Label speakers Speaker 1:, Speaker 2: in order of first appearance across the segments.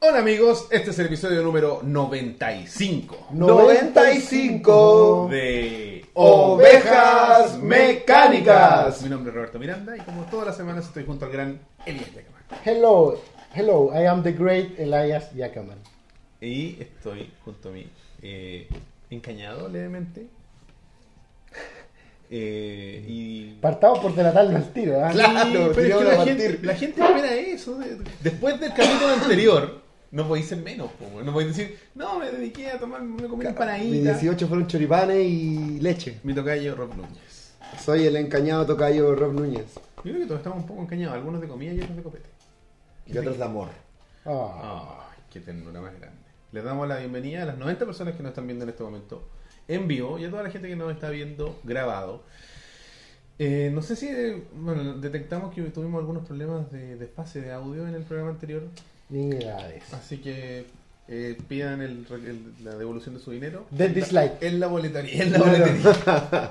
Speaker 1: están amigos? Este es el episodio número 95
Speaker 2: 95
Speaker 1: de
Speaker 2: Ovejas Mecánicas.
Speaker 1: Mi nombre es Roberto Miranda y como todas las semanas estoy junto al gran Elías Yacaman.
Speaker 2: Hello, hello, I am the great Elias Yacaman.
Speaker 1: Y estoy junto a mí, eh, encañado levemente. Eh, y...
Speaker 2: Partamos por delatarlo al tiro, ¿ah?
Speaker 1: Sí, pero es que
Speaker 2: tiramos
Speaker 1: la,
Speaker 2: a
Speaker 1: gente,
Speaker 2: partir.
Speaker 1: la gente espera eso. de- Después del capítulo anterior, no podéis ser menos. po, weón. No podéis decir, no, me dediqué a tomar, me comí un
Speaker 3: Mis
Speaker 1: panadita.
Speaker 3: 18 fueron choripanes y leche.
Speaker 1: Mi tocayo Rob Núñez.
Speaker 3: Soy el encañado tocayo Rob Núñez.
Speaker 1: Yo creo que todos estamos un poco engañados, algunos de comida y otros de copete.
Speaker 3: Y otros de amor.
Speaker 2: Ah,
Speaker 1: Ay, qué ternura más grande. Les damos la bienvenida a las 90 personas que nos están viendo en este momento en vivo y a toda la gente que nos está viendo grabado. Eh, no sé si eh, bueno, detectamos que tuvimos algunos problemas de desfase de audio en el programa anterior,
Speaker 2: niñedades.
Speaker 1: así que eh, pidan el re- el- la devolución de su dinero.
Speaker 2: Del dislike.
Speaker 1: En la boletería. En la
Speaker 2: Claro.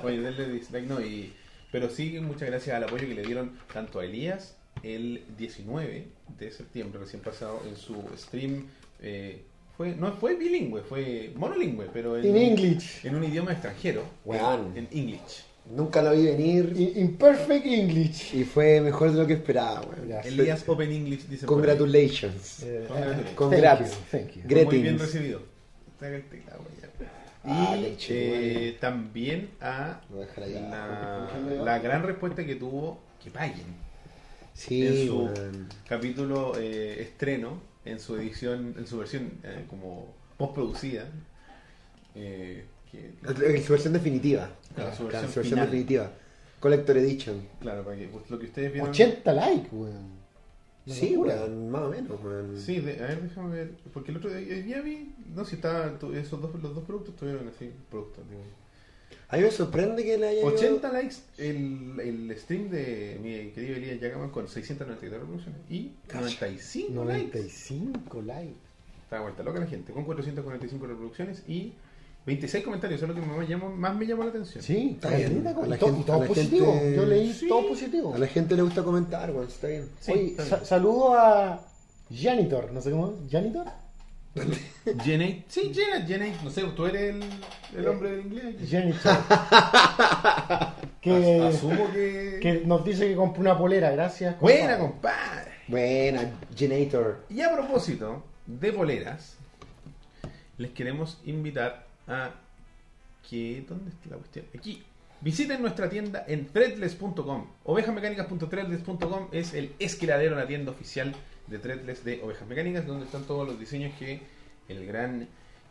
Speaker 1: boletería. Oye, denle dislike, no. Y, pero sí, muchas gracias al apoyo que le dieron tanto a Elías el 19 de septiembre, recién pasado, en su stream. eh, fue, no fue bilingüe, fue monolingüe, pero en,
Speaker 2: In English.
Speaker 1: en un idioma extranjero.
Speaker 3: Weón.
Speaker 1: En English.
Speaker 3: Nunca lo vi venir
Speaker 2: In, in perfect English.
Speaker 3: y fue mejor de lo que esperaba, weón.
Speaker 2: Ya.
Speaker 1: Elías Open English dice. por ahí.
Speaker 3: Congratulations.
Speaker 2: Eh,
Speaker 1: Congratulations.
Speaker 2: thank
Speaker 3: Congrats.
Speaker 2: you, thank you.
Speaker 3: Gra-
Speaker 1: Fue Muy bien
Speaker 3: Greetings.
Speaker 1: recibido. Saca el teclado, ya.
Speaker 3: Ah,
Speaker 1: Y
Speaker 3: qué chido,
Speaker 1: eh, también a
Speaker 3: Lo voy a dejar allá.
Speaker 1: la, la gran respuesta que tuvo que paguen en
Speaker 3: Sí,
Speaker 1: su
Speaker 3: weón.
Speaker 1: capítulo eh, estreno, en su edición, en su versión eh, como postproducida. eh, que-
Speaker 3: En su versión definitiva.
Speaker 1: Claro, su
Speaker 3: Claro,
Speaker 1: versión
Speaker 3: su versión
Speaker 1: final.
Speaker 3: definitiva. Collector Edition.
Speaker 1: claro, para que pues, lo que ustedes vieron.
Speaker 2: 80 likes, weón. Una
Speaker 3: Sí,
Speaker 2: locura.
Speaker 3: weón, más o menos, weón.
Speaker 1: Sí, de- a ver, déjame ver. Porque el otro día, hoy día vi. No, si estaba. tu- esos dos, los dos productos tuvieron así. Productos, digo.
Speaker 3: A mí me sorprende que le haya. llegado-
Speaker 1: 80 likes el, el stream de mi querido Elías Yagaman con 692 reproducciones y
Speaker 3: Cacha.
Speaker 1: 95 likes.
Speaker 2: 95 likes.
Speaker 1: Está vuelta loca la gente con 445 reproducciones y 26 comentarios. Eso es lo que me llama- más me llamó la atención.
Speaker 2: Sí,
Speaker 3: Está
Speaker 2: caleta,
Speaker 3: bien.
Speaker 2: con-
Speaker 3: A la
Speaker 2: y todo-
Speaker 3: gente-
Speaker 2: y todo
Speaker 3: a la
Speaker 2: positivo.
Speaker 3: gente-
Speaker 2: Yo leí
Speaker 1: Sí.
Speaker 2: todo positivo.
Speaker 3: A la gente le gusta comentar, weón. Está bien.
Speaker 1: Sí,
Speaker 2: Oye,
Speaker 1: está
Speaker 2: sa-
Speaker 1: bien.
Speaker 2: saludo a Janitor, no sé cómo, Janitor.
Speaker 1: Jenny, sí, Jenny, Jenny, no sé, tú eres el,
Speaker 2: Eh,
Speaker 1: el hombre del inglés.
Speaker 2: Janitor.
Speaker 1: As-
Speaker 2: que,
Speaker 1: Asumo que.
Speaker 2: que nos dice que compró una polera, gracias.
Speaker 1: Buena,
Speaker 2: compadre.
Speaker 1: compadre.
Speaker 3: Buena, Genator.
Speaker 1: Y a propósito de poleras, les queremos invitar a que. ¿Dónde está la cuestión? Aquí. Visiten nuestra tienda en threadless.com. Ovejamecánicas.threadless.com es el esquiladero, la tienda oficial de Threadless de Ovejas Mecánicas, donde están todos los diseños que el gran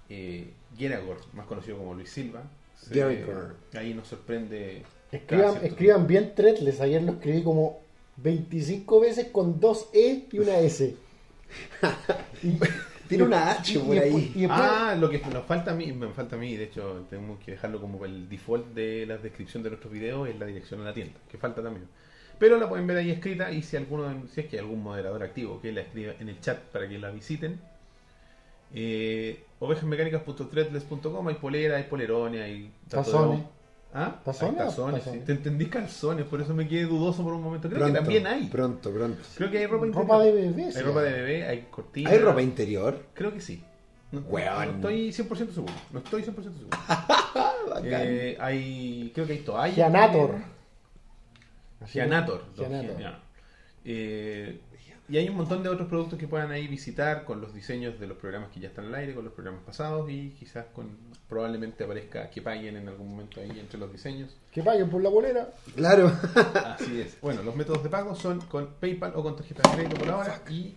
Speaker 1: eh, Geragor, más conocido como Luis Silva, se-
Speaker 3: Geragor.
Speaker 1: ahí nos sorprende. cada
Speaker 2: Escriban,
Speaker 1: cierto
Speaker 2: escriban bien Threadless, ayer lo escribí como 25 veces con dos E y una S. Y-
Speaker 3: Tiene una H por
Speaker 2: y-
Speaker 3: ahí.
Speaker 2: y después-
Speaker 1: Ah, lo que nos falta a mí, me falta a mí, de hecho, tenemos que dejarlo como el default de la descripción de nuestros videos, es la dirección a la tienda, que falta también. Pero la pueden ver ahí escrita y si alguno, si es que hay algún moderador activo que la escriba en el chat para que la visiten. Eh, ovejasmecánicas.threadless.com hay polera, hay polerones, hay dato de
Speaker 2: Tazones.
Speaker 1: ojo. ¿Ah?
Speaker 2: ¿Tazones
Speaker 1: Hay
Speaker 2: o
Speaker 1: tazones,
Speaker 2: tazones?
Speaker 1: sí. Te entendí calzones, por eso me quedé dudoso por un momento. Creo
Speaker 3: Pronto,
Speaker 1: que también hay.
Speaker 3: Pronto, pronto.
Speaker 1: Creo que hay ropa interior.
Speaker 2: ropa de bebé.
Speaker 1: Hay
Speaker 2: sí.
Speaker 1: ropa de bebé, hay cortinas.
Speaker 3: ¿Hay ropa interior?
Speaker 1: Creo que sí. No,
Speaker 3: Weón.
Speaker 1: no estoy 100% seguro. No estoy 100% seguro.
Speaker 3: Bacán.
Speaker 1: Eh, hay, creo que hay toallas.
Speaker 2: Gianator. Así que-
Speaker 1: Gianator. los
Speaker 2: Gianator.
Speaker 1: Gian- Eh, y hay un montón de otros productos que puedan ahí visitar con los diseños de los programas que ya están al aire, con los programas pasados y quizás con probablemente aparezca que paguen en algún momento ahí entre los diseños.
Speaker 2: Que paguen por la bolera.
Speaker 3: Claro.
Speaker 1: Así es. Bueno, los métodos de pago son con PayPal o con tarjeta de crédito por ahora y...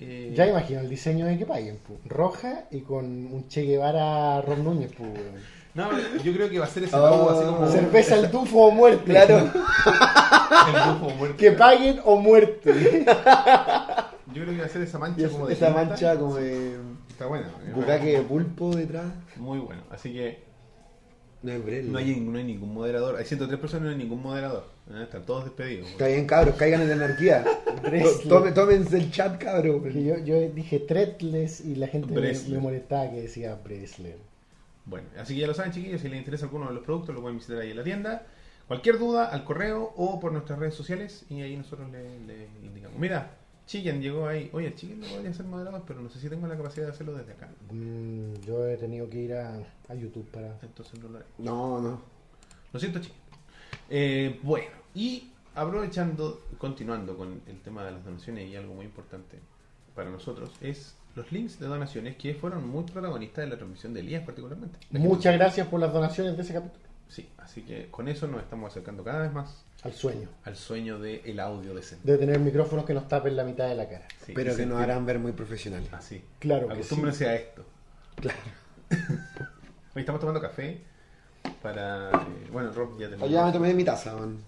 Speaker 1: eh,
Speaker 2: Ya imagino el diseño de que paguen, pu. roja y con un Che Guevara Rob Núñez, pu, weón.
Speaker 1: no, yo creo que va a ser ese
Speaker 3: Ah,
Speaker 2: Oh.
Speaker 1: logo así como
Speaker 2: Cerveza al tufo o muerte.
Speaker 1: el grupo muerto.
Speaker 2: Que paguen o muerte.
Speaker 1: Yo creo que va a ser esa mancha como de
Speaker 3: Esa
Speaker 1: tinta.
Speaker 3: mancha como de
Speaker 1: Está buena. es
Speaker 3: bucaque de pulpo detrás.
Speaker 1: Muy bueno. Así que
Speaker 3: No es breve.
Speaker 1: no hay, no hay ningún moderador. Hay 103 personas, no hay ningún moderador. ¿eh? Están todos despedidos.
Speaker 3: Está bien, cabros, caigan en la anarquía.
Speaker 2: Wrestling.
Speaker 3: To- tome- tómense el chat, cabros.
Speaker 2: Porque yo, yo dije Threadless y la gente me,
Speaker 1: Bresler.
Speaker 2: me molestaba que decía Bresler.
Speaker 1: Bueno, así que ya lo saben, chiquillos. Si les interesa alguno de los productos, lo pueden visitar ahí en la tienda. Cualquier duda, al correo o por nuestras redes sociales. Y ahí nosotros le, le indicamos. Mira, Chicken llegó ahí. Oye, el Chicken lo podría ser moderador, pero no sé si tengo la capacidad de hacerlo desde acá.
Speaker 2: Mm, yo he tenido que ir a, a YouTube para.
Speaker 1: Entonces no lo haré.
Speaker 3: No, no.
Speaker 1: Lo siento, Chicken. Eh, bueno, y aprovechando, continuando con el tema de las donaciones y algo muy importante para nosotros, es los links de donaciones que fueron muy protagonistas de la transmisión de Elías particularmente. La gente-
Speaker 2: Muchas gracias por las donaciones de ese capítulo.
Speaker 1: Sí, así que con eso nos estamos acercando cada vez más
Speaker 2: Al sueño.
Speaker 1: al sueño del el audio decente.
Speaker 2: De tener micrófonos que nos tapen la mitad de la cara.
Speaker 1: Sí,
Speaker 3: Pero
Speaker 1: y
Speaker 3: que nos
Speaker 1: sentir-
Speaker 3: harán ver muy profesionales.
Speaker 1: Así.
Speaker 2: Claro que
Speaker 1: Acostúmbrense a esto.
Speaker 2: Claro.
Speaker 1: Hoy estamos tomando café para. eh, bueno, Rob ya terminó.
Speaker 3: Allá me tomé mi taza, man.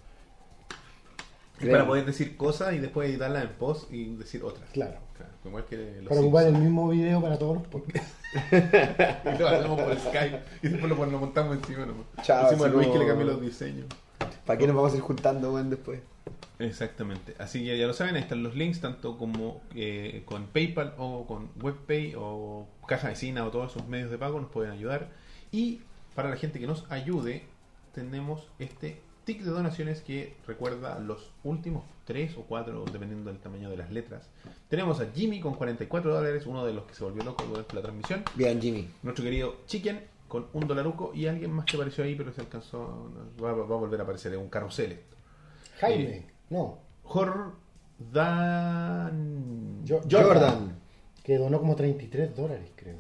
Speaker 1: Y para poder decir cosas y después editarlas en post y decir otras.
Speaker 2: Claro.
Speaker 1: Claro, igual que los
Speaker 2: Para ocupar el
Speaker 1: Simpsons.
Speaker 2: mismo video para todos los podcasts.
Speaker 1: Y lo hacemos por Skype y después lo, pon- lo montamos encima. ¿no?
Speaker 3: Chao,
Speaker 1: Decimos a
Speaker 3: así
Speaker 1: Luis que
Speaker 3: como-
Speaker 1: le cambió los diseños.
Speaker 3: ¿Para qué nos vamos a ir juntando, weón, después?
Speaker 1: Exactamente. Así que ya lo saben, ahí están los links tanto como eh, con PayPal o con WebPay o Caja Vecina o todos esos medios de pago nos pueden ayudar. Y para la gente que nos ayude, tenemos este tick de donaciones que recuerda los últimos tres o cuatro, dependiendo del tamaño de las letras. Tenemos a Jimmy con 44 dólares, uno de los que se volvió loco durante la transmisión.
Speaker 3: Bien, Jimmy.
Speaker 1: Nuestro querido Chicken con un dolaruco y alguien más que apareció ahí, pero se alcanzó. no, Va, va a volver a aparecer, es un carrusel esto.
Speaker 2: Jaime, no.
Speaker 1: Jordan.
Speaker 2: Jo-
Speaker 3: Jordan.
Speaker 2: Que donó como 33 dólares, creo.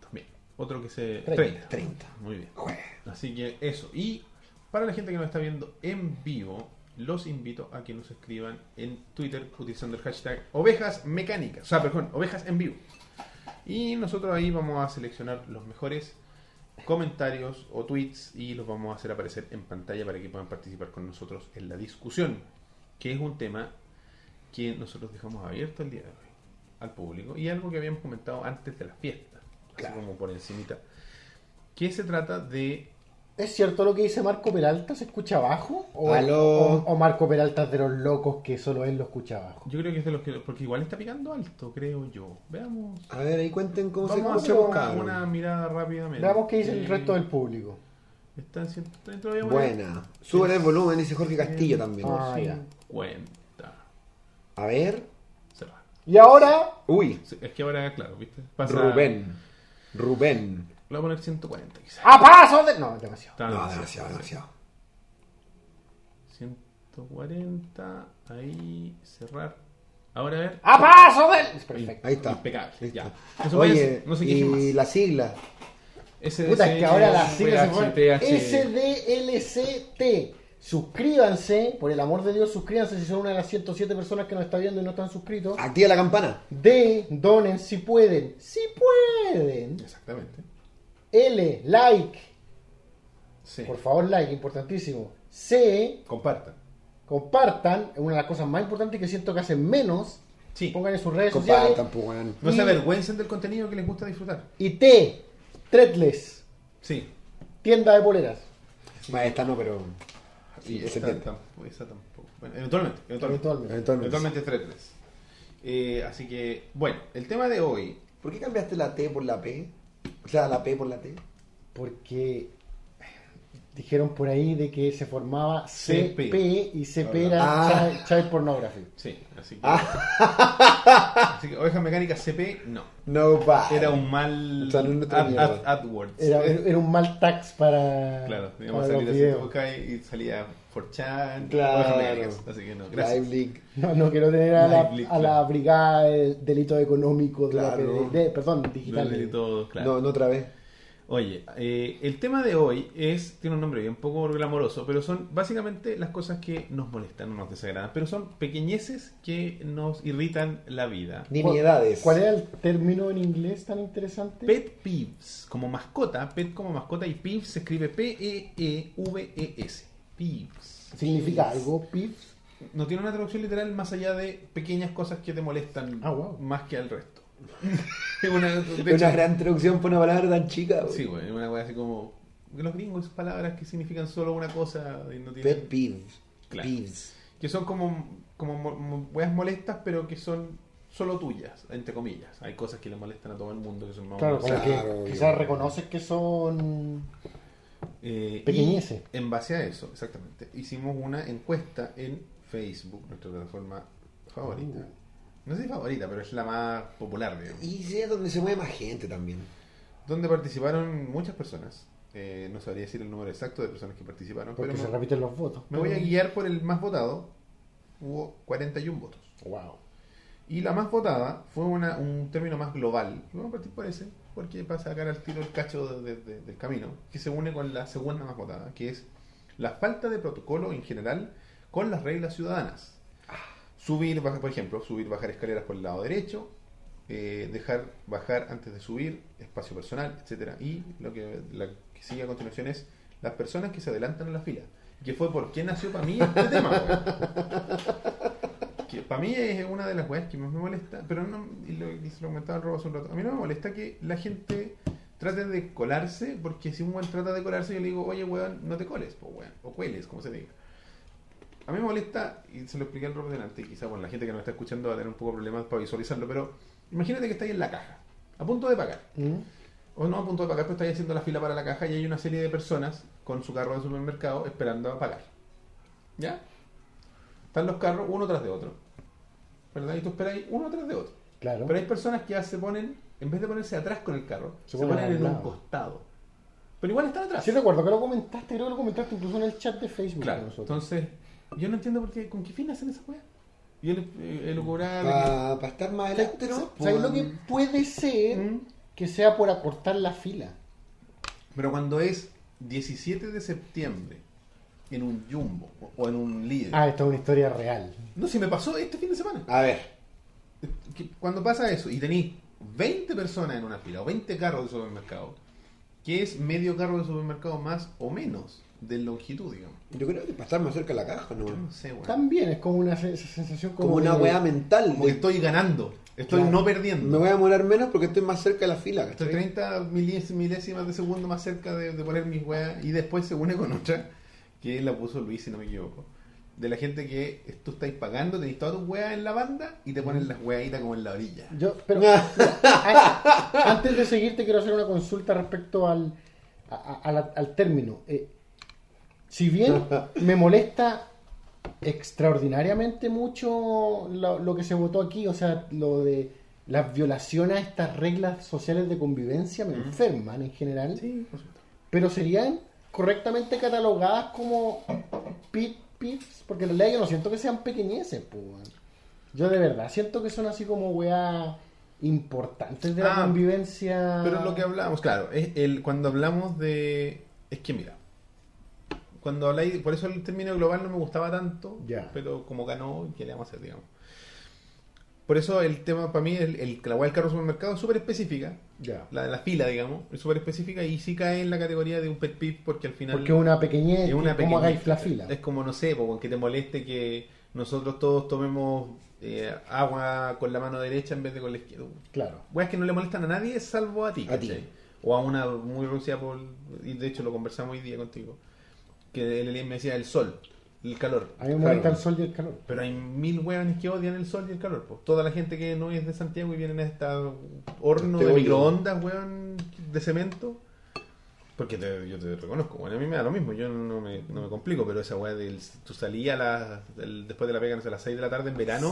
Speaker 1: También. Otro que se. 30.
Speaker 2: Treinta.
Speaker 1: 30. Muy bien.
Speaker 3: Jue-
Speaker 1: Así que eso. Y para la gente que nos está viendo en vivo, los invito a que nos escriban en Twitter utilizando el hashtag ovejas mecánicas. O sea, perdón, ovejas en vivo. Y nosotros ahí vamos a seleccionar los mejores comentarios o tweets y los vamos a hacer aparecer en pantalla para que puedan participar con nosotros en la discusión, que es un tema que nosotros dejamos abierto el día de hoy al público y algo que habíamos comentado antes de las fiestas,
Speaker 3: Claro.
Speaker 1: así como por encimita, que se trata de
Speaker 2: ¿Es cierto lo que dice Marco Peralta? ¿Se escucha abajo? ¿O,
Speaker 3: Aló.
Speaker 2: o- o Marco Peralta es de los locos que solo él lo escucha abajo?
Speaker 1: Yo creo que es de los que. Porque igual está picando alto, creo yo. Veamos.
Speaker 3: A ver, ahí cuenten cómo
Speaker 1: Vamos
Speaker 3: se
Speaker 1: a
Speaker 3: escucha
Speaker 1: hacer
Speaker 3: cada
Speaker 1: una,
Speaker 3: uno.
Speaker 1: una mirada rápidamente.
Speaker 2: Veamos qué dice el
Speaker 1: Eh,
Speaker 2: resto del público.
Speaker 1: Está en 130 todavía.
Speaker 3: Buena. Suben el volumen, dice Jorge Castillo también.
Speaker 2: Ah. ya.
Speaker 1: 50.
Speaker 3: A ver.
Speaker 1: Se va.
Speaker 2: Y ahora,
Speaker 3: Uy,
Speaker 1: Sí, Es que ahora, claro, ¿viste?
Speaker 3: Rubén. Rubén.
Speaker 1: Le voy a poner 140, quizás.
Speaker 2: a paso de... No, demasiado.
Speaker 1: Está
Speaker 3: No,
Speaker 1: bien.
Speaker 3: demasiado, demasiado.
Speaker 1: 140. Ahí. Cerrar. Ahora a ver.
Speaker 2: ¡A paso de... Perfecto.
Speaker 3: Ahí está.
Speaker 1: Impecable,
Speaker 3: Ahí está.
Speaker 1: ya. No se puede
Speaker 3: Oye,
Speaker 1: hacer, no se queje
Speaker 3: y
Speaker 1: más.
Speaker 3: la sigla.
Speaker 1: SDC,
Speaker 2: Puta, es que ahora las siglas se
Speaker 1: VH,
Speaker 2: fueron.
Speaker 1: TH.
Speaker 2: SDLCT. Suscríbanse, por el amor de Dios, suscríbanse si son una de las 107 personas que nos está viendo y no están suscritos.
Speaker 3: Activa la campana.
Speaker 2: D, donen si pueden. Si pueden.
Speaker 1: Exactamente.
Speaker 2: L, like.
Speaker 1: Sí.
Speaker 2: Por favor, like, importantísimo. C,
Speaker 1: Compartan.
Speaker 2: compartan. Es una de las cosas más importantes que siento que hacen menos.
Speaker 1: Sí.
Speaker 2: Pongan en sus redes
Speaker 3: Compartan,
Speaker 2: sociales.
Speaker 3: pues, weón.
Speaker 1: No
Speaker 2: Y-
Speaker 1: se avergüencen del contenido que les gusta disfrutar.
Speaker 2: Y T, Threadless,
Speaker 1: Sí.
Speaker 2: tienda de poleras.
Speaker 3: Bueno, Esta no, pero.
Speaker 1: Sí,
Speaker 3: se
Speaker 1: esa,
Speaker 3: entiende.
Speaker 1: tampoco, esa tampoco. Bueno, eventualmente. Eventualmente.
Speaker 2: Eventualmente.
Speaker 3: Eventualmente.
Speaker 1: Eventualmente es 3-3. Eh, así que, bueno, el tema de hoy.
Speaker 3: ¿Por qué cambiaste la T por la P? O sea, la P por la T.
Speaker 2: Porque dijeron por ahí de que se formaba
Speaker 1: CP.
Speaker 2: CP, y CP era
Speaker 3: Ah.
Speaker 2: Child- Child Pornography.
Speaker 1: Sí, así que. así que Oveja Mecánica CP, no.
Speaker 3: No va.
Speaker 1: Era un mal.
Speaker 3: O sea, no es nuestra
Speaker 1: ad-
Speaker 3: mierda.
Speaker 1: ad- AdWords.
Speaker 2: Era, era un mal tax para,
Speaker 1: Claro, digamos,
Speaker 2: para los
Speaker 1: salía así,
Speaker 2: videos.
Speaker 1: busca y salía 4chan.
Speaker 3: Claro.
Speaker 1: Oveja Mecánica. Así que no, gracias.
Speaker 3: Live League.
Speaker 2: No, no quiero tener a la,
Speaker 1: Lively,
Speaker 2: a la
Speaker 1: claro.
Speaker 2: brigada de delito económico, de la
Speaker 3: Claro.
Speaker 2: PDD, perdón,
Speaker 1: Los
Speaker 2: digital.
Speaker 1: delitos, claro.
Speaker 3: No, no otra vez.
Speaker 1: Oye, eh, el tema de hoy es, tiene un nombre bien poco glamoroso, pero son básicamente las cosas que nos molestan o nos desagradan, pero son pequeñeces que nos irritan la vida.
Speaker 3: Nimiedades.
Speaker 2: ¿Cuál era el término en inglés tan interesante?
Speaker 1: Pet peeves, como mascota, pet como mascota y peeves se escribe P-E-E-V-E-S. Peeves.
Speaker 2: ¿Significa algo? ¿Pif?
Speaker 1: No tiene una traducción literal más allá de pequeñas cosas que te molestan
Speaker 2: Ah, wow.
Speaker 1: más que al resto. Es una, de
Speaker 3: Es una
Speaker 1: hecho-
Speaker 3: gran traducción por una palabra tan chica, weón.
Speaker 1: Sí, güey, es una wea así como... Los gringos, palabras que significan solo una cosa y no tienen...
Speaker 3: Pet peeves.
Speaker 1: Claro.
Speaker 3: Peeves.
Speaker 1: que son como, como mo- mo- weas molestas, pero que son solo tuyas, entre comillas. Hay cosas que le molestan a todo el mundo que son más
Speaker 2: Claro,
Speaker 1: o menos-
Speaker 2: como
Speaker 3: Claro,
Speaker 2: que
Speaker 3: obvio.
Speaker 2: quizás reconoces que son...
Speaker 1: Eh,
Speaker 2: Pequeñeces.
Speaker 1: y En base a eso,
Speaker 2: Uh.
Speaker 1: exactamente, hicimos una encuesta en Facebook, nuestra plataforma favorita, No sé si favorita, pero es la más popular, digamos.
Speaker 3: Y sí, es donde se mueve más gente también.
Speaker 1: Donde participaron muchas personas. Eh, no sabría decir el número exacto de personas que participaron,
Speaker 2: Porque
Speaker 1: pero
Speaker 2: se
Speaker 1: me-
Speaker 2: repiten los votos.
Speaker 1: me voy a guiar por el más votado. Hubo 41 votos.
Speaker 2: Wow.
Speaker 1: Y la más votada fue una, un término más global. Vamos a partir por ese, porque para sacar al tiro el cacho de- de- del camino, que se une con la segunda más votada, que es la falta de protocolo en general con las reglas ciudadanas. Subir, bajar, por ejemplo, subir, bajar escaleras por el lado derecho, eh, dejar bajar antes de subir, espacio personal, etcétera. Y lo que, la que sigue a continuación es las personas que se adelantan en la fila. Que fue por qué nació para mí este tema, weón que para mí es una de las weas que más me molesta, pero no, y lo, y se lo comentaba el Rob hace un rato, a mí no me molesta que la gente trate de colarse, porque si un weón trata de colarse, yo le digo, oye weón, no te coles, po, weón, o cueles, como se diga. A mí me molesta, y se lo expliqué al Rob delante, y quizá bueno, la gente que nos está escuchando va a tener un poco de problemas para visualizarlo, pero imagínate que estáis en la caja, a punto de pagar,
Speaker 2: ¿Mm?
Speaker 1: o no a punto de pagar, pero estáis haciendo la fila para la caja y hay una serie de personas con su carro de supermercado esperando a pagar. ¿Ya? Están los carros uno tras de otro. ¿Verdad? Y tú esperas ahí uno tras de otro.
Speaker 2: Claro.
Speaker 1: Pero hay personas que ya se ponen, en vez de ponerse atrás con el carro,
Speaker 2: Se
Speaker 1: se,
Speaker 2: ponen
Speaker 1: ponen
Speaker 2: al
Speaker 1: en un
Speaker 2: lado.
Speaker 1: costado. Pero igual están atrás.
Speaker 2: Sí recuerdo que lo comentaste, creo que lo comentaste incluso en el chat de Facebook. de
Speaker 1: Claro.
Speaker 2: nosotros.
Speaker 1: Entonces, yo no entiendo por qué, con qué fin hacen esa weá. Y el, el,
Speaker 2: Ah.
Speaker 3: Para estar más
Speaker 2: Pero,
Speaker 3: eléctrico.
Speaker 2: ¿Sabes lo que puede ser? Que sea por acortar la fila.
Speaker 1: Pero cuando es 17 de septiembre, en un jumbo o- o en un líder.
Speaker 2: Ah, esta es una historia real.
Speaker 1: No, si me pasó este fin de semana.
Speaker 3: A ver.
Speaker 1: que cuando pasa eso y tenéis 20 personas en una fila o 20 carros de supermercado, que es medio carro de supermercado más o menos de longitud, digamos.
Speaker 3: Yo creo que pasar más cerca de la caja, ¿no?
Speaker 1: Yo no sé, weón.
Speaker 2: También es como una se- sensación como,
Speaker 3: Como una
Speaker 2: de-
Speaker 3: weá mental.
Speaker 1: Como que
Speaker 3: de-
Speaker 1: estoy ganando, estoy
Speaker 2: Claro.
Speaker 1: no perdiendo.
Speaker 3: Me voy a demorar menos porque estoy más cerca de la fila.
Speaker 1: Estoy
Speaker 3: ¿cachai?
Speaker 1: 30 milés- milésimas de segundo más cerca de, de poner mis weas y después se une con otra que la puso Luis, si no me equivoco. De la gente que es- tú estáis pagando, tenéis todas tus weas en la banda y te ponen las weaditas como en la orilla.
Speaker 2: Yo, pero a- antes de seguir te quiero hacer una consulta respecto al, a- a- a la- al término. Eh, si bien me molesta extraordinariamente mucho lo, lo que se votó aquí, o sea, lo de las violaciones a estas reglas sociales de convivencia me enferman en general,
Speaker 1: Sí, por supuesto.
Speaker 2: pero serían correctamente catalogadas como pit pips, porque en realidad yo no siento que sean pequeñeces, pues. weón. Yo de verdad siento que son así como weas importantes de la
Speaker 1: Ah,
Speaker 2: convivencia.
Speaker 1: Pero lo que hablamos, claro, es el cuando hablamos de es que mira, cuando habláis, por eso el término global no me gustaba tanto,
Speaker 2: Ya.
Speaker 1: pero como ganó, ¿qué le vamos a hacer, digamos? Por eso el tema para mí, el, el, la hueá del carro supermercado es súper específica,
Speaker 2: Ya.
Speaker 1: la de la fila, digamos, es súper específica y sí cae en la categoría de un pet peeve porque al final
Speaker 2: Porque una pequeñez,
Speaker 1: es una
Speaker 2: como
Speaker 1: pequeña-
Speaker 2: hagáis la fila.
Speaker 1: Es como, no sé, po, que te moleste que nosotros todos tomemos eh, agua con la mano derecha en vez de con la izquierda
Speaker 2: Claro.
Speaker 1: weas que no le molestan a nadie salvo a ti,
Speaker 3: A ti.
Speaker 1: ¿cachai? O a una muy reducida por. Y de hecho lo conversamos hoy día contigo. Que el Elian me decía el sol, el calor.
Speaker 2: A mí me molesta
Speaker 3: Claro.
Speaker 2: el sol y el calor.
Speaker 1: Pero hay mil weones que odian el sol y el calor. Pues toda la gente que no es de Santiago y vienen a este horno
Speaker 3: Este
Speaker 1: de
Speaker 3: hoyo.
Speaker 1: microondas, weón, de cemento. Porque te- yo te reconozco, bueno, a mí me da lo mismo, yo no me, no me complico, pero esa weá del. Tú salías a las- del- después de la pega, no sé, a las 6 de la tarde en verano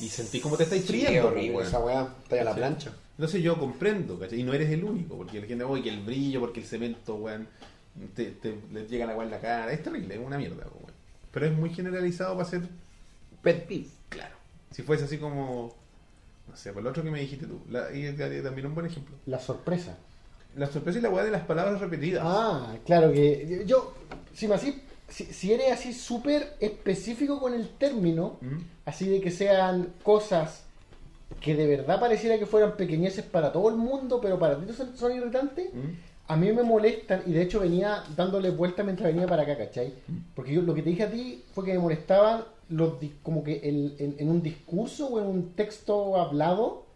Speaker 1: y sentís como te estáis
Speaker 3: Sí,
Speaker 1: friendo.
Speaker 3: es
Speaker 1: po,
Speaker 3: horrible
Speaker 1: weón.
Speaker 3: esa weá. Está a la
Speaker 1: Sí.
Speaker 3: plancha.
Speaker 1: Entonces yo comprendo, ¿cachai? Y no eres el único, porque la gente, oye, que el brillo, porque el cemento, weón, te, te- le llega la agua en la cara. Es terrible, es una mierda, weón. Pero es muy generalizado para ser,
Speaker 3: Pet peeve.
Speaker 1: claro. Si fuese así como, no sé, por lo otro que me dijiste tú. La, y es- es también un buen ejemplo.
Speaker 2: La sorpresa.
Speaker 1: La sorpresa y la weá de las palabras repetidas.
Speaker 2: Ah, claro que yo, si, me así, si, si eres así súper específico con el término,
Speaker 1: ¿Mm?
Speaker 2: así de que sean cosas que de verdad pareciera que fueran pequeñeces para todo el mundo, pero para ti son, son irritantes,
Speaker 1: ¿Mm?
Speaker 2: a mí me molestan y de hecho venía dándole vueltas mientras venía para acá, ¿cachai?
Speaker 1: Mm.
Speaker 2: Porque yo lo que te dije a ti fue que me molestaban los dis- como que el- en, en un discurso o en un texto hablado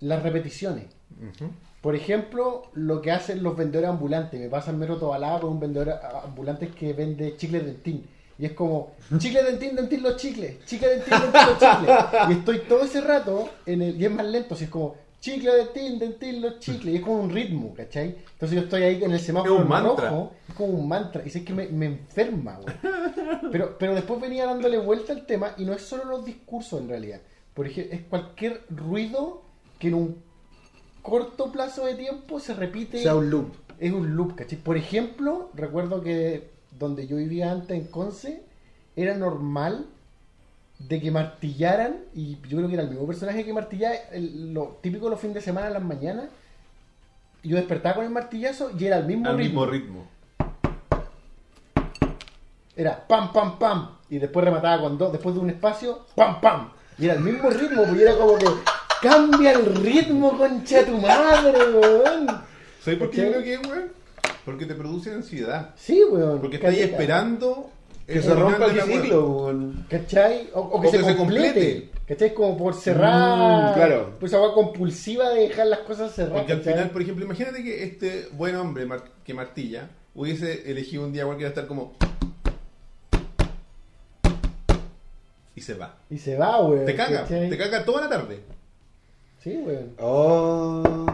Speaker 2: las repeticiones.
Speaker 1: Ujú.
Speaker 2: Por ejemplo, lo que hacen los vendedores ambulantes. Me pasan mero tobalada con un vendedor a- ambulante que vende chicle dentín. Y es como, chicle dentín, dentín los chicles, chicle dentín, dentín los chicles. Y estoy todo ese rato, en el, y es más lento, así es como, chicle dentín, dentín los chicles. Y es como un ritmo, ¿cachai? Entonces yo estoy ahí en el semáforo
Speaker 1: Es un
Speaker 2: en
Speaker 1: mantra.
Speaker 2: rojo, es como un mantra. Y sé que me, me enferma, güey. Pero, pero después venía dándole vuelta al tema y no es solo los discursos en realidad. Por ejemplo, es cualquier ruido que en un corto plazo de tiempo se repite.
Speaker 3: O sea, un loop.
Speaker 2: Es un loop, ¿cachai? Por ejemplo, recuerdo que donde yo vivía antes en Conce, era normal de que martillaran, y yo creo que era el mismo personaje que martillaba, el- lo típico los fines de semana en las mañanas, y yo despertaba con el martillazo y era el mismo
Speaker 1: Al mismo
Speaker 2: ritmo.
Speaker 1: ritmo.
Speaker 2: Era pam, pam, pam, y después remataba con dos, después de un espacio, pam, pam. Y era el mismo ritmo, porque era como que cambia el ritmo, concha tu madre, weón.
Speaker 1: ¿Sabes por qué yo
Speaker 2: ¿Cachai?
Speaker 1: creo que es, weón? Porque te produce ansiedad.
Speaker 2: Sí, weón.
Speaker 1: Porque estás
Speaker 2: caleta.
Speaker 1: esperando
Speaker 3: Que
Speaker 1: el
Speaker 3: se rompa
Speaker 1: final
Speaker 3: el
Speaker 1: de la weá.
Speaker 3: ciclo, weón.
Speaker 2: ¿Cachai? O, o que, se, complete. ¿Cachai? Como por cerrar.
Speaker 3: Mm, claro.
Speaker 2: Pues agua compulsiva de dejar las cosas cerradas.
Speaker 1: Porque al
Speaker 2: ¿cachai?
Speaker 1: final, por ejemplo, imagínate que este buen hombre mar- que martilla hubiese elegido un día cualquiera estar como. Y se va.
Speaker 2: Y se va, weón.
Speaker 1: Te caga,
Speaker 2: ¿cachai?
Speaker 1: te caga toda la tarde.
Speaker 2: Sí, weón.
Speaker 3: Oh.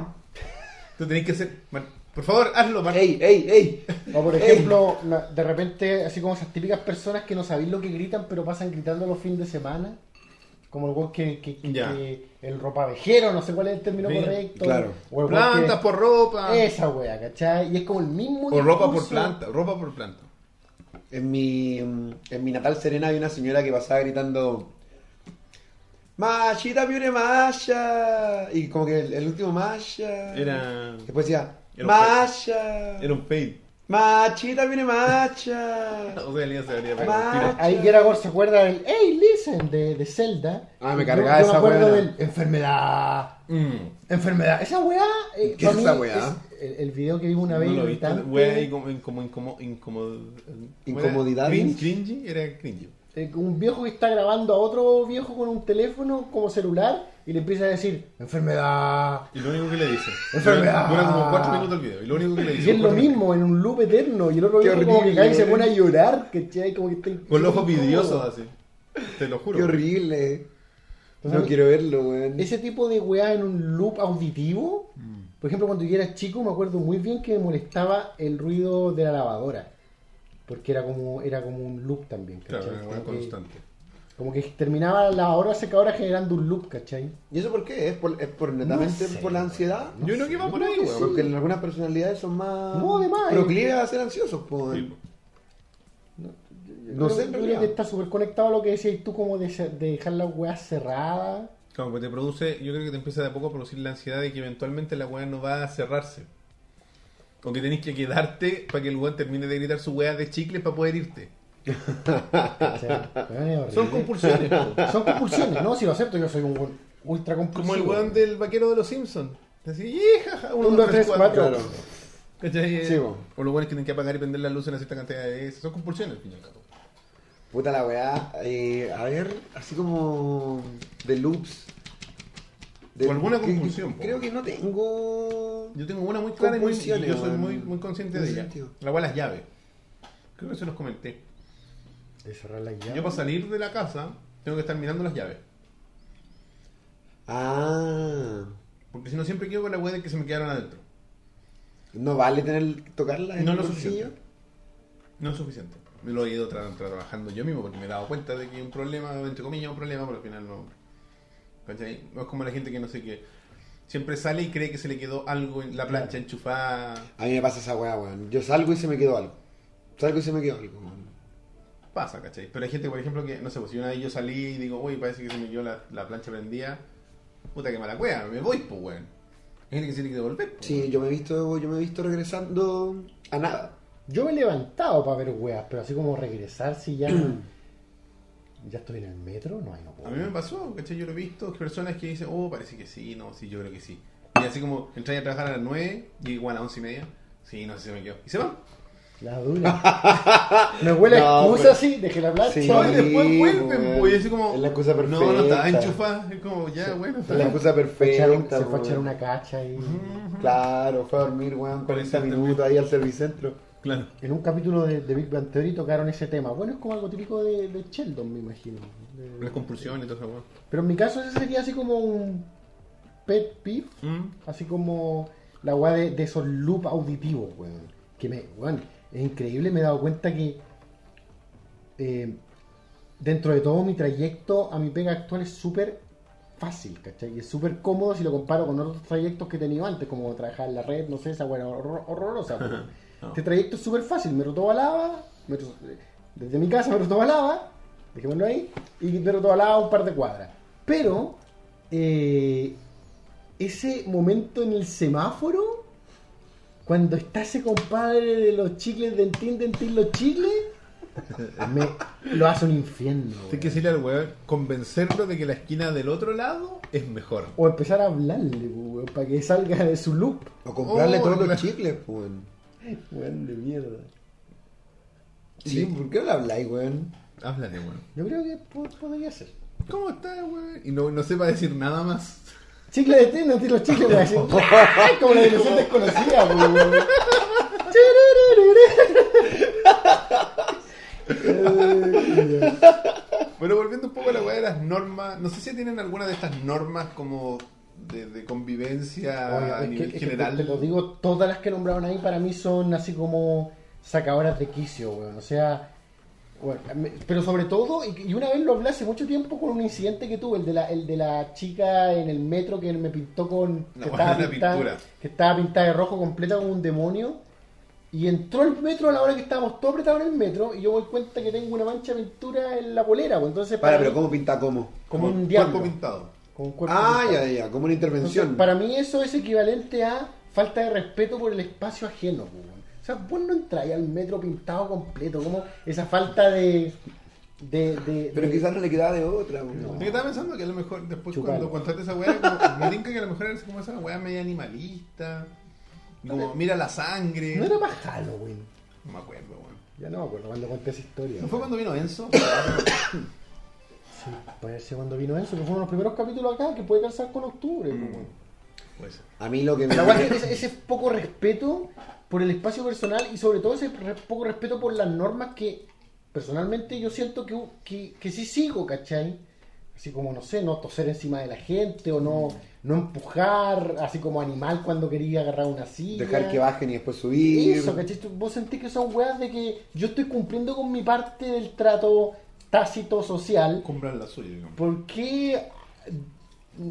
Speaker 1: Tú tenés que hacer. Mar- Por favor, hazlo, Mar.
Speaker 3: Ey, ey, ey.
Speaker 2: O por
Speaker 3: Ey.
Speaker 2: ejemplo, na- de repente, así como esas típicas personas que no sabéis lo que gritan, pero pasan gritando los fines de semana. Como el weón que, que, que-
Speaker 1: Ya.
Speaker 2: que- el ropavejero, no sé cuál es el término
Speaker 1: Sí,
Speaker 2: correcto.
Speaker 3: claro.
Speaker 2: O el weón
Speaker 1: Plantas
Speaker 2: que-
Speaker 1: por ropa.
Speaker 2: Esa wea, ¿cachai? Y es como el mismo.
Speaker 1: O ropa por
Speaker 2: discurso.
Speaker 1: planta, ropa por planta.
Speaker 3: En mi, mm, en mi natal Serena había una señora que pasaba gritando Mashita piure Masha y como que el, el último Masha
Speaker 1: Era.
Speaker 3: después decía
Speaker 1: Era un
Speaker 3: Masha
Speaker 1: Era un fade.
Speaker 3: Machita viene Macha
Speaker 1: O sea, el niño se habría
Speaker 3: Ma-
Speaker 1: pegado un tiro.
Speaker 2: Ahí Geragor se acuerda del Hey, listen de, de Zelda.
Speaker 3: Ah, me
Speaker 2: Yo-
Speaker 3: cargaba
Speaker 2: yo,
Speaker 3: esa
Speaker 2: me acuerdo
Speaker 3: weá.
Speaker 2: del Enfermedad.
Speaker 1: Mm.
Speaker 2: Enfermedad. Esa weá. eh,
Speaker 3: ¿Qué
Speaker 2: pa'
Speaker 3: es
Speaker 2: mí
Speaker 3: esa weá?
Speaker 2: es el, el video que vimos una
Speaker 1: No
Speaker 2: vez.
Speaker 1: lo viste,
Speaker 2: irritante,
Speaker 1: güey, ahí como, como, incomo- incomo-
Speaker 3: Incomodidad.
Speaker 1: Cringe, cringy, era cringy.
Speaker 2: eh, un viejo que está grabando a otro viejo con un teléfono como celular y le empieza a decir Enfermedad.
Speaker 1: Y lo único que le dice.
Speaker 2: Enfermedad.
Speaker 1: Dura como 4 minutos el video. Y lo único que le dice.
Speaker 2: ah. Y es lo
Speaker 1: cuatro
Speaker 2: mismo, en un loop eterno. Y el otro
Speaker 3: Qué
Speaker 2: viejo como que
Speaker 3: horrible,
Speaker 2: cae y se
Speaker 3: weón.
Speaker 2: pone a llorar. ¿cachai? Como que está-
Speaker 1: minutos. Con los ojos
Speaker 2: incómodo.
Speaker 1: vidriosos así. Te lo juro.
Speaker 3: Qué horrible.
Speaker 2: Entonces,
Speaker 3: No quiero verlo, weón.
Speaker 2: ese tipo de weá en un loop auditivo.
Speaker 1: Mm.
Speaker 2: Por ejemplo, cuando yo era chico me acuerdo muy bien que me molestaba el ruido de la lavadora. Porque era como, era como un loop también, ¿cachai?
Speaker 1: Claro, era una
Speaker 2: como,
Speaker 1: weá
Speaker 2: que,
Speaker 1: constante.
Speaker 2: como que terminaba la lavadora secadora generando un loop, ¿cachai?
Speaker 3: ¿Y eso por qué? ¿Es por, es por netamente
Speaker 2: No sé,
Speaker 3: por la
Speaker 2: weón.
Speaker 3: ansiedad?
Speaker 1: Yo creo que va por ahí,
Speaker 2: que
Speaker 1: weón.
Speaker 3: Porque en algunas personalidades son más,
Speaker 2: No, de más. eh.
Speaker 3: proclives a ser ansiosos, pues, po.
Speaker 1: Sí, po.
Speaker 3: No
Speaker 2: Yo
Speaker 3: sé, en
Speaker 2: creo
Speaker 3: realidad.
Speaker 2: que está súper conectado a lo que decías tú, como de, se- de dejar las weas cerradas.
Speaker 1: Claro, que te produce, yo creo que te empieza de a poco a producir la ansiedad de que eventualmente la weá no va a cerrarse. O que tenés que quedarte para que el weón termine de gritar su weá de chicle para poder irte.
Speaker 2: ¿cachai? Weón, es horrible.
Speaker 1: Son compulsiones. po.
Speaker 2: Son compulsiones, ¿no? Si lo acepto, yo soy un weón ultra compulsivo.
Speaker 1: Como el weón del vaquero de los Simpsons. Así, jaja,
Speaker 2: Un, dos, tres, cuatro.
Speaker 3: Claro.
Speaker 1: ¿Cachai?
Speaker 3: Sí, po.
Speaker 1: o los buenos que tienen que apagar y prender la luz en una cierta cantidad de veces. Son compulsiones, al fin y al cabo.
Speaker 3: Puta la weá. Eh, a ver, así como de loops.
Speaker 1: O alguna
Speaker 3: que- que-
Speaker 1: compulsión, po.
Speaker 3: Creo que no tengo.
Speaker 1: Yo tengo una muy clara y, muy- y yo
Speaker 3: Compulsiones,
Speaker 1: soy muy,
Speaker 3: weón.
Speaker 1: muy consciente
Speaker 3: ¿En
Speaker 1: de
Speaker 3: qué
Speaker 1: ella.
Speaker 3: sentido?
Speaker 1: La cual las llaves. Creo que se los comenté.
Speaker 2: De cerrar las
Speaker 1: Yo
Speaker 2: llaves.
Speaker 1: para salir de la casa tengo que estar mirando las llaves.
Speaker 3: Ah.
Speaker 1: Porque si no siempre quedo con la weá de que se me quedaron adentro.
Speaker 3: No vale tener tocarla en
Speaker 1: No
Speaker 3: el
Speaker 1: lo
Speaker 3: bolsillo.
Speaker 1: suficiente. No es suficiente. Me lo he ido tra- tra- trabajando yo mismo porque me he dado cuenta de que hay un problema, entre comillas, un problema, pero al final no. ¿Cachai? No es como la gente que no sé qué. Siempre sale y cree que se le quedó algo en la plancha
Speaker 2: Claro.
Speaker 1: enchufada.
Speaker 3: A mí me pasa esa weá, weón. Yo salgo y se me quedó algo. Salgo y se me quedó algo, weón.
Speaker 1: Pasa, ¿cachai? Pero hay gente, por ejemplo, que, no sé, pues si una vez yo salí y digo, uy, parece que se me quedó la, la plancha prendida. Puta que mala cueva, me voy, pues, weón. Hay gente que se tiene que devolver. pues,
Speaker 3: Sí,
Speaker 1: weón.
Speaker 3: yo me he visto, yo me he visto regresando a nada.
Speaker 2: Yo me he levantado para ver weas, pero así como regresar si ya. ya estoy en el metro, no hay no puedo.
Speaker 1: A mí me pasó, ¿cachai? Yo lo he visto, que personas que dicen, oh, parece que sí, no, sí, yo creo que sí. Y así como entré a trabajar a las 9 y igual a las 11 y media, sí, no sé si se me quedó. Y se van.
Speaker 2: La dura. me huele a
Speaker 3: No,
Speaker 2: excusa
Speaker 3: pero-
Speaker 2: así, dejé la plancha.
Speaker 3: Sí.
Speaker 1: No, y después
Speaker 3: weón.
Speaker 1: vuelven, pues, y así como.
Speaker 3: Es la excusa
Speaker 1: No, no
Speaker 3: perfecta.
Speaker 1: estaba enchufada. Es como, ya, bueno, está
Speaker 3: Es la
Speaker 1: bien.
Speaker 3: excusa
Speaker 2: Fue a
Speaker 3: perfecta.
Speaker 2: echar un- se fue a echar
Speaker 3: weón.
Speaker 2: una cacha y.
Speaker 3: Claro, fue a dormir, weón, 40
Speaker 1: Parece
Speaker 3: minutos ahí al servicentro.
Speaker 1: Claro.
Speaker 2: En un capítulo de, de Big Bang Theory tocaron ese tema. Bueno, es como algo típico de, de Sheldon, me imagino. De-
Speaker 1: Las compulsiones y todo eso, weón.
Speaker 2: Pero en mi caso ese sería así como un pet peeve,
Speaker 1: Mm.
Speaker 2: así como la weá de, de esos loops auditivos, weón. Que me, weón, es increíble, me he dado cuenta que eh, dentro de todo mi trayecto a mi pega actual es súper fácil, ¿cachai? Y es súper cómodo si lo comparo con otros trayectos que he tenido antes, como trabajar en la red, no sé, esa buena horror- horrorosa. pues.
Speaker 1: No.
Speaker 2: Este trayecto es súper fácil, me roto balaba, desde mi casa me roto balaba, dejémoslo ahí, y me roto balaba un par de cuadras. Pero eh, ese momento en el semáforo, cuando está ese compadre de los chicles, dentín, dentín, los chicles, me, lo hace un infierno.
Speaker 4: Hay que
Speaker 2: weón.
Speaker 4: decirle al weón, convencerlo de que la esquina del otro lado es mejor.
Speaker 2: O empezar a hablarle, pues, weón, para que salga de su loop.
Speaker 3: O comprarle
Speaker 4: Oh,
Speaker 3: todos
Speaker 4: claro.
Speaker 3: los chicles, pues, weón.
Speaker 2: Weón de mierda.
Speaker 3: Sí, ¿por qué no le habláis, weón?
Speaker 4: Háblale, weón.
Speaker 2: Yo creo que po- podría ser.
Speaker 4: ¿Cómo estás, weón? Y no, no sepa decir nada más.
Speaker 2: Chicle de té, no tiro los chicles, weón. así. Ay, Como la ilusión desconocida, pues, weón. Eh,
Speaker 4: Pero volviendo un poco a la weá de las normas, no sé si tienen alguna de estas normas como de, de convivencia
Speaker 2: Oye,
Speaker 4: a
Speaker 2: es que-
Speaker 4: nivel
Speaker 2: es que
Speaker 4: general.
Speaker 2: te, te lo digo, todas las que nombraron ahí para mí son así como sacadoras de quicio, weón. O sea, bueno, me- pero sobre todo, y, y una vez lo hablé hace mucho tiempo con un incidente que tuve, el de la, el de la chica en el metro que me pintó con.
Speaker 4: La
Speaker 2: que,
Speaker 4: buena
Speaker 2: estaba
Speaker 4: de la
Speaker 2: pintada,
Speaker 4: pintura.
Speaker 2: que estaba pintada de rojo completa como un demonio. Y entró el metro a la hora que estábamos todos apretados en el metro y yo me doy cuenta que tengo una mancha de pintura en la polera, pues, entonces
Speaker 3: Para,
Speaker 2: mí,
Speaker 3: pero ¿cómo pinta cómo?
Speaker 2: como un
Speaker 4: cuerpo
Speaker 2: diablo.
Speaker 4: pintado.
Speaker 2: como un cuerpo
Speaker 3: Ah,
Speaker 2: pintado.
Speaker 3: ya, ya, como una
Speaker 2: Entonces,
Speaker 3: intervención.
Speaker 2: para mí eso es equivalente a falta de respeto por el espacio ajeno. po, weón. O sea, vos no entráis al metro pintado completo, como esa falta de... de, de-
Speaker 3: Pero
Speaker 2: de-
Speaker 3: quizás no le quedaba de otra, weón.
Speaker 4: Yo estaba pensando que a lo mejor después
Speaker 2: Chupalo.
Speaker 4: cuando contaste esa weá, como, me tinca que a lo mejor eres como esa weá media animalista. Como mira la sangre.
Speaker 2: No era para Halloween.
Speaker 4: No me acuerdo, weón.
Speaker 2: Ya no me acuerdo cuando conté esa historia.
Speaker 4: ¿No fue cuando vino Enzo?
Speaker 2: Sí, puede ser cuando vino eso, que fueron los primeros capítulos acá, que puede calzar con octubre. po, weón.
Speaker 4: Pues,
Speaker 3: A mí lo que me.
Speaker 2: La weá es que ese, ese poco respeto por el espacio personal y sobre todo ese re- poco respeto por las normas que personalmente yo siento que, que, que sí sigo, ¿cachai? Así como, no sé, no toser encima de la gente o no, no empujar, así como animal cuando quería agarrar una silla.
Speaker 3: Dejar que bajen y después subir.
Speaker 2: Eso, ¿cachai? Tú- Vos sentís que son weas de que yo estoy cumpliendo con mi parte del trato tácito social.
Speaker 4: compran la suya, digamos.
Speaker 2: ¿Por qué?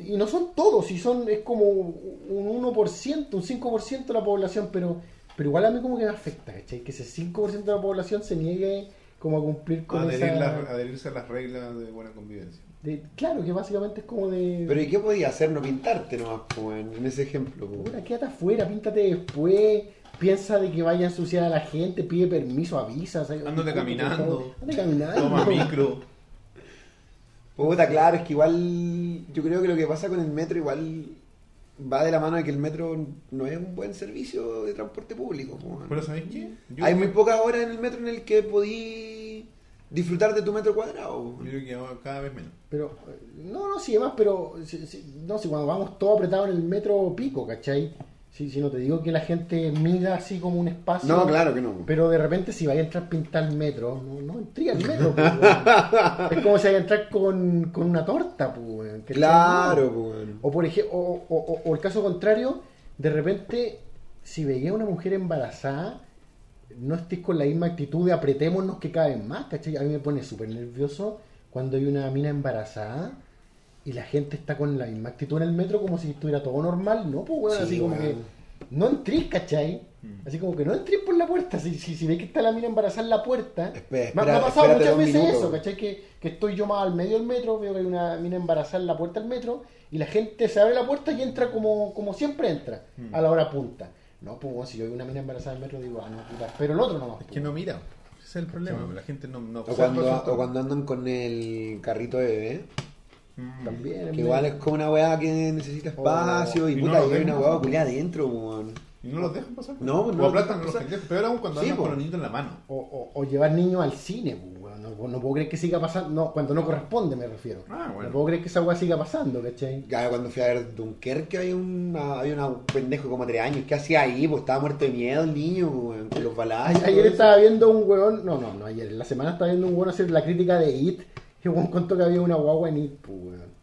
Speaker 2: Y no son todos, y son, es como un 1%, un 5% de la población, pero, pero igual a mí como que me afecta, ¿cachai? Que ese 5% de la población se niegue como a cumplir con
Speaker 4: Adherir
Speaker 2: esa...
Speaker 4: las- adherirse a las reglas de buena convivencia.
Speaker 2: de- claro, que básicamente es como de...
Speaker 3: Pero ¿y qué podía hacer no pintarte nomás, pues, weón? En ese ejemplo, pues.
Speaker 2: Puta, quédate afuera, píntate después, piensa de que vaya a ensuciar a la gente, pide permiso, avisa. o sea,
Speaker 1: Ándate caminando.
Speaker 2: Ándate caminando.
Speaker 1: Toma micro.
Speaker 3: Pues, Puta, claro, es que igual. Yo creo que lo que pasa con el metro igual. Va de la mano de que el metro no es un buen servicio de transporte público, pues, weón.
Speaker 4: Pero ¿sabéis qué? Yo,
Speaker 3: Hay muy
Speaker 4: creo,
Speaker 3: pocas horas en el metro en el que podí disfrutar de tu metro cuadrado.
Speaker 4: yo creo que ahora cada vez menos.
Speaker 2: Pero, eh, no, no, sí, además, pero, sí, sí, no, sí, cuando vamos todo apretado en el metro pico, ¿cachai? Sí, sí, no te digo que la gente mida así como un espacio.
Speaker 3: No, claro que no.
Speaker 2: Pero de repente si vaya a entrar pintar el metro, no, no entré al metro, pues, weón. Es como si vaya a entrar con, con una torta, pues, weón, ¿cachai?
Speaker 3: Claro, pues. weón.
Speaker 2: O por ejemplo, o, o- o- o el caso contrario, de repente, si veía a una mujer embarazada, no estés con la misma actitud de apretémonos que caben más, ¿cachai? A mí me pone súper nervioso cuando hay una mina embarazada y la gente está con la misma actitud en el metro como si estuviera todo normal, ¿no? Pues, weón,
Speaker 3: Sí,
Speaker 2: así como
Speaker 3: weón. Mm.
Speaker 2: que no entrís, ¿cachai? Así como que no entrís por la puerta. Si, si, si veis que está la mina embarazada en la puerta,
Speaker 3: Espera,
Speaker 2: me, ha- me ha
Speaker 3: espera,
Speaker 2: pasado
Speaker 3: espérate
Speaker 2: muchas
Speaker 3: dos
Speaker 2: veces
Speaker 3: minutos.
Speaker 2: eso, ¿cachai? Que, que estoy yo más al medio del metro, veo que hay una mina embarazada en la puerta del metro y la gente se abre la puerta y entra como, como siempre entra,
Speaker 4: Hmm.
Speaker 2: a la hora punta. No, pues bueno, si yo veo una mina embarazada en el metro, digo, ah, no, puta, pero el otro nomás.
Speaker 4: Es
Speaker 2: pues.
Speaker 4: que no mira. Ese es el problema. La gente no... no
Speaker 3: O cuando, o cuando andan con el carrito de bebé,
Speaker 2: También,
Speaker 3: que igual es como una weá que necesita
Speaker 1: Oh,
Speaker 3: espacio
Speaker 4: y
Speaker 3: y
Speaker 4: no
Speaker 3: puta,
Speaker 4: lo
Speaker 3: y hay una
Speaker 4: vemos,
Speaker 3: weá
Speaker 4: ¿no?
Speaker 3: culiada adentro, weón.
Speaker 4: Y no los dejan pasar.
Speaker 3: No,
Speaker 4: O
Speaker 3: no los
Speaker 4: aplastan
Speaker 3: dejan
Speaker 4: a los
Speaker 3: pasar.
Speaker 4: pendejos. Peor aún cuando
Speaker 3: Sí,
Speaker 4: andan
Speaker 3: po.
Speaker 4: con los niños en la mano.
Speaker 2: O, o- o llevar niños al cine, pues, weón. no, no puedo creer que siga pasando, no, cuando no corresponde me refiero.
Speaker 4: Ah, bueno.
Speaker 2: No puedo creer que esa weá siga pasando, ¿cachai?
Speaker 3: Ya cuando fui a ver Dunkerque había una, había una- un pendejo como tres años. ¿Qué hacía ahí? Pues estaba muerto de miedo el niño, weón, con los balazos.
Speaker 2: Ay- Ayer estaba viendo un weón, no, no, no, ayer, en la semana estaba viendo un weón hacer la crítica de IT, que weón contó que había una guagua en IT, pues, weón.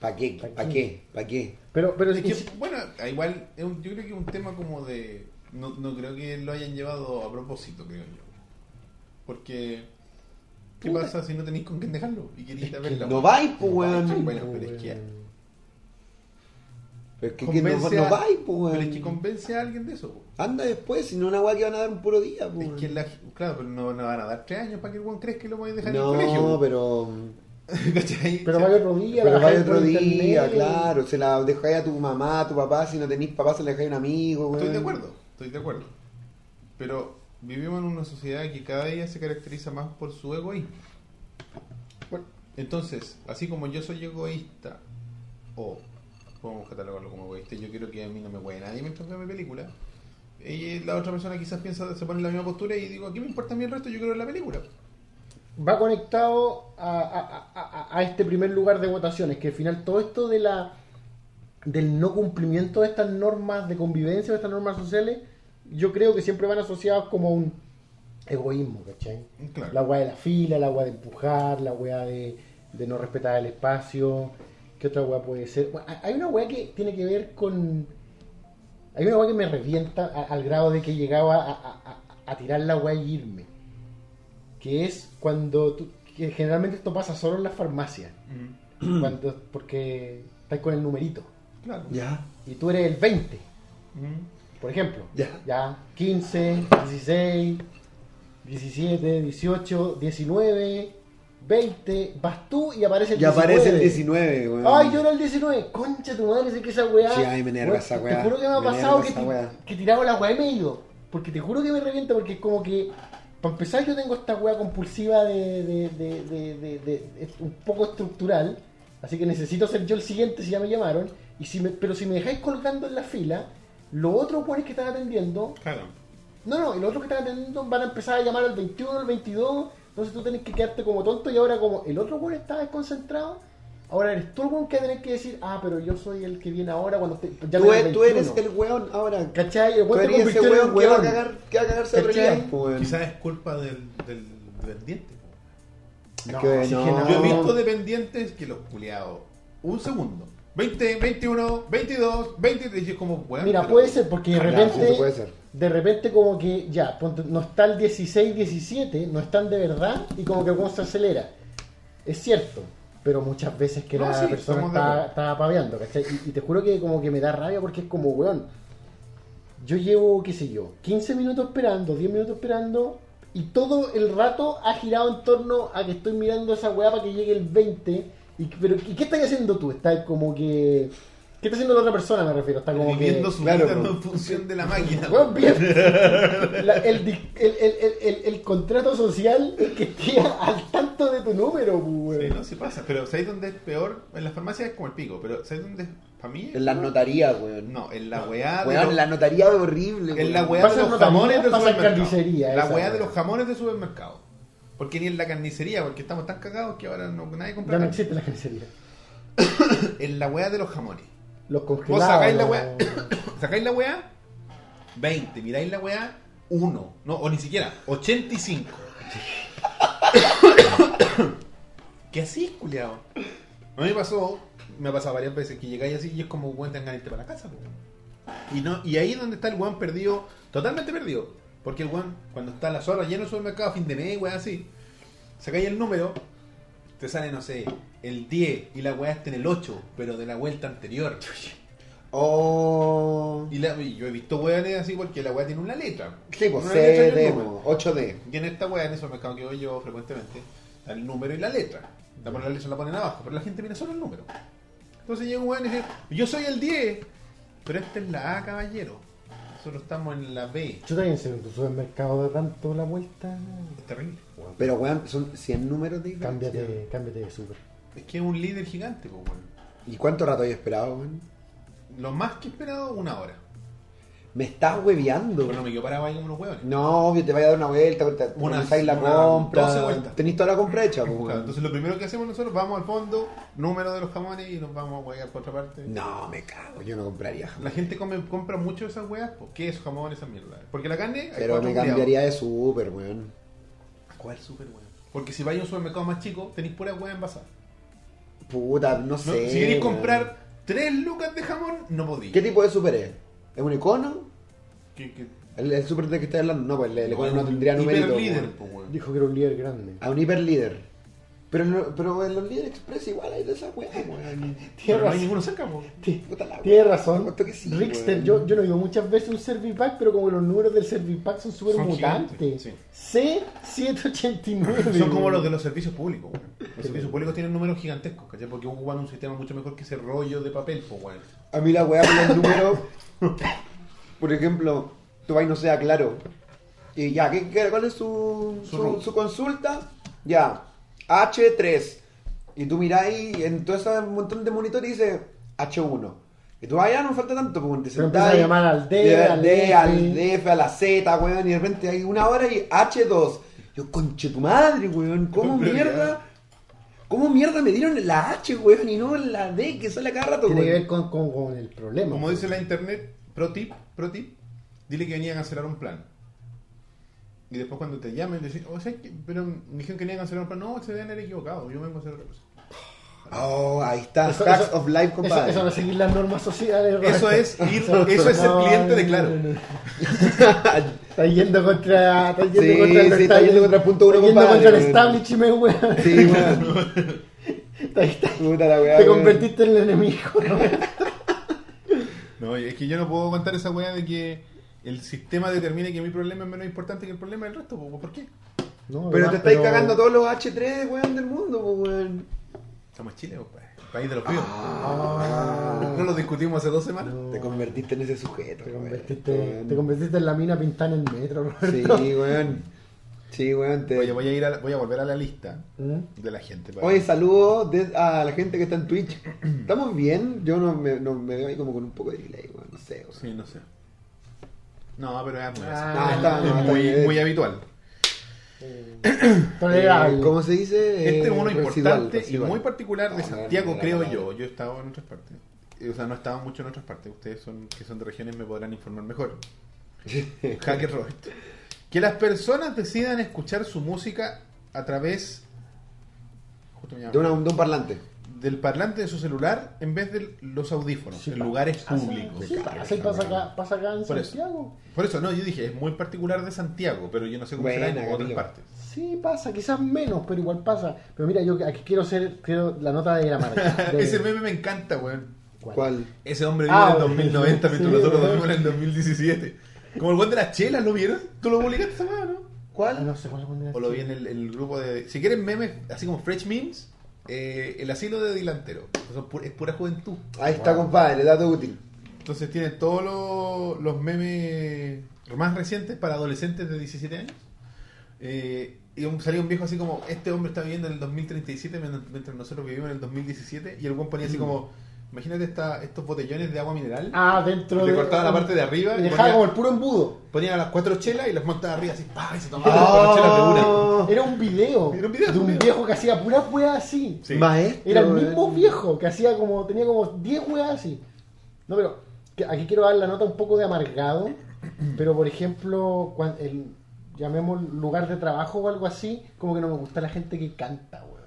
Speaker 3: ¿Para qué?
Speaker 2: ¿Pa'
Speaker 3: ¿Para
Speaker 2: qué?
Speaker 3: qué? ¿Para qué?
Speaker 2: Pero, pero
Speaker 4: Es
Speaker 2: es
Speaker 4: que, bueno, ah, igual es un- yo creo que es un tema como de... No, no creo que lo hayan llevado a propósito, creo yo. Porque... ¿Qué
Speaker 2: Puta.
Speaker 4: pasa si no tenéis con quién dejarlo? Y queréis ir a verla.
Speaker 3: No vais, pues,
Speaker 4: Ay,
Speaker 3: weón.
Speaker 4: bueno, pero es que...
Speaker 3: Pero es que, que no,
Speaker 1: Convence
Speaker 3: no
Speaker 1: a-
Speaker 3: vais, pues, weón.
Speaker 1: Pero es que convence a alguien de eso, po.
Speaker 3: Anda después, si no una weá que van a dar un puro día, pues.
Speaker 1: Es que la- claro, pero no, no van a dar tres años para que el weón crezca y lo voy a dejar
Speaker 3: No,
Speaker 1: en el colegio. po.
Speaker 3: pero.
Speaker 1: ¿Cachai?
Speaker 2: Pero
Speaker 1: O sea,
Speaker 2: vaya otro día, la
Speaker 3: Pero
Speaker 2: bajáis
Speaker 3: vaya otro
Speaker 2: por
Speaker 3: día,
Speaker 2: internet.
Speaker 3: claro. Se la dejáis a tu mamá, a tu papá. Si no tenéis papá, se la dejáis a un amigo, weón.
Speaker 1: Estoy de acuerdo, estoy de acuerdo. Pero vivimos en una sociedad que cada día se caracteriza más por su egoísmo.
Speaker 2: Bueno.
Speaker 1: Entonces, así como yo soy egoísta, o podemos catalogarlo como egoísta, yo quiero que a mí no me huele nadie mientras veo mi película. Y la otra persona quizás piensa, se pone en la misma postura y digo, ¿qué me importa a mí el resto? Yo quiero ver la película.
Speaker 2: va conectado a, a- a- a- a este primer lugar de votaciones, que al final todo esto de la del no cumplimiento de estas normas de convivencia, de estas normas sociales, yo creo que siempre van asociados como un egoísmo, ¿cachai?
Speaker 1: Claro.
Speaker 2: La weá de la fila, la weá de empujar, la weá de, de no respetar el espacio, ¿qué otra weá puede ser? Bueno, hay una weá que tiene que ver con... Hay una weá que me revienta a- al grado de que llegaba a, a- a- a tirar la weá y irme que es cuando tú, que generalmente esto pasa solo en las farmacias,
Speaker 1: Mm.
Speaker 2: cuando, porque estás con el numerito
Speaker 1: Claro.
Speaker 3: Ya.
Speaker 2: y tú eres el 20,
Speaker 1: Mm.
Speaker 2: por ejemplo,
Speaker 3: Ya.
Speaker 2: 15, 16, 17, 18, 19, 20, vas tú y aparece el
Speaker 3: Ya
Speaker 2: 19.
Speaker 3: aparece el 19, weón.
Speaker 2: Ay, yo era el 19, concha tu madre, sé que esa weá.
Speaker 3: Sí, ay, me enerva
Speaker 2: Weón,
Speaker 3: esa
Speaker 2: te-
Speaker 3: weá.
Speaker 2: Te juro que me ha
Speaker 3: Me
Speaker 2: pasado
Speaker 3: enerva
Speaker 2: que,
Speaker 3: esa
Speaker 2: ti-
Speaker 3: weá.
Speaker 2: que tiraba la weá y me he ido. Porque te juro que me revienta, porque es como que. Para empezar, yo tengo esta weá compulsiva de, de, de, de- de- de- es un poco estructural. Así que necesito ser yo el siguiente si ya me llamaron. Y si me, pero si me dejáis colgando en la fila, los otros weones que están atendiendo
Speaker 1: Cagan.
Speaker 2: no, no, y los otros que están atendiendo van a empezar a llamar al 21, al 22. Entonces tú tenés que quedarte como tonto y ahora como el otro weón está desconcentrado, ahora eres tú el weón que va a tener que decir, ah, pero yo soy el que viene ahora cuando te, ya
Speaker 3: Tú,
Speaker 2: me
Speaker 3: e-
Speaker 2: el
Speaker 3: tú eres
Speaker 2: 21".
Speaker 3: el weón ahora.
Speaker 2: ¿Cachai? El
Speaker 3: Tú
Speaker 2: weón te
Speaker 3: eres ese
Speaker 2: convirtió en
Speaker 3: weón
Speaker 2: el
Speaker 3: que va a
Speaker 2: weón.
Speaker 3: cagar, que va a cagarse a otro
Speaker 2: ¿Cachai?
Speaker 3: día, pues, weón.
Speaker 1: Quizás es culpa del, del, del diente.
Speaker 3: Es
Speaker 2: No,
Speaker 3: que
Speaker 2: si
Speaker 3: no.
Speaker 2: es que no.
Speaker 1: Yo he visto dependientes que los culiados. Un segundo. 20, 21, 22, 23. Y es como, weón,
Speaker 2: Mira,
Speaker 1: pero-
Speaker 2: puede ser porque de
Speaker 3: Claro,
Speaker 2: repente,
Speaker 3: Ah, sí, puede ser.
Speaker 2: de repente como que ya, ponte- no está el 16, 17, no están de verdad y como que el weón se acelera. Es cierto, pero muchas veces que
Speaker 1: No,
Speaker 2: la
Speaker 1: sí,
Speaker 2: persona
Speaker 1: estamos de
Speaker 2: está,
Speaker 1: acuerdo.
Speaker 2: está paveando, ¿cachai? Y, y te juro que como que me da rabia porque es como, weón, yo llevo, qué sé yo, 15 minutos esperando, 10 minutos esperando y todo el rato ha girado en torno a que estoy mirando esa weá para que llegue el 20. Y, pero, ¿y qué estás haciendo tú? Estás como que... ¿Qué está haciendo la otra persona, me refiero? Está como que...
Speaker 1: viviendo su
Speaker 3: claro,
Speaker 1: vida
Speaker 3: pero-
Speaker 1: en función de la máquina.
Speaker 2: Weón, bien. La- el, di- el, el, el, el- el contrato social que esté al tanto de tu número, pues,
Speaker 1: Sí,
Speaker 2: weón.
Speaker 1: no se pasa. Pero ¿sabes dónde es peor? En las farmacias es como el pico. Pero ¿sabes dónde es? Para mí. es-
Speaker 3: En las notarías, weón.
Speaker 1: No, en la weá. de
Speaker 3: Weón,
Speaker 1: los-
Speaker 3: en la notaría es horrible,
Speaker 1: en la weá
Speaker 2: Pasa
Speaker 1: de los
Speaker 2: en notaría,
Speaker 1: jamones de
Speaker 2: pasa en
Speaker 1: supermercado.
Speaker 2: carnicería,
Speaker 1: La
Speaker 2: esa
Speaker 1: weá de
Speaker 2: weá.
Speaker 1: los jamones de supermercado. Porque ni en la carnicería, porque estamos tan cagados que ahora no, nadie compra
Speaker 2: Ya no
Speaker 1: carne.
Speaker 2: existe la carnicería.
Speaker 1: En la weá de los jamones.
Speaker 2: Los
Speaker 1: Vos
Speaker 2: congelados.
Speaker 1: sacáis la
Speaker 2: los-
Speaker 1: weá, sacáis la weá, 20, miráis la weá, 1, no, o ni siquiera, 85. ¿Qué así, culiao? A mí me pasó, me ha pasado varias veces que llegáis así y es como, weón, te dan ganas de irte para la casa, weón. Y, no, y ahí es donde está el weón perdido, totalmente perdido. Porque el weón, cuando está la zorra lleno de supermercado, fin de mes, weón, así, sacáis el número, te sale, no sé, el 10 y la weá está en el 8, pero de la vuelta anterior.
Speaker 3: Oh.
Speaker 1: Y, la- y yo he visto weones así porque la weá tiene una letra.
Speaker 3: Sí, pues,
Speaker 1: Una letra y un
Speaker 3: CD,
Speaker 1: número.
Speaker 3: weón. 8D.
Speaker 1: Y en esta weá, en esos mercados que yo llevo frecuentemente, está el número y la letra. La, ponen- la letra la ponen abajo, pero la gente mira solo el número. Entonces llega un weón y dice, yo soy el 10, pero esta es la A, caballero. Nosotros estamos en la B.
Speaker 2: Chuta, ¿y en serio, tu supermercado da tanto la vuelta?
Speaker 1: Es terrible.
Speaker 3: Pero, weón, son 100 números de diferencia.
Speaker 2: Cámbiate, cámbiate de super.
Speaker 1: Es que es un líder gigante, pues, weón.
Speaker 3: ¿Y cuánto rato he esperado, weón?
Speaker 1: Lo más que he esperado, una hora.
Speaker 3: Me estás hueveando.
Speaker 1: Pero no me quedo parado ahí como los weones.
Speaker 3: No, obvio, te vaya a dar una vuelta, te
Speaker 1: Una,
Speaker 3: organizáis la
Speaker 1: una, doce
Speaker 3: compra.
Speaker 1: vueltas.
Speaker 3: Tenéis toda la compra hecha, pues,
Speaker 1: Claro,
Speaker 3: weón.
Speaker 1: entonces lo primero que hacemos nosotros, vamos al fondo, número de los jamones y nos vamos a huear por otra parte.
Speaker 3: No, me cago, yo no compraría jamás.
Speaker 1: La gente come- compra mucho esas weas, ¿por qué esos jamones, esas mierdas? Porque la carne. hay
Speaker 3: Pero
Speaker 1: cuatro
Speaker 3: me
Speaker 1: culiados.
Speaker 3: cambiaría de súper, weón.
Speaker 1: ¿Cuál super wea? Porque si vais a un supermercado más chico, tenéis pura wea envasada.
Speaker 3: Puta, no
Speaker 1: ¿no?
Speaker 3: sé.
Speaker 1: si queréis
Speaker 3: weón.
Speaker 1: comprar tres lucas de jamón, no podéis.
Speaker 3: ¿Qué tipo de súper es? ¿Es un icono?
Speaker 1: ¿Qué- qué?
Speaker 3: ¿El, el súper de que estás hablando? No, pues el, el icono no
Speaker 1: Un
Speaker 3: tendría numerito.
Speaker 1: hiperlíder,
Speaker 3: weón.
Speaker 1: po, weón.
Speaker 2: Dijo que era un líder grande.
Speaker 3: A un hiperlíder. Pero, en lo- pero en los líderes express igual hay de esas weas,
Speaker 1: Pero
Speaker 3: weón.
Speaker 2: Tienes
Speaker 1: no hay
Speaker 2: razón.
Speaker 1: ninguno cerca, po.
Speaker 2: ti-
Speaker 3: Puta la wea.
Speaker 2: Tienes razón.
Speaker 3: Apuesto que sí,
Speaker 2: Rickster,
Speaker 3: weón.
Speaker 2: yo, yo no digo muchas veces un Servipack, pero como los números del Servipack son súper
Speaker 1: Son
Speaker 2: mutantes.
Speaker 1: gigantes,
Speaker 2: C789.
Speaker 1: Son como los de los servicios públicos, weón. Los servicios públicos tienen números gigantescos, ¿cachai? Porque ocupan un sistema mucho mejor que ese rollo de papel, po, weón.
Speaker 3: A mí la weá con los números. Por ejemplo, tu vaina no sea claro. Y ya, ¿qué, qué- cuál es su,
Speaker 1: Su
Speaker 3: su-
Speaker 1: root.
Speaker 3: su consulta? Ya, H3. Y tú miráis en todo ese montón de monitores y dice H1. Y tú, ah, ya no falta tanto, pues te
Speaker 2: Pero empieza
Speaker 3: sentás
Speaker 2: a llamar al D,
Speaker 3: y
Speaker 2: al F.
Speaker 3: al DF, a la Z, weón, y de repente hay una hora y H2. Yo, conche tu madre, weón, ¿cómo
Speaker 1: Pero ya.
Speaker 3: mierda? ¿Cómo mierda me dieron la H, weón, y no la D que sale a cada rato,
Speaker 2: Tiene que
Speaker 3: weón?
Speaker 2: ver con, con, con el problema. pues.
Speaker 1: Como dice la internet, pro tip, pro tip, dile que venía a cancelar un plan. Y después cuando te llamen, decís, o sea, que- pero me dijeron que venía a cancelar un plan. No, se deben haber equivocado, yo vengo a hacer otra cosa.
Speaker 3: Oh, ahí está.
Speaker 2: Eso-
Speaker 3: Hacks
Speaker 2: eso-
Speaker 3: of Life,
Speaker 2: Eso,
Speaker 3: compadre.
Speaker 2: eso no es seguir las normas sociales.
Speaker 1: Eso
Speaker 2: Roberto.
Speaker 1: es ir, eso es ser
Speaker 2: No,
Speaker 1: cliente de
Speaker 2: no,
Speaker 1: Claro.
Speaker 2: no, no. Está yendo contra. Está yendo
Speaker 3: Sí,
Speaker 2: contra
Speaker 3: sí, está yendo contra el punto uno,
Speaker 2: Está yendo
Speaker 3: compadre.
Speaker 2: contra el establishment, weón.
Speaker 3: Sí, weón.
Speaker 2: Está- está-
Speaker 3: Puta la weá.
Speaker 2: Te
Speaker 3: weón.
Speaker 2: convertiste en el enemigo.
Speaker 1: No, es que yo no puedo contar esa weá de que el sistema determine que mi problema es menos importante que el problema del resto. po. ¿Por qué?
Speaker 2: No,
Speaker 3: Pero
Speaker 2: además,
Speaker 3: te estáis cagando todos los H3, weón, del mundo, po, weón.
Speaker 1: Estamos en Chile, compadre. país de los ríos.
Speaker 2: Ah.
Speaker 1: no lo discutimos hace dos semanas.
Speaker 2: No.
Speaker 3: Te convertiste en ese sujeto,
Speaker 2: Te
Speaker 3: weón.
Speaker 2: convertiste,
Speaker 3: Weón.
Speaker 2: te convertiste en la mina pintada en el metro, Roberto.
Speaker 3: Sí, weón. Sí, weón. te-
Speaker 1: Oye, voy a, ir a la- voy a volver a la lista
Speaker 2: ¿Mm?
Speaker 1: de la gente. para-
Speaker 3: Oye, saludos de- a la gente que está en Twitch. ¿Estamos bien? Yo no me, no me veo ahí como con un poco de delay, weón. No sé, weón.
Speaker 1: Sí, no sé. No, pero es muy,
Speaker 2: Ah,
Speaker 1: es
Speaker 3: está, no,
Speaker 1: muy,
Speaker 3: está bien.
Speaker 1: muy habitual.
Speaker 2: Tolerable.
Speaker 3: Eh, ¿Cómo se dice?
Speaker 1: Este es
Speaker 3: Eh,
Speaker 1: uno
Speaker 3: residual,
Speaker 1: importante
Speaker 3: residual.
Speaker 1: y muy particular de
Speaker 3: Ah,
Speaker 1: Santiago,
Speaker 3: la
Speaker 1: creo
Speaker 3: palabra.
Speaker 1: yo. Yo he estado en otras partes. Eh, O sea, no he estado mucho en otras partes. Ustedes son que son de regiones me podrán informar mejor. Hacker Robert. Que las personas decidan escuchar su música a través justo me llama-
Speaker 3: De, una- de un parlante.
Speaker 1: del parlante de su celular en vez de los audífonos
Speaker 2: Sí,
Speaker 1: en
Speaker 2: pa-
Speaker 1: lugares
Speaker 2: Ah, sí,
Speaker 1: públicos.
Speaker 2: sí, pasa, y pasa acá, pasa acá en
Speaker 1: Por eso.
Speaker 2: Santiago.
Speaker 1: Por eso, no, yo dije, es muy particular de Santiago, pero yo no sé cómo será en
Speaker 3: Buena,
Speaker 1: otras
Speaker 3: Camilo.
Speaker 1: partes.
Speaker 2: Sí, pasa, quizás menos, pero igual pasa. Pero mira, yo aquí quiero hacer quiero la nota de la marca. De-
Speaker 1: Ese meme me encanta, weón.
Speaker 2: ¿Cuál?
Speaker 3: ¿Cuál?
Speaker 1: Ese hombre vive
Speaker 2: Ah,
Speaker 1: en el
Speaker 2: bueno.
Speaker 1: 2090 mientras
Speaker 2: Sí,
Speaker 1: nosotros
Speaker 2: bueno.
Speaker 1: dormimos en el 2017. Como el buen de las chelas, ¿lo vieron? ¿Tú lo publicaste esa weá, no?
Speaker 2: Ah, no sé cuál es
Speaker 1: O lo vi en el, en el grupo de. Si quieren memes, así como Fresh Memes, eh, el asilo de delantero. Son pu- es pura juventud.
Speaker 3: Ahí está, compadre. Dato útil.
Speaker 1: Entonces tienen todos los- los memes más recientes para adolescentes de 17 años. Eh, y un- salía un viejo así como, este hombre está viviendo en el 2037 mien- mientras nosotros vivimos en el 2017. Y el buen ponía así
Speaker 2: Mm.
Speaker 1: como, imagínate esta, estos botellones de agua mineral.
Speaker 2: Ah, dentro
Speaker 1: Le
Speaker 2: de.
Speaker 1: cortaba la parte de arriba y
Speaker 2: Y dejaba
Speaker 1: ponía-
Speaker 2: como el puro embudo.
Speaker 1: Ponía las cuatro chelas y las montaba arriba así, ¡pah! y se tomaba
Speaker 2: Ah.
Speaker 1: las cuatro chelas de una.
Speaker 3: Ah,
Speaker 2: Era un video.
Speaker 1: Era un video,
Speaker 2: de un
Speaker 1: un video.
Speaker 2: viejo que hacía puras weas así.
Speaker 1: Sí.
Speaker 3: Maestro. eh,
Speaker 2: Era el
Speaker 3: weón.
Speaker 1: eh,
Speaker 2: mismo viejo que hacía como. tenía como 10 weas así. No, pero que- aquí quiero dar la nota un poco de amargado. Pero por ejemplo, cuan- el, llamemos lugar de trabajo o algo así, como que no me gusta la gente que canta, weón.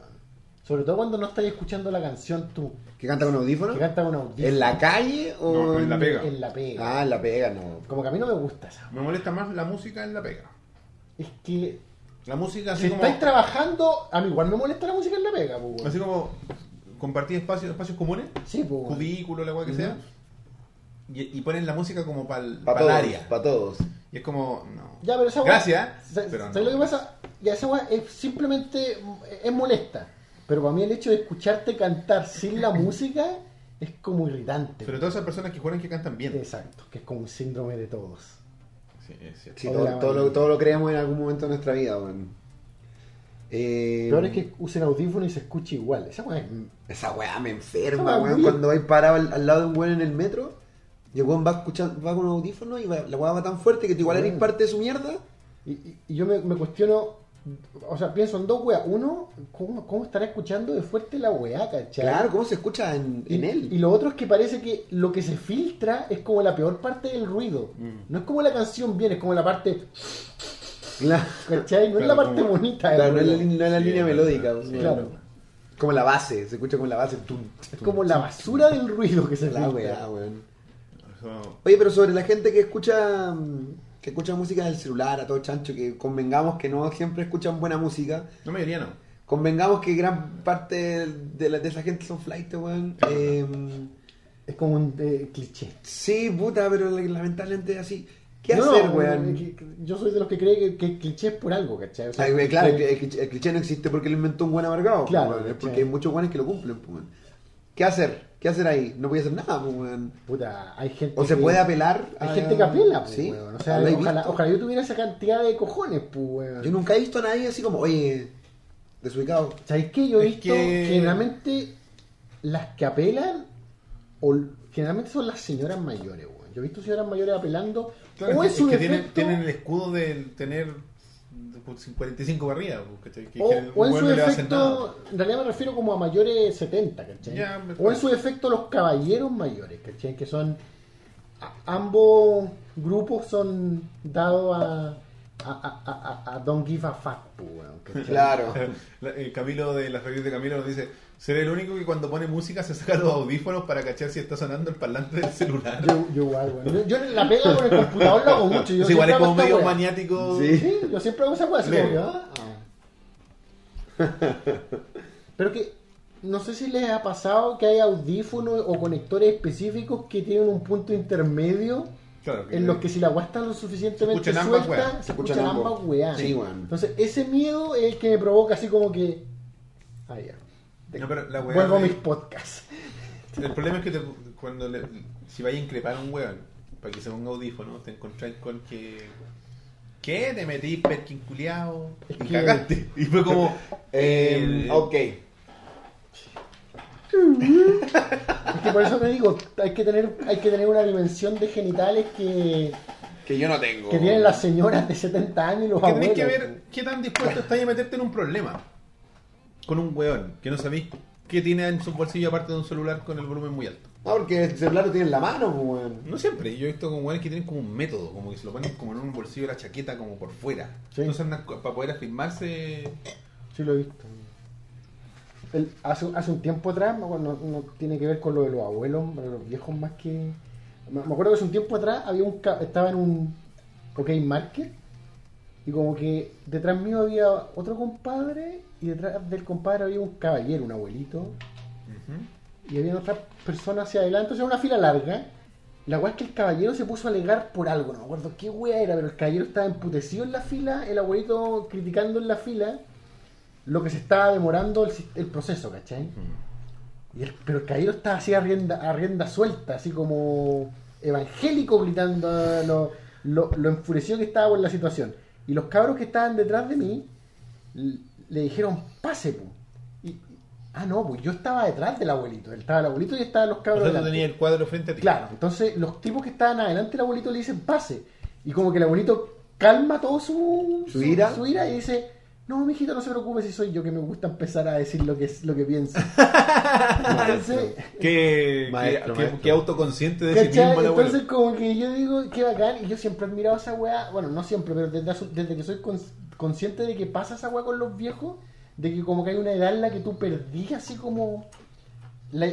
Speaker 2: Sobre todo cuando no estás escuchando la canción tú.
Speaker 3: ¿Que canta con audífono?
Speaker 2: Que canta un audífono.
Speaker 3: ¿En la calle o
Speaker 1: No, en la pega.
Speaker 2: En la pega.
Speaker 3: Ah, en la pega, no.
Speaker 2: Como que a mí no me gusta esa.
Speaker 1: Me molesta más la música en la pega.
Speaker 2: Es que
Speaker 1: La música así
Speaker 2: si
Speaker 1: como...
Speaker 2: estáis trabajando, a mí igual me molesta la música en la pega, pues. weón.
Speaker 1: Así como compartir espacios, espacios comunes,
Speaker 2: Sí, pues. weón.
Speaker 1: cubículo, la weá que sea. Y, y ponen la música como para el
Speaker 3: Para todos.
Speaker 1: área.
Speaker 3: Para todos.
Speaker 1: Y es como, no.
Speaker 2: Ya, pero esa weá-
Speaker 1: Gracias. ¿eh?
Speaker 2: sa-
Speaker 1: pero
Speaker 2: ¿Sabes
Speaker 1: no.
Speaker 2: lo que pasa? Ya esa weá es simplemente es molesta. Pero para mí el hecho de escucharte cantar sin la música es como irritante.
Speaker 1: Sobre todo esas personas que juegan que cantan bien.
Speaker 2: Exacto, que es como un síndrome de todos.
Speaker 1: Sí, es cierto.
Speaker 3: Sí,
Speaker 2: Hola,
Speaker 3: todo,
Speaker 2: weón.
Speaker 3: todo lo, todo lo creamos en algún momento de nuestra vida, weón. Eh,
Speaker 2: Peor es que usen audífonos y se escucha igual. Esa weá es-
Speaker 3: Esa weá me
Speaker 2: Esa
Speaker 3: enferma,
Speaker 2: weá
Speaker 3: weón.
Speaker 2: muy-
Speaker 3: Cuando vais parado al, al lado de un weón en el metro, y el weón va, escuchando, va con audífono y va- la weá va tan fuerte que tú igual eres
Speaker 2: Weón.
Speaker 3: parte de su mierda.
Speaker 2: Y, y- y yo me, me cuestiono, o sea, pienso en dos weas. Uno, ¿cómo, cómo estará escuchando de fuerte la wea, cachai?
Speaker 3: Claro, ¿cómo se escucha en,
Speaker 2: Y,
Speaker 3: en él?
Speaker 2: y lo otro es que parece que lo que se filtra es como la peor parte del ruido.
Speaker 3: Mm.
Speaker 2: No es como la canción bien, es como la parte,
Speaker 3: Claro,
Speaker 2: ¿cachai? No es la
Speaker 1: Claro,
Speaker 2: parte
Speaker 1: como-
Speaker 2: bonita. del
Speaker 3: claro, no es la,
Speaker 2: ruido.
Speaker 3: lin- no es la
Speaker 1: Sí,
Speaker 3: línea
Speaker 1: es
Speaker 3: melódica,
Speaker 1: verdad,
Speaker 3: weón.
Speaker 1: sí,
Speaker 2: Claro.
Speaker 3: Como la base, se escucha como la base. tum,
Speaker 2: Es
Speaker 3: tum,
Speaker 2: como la basura del ruido que se
Speaker 3: La
Speaker 2: filtra.
Speaker 3: weá, weón.
Speaker 1: Eso-
Speaker 3: Oye, pero sobre la gente que escucha mm, que escucha música del celular, a todo chancho, que convengamos que no siempre escuchan buena música,
Speaker 1: La mayoría no.
Speaker 3: Convengamos que gran parte de, la- de esa gente son flights, weón. Em,
Speaker 2: Es como un eh, cliché.
Speaker 3: sí, puta, pero lamentablemente es así. ¿Qué
Speaker 2: No, no,
Speaker 3: hacer,
Speaker 2: eh,
Speaker 3: weón?
Speaker 2: que- que- Yo soy de los que cree que, que el cliché es por algo, ¿cachai? O sea,
Speaker 3: Ay, güey, claro, el,
Speaker 2: que-
Speaker 3: el- el cliché no existe porque lo inventó un buen amargado.
Speaker 2: Claro,
Speaker 3: güey, es
Speaker 2: ¿cachai?
Speaker 3: porque hay muchos guanes que lo cumplen. pues, güey. ¿Qué hacer? ¿Qué hacer ahí? No voy a hacer nada, pues, güey.
Speaker 2: puta, hay gente
Speaker 3: O se
Speaker 2: que-
Speaker 3: puede apelar.
Speaker 2: Hay
Speaker 3: a-
Speaker 2: gente que apela, pues,
Speaker 3: Sí, Ah,
Speaker 2: weón. O sea,
Speaker 3: lo he
Speaker 2: ojalá,
Speaker 3: visto.
Speaker 2: ojalá yo tuviera esa cantidad de cojones, pues, weón.
Speaker 3: Yo nunca he visto a nadie así como, oye, desubicado.
Speaker 2: ¿Sabéis qué? Yo he
Speaker 1: Es
Speaker 2: visto
Speaker 1: que-
Speaker 2: generalmente las que apelan, o l- generalmente son las señoras mayores, weón. Yo he visto señoras mayores apelando,
Speaker 1: Claro,
Speaker 2: o
Speaker 1: es
Speaker 2: en
Speaker 1: que-
Speaker 2: su
Speaker 1: es que
Speaker 2: defecto,
Speaker 1: tienen, tienen el escudo de tener 45 barridas. pues, ¿cachai? Que,
Speaker 2: o,
Speaker 1: que el
Speaker 2: o en
Speaker 1: weón
Speaker 2: su
Speaker 1: no le va a hacer nada.
Speaker 2: defecto, en realidad me refiero como a mayores 70, ¿cachai?
Speaker 1: Ya, me-
Speaker 2: o en su defecto los caballeros mayores, ¿cachai? Que son, a- ambos grupos son dados a, a, a, a, a Don't Give a Fuck, pues, weón, ¿cachai?
Speaker 3: Claro.
Speaker 1: La- El Camilo de las reviews de Camilo nos dice: Ser el único que cuando pone música se saca los audífonos para cachar si está sonando el parlante del celular.
Speaker 2: Yo, yo igual, weón. Yo, yo la pega con el computador lo hago mucho.
Speaker 1: Es
Speaker 2: Yo
Speaker 1: Pues igual
Speaker 2: siempre
Speaker 1: es como
Speaker 2: hago esta
Speaker 1: medio
Speaker 2: weá.
Speaker 1: maniático.
Speaker 3: Sí.
Speaker 2: Sí, yo siempre hago esa weá. así
Speaker 1: Leo.
Speaker 2: como que, ah, ah. Pero que no sé si les ha pasado que hay audífonos o conectores específicos que tienen un punto intermedio
Speaker 1: Claro, eh,
Speaker 2: en los que si la weá está lo suficientemente
Speaker 1: Se escuchan ambas
Speaker 2: suelta,
Speaker 1: weas.
Speaker 2: se escuchan ambas weá.
Speaker 3: Sí, weón.
Speaker 2: Entonces, ese miedo es el que me provoca así como que. Ah, ya.
Speaker 1: No, pero la weá
Speaker 2: Vuelvo a
Speaker 1: de-
Speaker 2: mis podcasts.
Speaker 1: El problema es que te- cuando le- si vais a increpar a un weón para que se ponga audífono, te encontráis con que. ¿Qué? Te metís perquinculeado y
Speaker 2: Es que-
Speaker 1: cagaste. Y fue como.
Speaker 3: Eh,
Speaker 1: eh,
Speaker 3: ok.
Speaker 2: Es que por eso te digo, hay que tener, hay que tener una dimensión de genitales que,
Speaker 3: Que yo no tengo.
Speaker 2: que tienen las señoras de 70 años y los
Speaker 1: Oh. Que
Speaker 2: abuelos.
Speaker 1: tenés que ver qué tan dispuesto estás a meterte en un problema con un weón que no sabéis qué tiene en su bolsillo aparte de un celular con el volumen muy alto.
Speaker 3: No, porque el celular lo tiene en la mano, pues, weón.
Speaker 1: No siempre, yo he visto con weones que tienen como un método, como que se lo ponen como en un bolsillo de la chaqueta, como por fuera.
Speaker 2: Sí.
Speaker 1: Entonces andan co- para poder afirmarse.
Speaker 2: Sí, lo he visto. El- hace, hace un tiempo atrás, me acuerdo, no, no tiene que ver con lo de los abuelos, de los viejos más que. Me me acuerdo que hace un tiempo atrás había un ca- estaba en un OK Market y como que detrás mío había otro compadre y detrás del compadre había un caballero, un abuelito, y había otra persona hacia adelante, o sea, una fila larga. La weá es que el caballero se puso a alegar por algo, no me acuerdo qué weá era, pero el caballero estaba emputecido en la fila, el abuelito criticando en la fila lo que se estaba demorando el, sis- el proceso, ¿cachai?
Speaker 1: Mm.
Speaker 2: Y el- pero el caballero estaba así a rienda, a rienda suelta, así como evangélico gritando lo, lo, lo enfurecido que estaba por la situación. Y los cabros que estaban detrás de mí l- le dijeron, pase, pu. Y, y- ah, no, pues yo estaba detrás del abuelito. Él estaba el abuelito y estaban los
Speaker 1: O
Speaker 2: cabros.
Speaker 1: sea, tú
Speaker 2: delante.
Speaker 1: tenías el cuadro frente a ti.
Speaker 2: Claro, entonces los tipos que estaban adelante del abuelito le dicen pase. Y como que el abuelito calma todo su,
Speaker 3: ¿Su ira?
Speaker 2: y dice, no, mijito, no se preocupe si soy yo que me gusta empezar a decir lo que, es- lo que pienso. entonces,
Speaker 1: Que,
Speaker 3: Maestro,
Speaker 1: que-
Speaker 3: maestro.
Speaker 1: que autoconsciente de sí
Speaker 2: ¿cachai?
Speaker 1: mismo el abuelo.
Speaker 2: entonces como que yo digo, qué bacán, y yo siempre he admirado esa weá, bueno, no siempre, pero desde, hace- desde que soy cons- consciente de que pasa esa weá con los viejos, de que como que hay una edad en la que tú perdís así como... la-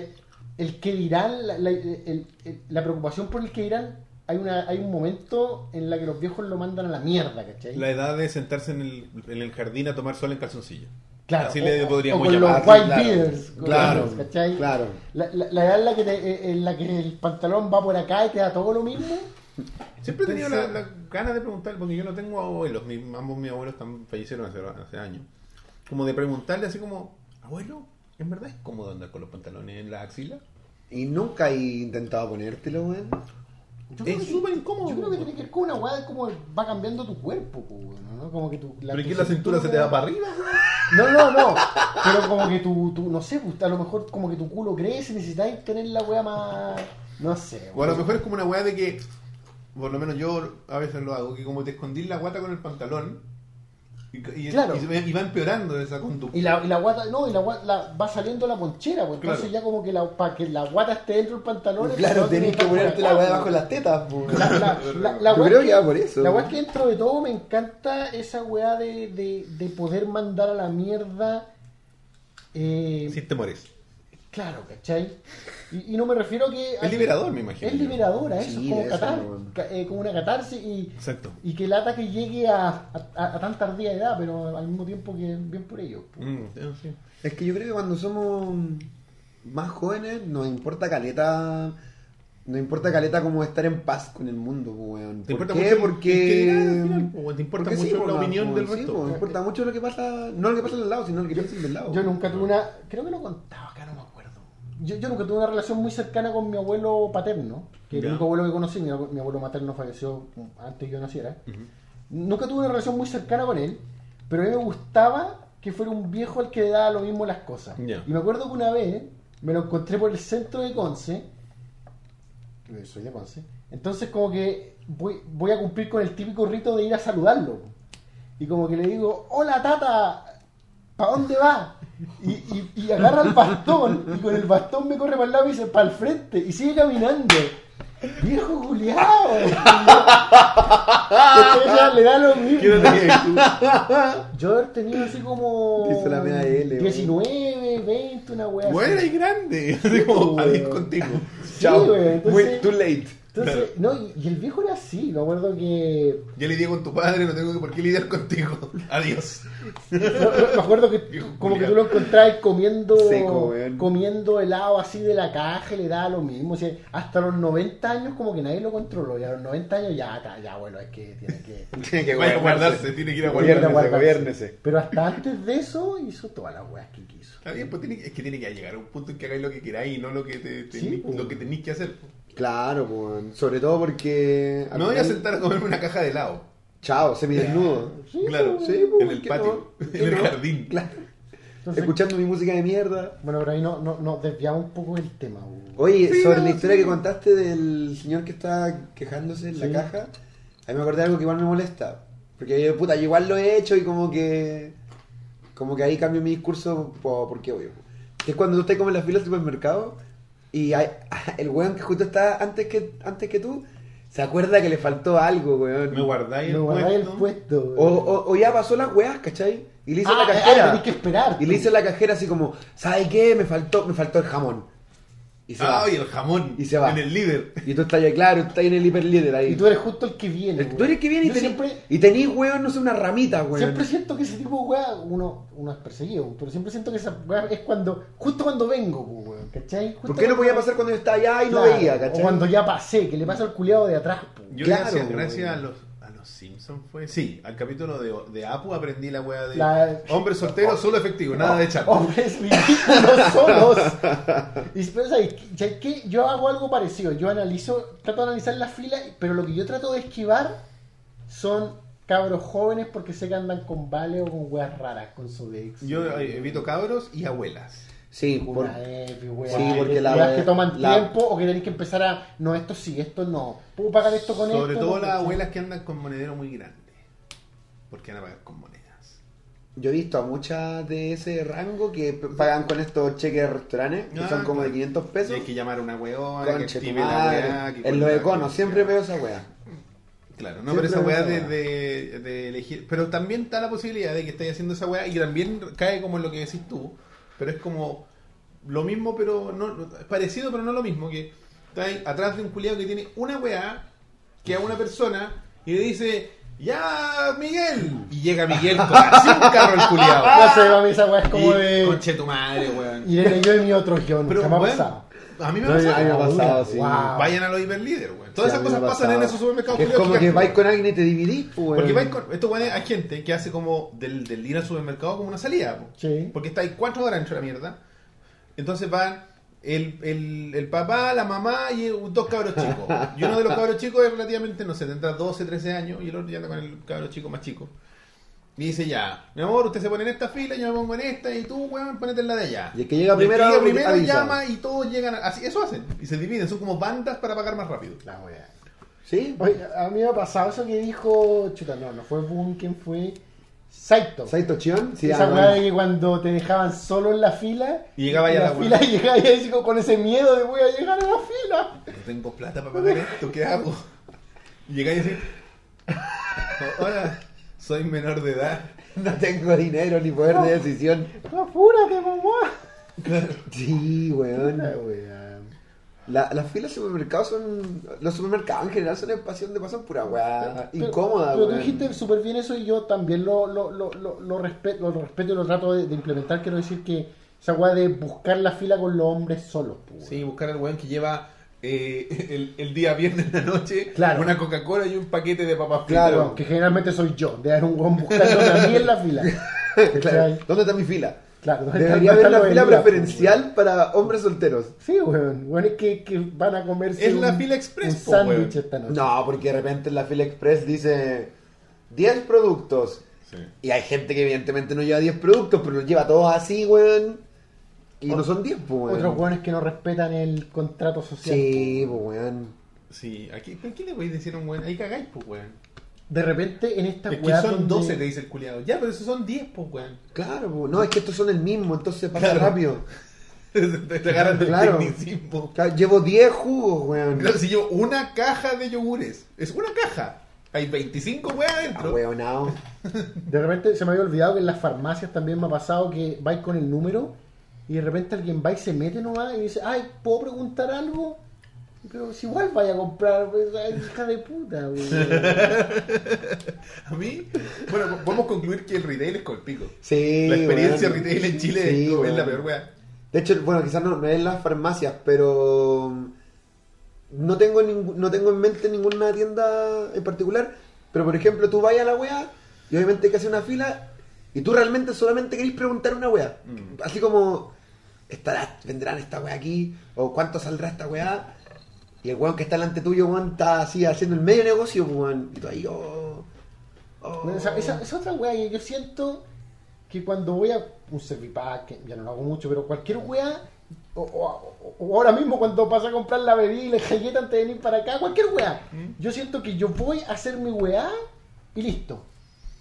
Speaker 2: el que dirán, la, la- el- el- la preocupación por el que dirán, hay, una, hay un momento en la que los viejos lo mandan a la mierda, ¿cachai?
Speaker 1: La edad de sentarse en el, en el jardín a tomar sol en calzoncillo.
Speaker 2: Claro,
Speaker 1: Así
Speaker 2: o-
Speaker 1: le
Speaker 2: o-
Speaker 1: podríamos
Speaker 2: o con
Speaker 1: llamar.
Speaker 2: Los white
Speaker 3: Claro,
Speaker 2: beaters, con
Speaker 3: claro,
Speaker 2: los, ¿cachai?
Speaker 3: claro.
Speaker 2: La, la- la edad en la, que te- en la que el pantalón va por acá y te da todo lo mismo.
Speaker 1: Siempre he tenido la,
Speaker 2: Entonces-
Speaker 1: la gana de preguntar, porque yo no tengo abuelos, mi- ambos mis abuelos están, fallecieron hace, hace años. Como de preguntarle así como, abuelo, ¿en verdad es cómodo andar con los pantalones en la axila?
Speaker 3: Y nunca he intentado ponértelo, weón.
Speaker 1: Es
Speaker 2: Yo creo que-
Speaker 1: súper incómodo,
Speaker 2: Yo creo que
Speaker 1: po.
Speaker 2: tiene que ver con una weá de cómo va cambiando tu cuerpo, po, weón, ¿no? Como que tu, la,
Speaker 1: ¿Pero es
Speaker 2: tu
Speaker 1: que la cintura se te va para arriba?
Speaker 2: No, no, no. Pero como que tu, tu no sé, pues, a lo mejor como que tu culo crece, necesitáis tener la weá más. No sé,
Speaker 1: O a lo
Speaker 2: weón.
Speaker 1: mejor es como una weá de que, por lo menos yo a veces lo hago, que como te escondí la guata con el pantalón y, y-
Speaker 2: Claro.
Speaker 1: y se ve- y va empeorando esa conducta.
Speaker 2: Y la, y la guata, no, y la guata la- va saliendo la ponchera, pues entonces
Speaker 1: Claro.
Speaker 2: ya como que la, para que la guata esté dentro del pantalón. el
Speaker 3: Claro,
Speaker 2: pantalón
Speaker 3: tenés
Speaker 2: tiene
Speaker 3: que
Speaker 2: estar por
Speaker 3: ponerte la
Speaker 2: acá,
Speaker 3: weá
Speaker 2: pues.
Speaker 3: debajo de las tetas, weón.
Speaker 2: La, la, la, la
Speaker 3: Yo
Speaker 2: weá
Speaker 3: creo
Speaker 2: que-
Speaker 3: que va por eso.
Speaker 2: La
Speaker 3: weón.
Speaker 2: weá es que dentro de todo me encanta esa weá de, de, de poder mandar a la mierda. eh,
Speaker 1: Si te mueres.
Speaker 2: Claro, ¿cachai? Y, y no me refiero a que...
Speaker 1: Es liberador, me imagino.
Speaker 2: Es liberador a eso,
Speaker 3: Sí,
Speaker 2: como,
Speaker 3: eso,
Speaker 2: catar-
Speaker 3: bueno.
Speaker 2: ca- eh, como una catarsis y,
Speaker 1: Exacto.
Speaker 2: y que lata que llegue a, a- a- a tan tardía edad, pero al mismo tiempo que bien por ellos. po.
Speaker 1: Mm, eh, sí.
Speaker 3: Es que yo creo que cuando somos más jóvenes nos importa caleta. Nos importa caleta como estar en paz con el mundo, pues, weón.
Speaker 1: Te
Speaker 3: ¿Por
Speaker 1: importa
Speaker 3: qué?
Speaker 1: mucho el- el que
Speaker 3: Porque.
Speaker 1: dirán al final, pues, weón, te importa
Speaker 3: porque
Speaker 1: mucho la
Speaker 3: pues,
Speaker 1: opinión
Speaker 3: weón,
Speaker 1: del
Speaker 3: sí,
Speaker 1: resto.
Speaker 3: pues, importa mucho lo que pasa. No lo que pasa al lado, sino lo que piensa el del lado.
Speaker 2: Yo nunca tuve una... Creo que lo contaba acá, no me acuerdo. Yo, yo nunca tuve una relación muy cercana con mi abuelo paterno, que es
Speaker 1: Ya.
Speaker 2: el único abuelo que conocí, mi, abu- mi abuelo materno falleció antes que yo naciera.
Speaker 1: Ujú.
Speaker 2: Nunca tuve una relación muy cercana con él, pero a mí me gustaba que fuera un viejo al que le daba lo mismo las cosas.
Speaker 1: Ya.
Speaker 2: Y me acuerdo que una vez me lo encontré por el centro de Conce. eh, Soy de Conce. Entonces como que voy, voy a cumplir con el típico rito de ir a saludarlo. Y como que le digo, hola tata, ¿para dónde va? Y, y- y agarra el bastón y con el bastón me corre para el lado y dice, para el frente. Y sigue caminando. Viejo culiao. Entonces, ya le da lo mismo. Yo haber tenido así como
Speaker 3: Dice la media L, weón.
Speaker 2: 19, 20, una wea
Speaker 1: Bueno,
Speaker 2: así.
Speaker 1: y grande. Así como,
Speaker 2: weón.
Speaker 1: adiós contigo.
Speaker 2: Sí,
Speaker 1: Chao.
Speaker 2: weón, entonces,
Speaker 3: Muy- too late.
Speaker 2: entonces, no, y, y el viejo era así, me acuerdo que
Speaker 1: Ya lidié con tu padre, no tengo por qué lidiar contigo. Adiós.
Speaker 2: me acuerdo que
Speaker 1: Viejo
Speaker 2: como que
Speaker 1: culiao.
Speaker 2: tú lo encontrabas comiendo
Speaker 3: Seco, weón.
Speaker 2: comiendo helado así de la caja, le daba lo mismo, o sea, hasta los 90 años como que nadie lo controló, y a los 90 años ya, ca- ya bueno, es que tiene que
Speaker 3: Tiene que
Speaker 1: Vaya a guardarse,
Speaker 3: guardarse.
Speaker 1: tiene que ir a
Speaker 3: Guardarse,
Speaker 1: guardarse.
Speaker 2: guardarse.
Speaker 3: gobiérnese.
Speaker 2: Pero hasta antes de eso hizo todas las weas que quiso.
Speaker 1: Está bien, pues tiene, que- es que tiene que llegar a un punto en que hagáis lo que queráis y no lo que, te, te-
Speaker 2: Sí, pues.
Speaker 1: lo que tenéis que hacer.
Speaker 3: Claro, pues. Sobre todo porque. al
Speaker 1: Me voy a
Speaker 3: final-
Speaker 1: sentar a comerme una caja de helado.
Speaker 3: Chao, semidesnudo.
Speaker 2: Sí,
Speaker 1: claro,
Speaker 2: pues,
Speaker 3: Sí, pues,
Speaker 1: en el
Speaker 3: ¿qué
Speaker 1: patio,
Speaker 3: no? ¿Qué
Speaker 1: en el
Speaker 3: no?
Speaker 1: jardín.
Speaker 3: Claro.
Speaker 2: entonces-
Speaker 3: Escuchando mi música de mierda.
Speaker 2: Bueno, pero ahí no, no, nos desviamos un poco del tema. weón.
Speaker 3: Oye,
Speaker 1: Sí,
Speaker 3: sobre
Speaker 1: no,
Speaker 3: la historia
Speaker 1: sí.
Speaker 3: que contaste del señor que está quejándose en
Speaker 2: Sí.
Speaker 3: la caja, a mí me acordé de algo que igual me molesta. Porque, puta, yo igual lo he hecho y como que. Como que ahí cambio mi discurso, po- porque obvio. Que es cuando tú estás como en la fila del supermercado y hay- el weón que justo está antes que, antes que tú se acuerda que le faltó algo, weón.
Speaker 1: Me guardáis
Speaker 2: Me
Speaker 1: el
Speaker 2: guardáis el
Speaker 1: puesto.
Speaker 2: puesto. weón.
Speaker 3: O, o- o ya pasó las weas, ¿cachai? Y le hizo
Speaker 2: Ah,
Speaker 3: la
Speaker 2: ah,
Speaker 3: cajera.
Speaker 2: tenés que esperar.
Speaker 3: y le hizo la cajera así como, ¿sabes qué? Me faltó, me faltó el jamón. Y
Speaker 2: Ah,
Speaker 3: se va.
Speaker 1: Ay, Ah, el jamón.
Speaker 3: Y se va.
Speaker 1: En el líder.
Speaker 3: Y tú estás ahí, claro, estás ahí en el hiperlíder ahí.
Speaker 2: Y tú eres justo el que viene.
Speaker 3: El- oh. tú
Speaker 2: weón.
Speaker 3: eres el que viene y
Speaker 2: Yo
Speaker 3: tenés,
Speaker 2: siempre,
Speaker 3: y tenés, weón, no sé, una ramita, weón.
Speaker 2: siempre siento que ese tipo de weá, uno, uno es perseguido, pero siempre siento que esa weá es cuando, justo cuando vengo, pues, weón, ¿cachai? Justo
Speaker 3: ¿Por qué no
Speaker 2: cuando-
Speaker 3: podía pasar cuando yo estaba allá y
Speaker 2: Claro,
Speaker 3: no veía,
Speaker 2: O
Speaker 3: cachai?
Speaker 2: cuando ya pasé, que le pasa al culiado de atrás, pues.
Speaker 1: Yo
Speaker 3: Claro,
Speaker 1: gracias,
Speaker 3: güey.
Speaker 1: gracias a los, a los Simpsons fue. Sí, al capítulo de, de Apu aprendí la wea de
Speaker 2: La- Oh.
Speaker 1: hombre soltero, solo efectivo, nada de chat.
Speaker 2: Hombres ridículos solos. Y pero, ¿sabes qué? ¿Sabes qué? Yo hago algo parecido. Yo analizo, trato de analizar las filas, pero lo que yo trato de esquivar son cabros jóvenes porque sé que andan con vale o con weas raras, con Sodex.
Speaker 1: Yo eh, evito cabros y abuelas.
Speaker 3: Sí, por-
Speaker 2: Una epi, weas,
Speaker 3: Sí, porque la-
Speaker 2: weas que toman
Speaker 3: la-
Speaker 2: tiempo o que tenéis que empezar a. No, esto sí, esto no. Puedo pagar esto con esto.
Speaker 1: Sobre todo
Speaker 2: no,
Speaker 1: las
Speaker 2: no.
Speaker 1: abuelas que andan con monedero muy grande. Porque van a pagar con monedas.
Speaker 3: yo he visto a muchas de ese rango que p- pagan con estos cheques de restaurantes, que
Speaker 1: Ah,
Speaker 3: son como de
Speaker 1: claro.
Speaker 3: 500
Speaker 1: Y
Speaker 3: pesos.
Speaker 1: hay que llamar a una weona, que
Speaker 3: Conche tu
Speaker 1: active la
Speaker 3: madre.
Speaker 1: weá. que
Speaker 3: En los
Speaker 1: cuenta-
Speaker 3: econos, siempre veo esa weá.
Speaker 1: Claro, no,
Speaker 3: Siempre
Speaker 1: pero esa weá
Speaker 3: veo
Speaker 1: de, de-
Speaker 3: esa
Speaker 1: de elegir. Pero también está la posibilidad de que estés haciendo esa weá y también cae como en lo que decís tú. Pero es como lo mismo, pero no. no- es parecido, pero no lo mismo. Que está ahí atrás de un culiado que tiene una weá que a una persona y le dice. ¡Ya, Miguel! Y llega Miguel con así un carro el culiado.
Speaker 2: No sé, mami, esa wea es como
Speaker 1: Ah, y,
Speaker 2: de.
Speaker 1: Conche tu madre, weón.
Speaker 2: Irene, yo y mi otro guión.
Speaker 1: Pero,
Speaker 2: Pero, me ha
Speaker 1: weón,
Speaker 2: pasado.
Speaker 1: A mí me
Speaker 3: No,
Speaker 1: ha pasado.
Speaker 3: a mí me ha pasado,
Speaker 2: Wow.
Speaker 3: sí.
Speaker 1: Vayan a los hiperlíder, weón. Todas esas
Speaker 3: Ah. Sí, a mí me
Speaker 1: cosas
Speaker 3: ha
Speaker 1: pasan en
Speaker 3: pasado.
Speaker 1: esos supermercados.
Speaker 3: Es
Speaker 1: culiados
Speaker 3: como que
Speaker 1: gigantes,
Speaker 3: vais
Speaker 1: weón.
Speaker 3: con alguien y te dividís, pues, weón.
Speaker 1: Porque vais con, esto, weón, hay gente que hace como del, del ir al supermercado como una salida. po.
Speaker 2: Sí.
Speaker 1: Porque está ahí cuatro horas entre la mierda. Entonces van el, el, el papá, la mamá y dos cabros chicos. Y uno de los cabros chicos es relativamente, no sé, tendrá 12, 13 años y el otro ya anda con el cabro chico más chico. Y dice ya, mi amor, usted se pone en esta fila, yo me pongo en esta y tú, weón, ponete en la de allá.
Speaker 3: Y el que llega primero,
Speaker 1: llega primero
Speaker 3: avisa.
Speaker 1: llama y todos llegan. a- Así, eso hacen. Y se dividen, son como bandas para pagar más rápido.
Speaker 2: La wea.
Speaker 3: Sí,
Speaker 2: Oye, a mí me ha pasado eso que dijo, chuta, no, no fue Boom, ¿quién fue? Saito.
Speaker 3: Saito Chion, sí,
Speaker 2: Esa
Speaker 3: ah,
Speaker 2: weá de
Speaker 3: no.
Speaker 2: que cuando te dejaban solo en la fila.
Speaker 1: Y llegaba ya
Speaker 2: en
Speaker 1: la
Speaker 2: fila.
Speaker 1: weá.
Speaker 2: Y llegaba ya así como con ese miedo de voy a llegar a la fila.
Speaker 1: No tengo plata para pagar esto, ¿qué hago? Y llega y dice, "Oh, hola, soy menor de edad.
Speaker 3: no tengo dinero ni poder de decisión.
Speaker 2: Apúrate, mamá.
Speaker 3: Sí, weón.
Speaker 2: Puta, weá.
Speaker 3: La- las filas de supermercados son. Los supermercados en general son espacios donde pasan pura weá.
Speaker 2: Pero-
Speaker 3: Ah, Incómoda,
Speaker 2: Pero tú
Speaker 3: weón.
Speaker 2: dijiste súper bien eso y yo también lo, lo, lo, lo, lo respeto, lo respeto y lo trato de, de implementar. Quiero decir que esa weá de buscar la fila con los hombres solos. po, weón.
Speaker 4: Sí, buscar al weón que lleva eh, el, el día viernes en la noche
Speaker 2: Claro.
Speaker 4: una Coca-Cola y un paquete de papas fritas.
Speaker 3: Claro.
Speaker 2: Bueno, que generalmente soy yo, de dar un weón buscando a mí en la fila.
Speaker 3: Claro.
Speaker 2: ¿Cachai?
Speaker 3: ¿Dónde está mi fila?
Speaker 2: Claro, ¿dónde
Speaker 3: Debería
Speaker 2: está-
Speaker 3: haber
Speaker 2: dónde
Speaker 3: una
Speaker 2: está
Speaker 3: fila
Speaker 2: lo del
Speaker 3: preferencial para hombres solteros.
Speaker 2: Sí, pues, weón. Weón es que, que van a comerse.
Speaker 4: Es la fila express,
Speaker 2: un
Speaker 4: po,
Speaker 2: sándwich
Speaker 4: weón.
Speaker 2: esta noche.
Speaker 3: No, porque de repente en la fila express dice 10 productos. Y hay gente que evidentemente no lleva 10 productos, pero los lleva todos así, weón. Y no son 10, pues, weón.
Speaker 2: Otros weones que no respetan el contrato social.
Speaker 3: Sí, pues, weón.
Speaker 4: Sí, aquí, ¿pero qué le podéis decir a un weón? Ahí cagáis, pues, weón.
Speaker 2: De repente en esta
Speaker 4: Es que
Speaker 2: weá
Speaker 4: son
Speaker 2: donde-
Speaker 4: 12, te dice el culiado. Ya, pero esos son 10, pues, weón.
Speaker 3: Claro, pues. No, es que estos son el mismo, entonces pasa
Speaker 4: Claro.
Speaker 3: rápido.
Speaker 4: te agarran del
Speaker 3: Claro.
Speaker 4: tecnicismo.
Speaker 3: Claro, llevo 10 jugos, weón.
Speaker 4: Claro, si yo una caja de yogures, es una caja. Hay 25 weas
Speaker 3: Ah,
Speaker 4: adentro.
Speaker 3: weonao.
Speaker 2: De repente se me había olvidado que en las farmacias también me ha pasado que vais con el número y de repente alguien va y se mete nomás y dice, ay, ¿puedo preguntar algo? Pero si igual vaya a comprar, pues, ay, hija de puta, weón.
Speaker 4: A mí, bueno, podemos concluir que el retail es colpico.
Speaker 3: Sí,
Speaker 4: la experiencia
Speaker 3: weón.
Speaker 4: retail en Chile
Speaker 3: Sí,
Speaker 4: es,
Speaker 3: weón.
Speaker 4: la peor wea.
Speaker 3: De hecho, bueno, quizás no, no es en las farmacias, pero um, no tengo ningú- no tengo en mente ninguna tienda en particular. Pero por ejemplo, tú vayas a la wea y obviamente hay que hacer una fila y tú realmente solamente querés preguntar una wea.
Speaker 4: Mm.
Speaker 3: Así como, ¿estará, ¿vendrán esta wea aquí? ¿O cuánto saldrá esta wea? Y el weón que está delante tuyo, weón, está así haciendo el medio negocio, weón. Y tú ahí, oh. oh.
Speaker 2: Bueno, esa, esa- esa otra weá que yo siento que cuando voy a un servipack, que ya no lo hago mucho, pero cualquier weá, o, o- o ahora mismo cuando pasa a comprar la bebida y la galleta antes de venir para acá, cualquier weá, yo siento que yo voy a hacer mi weá y listo.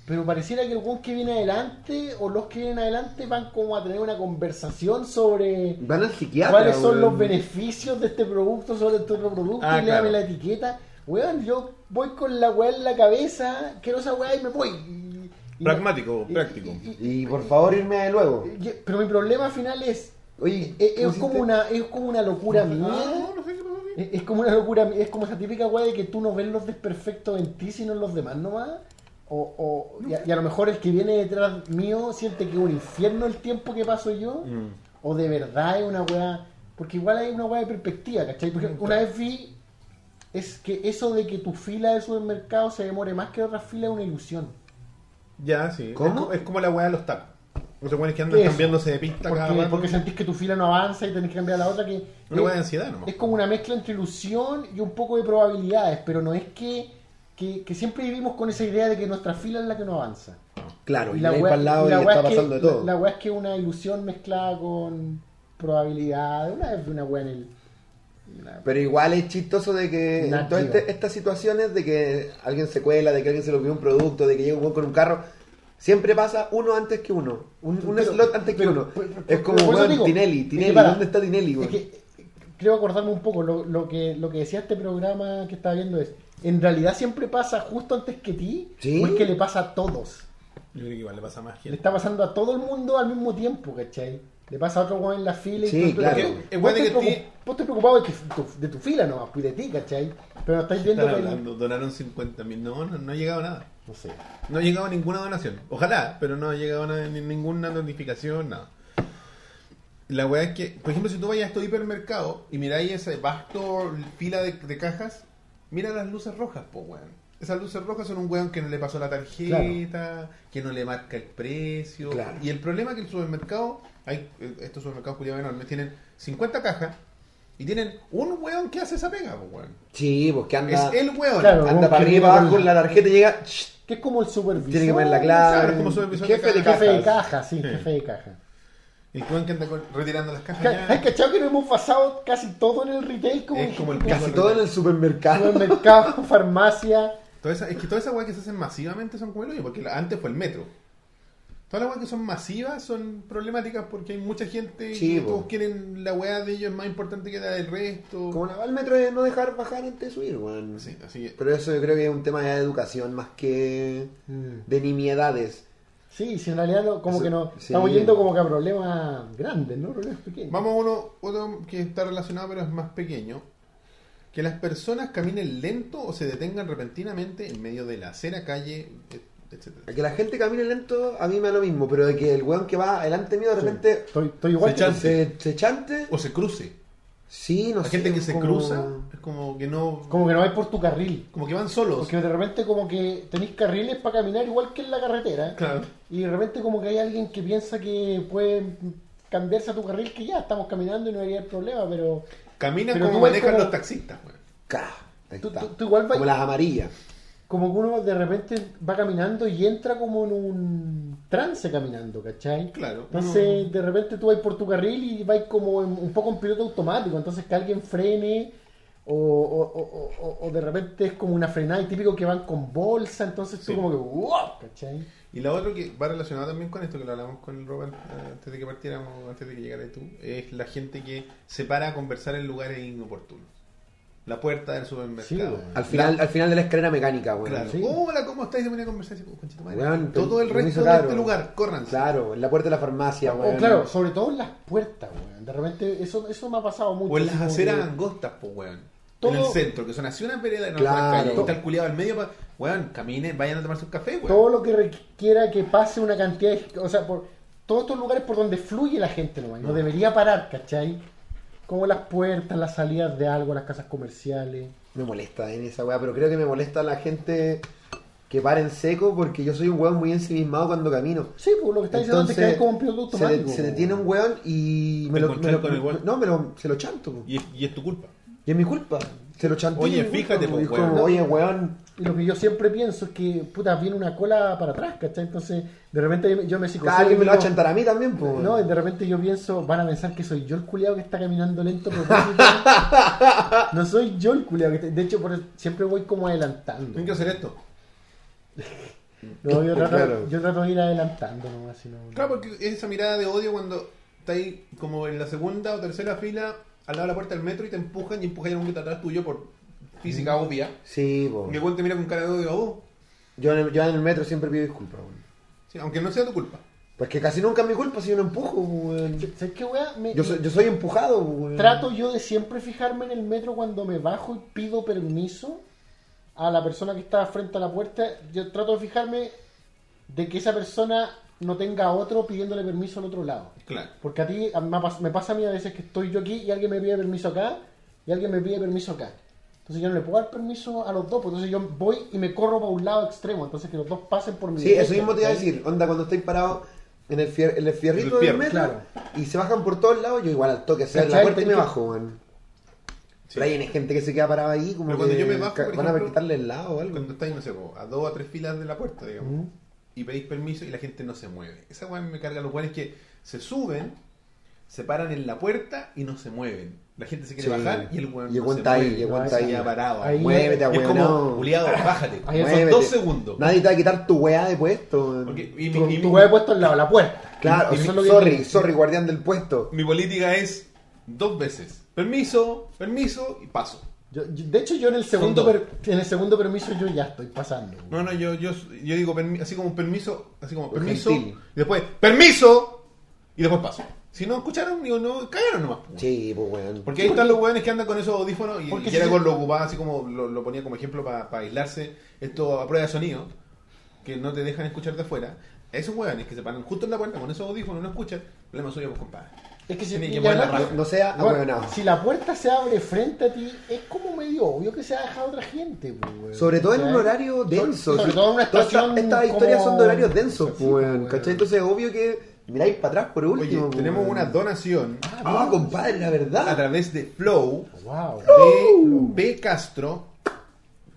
Speaker 2: Pero pareciera que el weón que viene adelante o los que vienen adelante van como a tener una conversación sobre
Speaker 3: Van al psiquiatra.
Speaker 2: cuáles son los
Speaker 3: weón.
Speaker 2: beneficios de este producto sobre este otro producto
Speaker 4: Ah,
Speaker 2: y le dame
Speaker 4: claro.
Speaker 2: la etiqueta. Weón, yo voy con la weá en la cabeza, quiero esa weá y me voy. Y- y-
Speaker 1: Pragmático,
Speaker 2: y-
Speaker 1: práctico.
Speaker 2: y-
Speaker 3: Y por favor, irme de luego.
Speaker 2: y- y- pero mi problema final es,
Speaker 3: Oye,
Speaker 2: es, es
Speaker 3: pusiste-
Speaker 2: como una, es como una locura
Speaker 3: ¿Ah?
Speaker 2: mía.
Speaker 4: no, no sé qué pasó aquí.
Speaker 2: Es, es como una locura, mía, es como esa típica weá de que tú no ves los desperfectos en ti, sino en los demás nomás. O, o- y, a, y a lo mejor el que viene detrás mío siente que es un infierno el tiempo que paso yo.
Speaker 1: Mm.
Speaker 2: O de verdad es una weá. Porque igual hay una weá de perspectiva, ¿cachai? Porque
Speaker 1: Mm.
Speaker 2: una vez vi es que eso de que tu fila de supermercado se demore más que otra fila es una ilusión.
Speaker 1: Ya, sí.
Speaker 3: ¿Cómo?
Speaker 1: Es, co- es como la weá de los tacos. Los weones que andan
Speaker 2: Eso.
Speaker 1: cambiándose de pista cada
Speaker 2: Porque,
Speaker 1: rato.
Speaker 2: porque sentís que tu fila no avanza y tenés que cambiar a la otra que.
Speaker 1: Una
Speaker 2: eh,
Speaker 1: weá de ansiedad nomás.
Speaker 2: es como una mezcla entre ilusión y un poco de probabilidades, pero no es que, que, que siempre vivimos con esa idea de que nuestra fila es la que no avanza.
Speaker 3: Claro, y,
Speaker 2: la
Speaker 3: ahí
Speaker 2: weá-
Speaker 3: para el lado y,
Speaker 2: la weá
Speaker 3: está
Speaker 2: es que-
Speaker 3: pasando de todo.
Speaker 2: La, la weá es que una ilusión mezclada con probabilidad. Una vez vi una weá en el. una-
Speaker 3: Pero igual es chistoso de que en
Speaker 2: Nativo.
Speaker 3: todas este- estas situaciones de que alguien se cuela, de que alguien se le olvidó un producto, de que llega un weón con un carro, siempre pasa uno antes que uno. Un, un
Speaker 2: Pero-
Speaker 3: slot antes que
Speaker 2: pero-
Speaker 3: uno.
Speaker 2: pero- pero-
Speaker 3: es
Speaker 2: pero
Speaker 3: como,
Speaker 2: por eso
Speaker 3: weón,
Speaker 2: digo,
Speaker 3: Tinelli,
Speaker 2: es que
Speaker 3: Tinelli,
Speaker 2: para-
Speaker 3: ¿dónde está Tinelli,
Speaker 2: Es
Speaker 3: weón?
Speaker 2: que, eh, creo acordarme un poco, lo, lo que, lo que decía este programa que estaba viendo es, ¿en realidad siempre pasa justo antes que ti?
Speaker 3: Sí.
Speaker 2: ¿O es que le pasa a todos?
Speaker 1: Yo creo que igual le pasa más
Speaker 2: Le está pasando a todo el mundo al mismo tiempo, ¿cachai? Le pasa a otro weón en la fila y
Speaker 3: Sí,
Speaker 2: tú- tú-
Speaker 3: claro.
Speaker 2: tú-
Speaker 1: Es
Speaker 2: Vos
Speaker 1: bueno
Speaker 2: estás
Speaker 1: que
Speaker 2: preocup-
Speaker 1: ti-
Speaker 2: vos estás preocupado de, que tu- de tu fila nomás, pues de ti, ¿cachai? Pero no estáis viendo
Speaker 1: Están
Speaker 2: que el-
Speaker 1: hablando, donaron 50 mil. No, no, no ha llegado nada.
Speaker 2: No sé.
Speaker 1: No ha llegado ninguna donación. Ojalá, pero no ha llegado nada, ni- ninguna notificación, nada. La weá es que, por ejemplo, si tú vayas a estos hipermercados y miráis ese vasto fila de, de cajas, mira las luces rojas, po weón. Esas luces rojas son un weón que no le pasó la tarjeta, que no le marca el precio.
Speaker 3: Claro.
Speaker 1: Y el problema es que el supermercado, hay eh, estos supermercados culiados enormes, tienen 50 cajas y tienen un weón que hace esa pega, po weón.
Speaker 3: Sí, pues que
Speaker 1: Es
Speaker 3: anda,
Speaker 1: el weón.
Speaker 2: Claro.
Speaker 3: anda
Speaker 2: Como
Speaker 3: para
Speaker 2: que
Speaker 3: arriba y
Speaker 2: viene
Speaker 3: para abajo
Speaker 2: con-
Speaker 3: con la tarjeta y llega. shh,
Speaker 2: Que es como el supervisor.
Speaker 3: tiene que poner la clave.
Speaker 1: claro, es como supervisor de
Speaker 3: jefe de
Speaker 2: El
Speaker 3: caja.
Speaker 2: jefe de caja, sí,
Speaker 1: Sí.
Speaker 2: jefe de caja.
Speaker 1: El weón que anda con- retirando las cajas. ya.
Speaker 2: ¿Has cachado que nos hemos pasado casi todo en el retail? Como
Speaker 1: Es como el
Speaker 3: Casi todo en el supermercado.
Speaker 2: Supermercado, farmacia.
Speaker 1: Toda esa- es que todas esas weas que se hacen masivamente son como el hoyo, porque la- antes fue el metro. Todas las weas que son masivas son problemáticas porque hay mucha gente
Speaker 3: Sí,
Speaker 1: y
Speaker 3: po.
Speaker 1: todos quieren la wea de ellos es más importante que la del resto.
Speaker 3: Como la va al metro de no dejar bajar antes de subir, weón.
Speaker 1: Sí, así que-
Speaker 3: Pero eso yo creo que es un tema ya de educación más que
Speaker 2: Mm.
Speaker 3: de nimiedades.
Speaker 2: Sí, si en realidad no- como
Speaker 3: Eso-
Speaker 2: que no.
Speaker 3: sí.
Speaker 2: Estamos yendo como que a problemas grandes, ¿no? Problemas pequeños.
Speaker 1: Vamos a uno otro que está relacionado pero es más pequeño. Que las personas caminen lento o se detengan repentinamente en medio de la acera, calle, et- etcétera.
Speaker 3: Que la gente camine lento, a mí me da lo mismo, pero de que el weón que va adelante mío de repente
Speaker 2: Estoy, estoy igual.
Speaker 1: Se
Speaker 2: que-
Speaker 1: chance.
Speaker 3: se, se chante.
Speaker 1: O se cruce.
Speaker 3: Sí, no
Speaker 1: La
Speaker 3: sé,
Speaker 1: gente que se
Speaker 3: como-
Speaker 1: cruza es como que no.
Speaker 2: Como que no vais por tu carril.
Speaker 1: Como que van solos.
Speaker 2: Porque de repente como que tenéis carriles para caminar igual que en la carretera. ¿eh?
Speaker 1: Claro.
Speaker 2: Y de repente como que hay alguien que piensa que puede cambiarse a tu carril que ya estamos caminando y no habría problema, pero
Speaker 1: Caminan
Speaker 2: Pero
Speaker 1: como
Speaker 2: tú vas
Speaker 1: manejan
Speaker 2: como-
Speaker 1: los taxistas, güey.
Speaker 3: Ca, ahí
Speaker 2: Tú-
Speaker 3: está.
Speaker 2: tú- tú igual vas-
Speaker 3: Como las amarillas.
Speaker 2: como que uno de repente va caminando y entra como en un trance caminando, ¿cachai?
Speaker 1: Claro,
Speaker 2: Entonces
Speaker 1: uno-
Speaker 2: de repente tú vas por tu carril y vas como en- un poco en piloto automático, entonces que alguien frene o, o- o- o- o de repente es como una frenada y típico que van con bolsa, entonces tú
Speaker 1: Sí.
Speaker 2: como que wow, ¿cachai?
Speaker 1: Y la otra que va relacionada también con esto, que lo hablamos con el Robert eh, antes de que partiéramos, antes de que llegara tú, es la gente que se para a conversar en lugares inoportunos. La puerta del supermercado.
Speaker 2: Sí, güey.
Speaker 3: Al final, al final de la escalera mecánica, weón.
Speaker 1: Claro.
Speaker 2: Sí.
Speaker 1: Hola, ¿cómo estáis? Se ponía a conversar así, "Oh, concha tu madre".
Speaker 3: Weón,
Speaker 1: Todo el
Speaker 3: permiso,
Speaker 1: resto de
Speaker 3: claro.
Speaker 1: este lugar, corran.
Speaker 3: Claro, en la puerta de la farmacia,
Speaker 2: O
Speaker 3: weón.
Speaker 2: claro, sobre todo en las puertas, weón. De repente eso, eso me ha pasado mucho.
Speaker 1: O en las
Speaker 2: así como
Speaker 1: aceras
Speaker 2: que-
Speaker 1: angostas, pues, weón.
Speaker 2: Todo-
Speaker 1: En el centro, que son así unas veredas, no son
Speaker 3: Claro.
Speaker 1: calles, y está el culiado al medio, pa- weón, caminen, vayan a tomarse un café, weón.
Speaker 2: todo lo que requiera que pase una cantidad de, o sea por todos estos lugares por donde fluye la gente nomás, no debería parar ¿cachai? como las puertas las salidas de algo las casas comerciales
Speaker 3: Me molesta en esa weá, pero creo que me molesta la gente que para en seco porque yo soy un weón muy ensimismado cuando camino.
Speaker 2: sí pues lo que está diciendo antes que hay como un piloto
Speaker 3: se, de-
Speaker 2: automático
Speaker 3: se detiene un weón y me
Speaker 1: Te
Speaker 3: lo, me
Speaker 1: encontrás
Speaker 3: lo-
Speaker 1: con el weón.
Speaker 3: No, me lo, se lo chanto. po.
Speaker 1: Y, es, y es tu culpa.
Speaker 3: Y es mi culpa. Se lo chanto.
Speaker 1: Oye,
Speaker 3: y es mi culpa,
Speaker 1: fíjate,
Speaker 3: po.
Speaker 1: po,
Speaker 3: Y es
Speaker 1: weón.
Speaker 3: como, Oye, weón.
Speaker 2: y lo que yo siempre pienso es que puta viene una cola para atrás ¿cachai? entonces de repente yo- yo me psicoseo
Speaker 3: cada alguien
Speaker 2: y
Speaker 3: me lo va a
Speaker 2: digo,
Speaker 3: chantar a mí también, pues.
Speaker 2: No, y de repente yo pienso, van a pensar que soy yo el culiado que está caminando lento. a propósito. no soy yo el culiado. que está- De hecho, por el- siempre voy como adelantando.
Speaker 1: Tienen que hacer esto.
Speaker 2: No, yo, trato,
Speaker 3: Claro.
Speaker 2: yo trato de ir adelantando nomás. si no-
Speaker 1: Claro, porque es esa mirada de odio cuando está ahí como en la segunda o tercera fila al lado de la puerta del metro y te empujan y empujan a un que está atrás tuyo por física obvia.
Speaker 3: Sí, po.
Speaker 1: Y el weón te mira con cara de odio a vos.
Speaker 3: Yo en, el, yo en el metro siempre pido disculpas, weón.
Speaker 1: Sí, aunque no sea tu culpa.
Speaker 3: Porque casi nunca es mi culpa si yo no empujo, weón.
Speaker 2: ¿Sabes qué, weá? Me-
Speaker 3: Yo soy, yo soy empujado, weón.
Speaker 2: Trato yo de siempre fijarme en el metro cuando me bajo y pido permiso a la persona que está frente a la puerta. Yo trato de fijarme de que esa persona no tenga a otro pidiéndole permiso al otro lado.
Speaker 1: Claro.
Speaker 2: Porque a ti a- me ha pas- me pasa a mí a veces que estoy yo aquí y alguien me pide permiso acá y alguien me pide permiso acá. Entonces yo no le puedo dar permiso a los dos, pues entonces yo voy y me corro para un lado extremo, entonces que los dos pasen por mi
Speaker 3: Sí, eso
Speaker 2: derecha,
Speaker 3: mismo te iba a
Speaker 2: ¿cachai?
Speaker 3: decir. Onda, cuando estoy parado en el, fier- en el fierrito
Speaker 1: El fierro,
Speaker 3: del metro
Speaker 2: claro.
Speaker 3: y se bajan por todos lados, yo igual al toque, hacia la
Speaker 2: ¿Cachai?
Speaker 3: puerta y me
Speaker 2: Tenés que-
Speaker 3: bajo, weón.
Speaker 1: Sí.
Speaker 3: Pero ahí hay gente que se queda parada ahí, como
Speaker 1: Pero cuando
Speaker 3: que
Speaker 1: yo me bajo,
Speaker 3: ca-
Speaker 1: por
Speaker 3: van a
Speaker 1: ejemplo,
Speaker 3: quitarle el lado o algo.
Speaker 1: Cuando estáis, no sé, po, a dos o tres filas de la puerta, digamos,
Speaker 2: Ujú.
Speaker 1: y pedís permiso y la gente no se mueve. Esa weá a mí me carga los weones que se suben, se paran en la puerta y no se mueven. La gente se quiere
Speaker 3: Sí.
Speaker 1: bajar y el weón
Speaker 3: Y el
Speaker 1: no
Speaker 3: weón
Speaker 1: se
Speaker 3: está ahí,
Speaker 1: mueve.
Speaker 3: y el weón
Speaker 1: No,
Speaker 3: está
Speaker 1: se
Speaker 3: ahí.
Speaker 1: queda parado.
Speaker 2: Ahí-
Speaker 3: Muévete,
Speaker 1: es como,
Speaker 3: weón.
Speaker 1: culiado, bájate.
Speaker 2: Ahí
Speaker 1: Son dos segundos.
Speaker 3: Nadie te va a quitar tu weá de puesto, weón.
Speaker 1: Porque- y mi-
Speaker 2: Tu,
Speaker 1: y mi-
Speaker 2: tu weá puesto al lado, la puerta.
Speaker 3: Claro,
Speaker 2: Y- y eso es lo que-
Speaker 3: sorry, sorry, guardián del puesto.
Speaker 1: Mi política es dos veces. Permiso, permiso y paso.
Speaker 2: Yo- yo- de hecho yo en el segundo
Speaker 1: Son dos.
Speaker 2: per- en el segundo permiso yo ya estoy pasando. güey.
Speaker 1: No, no, yo, yo, yo digo permi- así como permiso, así como permiso,
Speaker 3: gentil.
Speaker 1: y después permiso, y después paso. Si no escucharon, digo, no, callaron nomás. po.
Speaker 3: Sí, pues weón.
Speaker 1: Porque ahí están los hueones que andan con esos audífonos y
Speaker 2: Porque
Speaker 1: que era
Speaker 2: si-
Speaker 1: con lo ocupaba, así como lo, lo ponía como ejemplo para aislarse, esto a prueba de sonido, que no te dejan escuchar de afuera. Esos hueones que se paran justo en la puerta con esos audífonos, no escuchan, problema suyo, pues compadre.
Speaker 2: Es que si,
Speaker 1: Tiene
Speaker 2: y
Speaker 1: que mover la
Speaker 2: además-
Speaker 1: raja.
Speaker 3: Ah, No sea
Speaker 2: Bueno,
Speaker 3: ahueonado.
Speaker 2: si la puerta se abre frente a ti, es como medio obvio que se ha dejado otra gente. pues, güey.
Speaker 3: Sobre todo en un
Speaker 2: ¿Cachai?
Speaker 3: horario
Speaker 2: Sobre-
Speaker 3: denso.
Speaker 2: Sobre,
Speaker 3: sí.
Speaker 2: todo en una
Speaker 3: Todas
Speaker 2: estación.
Speaker 3: estas- Estas historias
Speaker 2: como-
Speaker 3: son de horarios densos, pues,
Speaker 2: Sí,
Speaker 3: weón,
Speaker 2: güey.
Speaker 3: ¿Cachai? Entonces, obvio que miráis para atrás por
Speaker 1: Oye,
Speaker 3: último. pues,
Speaker 1: tenemos
Speaker 3: weón.
Speaker 1: una donación
Speaker 3: Ah, compadre, la
Speaker 1: a
Speaker 3: verdad.
Speaker 1: través de Flow.
Speaker 2: Wow.
Speaker 1: de B. Castro.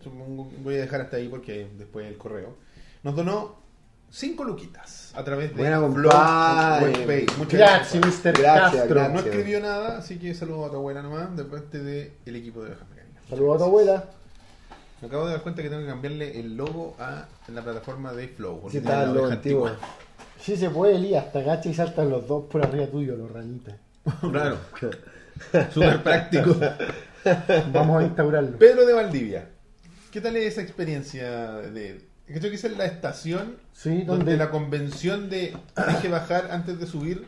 Speaker 1: Supongo- Voy a dejar hasta ahí porque después el correo. Nos donó 5 luquitas a través de
Speaker 3: Buena,
Speaker 1: Blog
Speaker 3: compadre.
Speaker 1: Webpage. Muchas
Speaker 2: Gracias,
Speaker 1: compadre.
Speaker 2: Mr.
Speaker 3: Gracias,
Speaker 2: Castro.
Speaker 3: gracias.
Speaker 1: No escribió nada, así que saludos a tu abuela nomás de parte del equipo de Baja Mecánica.
Speaker 2: Saludos a tu abuela.
Speaker 1: Me acabo de dar cuenta que tengo que cambiarle el logo a la plataforma de Flow. porque
Speaker 3: Sí,
Speaker 1: tiene
Speaker 3: está
Speaker 1: la
Speaker 3: lo
Speaker 1: oveja
Speaker 3: antiguo.
Speaker 1: antigua.
Speaker 2: Sí se puede, Elías. Te agacha y saltan los dos por arriba tuyo, los ranitas.
Speaker 1: Claro. Súper práctico.
Speaker 2: Vamos a instaurarlo.
Speaker 1: Pedro de Valdivia. ¿Qué tal es esa experiencia de Creo que esa es la estación
Speaker 2: Sí,
Speaker 1: donde
Speaker 2: donde
Speaker 1: la convención de deje bajar antes de subir,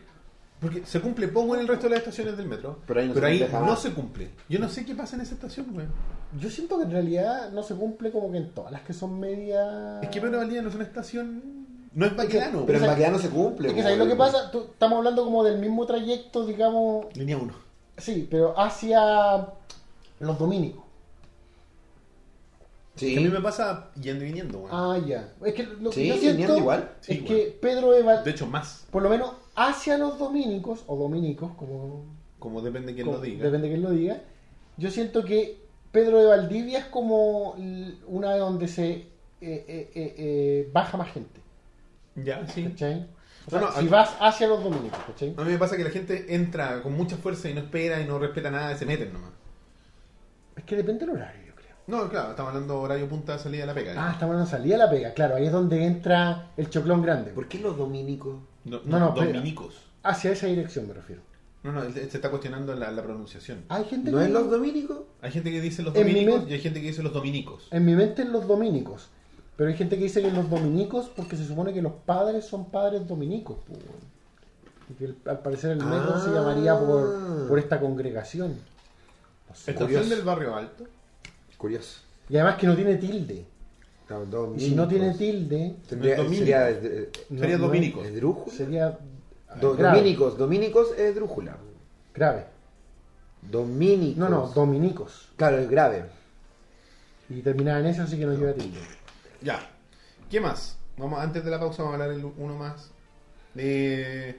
Speaker 1: porque se cumple poco en el resto de las estaciones del metro,
Speaker 3: Pero ahí no
Speaker 1: pero
Speaker 3: se
Speaker 1: ahí
Speaker 3: cumple jamás.
Speaker 1: no se cumple. Yo no sé qué pasa en esa estación, güey.
Speaker 2: yo siento que en realidad no se cumple como que en todas las que son media
Speaker 1: Es que Pedro Valdivia no es una estación, no es Baquedano.
Speaker 3: Pero
Speaker 2: Esa-
Speaker 3: en Baquedano se cumple.
Speaker 2: Es que
Speaker 3: po,
Speaker 2: ¿sabes lo que
Speaker 3: weón.
Speaker 2: pasa? Tú- estamos hablando como del mismo trayecto, digamos,
Speaker 1: Línea 1.
Speaker 2: sí, pero hacia los dominicos.
Speaker 1: A mí
Speaker 3: Sí.
Speaker 1: me pasa yendo y viniendo, güey.
Speaker 2: Ah, ya. Es que lo que
Speaker 3: Sí,
Speaker 2: yo
Speaker 3: tenían
Speaker 2: siento
Speaker 3: igual.
Speaker 2: es
Speaker 1: Sí,
Speaker 2: que
Speaker 1: igual.
Speaker 2: Pedro de Val-
Speaker 1: De hecho, más,
Speaker 2: por lo menos hacia los dominicos, o dominicos, como,
Speaker 1: como depende de quién
Speaker 2: como-
Speaker 1: lo diga.
Speaker 2: depende de quién lo diga, yo siento que Pedro de Valdivia es como l- una donde se eh, eh, eh, eh, baja más gente.
Speaker 1: Ya, sí.
Speaker 2: ¿Cachai?
Speaker 1: No,
Speaker 2: O sea,
Speaker 1: no,
Speaker 2: si
Speaker 1: a-
Speaker 2: vas hacia los dominicos, ¿cachai?
Speaker 1: A mí me pasa que la gente entra con mucha fuerza y no espera y no respeta nada y se meten nomás.
Speaker 2: Es que depende del horario, yo creo.
Speaker 1: No, claro, estamos hablando horario punta salida de la pega. ¿eh?
Speaker 2: Ah, estamos hablando de salida de la pega, claro, ahí es donde entra el choclón grande.
Speaker 3: ¿Por qué los dominicos?
Speaker 1: no, no,
Speaker 2: no, no, pega.
Speaker 1: dominicos.
Speaker 2: Hacia esa dirección me refiero.
Speaker 1: No, no, él se está cuestionando la, la pronunciación.
Speaker 2: Hay gente
Speaker 3: ¿No
Speaker 2: que
Speaker 3: es los dominicos?
Speaker 1: Hay gente que dice los
Speaker 2: En mi
Speaker 1: dominicos
Speaker 2: men-
Speaker 1: y hay gente que dice los dominicos.
Speaker 2: En mi mente es los dominicos. Pero hay gente que dice que los dominicos porque se supone que los padres son padres dominicos. po, weón. Y que el- al parecer el metro
Speaker 3: Ah.
Speaker 2: se llamaría por, por esta congregación. No sé.
Speaker 1: Estación
Speaker 3: Curioso.
Speaker 1: del barrio alto.
Speaker 3: Curioso.
Speaker 2: Y además que no tiene tilde.
Speaker 3: Claro,
Speaker 2: Y si no
Speaker 3: dominicos.
Speaker 2: tiene tilde,
Speaker 3: Tendría,
Speaker 1: Dominico.
Speaker 3: sería eh,
Speaker 2: No,
Speaker 1: Sería
Speaker 2: no
Speaker 1: dominico.
Speaker 3: esdrújula.
Speaker 2: sería ah,
Speaker 3: Do-
Speaker 2: grave.
Speaker 3: dominicos, dominicos es esdrújula.
Speaker 2: grave.
Speaker 3: Dominicos.
Speaker 2: No, no, dominicos.
Speaker 3: Claro, es grave.
Speaker 2: Y terminaba en eso, así que no lleva tilde.
Speaker 1: Ya. ¿Qué más? Vamos, antes de la pausa vamos a hablar el- uno más. De...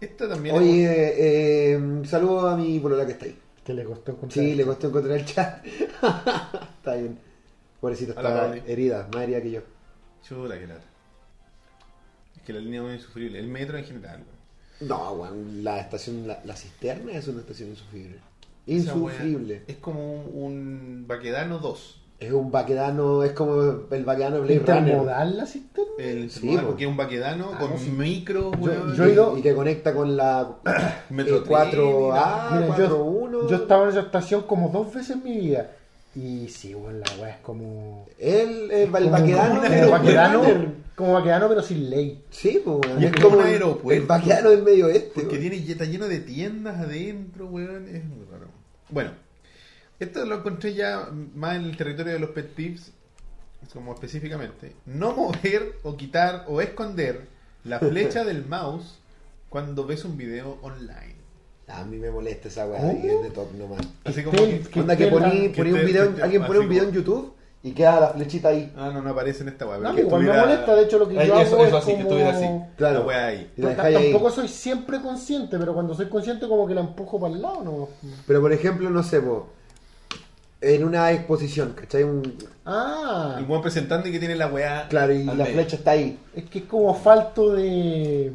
Speaker 1: Esta también... es-
Speaker 3: Oye, eh, eh, saludo a mi polola que está ahí.
Speaker 2: Que le costó encontrar.
Speaker 3: Sí, le costó encontrar el chat. está bien. Pobrecita,
Speaker 1: A la
Speaker 3: está
Speaker 1: Pauli.
Speaker 3: herida, más herida que yo.
Speaker 1: Chula, que lata. Es que la línea 1 es insufrible. El metro en general. güey.
Speaker 3: No, weón, la estación, la, la cisterna es una estación insufrible.
Speaker 1: Esa weá
Speaker 3: Insufrible.
Speaker 1: Es como un, un Baquedano 2.
Speaker 3: Es un baquedano, es como el baquedano Blade Runner.
Speaker 2: ¿Intermodal la cisterna?
Speaker 1: El
Speaker 3: Sí,
Speaker 1: Intermodal,
Speaker 3: po.
Speaker 1: porque es un Baquedano
Speaker 2: Ah,
Speaker 1: con
Speaker 2: no, sí.
Speaker 1: micro,
Speaker 2: Yo-
Speaker 1: güey,
Speaker 2: yo he ido-
Speaker 3: Y que conecta con la
Speaker 1: Metro
Speaker 3: eh,
Speaker 1: tren,
Speaker 3: cuatro-
Speaker 1: y
Speaker 3: Ah,
Speaker 2: Mira,
Speaker 3: cuatro,
Speaker 2: yo,
Speaker 3: uno.
Speaker 2: yo estaba en esa estación como dos veces en mi vida. Y sí, bueno, la weá es como.
Speaker 3: El, eh, el,
Speaker 2: como-
Speaker 3: baquedano.
Speaker 2: como
Speaker 1: el Blade
Speaker 2: Baquedano,
Speaker 1: Runner.
Speaker 2: como Baquedano, pero sin ley.
Speaker 3: Sí, pues, weón,
Speaker 1: Y
Speaker 3: es
Speaker 1: es
Speaker 3: como
Speaker 1: un
Speaker 3: el-
Speaker 1: aeropuerto.
Speaker 3: el vaqueano del medio oeste.
Speaker 1: Porque
Speaker 3: weón.
Speaker 1: tiene, está lleno de tiendas adentro, weón. Es muy raro. Bueno, esto lo encontré ya más en el territorio de los pet tips, como específicamente. No mover o quitar o esconder la flecha del mouse cuando ves un video online.
Speaker 3: A mí me molesta esa weá,
Speaker 2: ¿Cómo?
Speaker 3: y es de top nomás.
Speaker 1: Así como que...
Speaker 2: Estén-
Speaker 3: Onda que
Speaker 2: estén-
Speaker 3: poní,
Speaker 1: que
Speaker 3: poní un
Speaker 1: te-
Speaker 3: video,
Speaker 1: que te-
Speaker 3: alguien pone
Speaker 1: así
Speaker 3: un video en
Speaker 1: como-
Speaker 3: YouTube y queda la flechita ahí.
Speaker 1: Ah, no, no aparece en esta weá.
Speaker 2: No,
Speaker 1: que
Speaker 2: igual me
Speaker 1: estuviera-
Speaker 2: molesta, de hecho, lo que yo
Speaker 1: eso,
Speaker 2: hago
Speaker 1: eso
Speaker 2: es
Speaker 1: así, que
Speaker 2: como-
Speaker 1: estuviera así.
Speaker 3: Claro.
Speaker 1: La weá ahí.
Speaker 3: Y la
Speaker 2: T-
Speaker 3: dejáis ahí.
Speaker 2: Tampoco soy siempre consciente, pero cuando soy consciente, como que la empujo para el lado, ¿no?
Speaker 3: Pero por ejemplo, no sé, po, en una exposición, ¿cachai? Un-
Speaker 2: Ah,
Speaker 1: El weón presentando y que tiene la weá.
Speaker 3: claro, y
Speaker 1: al
Speaker 3: la
Speaker 1: medio.
Speaker 3: flecha está ahí.
Speaker 2: es que es como falto de.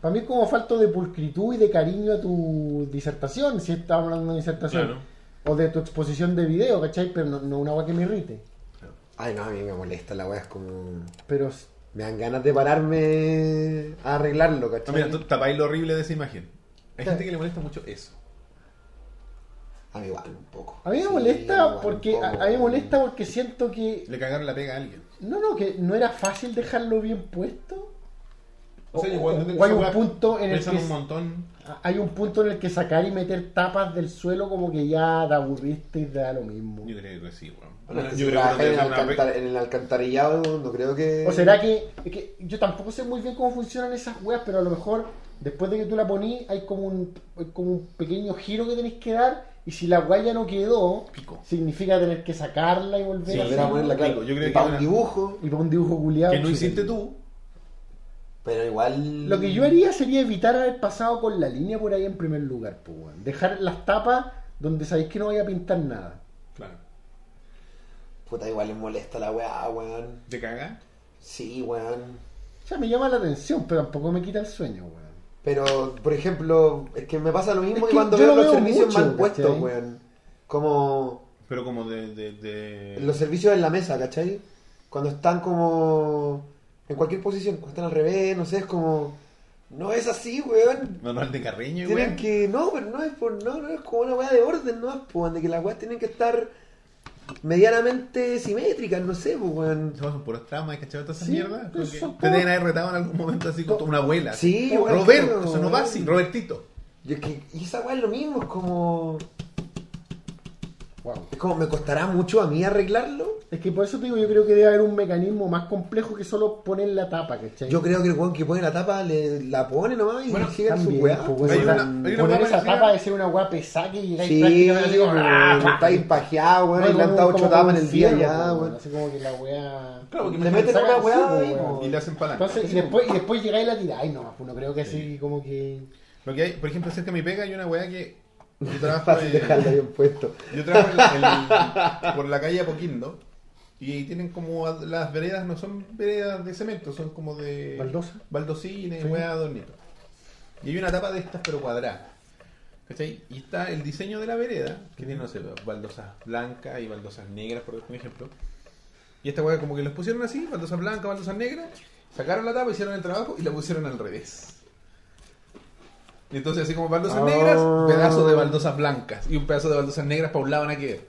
Speaker 2: Para mí es como falto de pulcritud y de cariño a tu disertación, si estamos hablando de disertación.
Speaker 1: Claro.
Speaker 2: O de tu exposición de video, ¿cachai? Pero no, no una agua que me irrite.
Speaker 3: Ay, no, a mí me molesta la weá, es como.
Speaker 2: Pero
Speaker 3: Me dan ganas de pararme a arreglarlo,
Speaker 1: No,
Speaker 3: ¿cachai?
Speaker 1: Ah, mira, tú tapáis lo horrible de esa imagen. Hay gente que le molesta mucho eso.
Speaker 3: A mí igual, un poco.
Speaker 2: a mí me
Speaker 3: Sí,
Speaker 2: molesta
Speaker 3: igual,
Speaker 2: porque
Speaker 3: un
Speaker 2: a,
Speaker 3: poco,
Speaker 2: a mí me molesta porque siento que
Speaker 1: Le cagaron la pega a alguien.
Speaker 2: no no que no era fácil dejarlo bien puesto.
Speaker 1: O sea,
Speaker 2: O-
Speaker 1: yo igual
Speaker 2: o-
Speaker 1: entiendo que
Speaker 2: o hay
Speaker 1: esa
Speaker 2: un
Speaker 1: weá
Speaker 2: punto en el
Speaker 1: pesan
Speaker 2: que
Speaker 1: un
Speaker 2: es-
Speaker 1: montón.
Speaker 2: A- Hay un punto en el que sacar y meter tapas del suelo como que ya te aburriste y te da lo mismo.
Speaker 1: Yo creo que sí, weón.
Speaker 3: Bueno, es que
Speaker 1: yo
Speaker 3: si
Speaker 1: creo que no
Speaker 3: trabajáis
Speaker 1: debe
Speaker 3: en,
Speaker 1: ser
Speaker 3: el
Speaker 1: una
Speaker 3: alcantar-
Speaker 1: pega.
Speaker 3: en el alcantarillado, no creo que.
Speaker 2: O será que, es que yo tampoco sé muy bien cómo funcionan esas weas, pero a lo mejor después de que tú la ponís hay como un, hay como un pequeño giro que tenés que dar y si la wea ya no quedó,
Speaker 1: Pico.
Speaker 2: significa tener que sacarla y volver
Speaker 1: Sí,
Speaker 2: a
Speaker 3: volver a
Speaker 2: hacerlo.
Speaker 3: ponerla claro.
Speaker 1: Digo, yo creo
Speaker 3: Y
Speaker 1: que
Speaker 3: para un
Speaker 1: una-
Speaker 3: dibujo,
Speaker 2: y para un dibujo culiado.
Speaker 1: Que no hiciste tú.
Speaker 3: pero igual.
Speaker 2: Lo que yo haría sería evitar haber pasado con la línea por ahí en primer lugar, pues, weón. Dejar las tapas donde sabéis que no voy a pintar nada.
Speaker 1: Claro.
Speaker 3: Puta, igual les molesta la weá, weón.
Speaker 1: ¿Te caga?
Speaker 3: Sí, weón.
Speaker 2: O sea, me llama la atención, pero tampoco me quita el sueño, weón.
Speaker 3: Pero, por ejemplo, es que me pasa lo mismo
Speaker 2: Es
Speaker 3: que
Speaker 2: que
Speaker 3: cuando
Speaker 2: yo
Speaker 3: veo
Speaker 2: lo
Speaker 3: los
Speaker 2: veo
Speaker 3: servicios
Speaker 2: mucho,
Speaker 3: mal puestos,
Speaker 2: ¿cachai?
Speaker 3: weón. Como
Speaker 1: Pero como de. de, de-
Speaker 3: los servicios en la mesa, ¿cachai? Cuando están como en cualquier posición, cuando están al revés, no sé, es como... No es así, weón.
Speaker 1: Manual de Carreño,
Speaker 3: Tienen
Speaker 1: weón.
Speaker 3: que... No, pero no es por... No, no es como una weá de orden, no es por... De que las weas tienen que estar medianamente simétricas, no sé, pues, weón.
Speaker 1: Se pasan por tramas y cachado todas esas
Speaker 2: Sí,
Speaker 1: mierdas. Creo
Speaker 2: eso
Speaker 1: que
Speaker 2: son
Speaker 1: Te deben
Speaker 2: todas-
Speaker 1: haber retado en algún momento así con una abuela.
Speaker 3: Sí, weón,
Speaker 1: Roberto,
Speaker 3: claro,
Speaker 1: eso no va así, Robertito.
Speaker 3: Yo es que, y esa weá es lo mismo, es como.
Speaker 2: Wow.
Speaker 3: Es como, me costará mucho a mí arreglarlo.
Speaker 2: Es que por eso te digo, yo creo que debe haber un mecanismo más complejo que solo poner la tapa, ¿cachai?
Speaker 3: Yo creo que el weón que pone la tapa le, la pone nomás y
Speaker 1: Bueno,
Speaker 3: sigue en su
Speaker 2: También,
Speaker 3: weá.
Speaker 2: pues,
Speaker 1: Hay
Speaker 2: weón,
Speaker 1: una-
Speaker 2: tan-
Speaker 1: hay una
Speaker 2: poner
Speaker 1: guapa
Speaker 2: esa
Speaker 1: que sea-
Speaker 2: tapa de ser una guapa pesada que llegáis
Speaker 3: Sí,
Speaker 2: prácticamente así como, ¡ah!
Speaker 3: weón, está impajeado, weón, y
Speaker 2: No,
Speaker 3: le han
Speaker 2: como-
Speaker 3: dado ocho
Speaker 2: como
Speaker 3: tapas en
Speaker 2: un
Speaker 3: el día
Speaker 2: fierro,
Speaker 3: ya,
Speaker 2: pues,
Speaker 3: weón.
Speaker 2: Así como que la weá...
Speaker 1: Claro, porque
Speaker 3: Le
Speaker 1: me
Speaker 3: meten
Speaker 2: sacan
Speaker 3: una
Speaker 2: así,
Speaker 3: weá
Speaker 2: pues,
Speaker 3: ahí,
Speaker 2: weón.
Speaker 3: po.
Speaker 1: Y le hacen palanca.
Speaker 2: Entonces, y después, y después llegáis y la tiráis nomás, pues no creo que así como que...
Speaker 1: Lo que hay, por ejemplo, cerca de mi pega hay una weá que yo trabajo
Speaker 3: Fácil dejarla
Speaker 1: en,
Speaker 3: bien puesto.
Speaker 1: yo trabajo en la- en- por la calle Apoquindo y tienen como ad- las veredas, no son veredas de cemento, son como de
Speaker 2: Baldosa.
Speaker 1: baldosines,
Speaker 2: Sí.
Speaker 1: weá adornito. Y hay una tapa de estas pero cuadrada. ¿Cachai? Y está el diseño de la vereda, que tiene, no sé, baldosas blancas y baldosas negras, por por ejemplo. Y esta weá como que los pusieron así, baldosas blancas, baldosas negras, sacaron la tapa, hicieron el trabajo y la pusieron al revés. Y entonces así como baldosas
Speaker 3: Ah.
Speaker 1: negras, pedazos de baldosas blancas y un pedazo de baldosas negras para un lado nada que ver.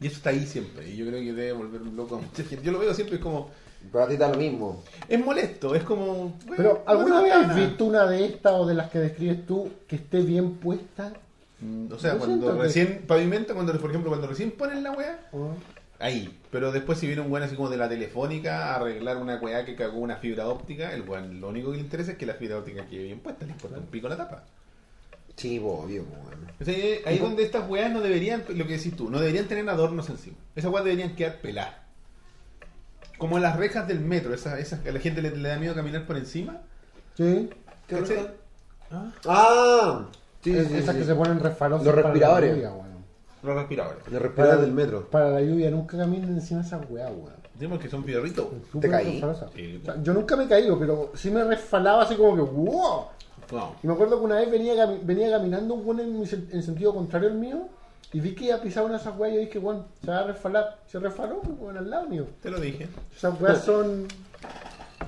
Speaker 1: Y eso está ahí siempre, y yo creo que debe volver loco a mucha gente. Yo lo veo siempre, es como,
Speaker 3: Pero a ti está lo mismo.
Speaker 1: es molesto, es como... bueno,
Speaker 2: Pero,
Speaker 1: no
Speaker 2: ¿alguna
Speaker 1: te
Speaker 2: vez
Speaker 1: gusta
Speaker 2: has
Speaker 1: nada.
Speaker 2: visto una de estas o de las que describes tú que esté bien puesta?
Speaker 1: Mm, O sea,
Speaker 2: Yo
Speaker 1: cuando
Speaker 2: siento que-
Speaker 1: recién pavimenta, cuando por ejemplo cuando recién ponen la weá,
Speaker 3: ¿Ah?
Speaker 2: ¿O?
Speaker 1: ahí. Pero después si viene un weón así como de la telefónica a arreglar una weá que cagó una fibra óptica, el weón lo único que le interesa es que la fibra óptica quede bien puesta, le importa un pico la tapa.
Speaker 3: Sí, po, obvio, po, weón.
Speaker 1: O sea, eh, ahí es donde estas weas no deberían, lo que decís tú, no deberían tener adornos encima. Esas weas deberían quedar peladas. Como las rejas del metro, esas, esas que a la gente le, le da miedo caminar por encima.
Speaker 2: Sí.
Speaker 3: ¿Qué
Speaker 1: ¿Cachai?
Speaker 3: cosa?
Speaker 1: Ah,
Speaker 3: Ah, sí,
Speaker 2: Es-
Speaker 3: sí,
Speaker 2: esas
Speaker 3: sí.
Speaker 2: que se ponen resfalosas
Speaker 3: Los
Speaker 2: para la
Speaker 3: respiradores.
Speaker 2: lluvia, weón.
Speaker 1: Los respiradores.
Speaker 3: Los respiradores del metro.
Speaker 2: Para la lluvia, nunca caminen encima de esas weas, weón.
Speaker 1: Decimos que son fierritos.
Speaker 2: Súper
Speaker 3: caí?
Speaker 2: resfalosas.
Speaker 1: Sí.
Speaker 2: O sea, yo nunca me he caído, pero sí me resfalaba así como que ¡wow!
Speaker 1: No.
Speaker 2: Y me acuerdo que una vez venía, cami- venía caminando un weón en, mi sen- en sentido contrario al mío y vi que iba a pisar una de esas weas y yo dije, weón, se va a resfalar. Se resfaló, pues, weón, al lado mío.
Speaker 1: Te lo dije.
Speaker 2: Esas weas son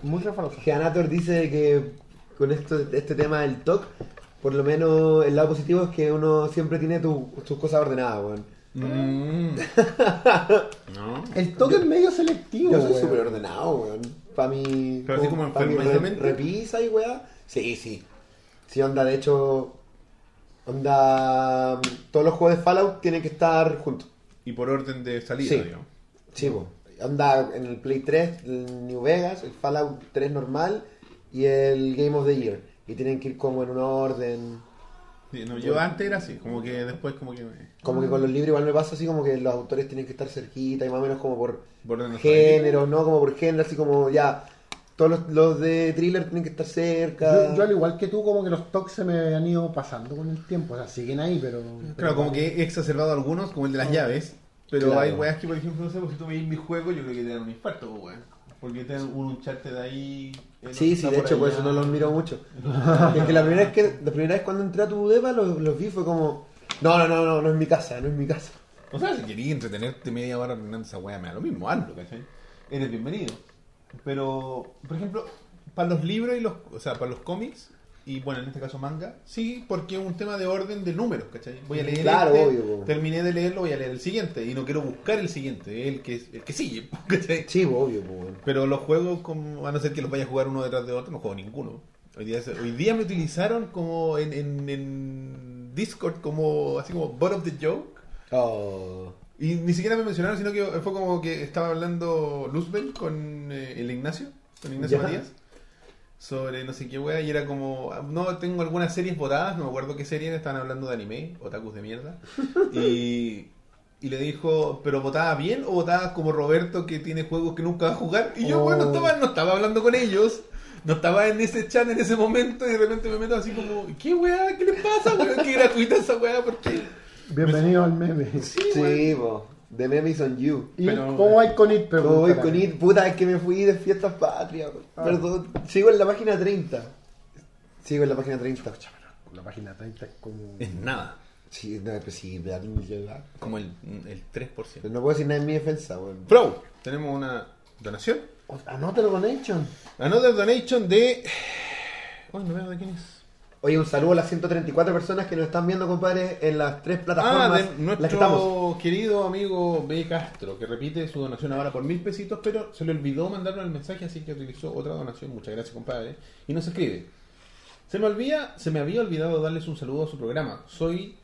Speaker 2: muy resfalosas.
Speaker 3: Geanator dice que con esto, este tema del TOC, por lo menos el lado positivo es que uno siempre tiene tu- tus cosas ordenadas, weón.
Speaker 1: Mm. no.
Speaker 2: El toque es medio selectivo.
Speaker 3: Yo soy
Speaker 2: weón.
Speaker 3: súper ordenado, weón. Para mi,
Speaker 1: Pero así como
Speaker 3: pa' mi
Speaker 1: enfermo de
Speaker 3: re-
Speaker 1: mente.
Speaker 3: repisa y weá. Sí, sí. Sí, onda, de hecho, onda, todos los juegos de Fallout tienen que estar juntos.
Speaker 1: Y por orden de salida,
Speaker 3: Sí.
Speaker 1: digamos.
Speaker 3: Sí, po. Onda, en el Play 3, el New Vegas, el Fallout 3 normal y el Game of the Year. Y tienen que ir como en un orden.
Speaker 1: Sí, no, yo antes era así, como que después como que me-
Speaker 3: Como que con los libros igual me pasa así como que los autores tienen que estar cerquita y más o menos como por
Speaker 1: por orden alfabético.
Speaker 3: género, ¿no? Como por género, así como ya. Todos los, los de thriller tienen que estar cerca.
Speaker 2: Yo, yo al igual que tú, como que los toques se me han ido pasando con el tiempo. O sea, siguen ahí, pero...
Speaker 1: Claro, como que he exacerbado algunos, como el de las llaves. Pero
Speaker 3: Claro.
Speaker 1: hay weas que, por ejemplo, no sé, pues, si tú veis mi juego, yo creo que te dan un infarto, pues, weón. Porque te dan un Uncharted ahí. eh,
Speaker 3: Sí, sí,
Speaker 1: está
Speaker 3: de
Speaker 1: por
Speaker 3: hecho, por
Speaker 1: allá.
Speaker 3: eso no los miro mucho. es que la primera vez que la primera vez cuando entré a tu depa los, los vi fue como no, no, no, no, no es mi casa, no es mi casa.
Speaker 1: O sea, si querías entretenerte media hora ordenando esa wea, me da lo mismo, hazlo, ¿cachai? Eres bienvenido. Pero, por ejemplo, para los libros y los. O sea, para los cómics, y bueno, en este caso manga, sí, porque es un tema de orden de números, ¿cachai? Voy a leer
Speaker 3: Claro,
Speaker 1: este,
Speaker 3: obvio, po.
Speaker 1: terminé de leerlo, voy a leer el siguiente, y no quiero buscar el siguiente, el que, el que sigue, ¿cachai?
Speaker 3: Sí, obvio, pues. bueno.
Speaker 1: Pero los juegos, como, a no ser que los vaya a jugar uno detrás de otro, no juego ninguno. Hoy día, se- hoy día me utilizaron como en, en, en Discord, como así como butt of the joke.
Speaker 3: Oh.
Speaker 1: Y ni siquiera me mencionaron, sino que fue como que estaba hablando Luzbel con eh, el Ignacio, con Ignacio
Speaker 3: Ya.
Speaker 1: Matías, sobre no sé qué wea, y era como, no, tengo algunas series votadas, no me acuerdo qué series, estaban hablando de anime, otakus de mierda, y, y le dijo, pero votadas bien o votadas como Roberto que tiene juegos que nunca va a jugar, y yo,
Speaker 2: Oh.
Speaker 1: bueno, estaba, no estaba hablando con ellos. No estaba en ese chat en ese momento y de repente me meto así como, ¿qué weá? ¿Qué le pasa, weón? ¿Qué gratuita esa weá? ¿Por qué?
Speaker 2: Bienvenido al meme.
Speaker 3: Sí, pues. The Memes on You.
Speaker 2: ¿Y
Speaker 1: Pero-
Speaker 2: cómo hay con It?
Speaker 3: Como voy
Speaker 2: Pregúntale.
Speaker 3: con It, puta, es que me fui de fiestas patrias. weón.
Speaker 2: Ah.
Speaker 3: Perdón. Sigo en la página 30. Sigo en la página 30.
Speaker 2: La página 30 es como...
Speaker 1: Es nada.
Speaker 3: Sí, no, pero sí, me da miedo.
Speaker 1: Como el, el 3%.
Speaker 3: Pero no puedo decir nada en mi defensa, weón.
Speaker 1: Bro, tenemos una donación.
Speaker 2: O- Anótalo con Action.
Speaker 1: Another donation de. Uy, no veo de quién es.
Speaker 3: Oye, un saludo a las 134 personas que nos están viendo, compadre, en las tres plataformas.
Speaker 1: Ah, de
Speaker 3: en las que estamos.
Speaker 1: nuestro querido amigo B. Castro, que repite su donación ahora por mil pesitos, pero se le olvidó mandarnos el mensaje, así que utilizó otra donación. Muchas gracias, compadre. Y nos escribe. Se me olvida, se me había olvidado darles un saludo a su programa. Soy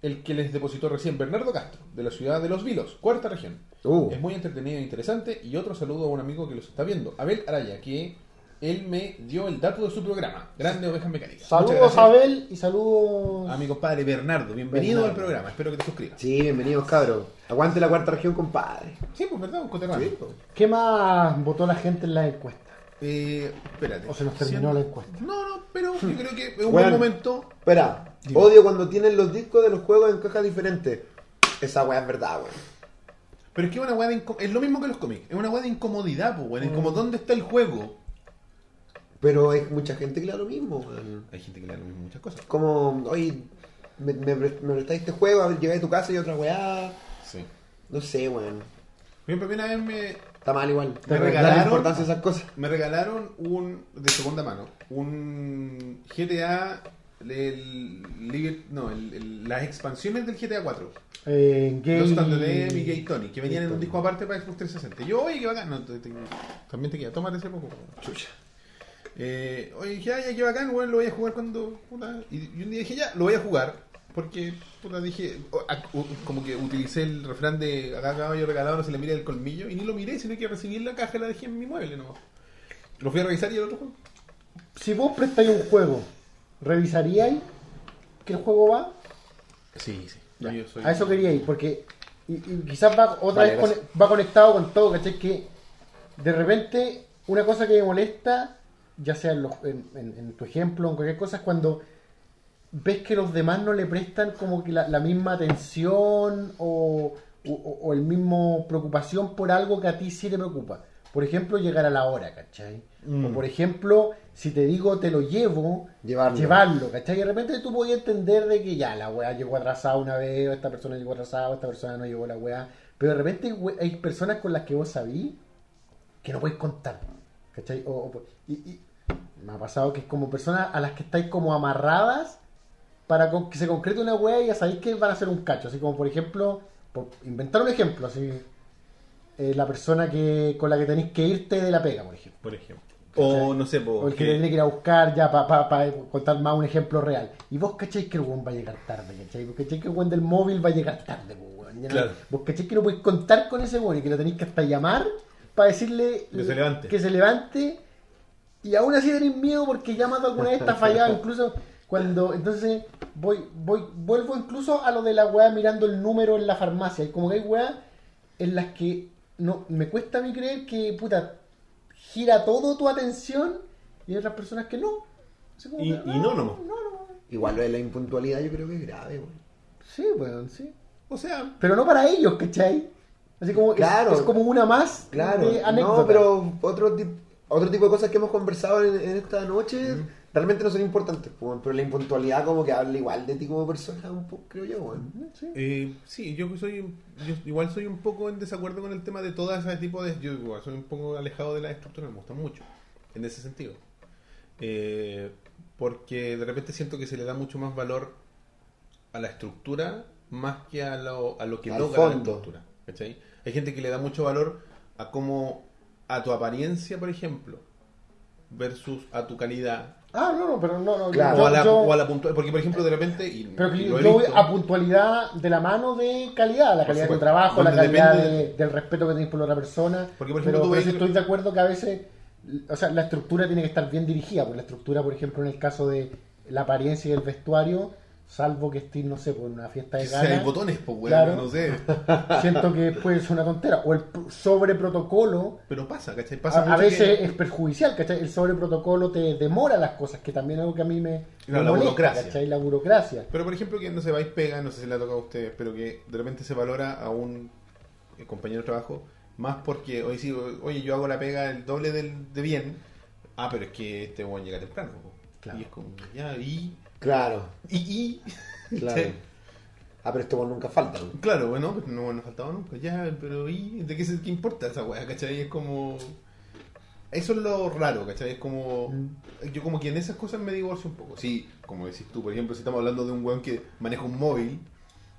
Speaker 1: el que les depositó recién, Bernardo Castro, de la ciudad de Los Vilos, cuarta región.
Speaker 3: Uh.
Speaker 1: Es muy entretenido e interesante. Y otro saludo a un amigo que los está viendo, Abel Araya, que él me dio el dato de su programa, Grande Ovejas Mecánicas.
Speaker 2: Saludos,
Speaker 1: Abel
Speaker 2: Abel, y saludos.
Speaker 1: a mi compadre Bernardo, bienvenido
Speaker 2: Bernardo.
Speaker 1: al programa, espero que te suscribas. Sí,
Speaker 3: Sí, bienvenidos, cabros. Aguante la cuarta región, compadre.
Speaker 1: pues verdad, un coterráneo.
Speaker 2: ¿Qué más votó la gente en la encuesta?
Speaker 1: Eh, espérate.
Speaker 2: O se nos terminó la encuesta. Hmm.
Speaker 1: No, no, pero yo creo que es un buen
Speaker 3: Bueno.
Speaker 1: momento.
Speaker 3: Espera,
Speaker 1: Dime.
Speaker 3: odio cuando tienen los discos de los juegos en cajas diferentes. Esa weá es verdad, weón.
Speaker 1: Pero es que es una weá de inco- es lo mismo que los cómics, es una weá de incomodidad, pues weón, es
Speaker 2: Mm.
Speaker 1: como dónde está el juego.
Speaker 3: Pero hay mucha gente que le da lo mismo, weón.
Speaker 1: Hay gente que le da lo mismo muchas cosas.
Speaker 3: Como, oye, me, me, pre- me prestáis este juego, a ver, llegáis a tu casa y otra weá.
Speaker 1: Sí.
Speaker 3: No sé, weón.
Speaker 1: Por ejemplo, a mí una vez me,
Speaker 3: Está mal igual.
Speaker 1: Me
Speaker 3: Darle
Speaker 1: regalaron-
Speaker 3: importancia a esas cosas.
Speaker 1: me regalaron un, de segunda mano, un GTA, el, Liber- no, el- el- las expansiones del GTA 4.
Speaker 2: Eh, Gay-
Speaker 1: Los Thunderdem y Gay Tony, que venían en un disco aparte para Xbox 360. Yo, oye, qué bacán. No, te- te- también te queda, tómate ese poco. Chucha. Eh, oye, dije, ay, ya, qué bacán, weón, lo voy a jugar cuando. puta. Y, y un día dije, ya, lo voy a jugar. Porque, puta, dije, o- a- o- como que utilicé el refrán de acá caballo regalado no se le mira el colmillo. Y ni lo miré, sino que recibí en la caja y la dejé en mi mueble nomás. Lo fui a revisar y el otro juego.
Speaker 2: Si vos prestáis un juego, ¿revisaríais que el juego va?
Speaker 1: Sí, sí. No, yo soy-
Speaker 2: A eso quería ir, porque y, y quizás va otra
Speaker 3: Vale,
Speaker 2: vez
Speaker 3: gracias.
Speaker 2: con- va conectado con todo, ¿cachai? Que de repente una cosa que me molesta, ya sea en, los- en- en- en tu ejemplo o en cualquier cosa, es cuando ves que los demás no le prestan como que la, la misma atención o, o, o el mismo preocupación por algo que a ti sí te preocupa. Por ejemplo, llegar a la hora, ¿cachai? O por ejemplo, si te digo te lo llevo,
Speaker 3: Llevarlo.
Speaker 2: llevarlo, ¿cachai? Y de repente tú podías entender de que ya la weá llegó atrasada una vez, o esta persona llegó atrasada, o esta persona no llegó la weá. Pero de repente we- hay personas con las que vos sabís que no podéis contar, ¿cachai? O- o- y, y me ha pasado que es como personas a las que estáis como amarradas para con- que se concrete una weá y ya sabéis que van a hacer un cacho. Así como, por ejemplo, por inventar un ejemplo, así. eh, la persona que con la que tenéis que irte de la pega, por ejemplo.
Speaker 5: Por ejemplo. O no sé, po,
Speaker 2: O el que
Speaker 5: que-
Speaker 2: te tiene que ir a buscar ya para eh, contar más un ejemplo real. Y vos cacháis que el weón va a llegar tarde, ¿cachai? Vos cacháis que el weón del móvil va a llegar tarde, pues, weón. Ya no-
Speaker 5: Claro.
Speaker 2: Vos cacháis que no podéis contar con ese weón y que lo tenéis que hasta llamar para decirle
Speaker 5: Que se levante.
Speaker 2: que se levante. Y aún así tenéis miedo porque ya más de alguna vez está fallado, incluso cuando. Entonces, voy, voy, vuelvo incluso a lo de la weá mirando el número en la farmacia. Y como que hay weá en las que no me cuesta a mí creer que puta gira todo tu atención y hay otras personas que no. Así como
Speaker 5: Y-
Speaker 2: que, "Ah,
Speaker 5: y no, nomás.
Speaker 2: no, no.
Speaker 3: Igual lo de la impuntualidad yo creo que es grave, weón.
Speaker 2: Sí, weón, sí.
Speaker 1: O sea,
Speaker 2: Pero no para ellos, ¿cachai? Así como es-
Speaker 3: Claro.
Speaker 2: es, como una más
Speaker 3: Claro,
Speaker 2: de anécdota.
Speaker 3: no, pero otro, tip- otro tipo de cosas que hemos conversado en, en esta noche realmente no son importantes, pues, pero la impuntualidad como que habla igual de ti como persona, un poco, creo yo, weón.
Speaker 2: Sí.
Speaker 1: Eh, sí, yo soy yo igual soy un poco en desacuerdo con el tema de todo ese tipo de... Yo igual soy un poco alejado de la estructura, me gusta mucho, en ese sentido. Eh, porque de repente siento que se le da mucho más valor a la estructura más que a lo, a lo que
Speaker 3: Al
Speaker 1: logra la
Speaker 3: fondo.
Speaker 1: estructura. ¿cachai? Hay gente que le da mucho valor a cómo... a tu apariencia, por ejemplo, versus a tu calidad.
Speaker 2: Ah, no, no, pero no, no.
Speaker 3: Claro.
Speaker 2: yo-
Speaker 1: o, a la,
Speaker 2: yo-
Speaker 1: o a la puntualidad. Porque, por ejemplo, de repente... y-
Speaker 2: Pero que
Speaker 1: y
Speaker 2: yo
Speaker 1: lo he
Speaker 2: yo voy
Speaker 1: visto-
Speaker 2: a puntualidad de la mano de calidad, la
Speaker 1: Por
Speaker 2: calidad de tu
Speaker 1: supuesto.
Speaker 2: trabajo, la
Speaker 1: Donde
Speaker 2: calidad
Speaker 1: depende
Speaker 2: de- del respeto que tenéis por la otra persona.
Speaker 1: Porque, por ejemplo,
Speaker 2: pero,
Speaker 1: tú
Speaker 2: pero
Speaker 1: ves-
Speaker 2: sí estoy de acuerdo que a veces, o sea, la estructura tiene que estar bien dirigida, porque la estructura, por ejemplo, en el caso de la apariencia y el vestuario, salvo que estés, no sé, por una fiesta de
Speaker 1: Quizás hay
Speaker 2: gala,
Speaker 1: botones, pues, weón,
Speaker 2: Claro.
Speaker 1: no sé.
Speaker 2: siento que puede ser una tontera. O el pr- sobreprotocolo,
Speaker 1: Pero pasa, ¿cachai?
Speaker 2: a,
Speaker 1: Pasa
Speaker 2: a
Speaker 1: mucho
Speaker 2: veces
Speaker 1: que-
Speaker 2: es perjudicial, ¿cachai? El sobreprotocolo te demora las cosas, que también es algo que a mí me,
Speaker 1: Claro,
Speaker 2: me
Speaker 1: la burocracia.
Speaker 2: ¿cachai? La burocracia.
Speaker 1: Pero por ejemplo, que no se vais pega, no sé si le ha tocado a ustedes, pero que de repente se valora a un eh, compañero de trabajo más porque, oye, sí, o- oye, yo hago la pega el doble del, de bien. Ah, pero es que este weón llega temprano. po.
Speaker 2: Claro.
Speaker 1: Y es como, ya, y.
Speaker 3: Claro,
Speaker 1: Y. y
Speaker 3: claro.
Speaker 1: Sí.
Speaker 3: Ah, pero este weón nunca falta, weón.
Speaker 1: Claro, bueno, pues no nos faltaba nunca. Ya, pero ¿y? ¿De qué, se- qué importa esa weá, cachai? Es como. Eso es lo raro, ¿cachai? Es como.
Speaker 2: Mm.
Speaker 1: Yo, como que en esas cosas me divorcio un poco. Sí, como decís tú, por ejemplo, si estamos hablando de un weón que maneja un móvil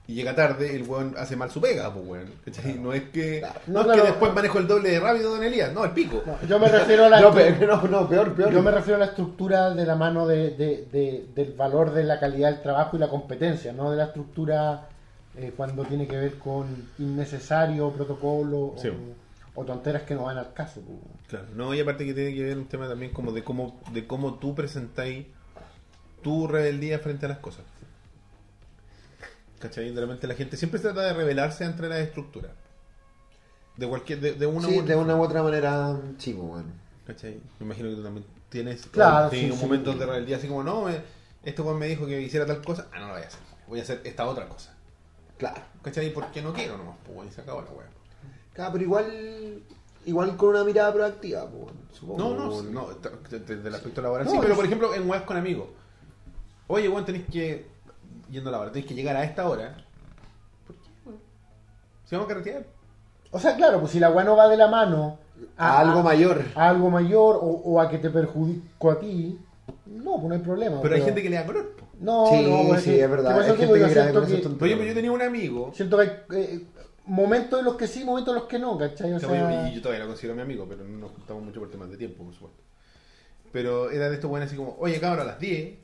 Speaker 1: y llega tarde, el weón hace mal su pega, pues weón. ¿cachai? No es que. No,
Speaker 2: No,
Speaker 1: es
Speaker 2: claro.
Speaker 1: que después manejo el doble de rápido, don Elías. No, el pico.
Speaker 2: No, yo me refiero a la.
Speaker 3: No, pe- no, no, peor, peor.
Speaker 2: Yo me refiero a la estructura de la mano de, de- de- del valor de la calidad del trabajo y la competencia, no de la estructura eh, cuando tiene que ver con innecesario protocolo
Speaker 1: Sí.
Speaker 2: o, o tonteras que no van al caso. pues.
Speaker 1: Claro, no, y aparte que tiene que ver un tema también como de cómo, de cómo tú presentáis tu rebeldía frente a las cosas. ¿Cachai? De repente la gente siempre trata de rebelarse entre las estructuras. De cualquier, de, de una
Speaker 3: Sí,
Speaker 1: u otra.
Speaker 3: de una u otra manera, sí, pues, bueno.
Speaker 1: ¿Cachai? Me imagino que tú también tienes
Speaker 2: Claro,
Speaker 1: tienes
Speaker 2: sí,
Speaker 1: un
Speaker 2: sí.
Speaker 1: momento de rebeldía así como, no, me- este weón me dijo que hiciera tal cosa, ah, no lo voy a hacer, voy a hacer esta otra cosa.
Speaker 3: Claro.
Speaker 1: ¿Cachai? Porque no quiero nomás, pues, weón, y se acabó la weá.
Speaker 3: Claro, pero igual, igual con una mirada proactiva, pues, bueno, supongo.
Speaker 1: No, no,
Speaker 3: bueno.
Speaker 1: no, tra- desde el aspecto laboral.
Speaker 2: No,
Speaker 1: sí, pero
Speaker 2: es-
Speaker 1: por ejemplo, en weas con amigos. Oye, weón, tenés que. Yendo a la hora, tenés que llegar a esta hora. ¿Por qué, weón? Si vamos a carretear.
Speaker 2: O sea, claro, pues si la weá no va de la mano Ah,
Speaker 3: A algo mayor.
Speaker 2: a algo mayor o, o a que te perjudico a ti, no, pues no hay problema.
Speaker 1: Pero hay gente que le da color. po.
Speaker 2: No,
Speaker 3: Sí,
Speaker 2: no, pues,
Speaker 3: sí,
Speaker 2: que-
Speaker 3: es verdad,
Speaker 2: que por eso
Speaker 3: hay
Speaker 2: te
Speaker 3: gente
Speaker 2: digo,
Speaker 3: que
Speaker 2: yo
Speaker 3: grave
Speaker 2: siento
Speaker 3: con
Speaker 2: que-
Speaker 3: esos tonterías.
Speaker 1: Por ejemplo, yo tenía un amigo.
Speaker 2: Siento que hay eh, momentos en los que sí, momentos en los que no, ¿cachai? O
Speaker 1: Te
Speaker 2: sea,
Speaker 1: voy- y yo todavía lo considero mi amigo, pero no nos juntamos mucho por temas de tiempo, por supuesto. Pero era de estos buenos así como, oye, cabrón, a las 10,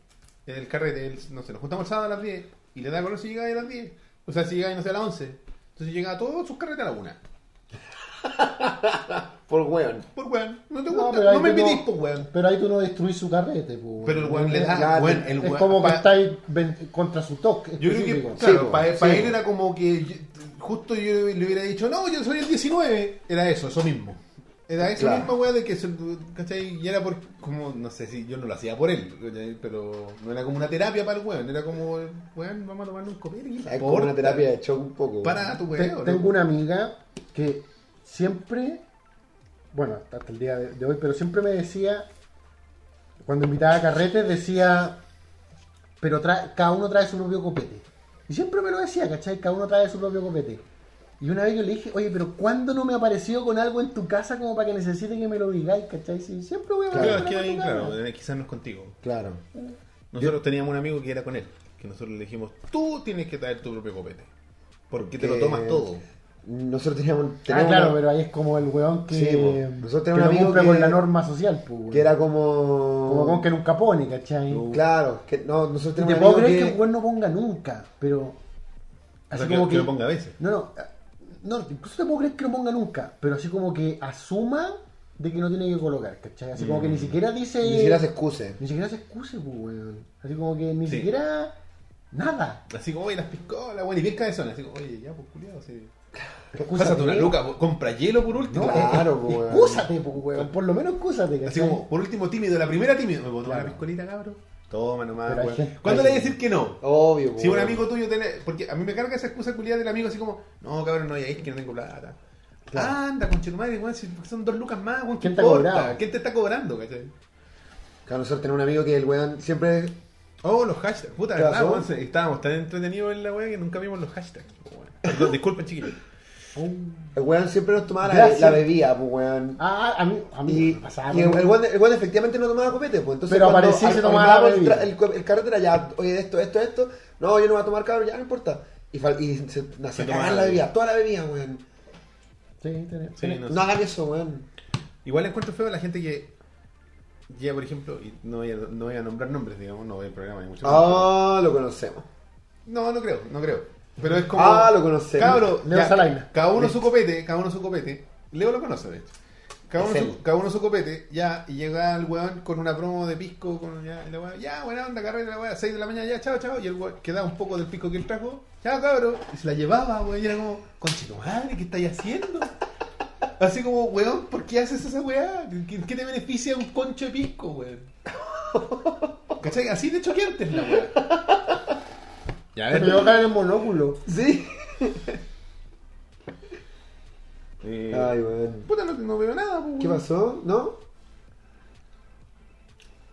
Speaker 1: en el carrete, el- no sé, nos juntamos el sábado a las 10, y le da color si llegáis a las 10. O sea, si llegáis, no sé, a las 11. Entonces llega a todos sus carretes a la 1.
Speaker 3: Por weón.
Speaker 1: Por Pues, weón, no te
Speaker 2: No,
Speaker 1: gusta,
Speaker 2: pero
Speaker 1: no,
Speaker 2: ahí
Speaker 1: me
Speaker 2: tú no-
Speaker 1: pedís, por weón.
Speaker 2: pero ahí tú no destruís su carrete, pues.
Speaker 1: Pero el weón le da,
Speaker 3: Ya,
Speaker 1: weón,
Speaker 3: te-
Speaker 1: el
Speaker 2: Es
Speaker 1: weón.
Speaker 2: como que
Speaker 1: pa-
Speaker 2: estáis ven- contra su toque.
Speaker 1: Yo creo que,
Speaker 2: específico.
Speaker 1: claro,
Speaker 3: po,
Speaker 1: para
Speaker 3: sí,
Speaker 1: él
Speaker 3: po.
Speaker 1: era como que yo- justo yo le hubiera dicho, no, yo soy el 19. Era eso, eso mismo. Era eso
Speaker 3: Claro.
Speaker 1: mismo, weá, de que, se- ¿cachai? Y era por, como, no sé si yo no lo hacía por él, ¿cachai? pero no era como una terapia para el weón, era como, weón, vamos a tomarnos un copete. ¿qué
Speaker 3: Es como una
Speaker 1: importa?
Speaker 3: terapia de shock un poco.
Speaker 1: Para tu
Speaker 2: Te-
Speaker 1: weón.
Speaker 2: tengo una amiga que siempre, bueno, hasta, hasta el día de, de hoy, pero siempre me decía, cuando invitaba a carretes, decía, pero tra- cada uno trae su propio copete. Y siempre me lo decía, ¿cachai? Cada uno trae su propio copete. Y una vez yo le dije, oye, pero ¿cuándo no me apareció con algo en tu casa como para que necesite que me lo digáis, ¿cachai? Si siempre voy a
Speaker 1: Claro,
Speaker 2: aparecer
Speaker 1: es que
Speaker 2: algo en
Speaker 1: ahí,
Speaker 2: tu casa. Ah,
Speaker 1: claro, eh, quizás no es contigo.
Speaker 3: Claro.
Speaker 1: Nosotros teníamos un amigo que era con él, que nosotros le dijimos, tú tienes que traer tu propio copete, porque te lo
Speaker 3: Que-
Speaker 1: tomas todo.
Speaker 3: Nosotros teníamos,
Speaker 2: Ah,
Speaker 3: teníamos
Speaker 2: claro,
Speaker 3: una-
Speaker 2: pero ahí es como el weón que,
Speaker 3: Sí, po. Nosotros tenemos
Speaker 2: que
Speaker 3: un
Speaker 2: no
Speaker 3: amigo
Speaker 2: cumple
Speaker 3: que-
Speaker 2: con la norma social, pues, weón.
Speaker 3: que era como...
Speaker 2: Como con que nunca pone, ¿cachai?
Speaker 3: Claro, que no, nosotros
Speaker 2: Y
Speaker 3: tenemos
Speaker 2: te
Speaker 3: un
Speaker 2: puedo
Speaker 3: amigo
Speaker 2: creer que el weón no ponga nunca, pero.
Speaker 1: O sea, que, que lo ponga a veces.
Speaker 2: No, no. eh, No, incluso te puedo creer que no ponga nunca, pero así como que asuma de que no tiene que colocar, ¿cachai? Así como que ni siquiera dice.
Speaker 3: ni siquiera se excuse.
Speaker 2: ni siquiera se excuse, pues, weón. Así como que ni
Speaker 1: Sí.
Speaker 2: siquiera. Nada.
Speaker 1: Así como, oye, las piscolas, bueno, y bien cabezona. Así como, oye, ya, pues culiado, sí.
Speaker 2: Excúsate.
Speaker 1: Pásate una luca, po, compra hielo por último.
Speaker 2: No,
Speaker 3: Claro,
Speaker 2: eh, eh,
Speaker 3: weón.
Speaker 2: excúsate, pues, weón. Por lo menos excúsate, ¿cachai?
Speaker 1: Así como, por último tímido, la primera tímido. Me botó
Speaker 2: Claro.
Speaker 1: la piscolita, cabrón. Toma nomás,
Speaker 2: Pero hay
Speaker 1: weón.
Speaker 2: gente-
Speaker 1: ¿Cuándo
Speaker 2: hay
Speaker 1: le voy a
Speaker 2: gente-
Speaker 1: decir que no?
Speaker 3: Obvio,
Speaker 1: Si un
Speaker 3: weón.
Speaker 1: amigo tuyo tiene. Porque a mí me carga esa excusa culiada del amigo, así como, no, cabrón, no, ya es que no tengo plata.
Speaker 2: Claro.
Speaker 1: Anda, conche tu madre, weón, si son dos lucas más, weón, ¿qué
Speaker 2: ¿Quién te ha
Speaker 1: importa?
Speaker 2: cobrado?
Speaker 1: ¿Quién te está cobrando, cachai?
Speaker 3: Claro, nosotros tenemos un amigo que el weón siempre...
Speaker 1: Oh, los hashtags, puta,
Speaker 3: Claro,
Speaker 1: verdad,
Speaker 3: son-
Speaker 1: weón, se- estábamos tan entretenidos en la weá que nunca vimos los hashtags. pues, weón. Perdón, Disculpen, chiquillos.
Speaker 3: El weón siempre nos tomaba la,
Speaker 2: Gracias.
Speaker 3: la bebida, pues weón.
Speaker 2: Ah, a mí, a mí
Speaker 3: Y,
Speaker 2: me pasaba.
Speaker 3: y el,
Speaker 2: weón.
Speaker 3: el weón, el weón efectivamente no tomaba copete, pues entonces
Speaker 2: Pero
Speaker 3: cuando
Speaker 2: aparecía y se
Speaker 3: ar-
Speaker 2: tomaba la
Speaker 3: armábamos el,
Speaker 2: bebida.
Speaker 3: tra- el co- el carrete era ya, oye, esto, esto, esto, no, yo no voy a tomar cabrón, ya no importa. Y, fal- y se
Speaker 1: Se
Speaker 3: nacía
Speaker 1: tomaba
Speaker 3: cagar
Speaker 1: la
Speaker 3: la bebida, toda la bebida, weón.
Speaker 2: Sí, tenés-
Speaker 1: Sí,
Speaker 2: tenés-
Speaker 1: no
Speaker 3: No,
Speaker 1: sé.
Speaker 3: hagan eso, weón.
Speaker 1: Igual encuentro feo a la gente que ya, por ejemplo, y no voy a, no voy a nombrar nombres, digamos, no voy al programa, hay mucho
Speaker 3: Ah, lo conocemos.
Speaker 1: No, no creo, no creo. Pero es como.
Speaker 3: Ah, lo conocemos.
Speaker 1: Cabro,
Speaker 2: Leo
Speaker 1: ya,
Speaker 2: Salaina.
Speaker 1: Cada uno su copete, cada uno su copete. Leo lo conoce, de hecho. Cada
Speaker 3: Es
Speaker 1: uno,
Speaker 3: él.
Speaker 1: su, cada uno su copete, ya, y llega el weón con una promo de pisco, con ya, y la weá, ya, buena onda, carrera, la weá, 6 de la mañana, ya, chao, chao, y el weón queda un poco del pisco que él trajo, chao, cabro, y se la llevaba, weón, y era como, conche tu madre, ¿qué estáis haciendo? Así como, weón, ¿por qué haces esa weá? ¿Qué, qué te beneficia un concho de pisco, weón? ¿Cachai? Así de choqueante es la weá. Ya,
Speaker 2: Se me dio cara en el monóculo.
Speaker 3: Sí.
Speaker 1: Eh,
Speaker 3: Ay, weón.
Speaker 1: Puta, no, no veo nada, po,
Speaker 3: ¿Qué
Speaker 1: weón.
Speaker 3: pasó? ¿No?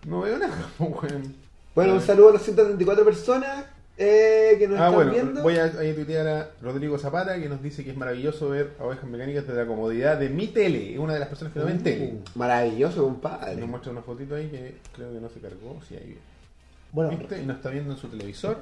Speaker 1: No veo nada, pues, po, weón.
Speaker 3: Bueno, un saludo a las 134 personas eh, que nos
Speaker 1: Ah,
Speaker 3: están
Speaker 1: bueno,
Speaker 3: viendo.
Speaker 1: voy a, ahí tuitear a Rodrigo Zapata que nos dice que es maravilloso ver a ovejas mecánicas desde la comodidad de mi tele. Es una de las personas que no ven
Speaker 3: Uh,
Speaker 1: tele.
Speaker 3: Maravilloso, compadre.
Speaker 1: Nos muestra una fotito ahí que creo que no se cargó. Sí, ahí
Speaker 2: Bueno,
Speaker 1: ¿Viste? Y nos está viendo en su televisor.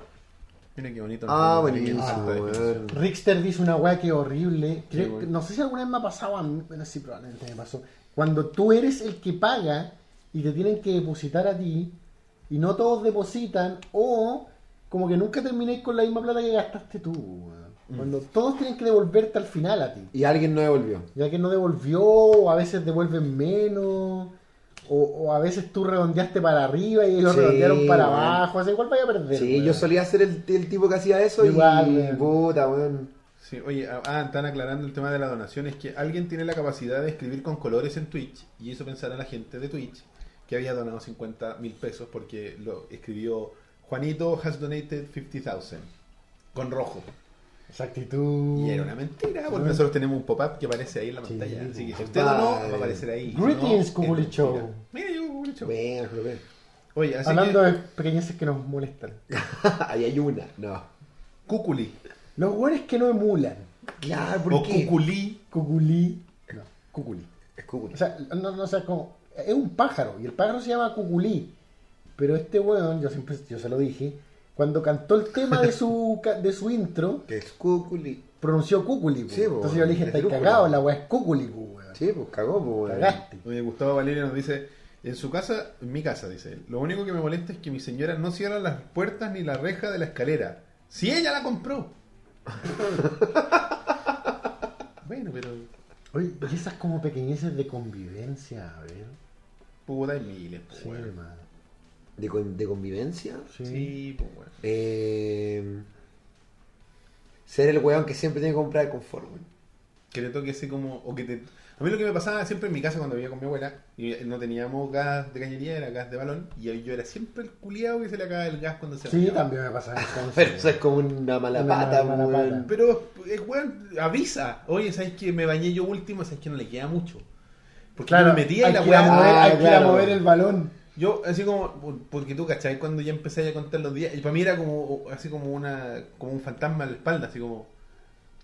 Speaker 1: Mira qué bonito.
Speaker 3: Ah,
Speaker 1: Mira qué
Speaker 3: buenísimo,
Speaker 1: alta definición.
Speaker 3: weón.
Speaker 2: Rickster dice una weá que es horrible. Creo
Speaker 1: Sí, weón.
Speaker 2: que- no sé si alguna vez me ha pasado a mí, pero sí, probablemente me pasó. Cuando tú eres el que paga y te tienen que depositar a ti y no todos depositan, o como que nunca termináis con la misma plata que gastaste tú. weón.
Speaker 1: Mm.
Speaker 2: Cuando todos tienen que devolverte al final a ti.
Speaker 3: Y alguien no devolvió.
Speaker 2: Ya que no devolvió, o a veces devuelven menos, o, o a veces tú redondeaste para arriba y ellos
Speaker 3: Sí,
Speaker 2: redondearon para
Speaker 3: weón.
Speaker 2: abajo. O sea, igual vaya a perder.
Speaker 3: Sí,
Speaker 2: weón.
Speaker 3: yo solía ser el, el tipo que hacía eso
Speaker 2: Igual,
Speaker 3: y
Speaker 2: weón.
Speaker 3: puta, weón.
Speaker 1: Sí, oye, ah, están aclarando el tema de la donación. Es que alguien tiene la capacidad de escribir con colores en Twitch y hizo pensar a la gente de Twitch que había donado 50 mil pesos porque lo escribió Juanito has donated 50,000 con rojo.
Speaker 2: Exactitud.
Speaker 1: Y era una mentira, porque nosotros tenemos un pop-up que aparece ahí en la
Speaker 2: Mm. Sí,
Speaker 1: pantalla. Así que si
Speaker 3: compadre.
Speaker 1: usted no, va a aparecer ahí.
Speaker 2: Greetings,
Speaker 1: no, es
Speaker 2: Cubuli
Speaker 1: mentira.
Speaker 2: Show.
Speaker 1: Mira, yo, Cubuli Show.
Speaker 3: Bueno, pero bueno.
Speaker 1: Oye, así
Speaker 2: Hablando
Speaker 1: que,
Speaker 2: de pequeñeces que nos molestan.
Speaker 3: Ahí hay una. No.
Speaker 1: Cuculi.
Speaker 2: Los hueones que no emulan.
Speaker 3: Claro,
Speaker 1: O Cuculí.
Speaker 2: Cuculí. No, cuculí.
Speaker 3: Es cuculi.
Speaker 2: O sea, no, no, o sea, como, es un pájaro y el pájaro se llama cuculí. Pero este weón, yo siempre yo se lo dije, cuando cantó el tema de su ca- de su intro,
Speaker 3: Es cuculi.
Speaker 2: pronunció cuculí. po.
Speaker 3: Sí, po,
Speaker 2: Entonces yo le dije,
Speaker 3: es
Speaker 2: estáis
Speaker 3: drújula".
Speaker 2: cagado, la weá es cuculí, po, weón.
Speaker 3: Sí, pues cagó, pues, weón.
Speaker 2: Cagaste.
Speaker 1: Oye, Gustavo Valerio nos dice, en su casa, en mi casa, dice él, lo único que me molesta es que mi señora no cierra las puertas ni la reja de la escalera. Si ella la compró. bueno, pero...
Speaker 2: Oye, y esas como pequeñeces de convivencia, a ver.
Speaker 1: Puta, hay miles, pues,
Speaker 2: Sí,
Speaker 1: weón.
Speaker 2: hermano.
Speaker 3: De, con- de convivencia.
Speaker 2: Sí.
Speaker 1: Sí, pues, weón.
Speaker 3: Eh, ser el weón que siempre tiene que comprar el confort, weón.
Speaker 1: Que te toque así como... O que te... A mí lo que me pasaba siempre en mi casa cuando vivía con mi abuela, y no teníamos gas de cañería, era gas de balón, y yo era siempre el culiado que se le acaba el gas cuando se
Speaker 2: Sí,
Speaker 1: enfriaba.
Speaker 2: también me pasa eso.
Speaker 3: Pero eso es como una mala
Speaker 2: Una
Speaker 3: pata,
Speaker 2: mala
Speaker 3: weón.
Speaker 2: pata.
Speaker 1: Pero, eh, weón, avisa. Oye, ¿sabes que me bañé yo último? ¿Sabes que no le queda mucho? Porque yo me metía y
Speaker 2: hay
Speaker 1: la
Speaker 2: que ir a
Speaker 1: weá.
Speaker 2: mover,
Speaker 3: Ah,
Speaker 2: hay que ir a
Speaker 3: claro.
Speaker 2: mover el balón.
Speaker 1: Yo, así como, por- porque tú, ¿cachai? Cuando ya empecé a contar los días, y para mí era como, así como una, como un fantasma en la espalda, así como,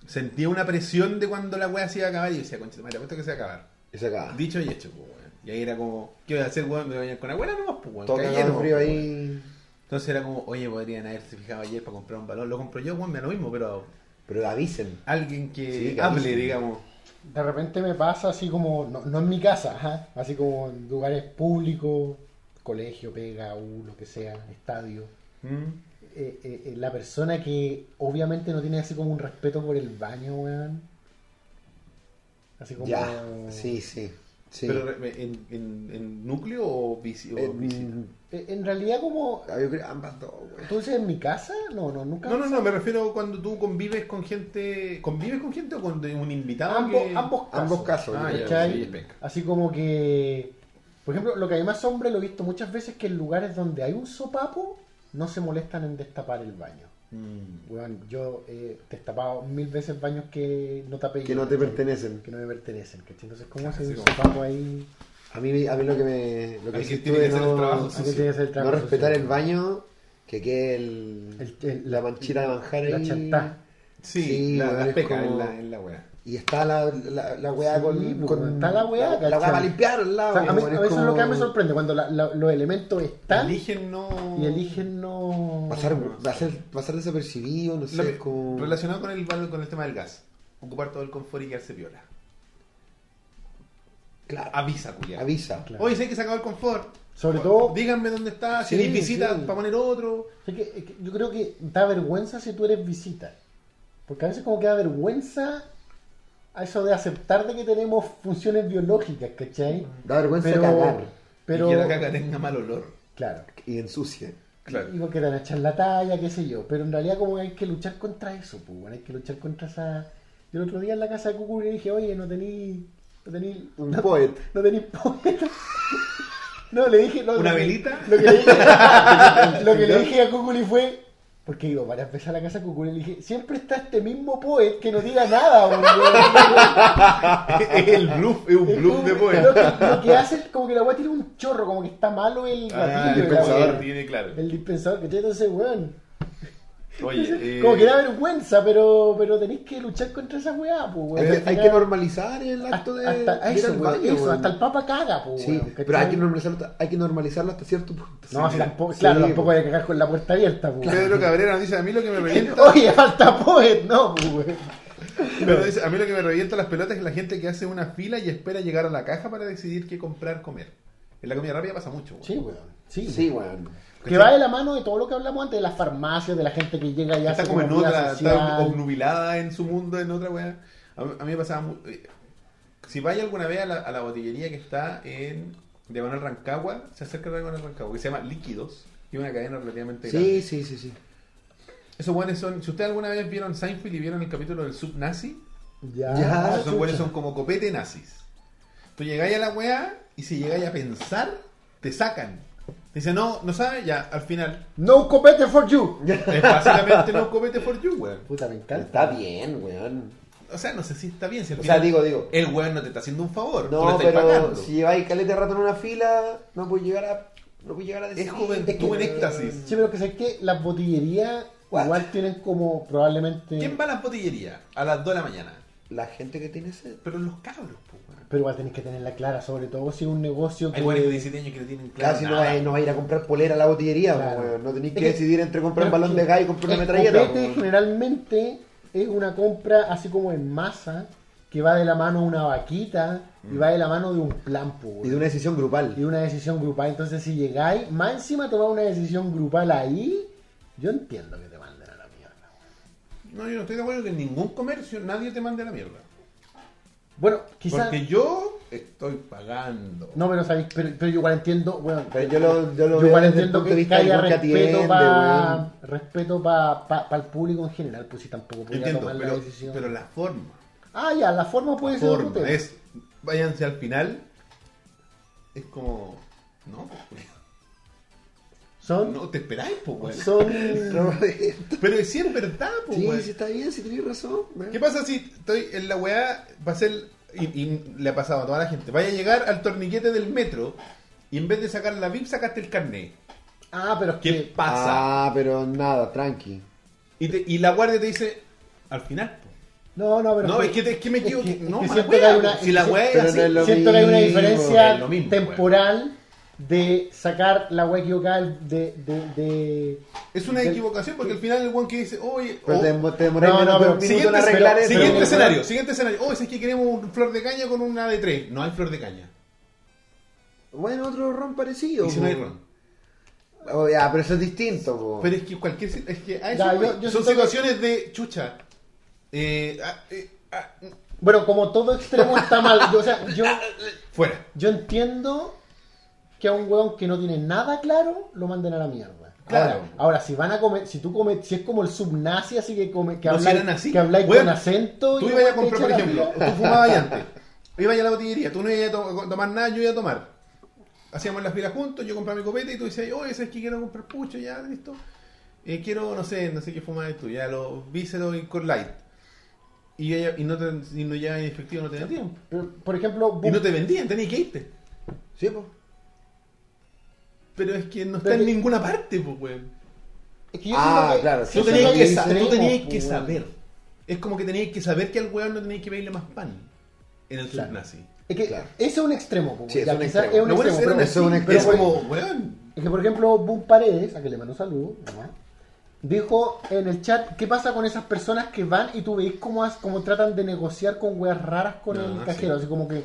Speaker 1: sentía una presión de cuando la weá se iba a acabar y yo decía, concha, me apuesto que se va a acabar.
Speaker 3: Eso acá.
Speaker 1: Dicho y hecho, pues, weón. Y ahí era como, ¿qué voy a hacer, weón? ¿Me voy a bañar con abuela nomás, pues, weón?
Speaker 3: Todo
Speaker 1: Cagué
Speaker 3: cagado de
Speaker 1: nomás,
Speaker 3: frío
Speaker 1: pues, weón.
Speaker 3: ahí.
Speaker 1: Entonces era como, oye, podrían haberse fijado ayer para comprar un balón. Lo compro yo, weón, me da lo mismo, pero
Speaker 3: Pero avisen.
Speaker 1: alguien que
Speaker 3: Sí, que
Speaker 1: hable,
Speaker 3: avisen.
Speaker 1: digamos.
Speaker 2: De repente me pasa así como, no, no en mi casa, ajá, así como en lugares públicos, colegio, pega, U, lo que sea, estadio.
Speaker 1: Mm.
Speaker 2: Eh, eh, eh, la persona que obviamente no tiene así como un respeto por el baño, weón. Así como...
Speaker 3: Ya. Sí, sí. sí.
Speaker 1: ¿Pero re- en, en- en núcleo o bici? o
Speaker 3: Eh,
Speaker 1: bici?
Speaker 3: mm,
Speaker 2: Eh, En realidad como...
Speaker 3: ah, yo creo ambas dos, weón.
Speaker 2: ¿Tú dices en mi casa? No, no, nunca.
Speaker 1: No, no, no, me refiero cuando tú convives con gente... ¿Convives con gente o con de- un invitado?
Speaker 2: Ambos,
Speaker 1: que-
Speaker 2: ambos casos.
Speaker 3: Ambos casos.
Speaker 1: Ah, ya,
Speaker 2: ¿Cachai?
Speaker 1: sí, es penca.
Speaker 2: Así como que, por ejemplo, lo que además hombre lo he visto muchas veces que en lugares donde hay un sopapo no se molestan en destapar el baño.
Speaker 1: Mm.
Speaker 2: Weón, yo eh, he destapado mil veces baños que no tapé
Speaker 3: Que
Speaker 2: yo,
Speaker 3: no te
Speaker 2: ¿cachai?
Speaker 3: pertenecen.
Speaker 2: Que no me pertenecen, ¿cachai? Entonces, ¿cómo
Speaker 1: Claro,
Speaker 2: haces
Speaker 1: sí,
Speaker 2: un
Speaker 1: como-
Speaker 2: sopapo ahí?
Speaker 3: A mí, a mí lo que me. Lo que
Speaker 1: Alguien
Speaker 3: sí
Speaker 1: tiene que
Speaker 3: estuve
Speaker 1: hacer el trabajo
Speaker 2: Así que tiene que ser el
Speaker 3: No
Speaker 2: trabajo
Speaker 3: respetar
Speaker 2: social.
Speaker 3: el baño, que quede el,
Speaker 2: El- el-
Speaker 3: la manchita de manjar
Speaker 2: la
Speaker 3: ahí.
Speaker 2: chantá.
Speaker 1: Sí,
Speaker 3: Sí,
Speaker 1: la,
Speaker 3: weón,
Speaker 1: las
Speaker 3: es
Speaker 1: pecas
Speaker 3: como-
Speaker 1: en la, en la wea.
Speaker 3: Y está la, la, la weá
Speaker 2: Sí,
Speaker 3: con,
Speaker 2: pues,
Speaker 3: con-
Speaker 2: está la weá,
Speaker 3: La, la weá
Speaker 2: ¿cachai?
Speaker 3: para limpiar al lado.
Speaker 2: O sea, a mí,
Speaker 3: Ah, weón,
Speaker 2: a
Speaker 3: es
Speaker 2: veces es lo que a mí
Speaker 3: como
Speaker 2: me sorprende, cuando la- la- los elementos están
Speaker 1: Eligen no...
Speaker 2: y eligen no...
Speaker 3: Pasar, pasar, pasar desapercibido, no sé,
Speaker 1: Lo-
Speaker 3: es como.
Speaker 1: Relacionado con el, val- con el tema del gas. Ocupar todo el confort y quedarse piola.
Speaker 3: Claro,
Speaker 1: Avisa, culiado.
Speaker 3: avisa.
Speaker 2: Ah, Claro.
Speaker 1: Oye, sé que se acabó el confort.
Speaker 2: Sobre todo-
Speaker 1: Díganme dónde está, si
Speaker 3: Sí,
Speaker 1: hay visitas
Speaker 3: sí.
Speaker 1: para poner otro.
Speaker 2: O sea, que- que yo creo que da vergüenza si tú eres visita. Porque a veces como que da vergüenza a eso de aceptar de que tenemos funciones biológicas, ¿cachai?
Speaker 3: Da vergüenza
Speaker 2: Pero,
Speaker 3: cagar
Speaker 2: pero
Speaker 1: Y que la caca tenga mal olor.
Speaker 2: claro.
Speaker 3: y ensucia.
Speaker 1: Claro.
Speaker 2: Y porque te van a echar la talla, qué sé yo. Pero en realidad como que hay que luchar contra eso, pues, bueno, hay que luchar contra esa... Yo el otro día en la casa de Cucu le dije, oye, no tení... No tení...
Speaker 3: Un
Speaker 2: no-
Speaker 3: poet.
Speaker 2: No tenéis poeta. No, le dije. no,
Speaker 1: ¿Una
Speaker 2: lo que-
Speaker 1: velita?
Speaker 2: Lo que le dije, lo que le dije a Cuculi fue. Porque digo, varias veces a la casa de Cuculi le dije, siempre está este mismo poet que no tira nada, boludo.
Speaker 1: el bluff, es un
Speaker 2: Es
Speaker 1: bluff
Speaker 2: como-
Speaker 1: de
Speaker 2: Lo
Speaker 1: poeta.
Speaker 2: que, lo que hace es como que la weá tiene un chorro, como que está malo el
Speaker 1: Ah,
Speaker 2: gatillo.
Speaker 1: el
Speaker 2: de la
Speaker 1: pensador
Speaker 2: weá.
Speaker 1: tiene claro.
Speaker 2: El dispensador, que entonces, weón.
Speaker 1: Oye, eh,
Speaker 2: Como que da vergüenza, pero, pero tenéis que luchar contra esa weá,
Speaker 3: Hay
Speaker 2: pues, weón.
Speaker 3: que,
Speaker 2: Al
Speaker 3: hay
Speaker 2: final-
Speaker 3: que normalizar el acto
Speaker 2: hasta,
Speaker 3: de.
Speaker 2: hasta-
Speaker 3: de ir
Speaker 2: eso,
Speaker 3: al
Speaker 2: weón,
Speaker 3: baño,
Speaker 2: eso,
Speaker 3: weón.
Speaker 2: hasta el papa caga, pues,
Speaker 3: Sí,
Speaker 2: weón,
Speaker 3: pero hay
Speaker 2: ¿cachai?
Speaker 3: que, normalizarlo, hay que normalizarlo hasta cierto punto.
Speaker 2: No,
Speaker 3: Sí.
Speaker 2: si tampoco, claro,
Speaker 3: Sí,
Speaker 2: tampoco
Speaker 3: weón.
Speaker 2: hay que cagar con la puerta abierta, pues.
Speaker 1: Pedro Cabrera nos dice, a mí lo que me revienta,
Speaker 2: Oye, falta poet, no, pues, weón.
Speaker 1: Pedro dice, a mí lo que me revienta las pelotas es la gente que hace una fila y espera llegar a la caja para decidir qué comprar, comer. En la comida rápida pasa mucho, weón.
Speaker 2: Sí, weón. Sí,
Speaker 3: Sí, weón.
Speaker 2: Que va de la mano de todo lo que hablamos antes, de las farmacias, de la gente que llega y hace
Speaker 1: está como en
Speaker 2: vida
Speaker 1: otra, está
Speaker 2: social.
Speaker 1: obnubilada en su mundo, en otra weá. A, mí- a mí me pasaba mu- eh, Si vaya alguna vez a la, a la botillería que está en Diagonal Rancagua, se acerca a Diagonal Rancagua, que se llama Líquidos, y es una cadena relativamente grande.
Speaker 3: Sí, sí, sí, sí.
Speaker 1: Esos weones son. Si ustedes alguna vez vieron Seinfeld y vieron el capítulo del subnazi,
Speaker 2: Ya,
Speaker 3: Ya, Ah,
Speaker 1: esos
Speaker 3: chucha.
Speaker 1: weones son como copete nazis. Tú llegáis a la weá y si llegáis a pensar, te sacan. Te dicen, no, no sabes, ya, al final.
Speaker 2: No copete for you.
Speaker 1: Es básicamente no copete for you, weón.
Speaker 2: Puta, me encanta.
Speaker 3: Está bien, weón.
Speaker 1: O sea, no sé si está bien. Si al
Speaker 3: O sea,
Speaker 1: final-
Speaker 3: digo, digo.
Speaker 1: El weón no te está haciendo un favor. tú lo
Speaker 3: No,
Speaker 1: estás
Speaker 3: pero
Speaker 1: pagando.
Speaker 3: si lleváis caleta de rato en una fila, no puedes llegar a. No puedes llegar a decir.
Speaker 1: Es juventud en éxtasis.
Speaker 2: Sí, pero que sé que las botillerías
Speaker 3: What?
Speaker 2: igual tienen como probablemente.
Speaker 1: ¿Quién va a las botillerías a las 2 de la mañana?
Speaker 3: La gente que tiene sed.
Speaker 1: Pero los cabros, pues, weón.
Speaker 2: Pero igual tenés que tenerla clara, sobre todo si es un negocio
Speaker 1: Hay
Speaker 2: que.
Speaker 1: weones de 17 años que no tienen claro.
Speaker 3: Casi no
Speaker 1: nada.
Speaker 3: va, no va a ir a comprar polera a la botillería, pues,
Speaker 2: Claro.
Speaker 3: weón. No tenéis que
Speaker 2: Es que-
Speaker 3: decidir entre comprar un
Speaker 2: Pero
Speaker 3: balón
Speaker 2: que
Speaker 3: de gas y comprar una
Speaker 2: el
Speaker 3: metralleta. pues,
Speaker 2: copete
Speaker 3: weón.
Speaker 2: generalmente es una compra así como en masa, que va de la mano de una vaquita y va de la mano de un plan, po, weón.
Speaker 3: Y de una decisión
Speaker 2: y
Speaker 3: grupal.
Speaker 2: una decisión grupal. Entonces, si llegáis, más encima tomar una decisión grupal ahí, yo entiendo que te manden a la mierda.
Speaker 1: No, yo no estoy de acuerdo que en ningún comercio nadie te mande a la mierda.
Speaker 2: Bueno, quizás.
Speaker 1: Porque yo estoy pagando.
Speaker 2: No, pero sabéis, pero, pero yo igual entiendo, bueno,
Speaker 3: Pero yo lo, yo lo
Speaker 2: yo
Speaker 3: veo
Speaker 2: igual
Speaker 3: desde el
Speaker 2: entiendo
Speaker 3: punto de
Speaker 2: que,
Speaker 3: vista del
Speaker 2: haya
Speaker 3: weón que
Speaker 2: respeto
Speaker 3: atiende,
Speaker 2: para
Speaker 3: weón.
Speaker 2: respeto pa, pa- pa el público en general, pues si tampoco podría
Speaker 1: Entiendo,
Speaker 2: tomar la
Speaker 1: pero,
Speaker 2: decisión.
Speaker 1: pero la forma.
Speaker 2: Ah, ya, la forma puede
Speaker 1: La
Speaker 2: ser otro
Speaker 1: forma
Speaker 2: tema.
Speaker 1: es. Váyanse al final. Es como. No, pues, weón.
Speaker 2: Son,
Speaker 1: No te esperáis, pues, weón.
Speaker 2: son,
Speaker 1: Pero si es verdad, pues,
Speaker 3: Sí,
Speaker 1: weón.
Speaker 3: sí, está bien, sí, tenéis razón. weón.
Speaker 1: ¿Qué pasa si estoy en la weá? Va a ser. Y, y le ha pasado a toda la gente. Vaya a llegar al torniquete del metro y en vez de sacar la VIP, sacaste el carnet.
Speaker 2: ah, pero es
Speaker 1: ¿Qué
Speaker 2: que,
Speaker 1: pasa?
Speaker 3: Ah, pero nada, tranqui.
Speaker 1: Y, te- y la guardia te dice. Al final. po".
Speaker 2: no, no, pero
Speaker 1: No, es que, te- es que me equivoqué.
Speaker 2: es
Speaker 1: No,
Speaker 2: que
Speaker 1: más
Speaker 2: siento
Speaker 1: weá,
Speaker 2: que hay una-
Speaker 1: po. Si la weá es
Speaker 3: pero
Speaker 1: así.
Speaker 3: no es lo-
Speaker 2: siento que hay una
Speaker 3: mismo,
Speaker 2: diferencia
Speaker 1: es lo mismo,
Speaker 2: temporal de sacar la wea equivocada de, de, de-
Speaker 1: Es una equivocación porque al final el weón que dice. Oye.
Speaker 3: Pero
Speaker 1: oh,
Speaker 3: te, te demoráis
Speaker 2: No, no,
Speaker 3: menos de
Speaker 2: pero-
Speaker 3: un minuto en
Speaker 1: Siguiente,
Speaker 3: arreglar
Speaker 1: escena-
Speaker 3: eso.
Speaker 1: siguiente
Speaker 3: weón.
Speaker 1: escenario, siguiente escenario. Oh, es que queremos un flor de caña con una de tres. No hay flor de caña.
Speaker 3: Bueno, otro ron parecido.
Speaker 1: Y si no hay
Speaker 3: weón.
Speaker 1: ron.
Speaker 3: Oh, ya, pero eso es distinto, po.
Speaker 1: Pero es que cualquier. si- Es que a eso
Speaker 2: Ya,
Speaker 1: voy.
Speaker 2: yo- yo
Speaker 1: Son
Speaker 2: siento que-
Speaker 1: situaciones de chucha. Eh, ah, eh, ah,
Speaker 2: Bueno, como todo extremo está mal, yo, o sea, yo,
Speaker 1: fuera.
Speaker 2: yo entiendo que a un weón que no tiene nada claro lo manden a la mierda.
Speaker 1: Claro.
Speaker 2: Ahora, ahora, si van a comer, si tú comes, si es como el subnazi así que come, que
Speaker 1: No, si
Speaker 2: habláis,
Speaker 1: eran así.
Speaker 2: que habláis
Speaker 1: Weón,
Speaker 2: con acento
Speaker 1: Tú
Speaker 2: y
Speaker 1: ibas a
Speaker 2: te
Speaker 1: comprar, por
Speaker 2: echa la
Speaker 1: ejemplo,
Speaker 2: mierda.
Speaker 1: tú fumabas ahí antes. Ibas a la botillería, tú no ibas a to- tomar nada, yo iba a tomar. Hacíamos las filas juntos, yo compraba mi copete y tú decías, oye, ¿sabes que quiero comprar pucho? Ya, listo. Eh, quiero, no sé, no sé qué fumas tú, ya los vísceros y con light. Y, ella- y no te, y no llegas en efectivo, no te da tiempo.
Speaker 2: Pero, por ejemplo,
Speaker 1: Y no te vendían, tenías que irte.
Speaker 3: Sí, po.
Speaker 1: Pero es que no está
Speaker 2: Pero
Speaker 1: en
Speaker 2: que-
Speaker 1: ninguna parte, pues, weón.
Speaker 2: es que yo
Speaker 3: Ah,
Speaker 2: siento que-
Speaker 3: claro,
Speaker 2: sí,
Speaker 1: Tú
Speaker 3: Eso
Speaker 1: tenías
Speaker 2: siento
Speaker 1: que,
Speaker 2: hay
Speaker 1: sa- tú
Speaker 2: extremos,
Speaker 1: tenías que
Speaker 2: pues, weón.
Speaker 1: saber. Es como que tenías que saber que al weón no tenías que pedirle más pan en el
Speaker 2: Claro.
Speaker 1: subnazi.
Speaker 2: Es que
Speaker 3: Claro.
Speaker 2: ese es un extremo, pues,
Speaker 3: Sí, es
Speaker 2: ya,
Speaker 3: un
Speaker 2: quizás
Speaker 3: extremo.
Speaker 2: es un
Speaker 1: Lo bueno
Speaker 2: extremo,
Speaker 1: es que
Speaker 2: pero-
Speaker 1: eran
Speaker 3: eso es un
Speaker 1: así,
Speaker 3: extremo.
Speaker 1: es como, weón.
Speaker 2: Es que, por ejemplo, Boom Paredes, a que le mando un saludo, nomás, dijo en el chat, ¿qué pasa con esas personas que van y tú veis cómo, has- cómo tratan de negociar con weas raras con el
Speaker 1: Ah,
Speaker 2: cajero?
Speaker 1: sí.
Speaker 2: Así como que,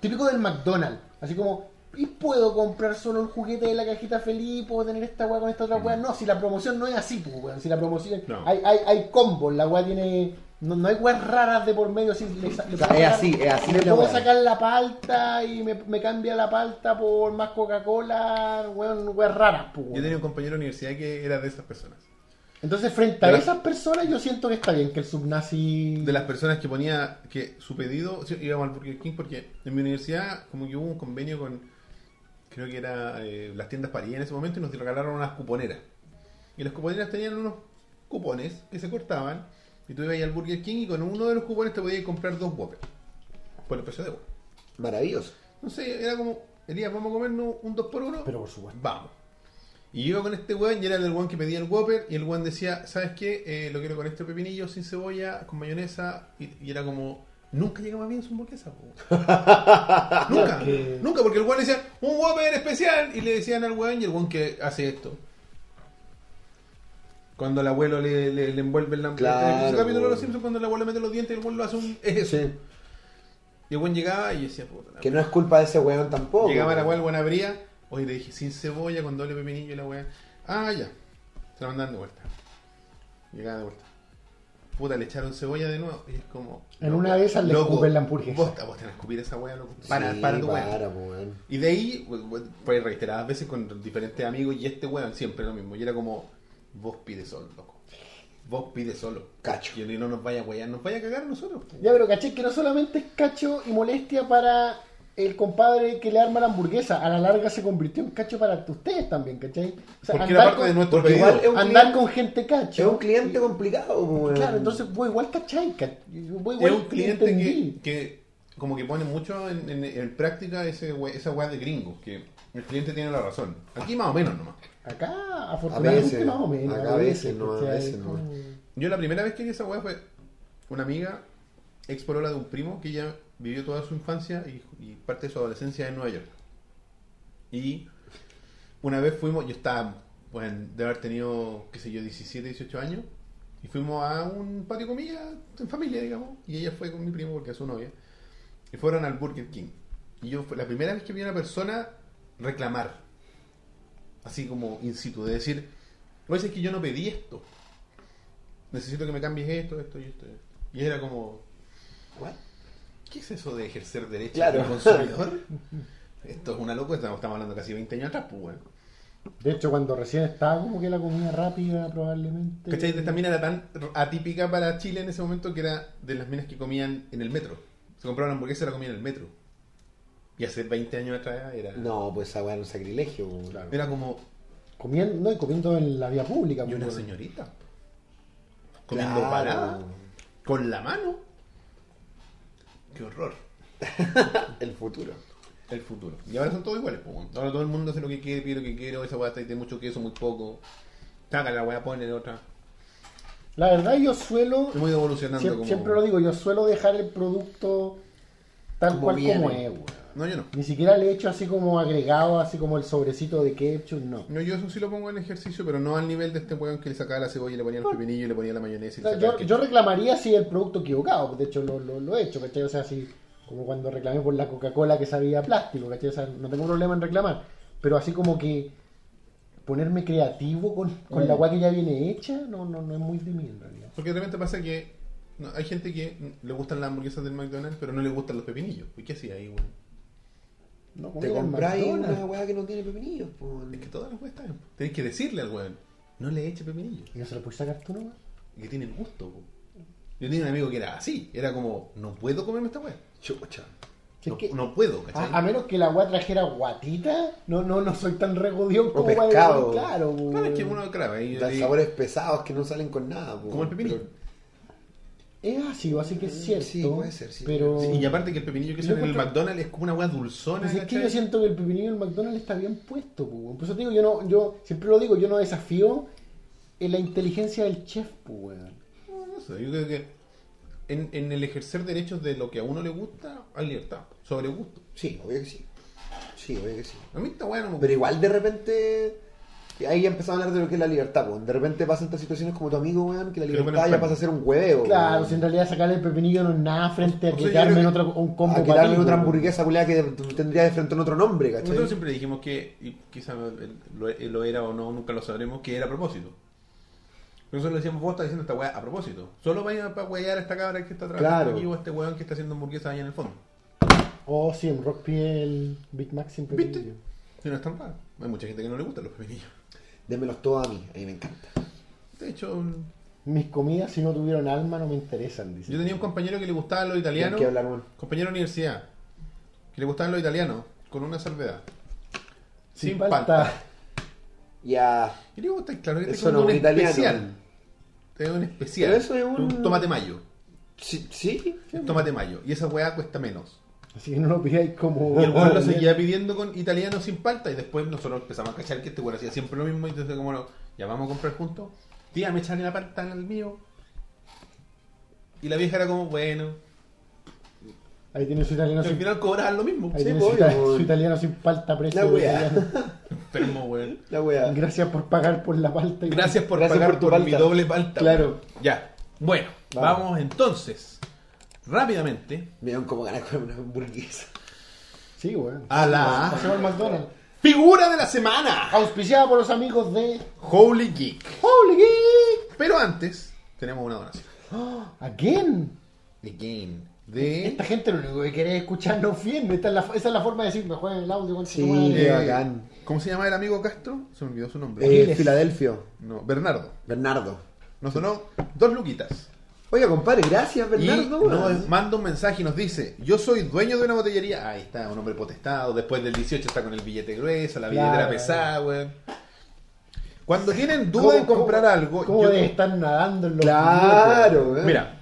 Speaker 2: típico del McDonald's, así como, ¿y puedo comprar solo el juguete de la cajita feliz? ¿Puedo tener esta wea con esta otra wea? No, si la promoción no es así, pues, weón, si la promoción...
Speaker 1: No.
Speaker 2: Hay, hay, hay combos, la wea tiene... No, no hay weas raras de por medio, si le sa- le
Speaker 3: sea,
Speaker 2: puedo
Speaker 3: es
Speaker 2: sacar-
Speaker 3: así, es así
Speaker 2: Le
Speaker 3: la
Speaker 2: puedo
Speaker 3: wea.
Speaker 2: sacar la palta y me, me cambia la palta por más Coca-Cola, weón, weas raras, pues,
Speaker 1: Yo
Speaker 2: weón.
Speaker 1: tenía un compañero de universidad que era de esas personas.
Speaker 2: Entonces, frente a
Speaker 1: De la-
Speaker 2: esas personas, yo siento que está bien que el subnazi.
Speaker 1: De las personas que ponía que su pedido, sí, íbamos al Burger King porque en mi universidad como que hubo un convenio con, creo que era eh, las tiendas París en ese momento y nos regalaron unas cuponeras. Y las cuponeras tenían unos cupones que se cortaban y tú ibas ahí al Burger King y con uno de los cupones te podías comprar dos Whoppers por el precio de uno.
Speaker 3: Maravilloso.
Speaker 1: No sé, era como, Elías, vamos a comernos un 2 por 1
Speaker 2: Pero por supuesto.
Speaker 1: Vamos. Y yo iba con este weón y era el weón que pedía el Whopper y el weón decía, ¿sabes qué? Eh, lo quiero con este pepinillo, sin cebolla, con mayonesa. Y, y era como, nunca llegaba bien su hamburguesa. po. nunca,
Speaker 2: Porque-
Speaker 1: nunca, porque el weón decía, un Whopper especial. Y le decían al weón y el weón que hace esto. Cuando el abuelo le, le- le envuelve el hamburguesa.
Speaker 3: Claro,
Speaker 1: en el capítulo de
Speaker 3: weón.
Speaker 1: los Simpsons, cuando el abuelo mete los dientes, el weón lo hace un... Es eso.
Speaker 3: Sí.
Speaker 1: Y el weón llegaba y decía, puta la
Speaker 3: Que no es culpa de ese weón tampoco.
Speaker 1: Llegaba la weá, el weón abría. Oye, le dije, sin cebolla, con doble pepinillo y la weá. Ah, ya. Se la mandaban de vuelta. Llegaba de vuelta. Puta, le echaron cebolla de nuevo. Y es como.
Speaker 2: En
Speaker 1: loco,
Speaker 2: una de esas le
Speaker 1: loco,
Speaker 2: escupen la hamburguesa.
Speaker 1: Vos, vos tenés que escupir esa weá, loco. Para,
Speaker 3: Sí,
Speaker 1: para tu weá.
Speaker 3: para, po, weón.
Speaker 1: Y de ahí, we- we- fue reiteradas veces con diferentes amigos y este weón siempre lo mismo. Y era como, vos pides solo, loco. Vos pides solo.
Speaker 3: Cacho.
Speaker 1: Y no nos vaya a wear, nos vaya a cagar a nosotros.
Speaker 2: Ya, pero caché que no solamente es cacho y molestia para el compadre que le arma la hamburguesa, a la larga se convirtió en cacho para ustedes también, ¿cachai? O sea,
Speaker 1: Porque era parte
Speaker 2: con,
Speaker 1: de nuestro
Speaker 3: porque
Speaker 1: pedido.
Speaker 3: igual es un
Speaker 2: andar
Speaker 3: cliente-
Speaker 2: con gente cacho.
Speaker 3: Es un cliente complicado, po, weón.
Speaker 2: Claro, entonces vos igual cachai, ca- vos
Speaker 1: es
Speaker 2: igual
Speaker 1: un cliente que,
Speaker 2: entendí.
Speaker 1: que como que pone mucho en, en- en práctica ese, we- esa weá de gringos, que el cliente tiene la razón. Aquí más o menos nomás.
Speaker 2: Acá, afortunadamente,
Speaker 3: veces,
Speaker 2: más o menos.
Speaker 3: acá a veces, no, a
Speaker 2: ¿cachai?
Speaker 3: veces no.
Speaker 2: Como-
Speaker 1: Yo la primera vez que vi esa weá fue una amiga, ex polola de un primo, que ella vivió toda su infancia y, y parte de su adolescencia en Nueva York. Y una vez fuimos, yo estaba, bueno, de haber tenido, qué sé yo, 17, 18 años, y fuimos a un patio comida en familia, digamos, y ella fue con mi primo porque es su novia, y fueron al Burger King. Y yo, fue la primera vez que vi a una persona reclamar, así como in situ, de decir, oye, es que yo no pedí esto, necesito que me cambies esto, esto y esto. y esto". Y era como,
Speaker 3: What?
Speaker 1: ¿qué es eso de ejercer derecho
Speaker 3: Claro.
Speaker 1: del consumidor? Esto es una locura, estamos estamos hablando casi 20 años atrás, pues, weón.
Speaker 2: De hecho, cuando recién estaba como que la comida rápida, probablemente.
Speaker 1: ¿Cachai? Esta mina era tan atípica para Chile en ese momento que era de las minas que comían en el metro. Se compraban hamburguesa y la comían en el metro. Y hace 20 años atrás era,
Speaker 3: No, pues esa weá era un sacrilegio, po, weón.
Speaker 1: era como
Speaker 2: Comiendo, no, y comiendo en la vía pública.
Speaker 1: y una
Speaker 2: pues,
Speaker 1: señorita. Comiendo
Speaker 3: Claro.
Speaker 1: parada. Con la mano. Qué horror.
Speaker 3: El futuro.
Speaker 1: El futuro. Y ahora son todos iguales, pues. weón. Ahora todo el mundo hace lo que quiere, pide lo que quiere, o esa weá está ahí, tiene mucho queso, muy poco. Taca la weá, pone otra.
Speaker 2: La verdad, yo suelo.
Speaker 1: Hemos ido evolucionando
Speaker 2: Siem-
Speaker 1: como.
Speaker 2: Siempre lo digo, yo suelo dejar el producto tal
Speaker 3: Como
Speaker 2: cual como
Speaker 3: viene.
Speaker 2: es, weón.
Speaker 1: No, yo no.
Speaker 2: Ni siquiera le echo así como agregado, así como el sobrecito de ketchup, no.
Speaker 1: No, yo eso sí lo pongo en ejercicio, pero no al nivel de este weón que le sacaba la cebolla y le ponía el pepinillo y le ponía la mayonesa y
Speaker 2: O
Speaker 1: le
Speaker 2: sea,
Speaker 1: sacaba
Speaker 2: yo,
Speaker 1: el ketchup.
Speaker 2: yo reclamaría si el producto equivocado, de hecho lo, lo, lo he hecho, ¿cachai? O sea, así como cuando reclamé por la Coca-Cola que sabía a plástico, ¿cachai? O sea, no tengo problema en reclamar, pero así como que ponerme creativo con, con la agua que ya viene hecha, no, no, no es muy de mí en realidad.
Speaker 1: Porque de repente pasa que no, hay gente que mm, le gustan las hamburguesas del McDonald's, pero no le gustan los pepinillos. ¿Y qué hacía ahí, weón?
Speaker 2: No,
Speaker 3: Te
Speaker 2: comida en
Speaker 3: compráis
Speaker 2: McDonald's.
Speaker 3: una weá que no tiene pepinillos, po, weón.
Speaker 1: Es que todas las weas están. Tenés que decirle al weón, no le eche pepinillo.
Speaker 2: ¿Y no se lo puedes sacar tú nomás?
Speaker 1: Que tiene el gusto, po. Yo tenía un amigo que era así, era como, no puedo comerme esta wea.
Speaker 3: Chucha.
Speaker 2: Si es
Speaker 1: No,
Speaker 2: que- Ah,
Speaker 1: no puedo, ¿cachai?
Speaker 2: A, a menos que la agua trajera guatita, no, no, no soy tan regodión como para
Speaker 3: pescado.
Speaker 2: decir, Claro, po.
Speaker 1: Claro, es que uno, claro, ahí yo
Speaker 3: Dan
Speaker 1: le-
Speaker 3: sabores pesados que no salen con nada, po,
Speaker 1: como el pepinillo.
Speaker 3: pero-
Speaker 2: Es ácido, así que es
Speaker 3: Mm,
Speaker 2: cierto.
Speaker 3: Sí, puede ser, sí.
Speaker 2: Pero...
Speaker 1: Sí, y aparte que el pepinillo que
Speaker 2: Yo
Speaker 1: usan en el
Speaker 2: encuentro-
Speaker 1: McDonald's es como una wea dulzona.
Speaker 2: Pues es que
Speaker 1: ¿cachai?
Speaker 2: yo siento que el pepinillo del McDonald's está bien puesto, pues, weón. Por eso te digo, yo no, yo siempre lo digo, yo no desafío en la inteligencia del chef, pues, weón.
Speaker 1: No, no sé, yo creo que en, en el ejercer derechos de lo que a uno le gusta, hay libertad, sobre gusto.
Speaker 3: Sí, obvio que sí. Sí, obvio que sí.
Speaker 1: A mí está bueno,
Speaker 3: Pero igual de repente. Ahí empezamos a hablar de lo que es la libertad, po. De repente pasan estas situaciones como tu amigo, weón, que la
Speaker 1: Que lo ponen
Speaker 3: libertad ya
Speaker 1: enfermo.
Speaker 3: pasa a ser un huevo.
Speaker 2: Claro,
Speaker 3: weón.
Speaker 2: si en realidad sacarle el pepinillo no es nada frente a
Speaker 1: Oh. O sea, yo
Speaker 2: quitarme
Speaker 1: creo
Speaker 2: en
Speaker 1: que-
Speaker 2: otra, un combo
Speaker 3: A
Speaker 2: para ti,
Speaker 3: quitarle otra
Speaker 2: weón.
Speaker 3: hamburguesa culiada que tendría de frente en otro nombre, ¿cachai?
Speaker 1: Nosotros siempre dijimos que, y quizá lo, eh, lo era o no, nunca lo sabremos, que era a propósito. Nosotros le decíamos, vos estás diciendo esta weá a propósito. Solo vaya para wear a esta cabra que está trabajando
Speaker 3: Claro.
Speaker 1: aquí o a este weón que está haciendo hamburguesas allá en el fondo.
Speaker 2: Oh, sí, en Rock Piel, Big Mac sin
Speaker 1: ¿Viste?
Speaker 2: pepinillo.
Speaker 1: Si no es tan raro. Hay mucha gente que no le gustan los pepinillos.
Speaker 3: Démelos todos a mí, a mí me encanta.
Speaker 1: De hecho,
Speaker 2: Mis comidas, si no tuvieron alma, no me interesan, dice.
Speaker 1: yo tenía un compañero que le gustaba lo italiano.
Speaker 3: Tienen que hablar, weón.
Speaker 1: Compañero de universidad. Que le gustaban los italianos. Con una salvedad.
Speaker 2: Sin
Speaker 1: Sin,
Speaker 2: palta.
Speaker 1: palta.
Speaker 3: Ya.
Speaker 1: Y le digo, está claro que
Speaker 3: Eso
Speaker 1: tengo
Speaker 3: no es
Speaker 1: un
Speaker 3: un italiano.
Speaker 1: especial. Tengo un especial.
Speaker 3: Pero eso es un-
Speaker 1: tomate mayo.
Speaker 3: Sí, sí.
Speaker 1: Tomate mayo. Y esa weá cuesta menos.
Speaker 2: Así que no lo pidáis como.
Speaker 3: Ah,
Speaker 1: Y el weón lo seguía pidiendo con italiano sin palta. Y después nosotros empezamos a cachar que este weón hacía siempre lo mismo. Y entonces, como lo ya vamos a comprar juntos, tía, me echaré la palta al mío. Y la vieja era como, bueno.
Speaker 2: Ahí tiene su italiano
Speaker 1: Y al
Speaker 2: sin,
Speaker 1: final cobraban lo mismo.
Speaker 2: ahí
Speaker 3: Sí,
Speaker 2: tiene su,
Speaker 3: obvio,
Speaker 2: ita-
Speaker 3: weón.
Speaker 2: su italiano sin palta preso.
Speaker 3: La
Speaker 2: weón,
Speaker 3: weá.
Speaker 2: italiano.
Speaker 1: Enfermo, weón.
Speaker 3: La weá.
Speaker 2: Gracias por pagar por la palta. y-
Speaker 1: Gracias por
Speaker 3: Gracias
Speaker 1: pagar
Speaker 3: por
Speaker 1: por,
Speaker 3: tu
Speaker 1: mi
Speaker 3: palta.
Speaker 1: doble palta.
Speaker 3: Claro.
Speaker 1: Ya. Bueno,
Speaker 3: Vamos.
Speaker 1: vamos, entonces rápidamente
Speaker 3: Me dan como ganas de comer una hamburguesa.
Speaker 2: Sí, weón.
Speaker 1: a la
Speaker 2: Pasemos al McDonald's.
Speaker 1: figura de la semana.
Speaker 2: Auspiciada por los amigos de.
Speaker 1: Holy Geek.
Speaker 2: ¡Holy Geek!
Speaker 1: Pero antes, tenemos una donación.
Speaker 2: ¿Again?
Speaker 1: Again. De. eh,
Speaker 2: Esta gente lo único que quiere es escucharnos bien. Esta es la, esa es la forma de decir, me juegan el audio con
Speaker 3: Sí,
Speaker 2: tu madre.
Speaker 3: qué bacán.
Speaker 1: ¿Cómo se llama el amigo Castro? Se me olvidó su nombre.
Speaker 3: Eh,
Speaker 2: Aquiles.
Speaker 3: Filadelfio.
Speaker 1: No, Bernardo.
Speaker 3: Bernardo.
Speaker 1: Nos donó dos luquitas.
Speaker 3: Oiga, compadre, gracias,
Speaker 1: Y
Speaker 3: Bernardo. weón.
Speaker 1: nos manda un mensaje y nos dice: Yo soy dueño de una botellería. Ahí está, un hombre potestado. Después del 18 está con el billete grueso, la billetera
Speaker 2: Claro.
Speaker 1: pesada, weón. Cuando tienen duda
Speaker 2: ¿Cómo-
Speaker 1: de comprar
Speaker 2: cómo-
Speaker 1: algo,
Speaker 2: ¿Cómo
Speaker 1: yo-
Speaker 2: debe estar nadando en los
Speaker 3: Claro, weón.
Speaker 1: Mira,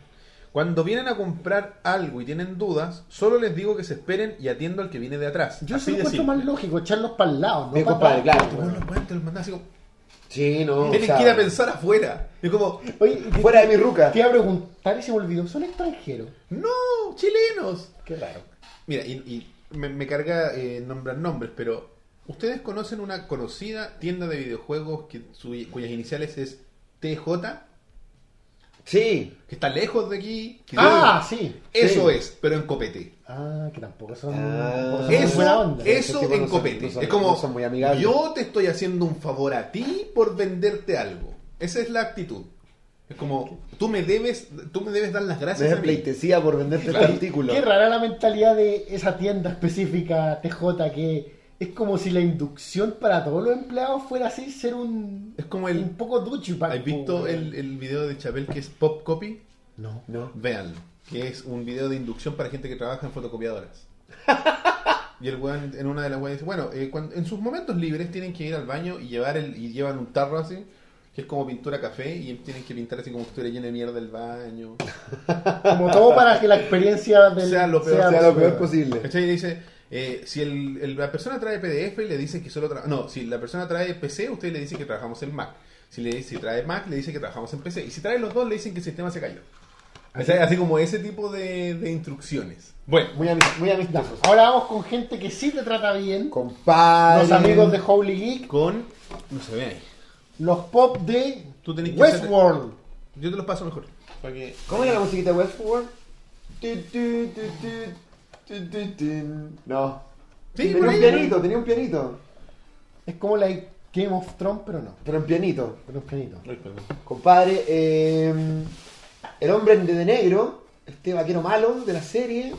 Speaker 1: cuando vienen a comprar algo y tienen dudas, solo les digo que se esperen y atiendo al que viene de atrás.
Speaker 2: Yo
Speaker 1: Así
Speaker 2: soy
Speaker 1: de
Speaker 2: encuentro
Speaker 1: simple.
Speaker 2: más lógico, echarlos para el lado, no
Speaker 3: Sí,
Speaker 2: pa'
Speaker 3: compadre,
Speaker 2: atrás.
Speaker 3: claro.
Speaker 1: Bueno, los weones te los mandan así como,
Speaker 3: Sí, no. o
Speaker 1: Tienen
Speaker 3: sea,
Speaker 1: que ir a pensar afuera. Y como,
Speaker 2: Oye, y te-
Speaker 3: Fuera de mi ruca.
Speaker 2: Te iba a preguntar y se me olvidó, son extranjeros. Ah,
Speaker 1: no, chilenos.
Speaker 2: Qué raro.
Speaker 1: Mira, y, y me, me carga eh, nombrar nombres, pero ¿ustedes conocen una conocida tienda de videojuegos que su- cuyas iniciales es TJ?
Speaker 3: Sí.
Speaker 1: Que está lejos de aquí. que-
Speaker 2: Ah, sí.
Speaker 1: Eso
Speaker 3: sí.
Speaker 1: es, pero en copete.
Speaker 2: Ah, que tampoco son.
Speaker 3: Ah.
Speaker 2: son
Speaker 1: Eso,
Speaker 2: buena onda.
Speaker 3: Esos
Speaker 1: eso
Speaker 3: tipos
Speaker 1: en
Speaker 3: no son-
Speaker 1: copete.
Speaker 3: no son-
Speaker 1: es como,
Speaker 3: no son muy amigables.
Speaker 1: yo te estoy haciendo un favor a ti por venderte algo. Esa es la actitud. Es como, tú me debes, tú me debes dar las
Speaker 3: Me
Speaker 1: gracias
Speaker 3: da
Speaker 1: a mí.
Speaker 3: pleitesía por venderte
Speaker 2: Claro.
Speaker 3: este artículo.
Speaker 2: Qué rara la mentalidad de esa tienda específica TJ que es como si la inducción para todos los empleados fuera así, ser un
Speaker 1: Es como el-
Speaker 2: un poco duchi
Speaker 1: ¿Has visto el, el video de Chabel que es Pop Copy?
Speaker 2: No.
Speaker 3: No.
Speaker 1: Véanlo. Que es un video de inducción para gente que trabaja en fotocopiadoras. Y el weón en una de las weas dice, bueno, eh, cuando- en sus momentos libres tienen que ir al baño y llevar el, y llevan un tarro así, que es como pintura café, y tienen que pintar así como que estuviera lleno de mierda el baño.
Speaker 2: Como todo para que la experiencia del
Speaker 1: Sea lo peor-
Speaker 3: sea lo peor
Speaker 2: absurda.
Speaker 3: posible.
Speaker 1: ¿Cachai? Y dice, eh, si el- el- la persona trae PDF y le dice que solo trabaja... No, si la persona trae PC, usted le dice que trabajamos en Mac. Si le dice, si trae Mac, le dice que trabajamos en PC. Y si trae los dos, le dicen que el sistema se cayó. ¿Cachai? Así como ese tipo de, de instrucciones. Bueno,
Speaker 3: Muy, ami- muy amistoso.
Speaker 2: Ahora vamos con gente que sí te trata bien.
Speaker 3: Compadre.
Speaker 2: Los amigos de Holy Geek,
Speaker 1: con... No se ve ahí.
Speaker 2: los pop de
Speaker 1: Tú tenés que
Speaker 2: Westworld.
Speaker 1: Yo te los paso mejor. Para que...
Speaker 3: ¿Cómo era la musiquita de Westworld? Tu, tu, tu, tu, tu, tu, tu. No.
Speaker 1: Sí,
Speaker 3: tenía
Speaker 1: por
Speaker 3: un
Speaker 1: ahí.
Speaker 3: pianito, tenía un pianito.
Speaker 2: Es como la de Game of Thrones, pero no.
Speaker 3: Pero un pianito.
Speaker 2: Pero un planito.
Speaker 1: Ay, perdón.
Speaker 3: Compadre, eh, el hombre de, de negro, este vaquero malo de la serie.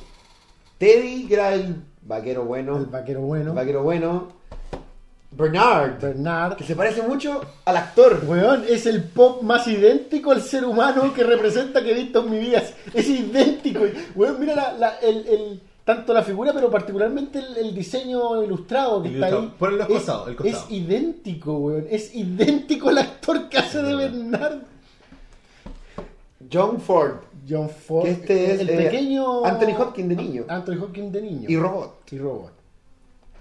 Speaker 3: Teddy, que era el vaquero bueno.
Speaker 2: El vaquero bueno.
Speaker 3: el vaquero bueno. Bernard,
Speaker 2: Bernard.
Speaker 3: que se parece mucho al actor.
Speaker 2: Weón, es el pop más idéntico al ser humano que representa que he visto en mi vida. Es idéntico. Weón, mira la- la- el, el- tanto la figura, pero particularmente el, el diseño ilustrado que está
Speaker 1: Ilustrado.
Speaker 2: ahí.
Speaker 1: Ponlo al
Speaker 2: Es-
Speaker 1: costado, el costado.
Speaker 2: Es idéntico, weón. Es idéntico al actor que hace de Bernard.
Speaker 3: John Ford.
Speaker 2: John Ford.
Speaker 3: Que este es,
Speaker 2: el
Speaker 3: eh,
Speaker 2: pequeño.
Speaker 3: Anthony Hopkins de niño.
Speaker 2: Anthony Hopkins de niño.
Speaker 3: Y Robot.
Speaker 2: Y Robot.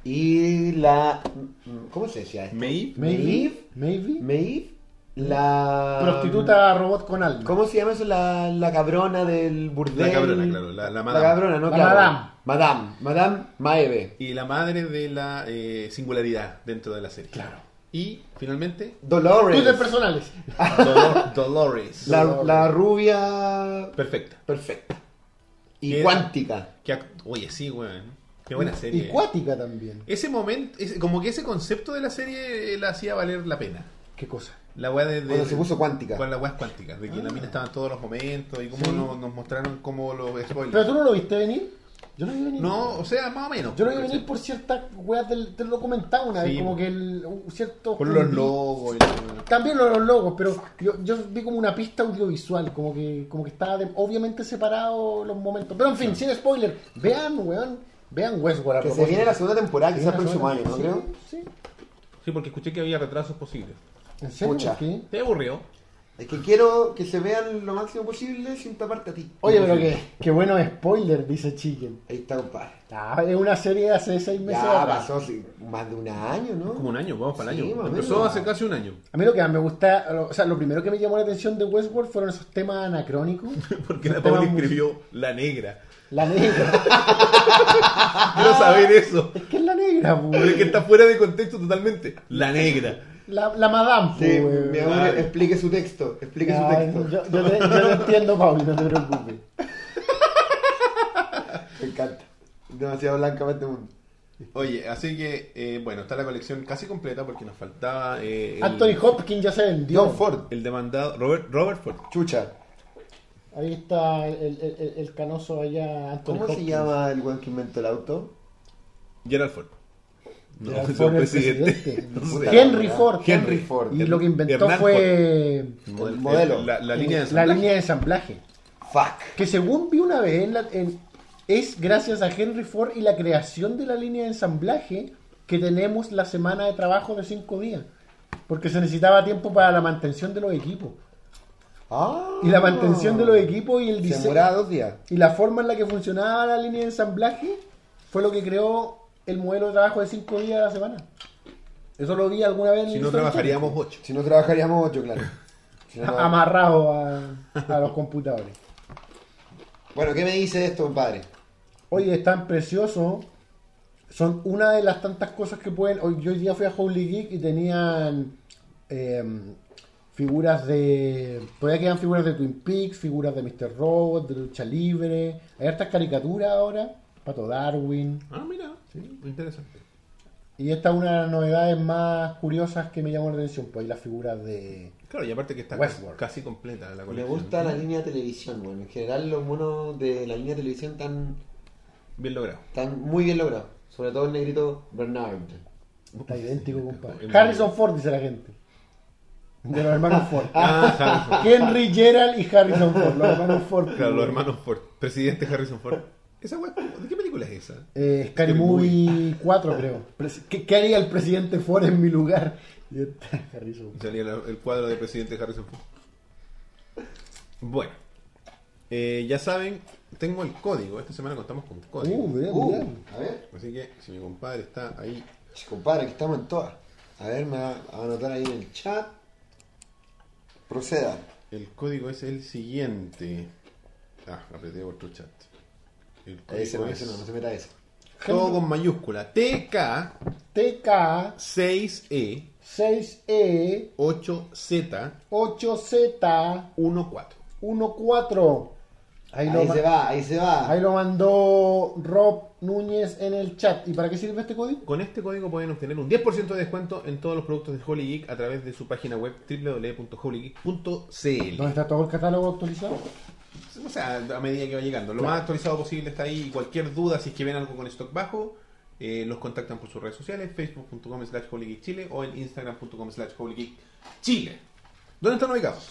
Speaker 3: Y la. ¿Cómo se decía esto?
Speaker 1: Maeve.
Speaker 2: Maybe.
Speaker 3: Maeve.
Speaker 2: Maybe.
Speaker 3: Maeve, la.
Speaker 2: Prostituta robot con alma.
Speaker 3: Ah, ¿Cómo se llama eso? La, la cabrona del burdel.
Speaker 1: La cabrona, claro, la- la madame.
Speaker 3: cabrona, no,
Speaker 2: La
Speaker 3: claro. Madame. Madame. Madame Maeve.
Speaker 1: Y la madre de la eh, singularidad dentro de la serie.
Speaker 2: Claro.
Speaker 1: Y finalmente,
Speaker 3: Dolores.
Speaker 2: Tutes personales.
Speaker 1: Dolor- Dolores.
Speaker 3: La, la rubia.
Speaker 1: Perfecta.
Speaker 3: Perfecta. Y
Speaker 1: Era-
Speaker 3: cuántica.
Speaker 1: Qué act- Oye, sí, weón. Qué buena serie.
Speaker 2: Y cuática también.
Speaker 1: Ese momento, ese- como que ese concepto de la serie eh, la hacía valer la pena.
Speaker 2: ¿Qué cosa?
Speaker 1: La weá de, de-
Speaker 3: Cuando se puso cuántica.
Speaker 1: Con la weá cuántica, de que la mina estaba en todos los momentos y cómo nos, nos mostraron cómo lo
Speaker 2: ¿Pero
Speaker 1: spoilers.
Speaker 2: tú no lo viste venir? Yo no lo vi venir.
Speaker 1: No, o sea, más o menos.
Speaker 2: Yo lo vi venir por ciertas weas del, del documental una vez,
Speaker 1: Sí.
Speaker 2: como que el, un cierto...
Speaker 1: Por los logos. y la-
Speaker 2: También lo de los logos, pero yo, yo vi como una pista audiovisual, como que como que estaba de- obviamente separado los momentos. Pero en fin, sin spoiler, vean, weón, vean Westworld. a
Speaker 3: Que se
Speaker 2: propósito.
Speaker 3: viene la segunda temporada,
Speaker 2: Se
Speaker 3: quizás el
Speaker 2: viene
Speaker 3: próximo
Speaker 2: la
Speaker 3: año, ¿no
Speaker 2: segunda-
Speaker 3: creo?
Speaker 2: Sí, sí.
Speaker 1: Sí, porque escuché que había retrasos posibles.
Speaker 2: ¿En serio?
Speaker 3: Pucha.
Speaker 2: ¿Qué?
Speaker 1: ¿Te aburrió?
Speaker 3: Es que quiero que se vean lo máximo posible sin taparte a ti.
Speaker 2: Oye, pero qué, qué bueno spoiler, dice Chicken.
Speaker 3: Ahí está, compadre.
Speaker 2: Ah, es una serie de hace seis meses.
Speaker 3: Ya
Speaker 2: atrás.
Speaker 3: pasó sí, más de un año, ¿no?
Speaker 1: Como un año, vamos para el
Speaker 3: Sí, más
Speaker 1: año.
Speaker 3: o
Speaker 1: Empezó
Speaker 3: menos.
Speaker 1: hace casi un año.
Speaker 2: A mí lo que más me gusta, lo- o sea, lo primero que me llamó la atención de Westworld fueron esos temas anacrónicos.
Speaker 1: Porque
Speaker 2: Esos
Speaker 1: la Paula
Speaker 2: temas muy-
Speaker 1: escribió La Negra.
Speaker 2: La negra.
Speaker 1: Quiero saber eso.
Speaker 2: es que es la negra, pues.
Speaker 1: Porque está fuera de contexto totalmente. La Negra.
Speaker 2: La, la madame,
Speaker 3: Sí,
Speaker 2: pues, weón.
Speaker 3: mi amor,
Speaker 1: Claro.
Speaker 3: explique su texto. Explique
Speaker 2: Ya,
Speaker 3: su texto.
Speaker 2: yo, yo te, yo te entiendo, Pauli, no te preocupes.
Speaker 3: Me encanta. Demasiado blanca para este mundo.
Speaker 1: Oye, así que, eh, bueno, está la colección casi completa porque nos faltaba. eh, el,
Speaker 2: Anthony Hopkins ya se vendió.
Speaker 3: John Ford.
Speaker 1: El demandado. Robert, Robert Ford.
Speaker 3: Chucha.
Speaker 2: Ahí está el, el- el- el canoso allá, Anthony
Speaker 3: ¿Cómo se
Speaker 2: Hopkins.
Speaker 3: llama el weón que inventó el auto?
Speaker 1: Gerald Ford. No,
Speaker 2: Gerald
Speaker 1: es
Speaker 2: Ford,
Speaker 1: el
Speaker 2: el
Speaker 1: presidente.
Speaker 2: presidente.
Speaker 1: No
Speaker 3: Puta
Speaker 1: sé.
Speaker 3: la
Speaker 2: Henry
Speaker 3: weá.
Speaker 2: Ford.
Speaker 3: Henry Ford.
Speaker 2: Y lo que inventó
Speaker 1: Hernán
Speaker 2: fue
Speaker 1: El
Speaker 3: El modelo.
Speaker 1: La, la línea de
Speaker 2: la
Speaker 1: ensamblaje.
Speaker 2: línea de ensamblaje.
Speaker 3: Fuck.
Speaker 2: Que según vi una vez, en la- en- es gracias a Henry Ford y la creación de la línea de ensamblaje que tenemos la semana de trabajo de cinco días. Porque se necesitaba tiempo para la mantención de los equipos.
Speaker 3: Ah.
Speaker 2: Y la mantención de los equipos y el
Speaker 3: Oh. Se
Speaker 2: diseño.
Speaker 3: demoraba dos días.
Speaker 2: Y la forma en la que funcionaba la línea de ensamblaje fue lo que creó el modelo de trabajo de cinco días a la semana. Eso lo vi alguna vez en
Speaker 1: Si
Speaker 2: el
Speaker 1: no
Speaker 2: Instagram.
Speaker 1: trabajaríamos ocho.
Speaker 3: Si no trabajaríamos ocho, claro. Si no trabaj-
Speaker 2: amarrado a, a los computadores.
Speaker 3: Bueno, ¿qué me dice esto, compadre?
Speaker 2: Oye, están preciosos. Son una de las tantas cosas que pueden. Hoy, yo hoy día fui a Holy Geek y tenían em, figuras de. Todavía quedan figuras de Twin Peaks, figuras de Mr. Robot, de Lucha Libre. Hay hartas caricaturas ahora. Pato Darwin.
Speaker 1: Ah, mira. Interesante.
Speaker 2: Y esta es una de las novedades más curiosas que me llamó la atención. Pues hay las figuras de.
Speaker 1: Claro, y aparte que está
Speaker 2: Westworld.
Speaker 1: casi completa la
Speaker 3: Me
Speaker 1: colección.
Speaker 3: gusta la línea de televisión, bueno. En general, los monos de la línea de televisión están,
Speaker 1: Bien logrado.
Speaker 3: están muy bien logrados. Sobre todo el negrito Bernard.
Speaker 2: Está idéntico, compadre.
Speaker 1: Es
Speaker 2: Harrison Ford, dice la gente. De los hermanos Ford.
Speaker 1: Ah, Harrison.
Speaker 2: Henry Gerald y Harrison Ford, los hermanos Ford.
Speaker 1: Claro, los hermanos Ford. Presidente Harrison Ford. Esa weá, ¿de qué película es esa?
Speaker 2: Eh, Scary Movie 4, creo. Presi- ¿Qué, qué haría el presidente Ford en mi lugar? Y está Harrison Ford.
Speaker 1: Salía la- el cuadro de presidente Harrison Ford. Bueno, eh, ya saben, tengo el código. Esta semana contamos con código.
Speaker 2: Uh, bien,
Speaker 3: Uh,
Speaker 2: bien.
Speaker 3: a ver.
Speaker 1: Así que si mi compadre está ahí,
Speaker 3: Che, compadre, que estamos en todas. A ver, me va a anotar ahí en el chat. Proceda.
Speaker 1: el código es el siguiente. Ah, apreté otro chat. El
Speaker 3: Ahí se
Speaker 1: código
Speaker 3: no,
Speaker 1: es
Speaker 3: ese no, no se meta eso.
Speaker 1: todo con mayúscula.
Speaker 2: TK
Speaker 1: TK6E8Z14.
Speaker 2: 6E 8Z 14. Ahí,
Speaker 3: Ahí,
Speaker 2: lo ma-
Speaker 3: se va, ahí se va.
Speaker 2: ahí lo mandó Rob Núñez en el chat. ¿Y para qué sirve este código?
Speaker 1: Con este código pueden obtener un 10% de descuento en todos los productos de Holy Geek a través de su página web
Speaker 2: ¿Dónde
Speaker 1: www.holygeek.cl.
Speaker 2: está todo el catálogo actualizado?
Speaker 1: Pues, O sea, a medida que va llegando. Lo
Speaker 2: Claro.
Speaker 1: más actualizado posible está ahí. Y Cualquier duda, si es que ven algo con stock bajo, eh, los contactan por sus redes sociales, facebook.com slash holygeekchile o en instagram.com slash holygeekchile. ¿Dónde están ubicados?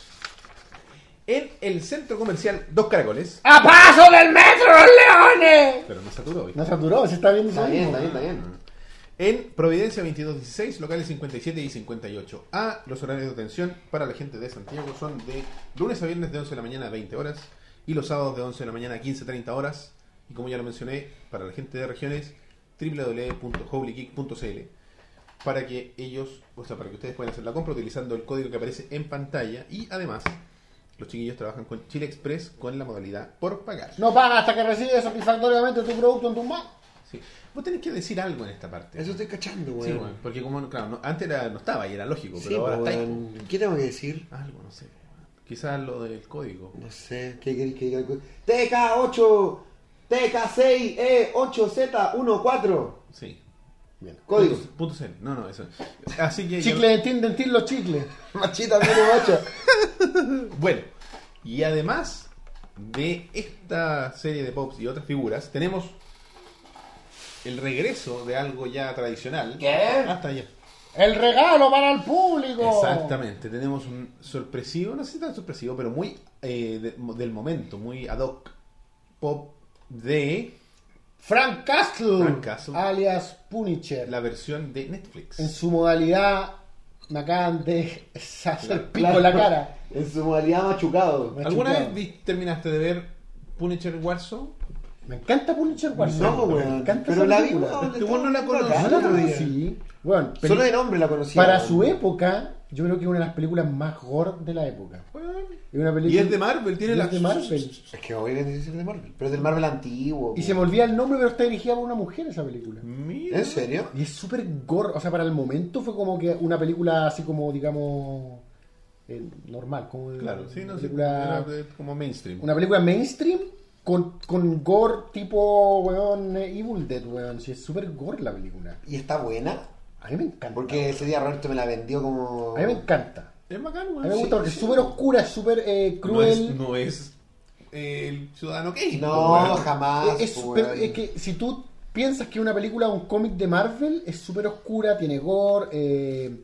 Speaker 1: En el centro comercial Dos Caracoles.
Speaker 2: ¡A paso del metro, leones!
Speaker 1: Pero me saturó hoy.
Speaker 2: No saturó, se está viendo
Speaker 3: Está
Speaker 2: eso
Speaker 3: bien,
Speaker 2: mismo.
Speaker 3: está bien, está bien.
Speaker 1: En Providencia 2216, locales 57 y 58. A los horarios de atención para la gente de Santiago son de lunes a viernes de 11 de la mañana a 20 horas y los sábados de 11 de la mañana a 15.30 horas. Y como ya lo mencioné, para la gente de regiones, www.holygeek.cl para que ellos, o sea, para que ustedes puedan hacer la compra utilizando el código que aparece en pantalla y además los chiquillos trabajan con Chile Express con la modalidad por pagar.
Speaker 2: No paga hasta que recibes satisfactoriamente tu producto en tu mano.
Speaker 1: Sí. Vos tenés que decir algo en esta parte.
Speaker 3: Eso estoy cachando,
Speaker 1: Sí,
Speaker 3: weón.
Speaker 1: bueno, porque como, claro, no- antes era- no estaba y era lógico,
Speaker 3: Sí, pues,
Speaker 1: pero ahora está ahí.
Speaker 3: weón. ¿Qué tengo que decir?
Speaker 1: Algo, no sé. Quizás lo del código.
Speaker 3: No sé, ¿qué queréis que diga? TK8, TK6E8Z14.
Speaker 1: Sí.
Speaker 2: Bien.
Speaker 3: Códigos.
Speaker 1: Punto, punto cero. No, no, eso. Así que. ya-
Speaker 2: Chicle dentil, dentil los chicles.
Speaker 3: Machita, mire, macha.
Speaker 1: Bueno, y además de esta serie de pops y otras figuras, tenemos el regreso de algo ya tradicional.
Speaker 3: ¿Qué?
Speaker 1: Hasta allá.
Speaker 2: El regalo para el público.
Speaker 1: Exactamente, tenemos un sorpresivo, no sé si tan sorpresivo, pero muy eh, de- del momento, muy ad hoc pop de
Speaker 2: Frank Castle,
Speaker 1: Frank Castle.
Speaker 2: alias Punisher,
Speaker 1: la versión de Netflix.
Speaker 2: en su modalidad me acaban de hacer pico
Speaker 3: Claro.
Speaker 2: la cara.
Speaker 3: En su modalidad machucado.
Speaker 2: Me
Speaker 1: ¿Alguna
Speaker 2: chupaba.
Speaker 1: vez vi- terminaste de ver Punisher Warzone?
Speaker 2: Me encanta Punisher Warzone.
Speaker 3: No,
Speaker 2: Me
Speaker 3: weón.
Speaker 2: encanta
Speaker 3: Pero
Speaker 2: esa
Speaker 3: la
Speaker 2: película.
Speaker 3: vimos. weón,
Speaker 1: Este weón no la
Speaker 3: estaba
Speaker 1: conoce.
Speaker 3: acá el otro día.
Speaker 2: Sí. Bueno, peli-
Speaker 3: Solo de nombre la conocía.
Speaker 2: para
Speaker 3: weón.
Speaker 2: su época, yo creo que es una de las películas más gore de la época. Es una película
Speaker 1: Y es de Marvel, tiene
Speaker 2: y
Speaker 1: la...
Speaker 2: es de Marvel.
Speaker 3: Es que hoy viene a decir de Marvel. Pero es del Marvel antiguo.
Speaker 2: Y se me
Speaker 3: weón.
Speaker 2: olvida el nombre, pero está dirigida por una mujer esa película.
Speaker 1: Mira.
Speaker 3: ¿En serio?
Speaker 2: Y es súper gore. O sea, para el momento fue como que una película así como, digamos, eh, normal. Como
Speaker 1: Claro, sí, no sé.
Speaker 2: película-
Speaker 1: era de- como mainstream.
Speaker 2: Una película mainstream con, con gore tipo, weón, eh, Evil Dead, weón. Sí, es súper gore la película.
Speaker 3: ¿Y está buena?
Speaker 2: A mí me encanta.
Speaker 3: Porque ese día Roberto me la vendió como.
Speaker 2: A mí me encanta.
Speaker 1: Es bacán,
Speaker 2: A mí
Speaker 1: weón.
Speaker 2: me gusta porque es súper oscura, es súper eh,
Speaker 1: No es,
Speaker 2: cruel.
Speaker 1: no es eh, el ciudadano Kane.
Speaker 3: No,
Speaker 1: weón.
Speaker 3: jamás.
Speaker 2: es, es
Speaker 3: Ah, pues, weón.
Speaker 2: súper- es que si tú piensas que una película o un cómic de Marvel es súper oscura, tiene gore, eh,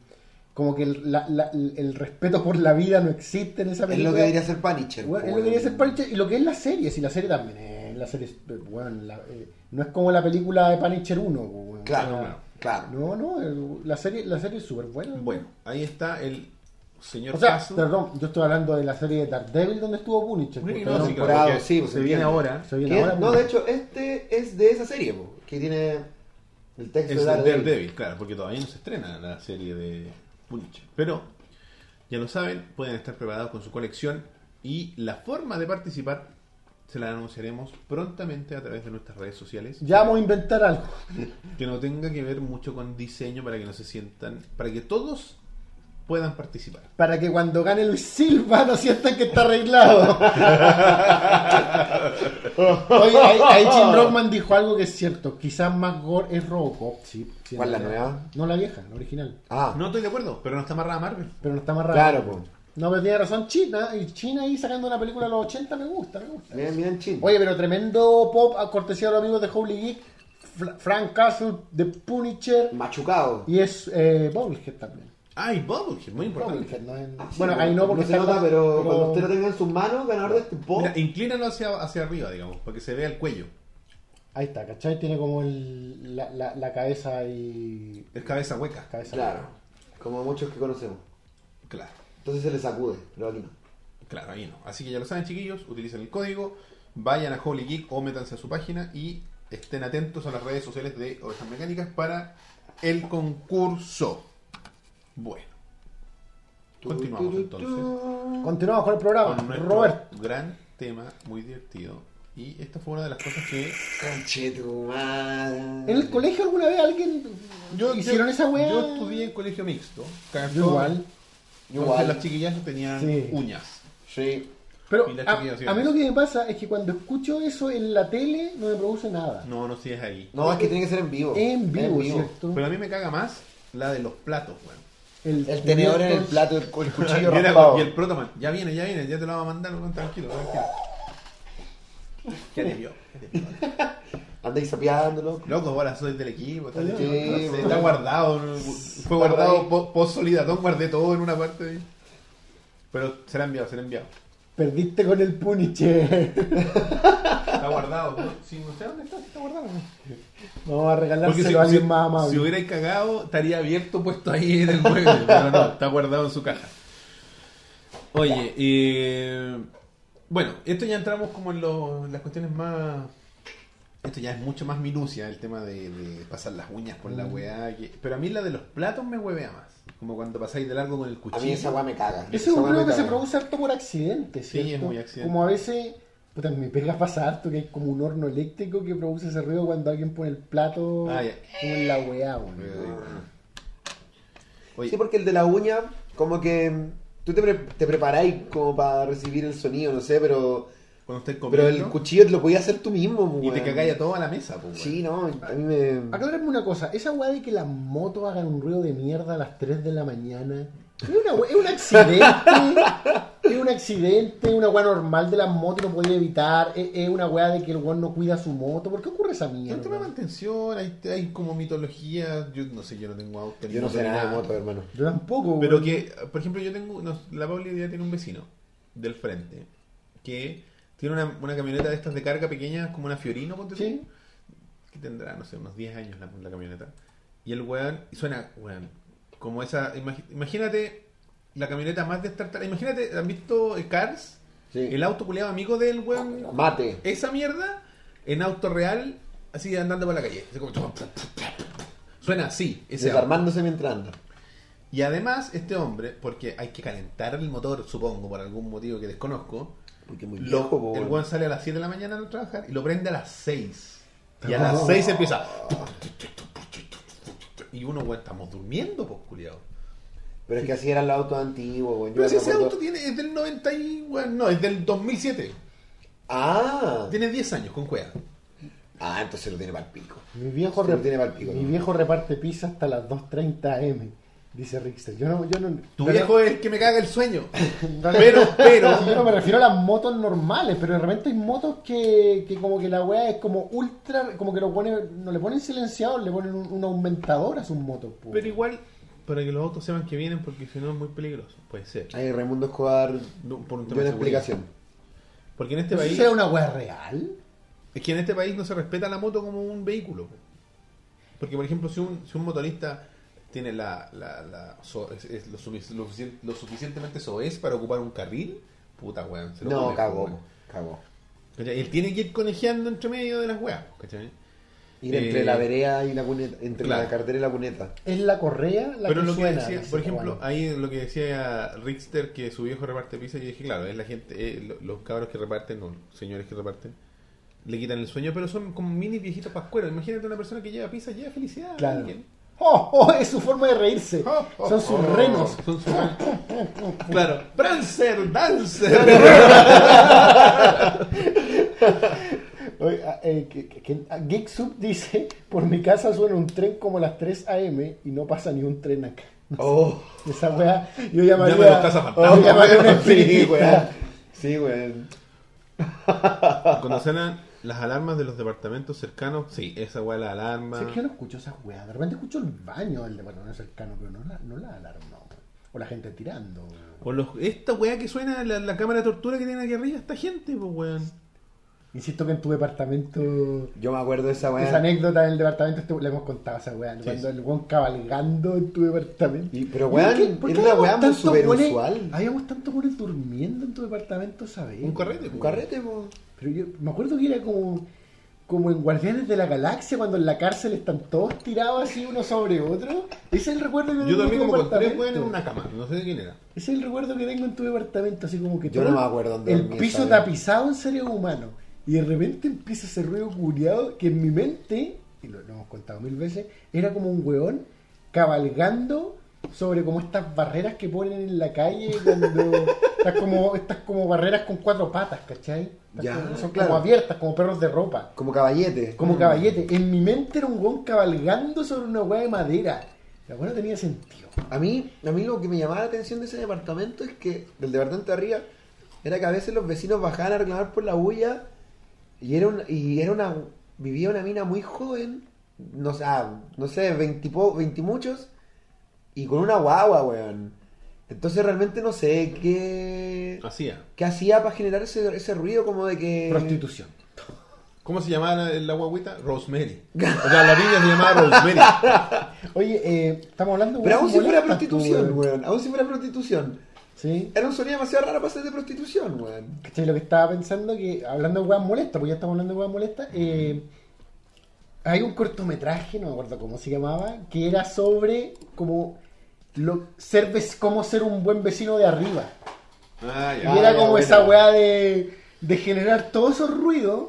Speaker 2: como que el, la- la- el respeto por la vida no existe en esa
Speaker 3: Es
Speaker 2: película.
Speaker 3: lo que debería ser Punisher.
Speaker 2: Bueno, es
Speaker 3: weón.
Speaker 2: lo que debería ser Punisher y lo que es la serie, si la serie también es, la serie, es- bueno, la- eh, no es como la película de Punisher 1. weón.
Speaker 3: Claro,
Speaker 2: O
Speaker 1: claro.
Speaker 2: sea,
Speaker 3: claro.
Speaker 2: No, no, el- la serie, la serie es súper buena.
Speaker 1: Bueno, ahí está el señor
Speaker 2: O sea,
Speaker 1: Casu.
Speaker 2: perdón, yo estoy hablando de la serie de Daredevil donde estuvo Punisher.
Speaker 1: Sí,
Speaker 2: porque
Speaker 1: no,
Speaker 2: no-
Speaker 1: sí, claro,
Speaker 3: temporada,
Speaker 1: porque
Speaker 3: sí, pues,
Speaker 1: se viene
Speaker 3: entiendo.
Speaker 1: ahora.
Speaker 2: soy
Speaker 3: Que
Speaker 2: bien
Speaker 3: es-
Speaker 2: ahora,
Speaker 3: no,
Speaker 2: Punisher.
Speaker 3: de hecho, este es de esa serie, po, que tiene el texto
Speaker 1: Es
Speaker 3: de
Speaker 1: el
Speaker 3: Daredevil.
Speaker 1: Daredevil, claro, porque todavía no se estrena la serie de Punisher. Pero, ya lo saben, pueden estar preparados con su colección y la forma de participar se la anunciaremos prontamente a través de nuestras redes sociales.
Speaker 2: Ya vamos a inventar algo.
Speaker 1: Que no tenga que ver mucho con diseño para que no se sientan, para que todos puedan participar.
Speaker 2: Para que cuando gane Luis Silva no sientan que está arreglado. Oye, ahí, ahí Jim Rockman dijo algo que es cierto. Quizás más gore es Robocop. Sí, sí,
Speaker 3: ¿Cuál,
Speaker 2: en
Speaker 3: la
Speaker 2: realidad.
Speaker 3: nueva?
Speaker 2: No, la vieja, la original.
Speaker 3: Ah,
Speaker 1: No estoy de acuerdo, pero no está amarrada a Marvel.
Speaker 2: Pero no está más raro.
Speaker 3: claro, po.
Speaker 2: No, pero tiene razón China. Y China ahí sacando una película de los 80 me gusta, me gusta.
Speaker 3: Miren, miren, chin.
Speaker 2: Oye, pero tremendo pop a cortesía de los amigos de Holy Geek. Fl- Frank Castle, The Punisher.
Speaker 3: Machucado.
Speaker 2: Y es eh, Bubblehead también.
Speaker 1: Ay, Bubblehead, muy importante.
Speaker 2: Bubblehead, no es-
Speaker 3: Ah, sí,
Speaker 2: bueno,
Speaker 3: po.
Speaker 2: ahí no porque
Speaker 3: se
Speaker 2: está-
Speaker 3: nota, pero,
Speaker 2: pero-
Speaker 3: cuando usted lo tenga en sus manos, ganador de este pop.
Speaker 1: Mira, inclínalo hacia, hacia arriba, digamos, para que se vea el cuello.
Speaker 2: Ahí está, ¿cachai? Tiene como el- la, la- la cabeza y.
Speaker 1: Es cabeza hueca.
Speaker 2: Cabeza
Speaker 3: Claro, como muchos que conocemos.
Speaker 1: Claro.
Speaker 3: Entonces se le sacude, pero aquí no.
Speaker 1: Claro, ahí no. Así que ya lo saben, chiquillos, utilicen el código, vayan a Holy Geek o métanse a su página y estén atentos a las redes sociales de Ovejas Mecánicas para el concurso. Bueno, continuamos entonces
Speaker 2: Continuamos con el programa.
Speaker 1: con nuestro eh,
Speaker 2: Robert,
Speaker 1: gran tema, muy divertido. Y esta fue una de las cosas que
Speaker 3: Conchetumada.
Speaker 2: ¿en el colegio alguna vez alguien hicieron esa weá?
Speaker 1: Yo estudié en colegio mixto. Cagazón.
Speaker 2: Yo igual.
Speaker 1: Entonces
Speaker 3: Igual.
Speaker 1: las chiquillas tenían
Speaker 2: Sí.
Speaker 1: uñas.
Speaker 3: Sí.
Speaker 2: Pero
Speaker 1: Y las chiquillas
Speaker 2: a,
Speaker 1: hacían
Speaker 2: a mí
Speaker 1: eso.
Speaker 2: lo que me pasa es que cuando escucho eso en la tele no me produce nada.
Speaker 1: No, no sigues ahí.
Speaker 3: No, es que tiene que ser en vivo.
Speaker 2: En vivo, ¿cierto?
Speaker 1: Pero a mí me caga más la de los platos, weón.
Speaker 3: El tenedor en el plato, el, el cuchillo
Speaker 1: Y era-
Speaker 3: raspado.
Speaker 1: y el protoman, ya viene, ya viene, ya te lo va a mandar, weón, tranquilo, tranquilo. Ya te vio. ya te vio.
Speaker 3: Andáis sapeándolo.
Speaker 1: Loco, ahora soy del equipo, está,
Speaker 3: Sí,
Speaker 1: no sé,
Speaker 3: weón.
Speaker 1: está guardado, no, fue guardado po- post solidatón, guardé todo en una parte. ahí. Pero será enviado, será enviado.
Speaker 2: Perdiste con el Punisher.
Speaker 1: Está guardado, ¿no? Sí, no sé dónde está, está guardado. weón.
Speaker 2: Vamos a
Speaker 1: Porque
Speaker 2: regalárselo
Speaker 1: si,
Speaker 2: a alguien
Speaker 1: si-
Speaker 2: más amable.
Speaker 1: si hubiera cagado, estaría abierto puesto ahí en el mueble, pero no, está guardado en su caja. Oye, eh, bueno, esto ya entramos como en lo- las cuestiones más... Esto ya es mucho más minucia el tema de, de pasar las uñas por
Speaker 3: Mm.
Speaker 1: la weá. que- pero a mí la de los platos me huevea más. Como cuando pasáis de largo con el
Speaker 3: A
Speaker 1: cuchillo. Eh,
Speaker 3: mí esa weá me caga.
Speaker 2: Ese
Speaker 3: Esa
Speaker 2: es
Speaker 3: weá
Speaker 2: un
Speaker 3: me
Speaker 2: ruido que se
Speaker 3: caga.
Speaker 2: produce harto por accidente,
Speaker 1: Sí, es
Speaker 2: ¿cierto?
Speaker 1: muy accidente.
Speaker 2: Como a veces, puta, en mi pega pasa harto que hay como un horno eléctrico que produce ese ruido cuando alguien pone el plato
Speaker 1: Ah, ya.
Speaker 2: como en la weá, weón.
Speaker 1: Oye,
Speaker 3: Sí, porque el de la uña, como que mm, tú te, pre- te preparáis como para recibir el sonido, no sé, pero
Speaker 1: cuando estáis
Speaker 3: pero
Speaker 1: comiendo
Speaker 3: el cuchillo te lo podías hacer tú mismo, pues,
Speaker 1: y te
Speaker 3: weón.
Speaker 1: cagáis a toda la mesa. Pues,
Speaker 3: Sí, no, a mí me...
Speaker 2: Aclárame una cosa, esa weá de que las motos hagan un ruido de mierda a las 3 de la mañana, es, una weá- es un accidente, es un accidente, una weá normal de las motos no podía evitar, es, es una weá de que el weón no cuida su moto, ¿por qué ocurre esa
Speaker 1: Es un
Speaker 2: mierda?
Speaker 1: tema de mantención, hay, hay como mitología, yo no sé, yo no tengo auto. ni
Speaker 3: Yo no
Speaker 1: moto
Speaker 3: sé
Speaker 1: ni
Speaker 3: nada de moto, hermano.
Speaker 2: Yo tampoco,
Speaker 1: Pero
Speaker 2: weón.
Speaker 1: que, por ejemplo, yo tengo, no, la Pauli hoy día tiene un vecino del frente que tiene una, una camioneta de estas de carga pequeña, como una Fiorino, ponte tú,
Speaker 2: Sí.
Speaker 1: que tendrá, no sé, unos 10 años la, la camioneta. Y el weón, y suena, weón, Como esa. imag- Imagínate la camioneta más destartalada. Imagínate, ¿han visto eh, Cars?
Speaker 3: Sí.
Speaker 1: El auto culeado amigo del weón.
Speaker 3: Mate.
Speaker 1: Esa mierda en auto real, así andando por la calle. Así como- Suena así. Ese auto.
Speaker 3: Desarmándose mientras anda.
Speaker 1: Y además, este hombre, porque hay que calentar el motor, supongo, por algún motivo que desconozco,
Speaker 3: Porque muy
Speaker 1: lo-
Speaker 3: viejo, po,
Speaker 1: el
Speaker 3: weón.
Speaker 1: weón sale a las 7 de la mañana a trabajar y lo prende a las 6. Y a
Speaker 3: No.
Speaker 1: las 6 empieza. Y uno, weón, estamos durmiendo, pues, culiado.
Speaker 3: Pero es que así eran los autos antiguos, weón. Yo
Speaker 1: Pero si
Speaker 3: me
Speaker 1: ese
Speaker 3: acuerdo-
Speaker 1: auto tiene, es del 90 y, weón, no, es del 2007.
Speaker 3: Ah.
Speaker 1: Tiene 10 años con cueva.
Speaker 3: Ah, entonces lo tiene para el pico.
Speaker 2: Mi viejo,
Speaker 3: Este lo
Speaker 2: rep-
Speaker 3: tiene pa'l pico,
Speaker 2: mi
Speaker 3: ¿no?
Speaker 2: viejo reparte pizza hasta las 2.30 am, dice Rickster. Yo no, yo no,
Speaker 1: Tu
Speaker 2: no-
Speaker 1: viejo es el que me caga el sueño.
Speaker 2: no-
Speaker 1: Pero, pero.
Speaker 2: Yo no me refiero a las motos normales, pero de repente hay motos que, que como que la weá es como ultra, como que lo pone, no le ponen silenciador, le ponen un, un aumentador a sus motos. po.
Speaker 1: Pero igual, para que los autos sepan que vienen, porque si no es muy peligroso. Puede ser.
Speaker 3: Ahí Raimundo Escobar
Speaker 1: No, por un
Speaker 3: dio
Speaker 1: tema de
Speaker 3: una
Speaker 1: seguridad.
Speaker 3: explicación.
Speaker 1: Porque en este
Speaker 2: ¿Pero
Speaker 1: país.
Speaker 2: ¿Eso era una weá real?
Speaker 1: Es que en este país no se respeta la moto como un vehículo. po. Porque, por ejemplo, si un, si un motorista tiene la, la- la- so- es- es lo, sufici- lo sufici- lo suficientemente soez para ocupar un carril, puta weón. se lo
Speaker 3: No,
Speaker 1: come,
Speaker 3: cagó.
Speaker 1: weón.
Speaker 3: Cagó.
Speaker 1: ¿Cachai? Él tiene que ir conejeando entre medio de las weas. ¿cachai?
Speaker 3: Ir
Speaker 1: Eh,
Speaker 3: entre la vereda y la cuneta. Entre
Speaker 1: claro.
Speaker 3: la cartera y la cuneta.
Speaker 2: ¿Es la correa la
Speaker 1: Pero
Speaker 2: que
Speaker 1: lo que
Speaker 2: suena?
Speaker 1: decía,
Speaker 2: dice
Speaker 1: por
Speaker 2: la
Speaker 1: ejemplo,
Speaker 2: weá.
Speaker 1: ahí lo que decía Rickster que su viejo reparte pizza, yo dije, claro, es la gente, eh, lo- los cabros que reparten, o los señores que reparten, le quitan el sueño, pero son como mini viejitos pascueros. Imagínate una persona que lleva pizza, lleva felicidad. a
Speaker 2: Claro.
Speaker 1: alguien.
Speaker 2: ¡Oh, oh! Es su forma de reírse.
Speaker 1: Oh, oh,
Speaker 2: Son sus
Speaker 1: oh.
Speaker 2: renos.
Speaker 1: Son sus renos. claro. Prancer, Dancer.
Speaker 2: Oye, ah, eh, que- que- que- ah, Geek Sub dice, por mi casa suena un tren como las 3 am y no pasa ni un tren acá.
Speaker 3: Oh.
Speaker 2: Esa weá, yo llamaría...
Speaker 1: Llámalo cazafantasma,
Speaker 2: yo llamaría a
Speaker 3: sí,
Speaker 2: un
Speaker 3: weón.
Speaker 2: espiritista.
Speaker 3: Sí, weón.
Speaker 1: Cuando suenan las alarmas de los departamentos cercanos, sí, esa weá la alarma.
Speaker 2: Sí, es que yo no escucho esas weas. De repente escucho el baño del departamento cercano, pero no la, no la alarma. weón. O la gente tirando.
Speaker 1: O los, esta weá que suena la, la cámara de tortura que tiene aquí arriba, esta gente, pues weón.
Speaker 2: Insisto que en tu departamento...
Speaker 3: Yo me acuerdo de esa
Speaker 2: Esa
Speaker 3: weón.
Speaker 2: anécdota del departamento este- la hemos contado esa weá. Cuando el weón cabalgando en tu departamento.
Speaker 3: Y- pero,
Speaker 2: ¿Y por
Speaker 3: weón,
Speaker 2: qué- por
Speaker 3: era
Speaker 2: qué
Speaker 3: una
Speaker 2: habíamos
Speaker 3: weá muy
Speaker 2: tantos
Speaker 3: superusual.
Speaker 2: weones- Habíamos tantos weones durmiendo en tu departamento, ¿sabes?
Speaker 1: Un carrete,
Speaker 3: Un
Speaker 1: pues.
Speaker 3: carrete, po.
Speaker 2: Pero yo me acuerdo que era como, como en Guardianes de la Galaxia, cuando en la cárcel están todos tirados así uno sobre otro. Ese es el recuerdo que
Speaker 1: Yo
Speaker 2: tengo
Speaker 1: dormí
Speaker 2: en tu
Speaker 1: como con tres
Speaker 2: departamento.
Speaker 1: weones en una cama, no sé de quién era.
Speaker 2: Ese es el recuerdo que tengo en tu departamento, así como que
Speaker 3: Yo
Speaker 2: todo
Speaker 3: no me acuerdo dónde
Speaker 2: El
Speaker 3: dormí
Speaker 2: piso
Speaker 3: esa vez.
Speaker 2: tapizado en seres humanos. Y de repente empieza ese ruido curiado que en mi mente, y lo, lo hemos contado mil veces, era como un weón cabalgando sobre como estas barreras que ponen en la calle cuando estas como, estas como barreras con cuatro patas, ¿cachai? Estas
Speaker 3: Ya,
Speaker 2: como- son
Speaker 3: claro. Mm.
Speaker 2: como abiertas, como perros de ropa.
Speaker 3: Como caballete.
Speaker 2: Como caballete. En mi mente era un weón cabalgando sobre una weá de madera. La weá no tenía sentido.
Speaker 3: A mí, a mí lo que me llamaba la atención de ese departamento es que, del departamento de arriba, era que a veces los vecinos bajaban a reclamar por la bulla y era una, y era una vivía una mina muy joven, no sé, ah, no sé, veintimuchos, muchos, y con una guagua, weón. Entonces realmente no sé qué,
Speaker 1: Hacía.
Speaker 3: qué hacía para generar ese, ese ruido como de que...
Speaker 2: Prostitución.
Speaker 1: ¿Cómo se llamaba la, la guaguita? Rosemary. O sea, la niña se llamaba Rosemary.
Speaker 2: Oye, eh, estamos hablando
Speaker 3: Pero aún si fuera
Speaker 2: molestas,
Speaker 3: prostitución,
Speaker 2: po,
Speaker 3: weón, aún si fuera prostitución.
Speaker 2: Sí.
Speaker 3: Era un sonido demasiado raro para ser de prostitución, weón.
Speaker 2: ¿Cachai? Lo que estaba pensando que, hablando de weas molestas, porque ya estamos hablando de weas molestas, eh, hay un cortometraje, no me acuerdo cómo se llamaba, que era sobre como lo, ser, vec- cómo ser un buen vecino de arriba.
Speaker 1: Ah,
Speaker 2: Y
Speaker 1: ya.
Speaker 2: era
Speaker 3: ya,
Speaker 2: como
Speaker 3: buena.
Speaker 2: esa wea de, de generar todo esos ruidos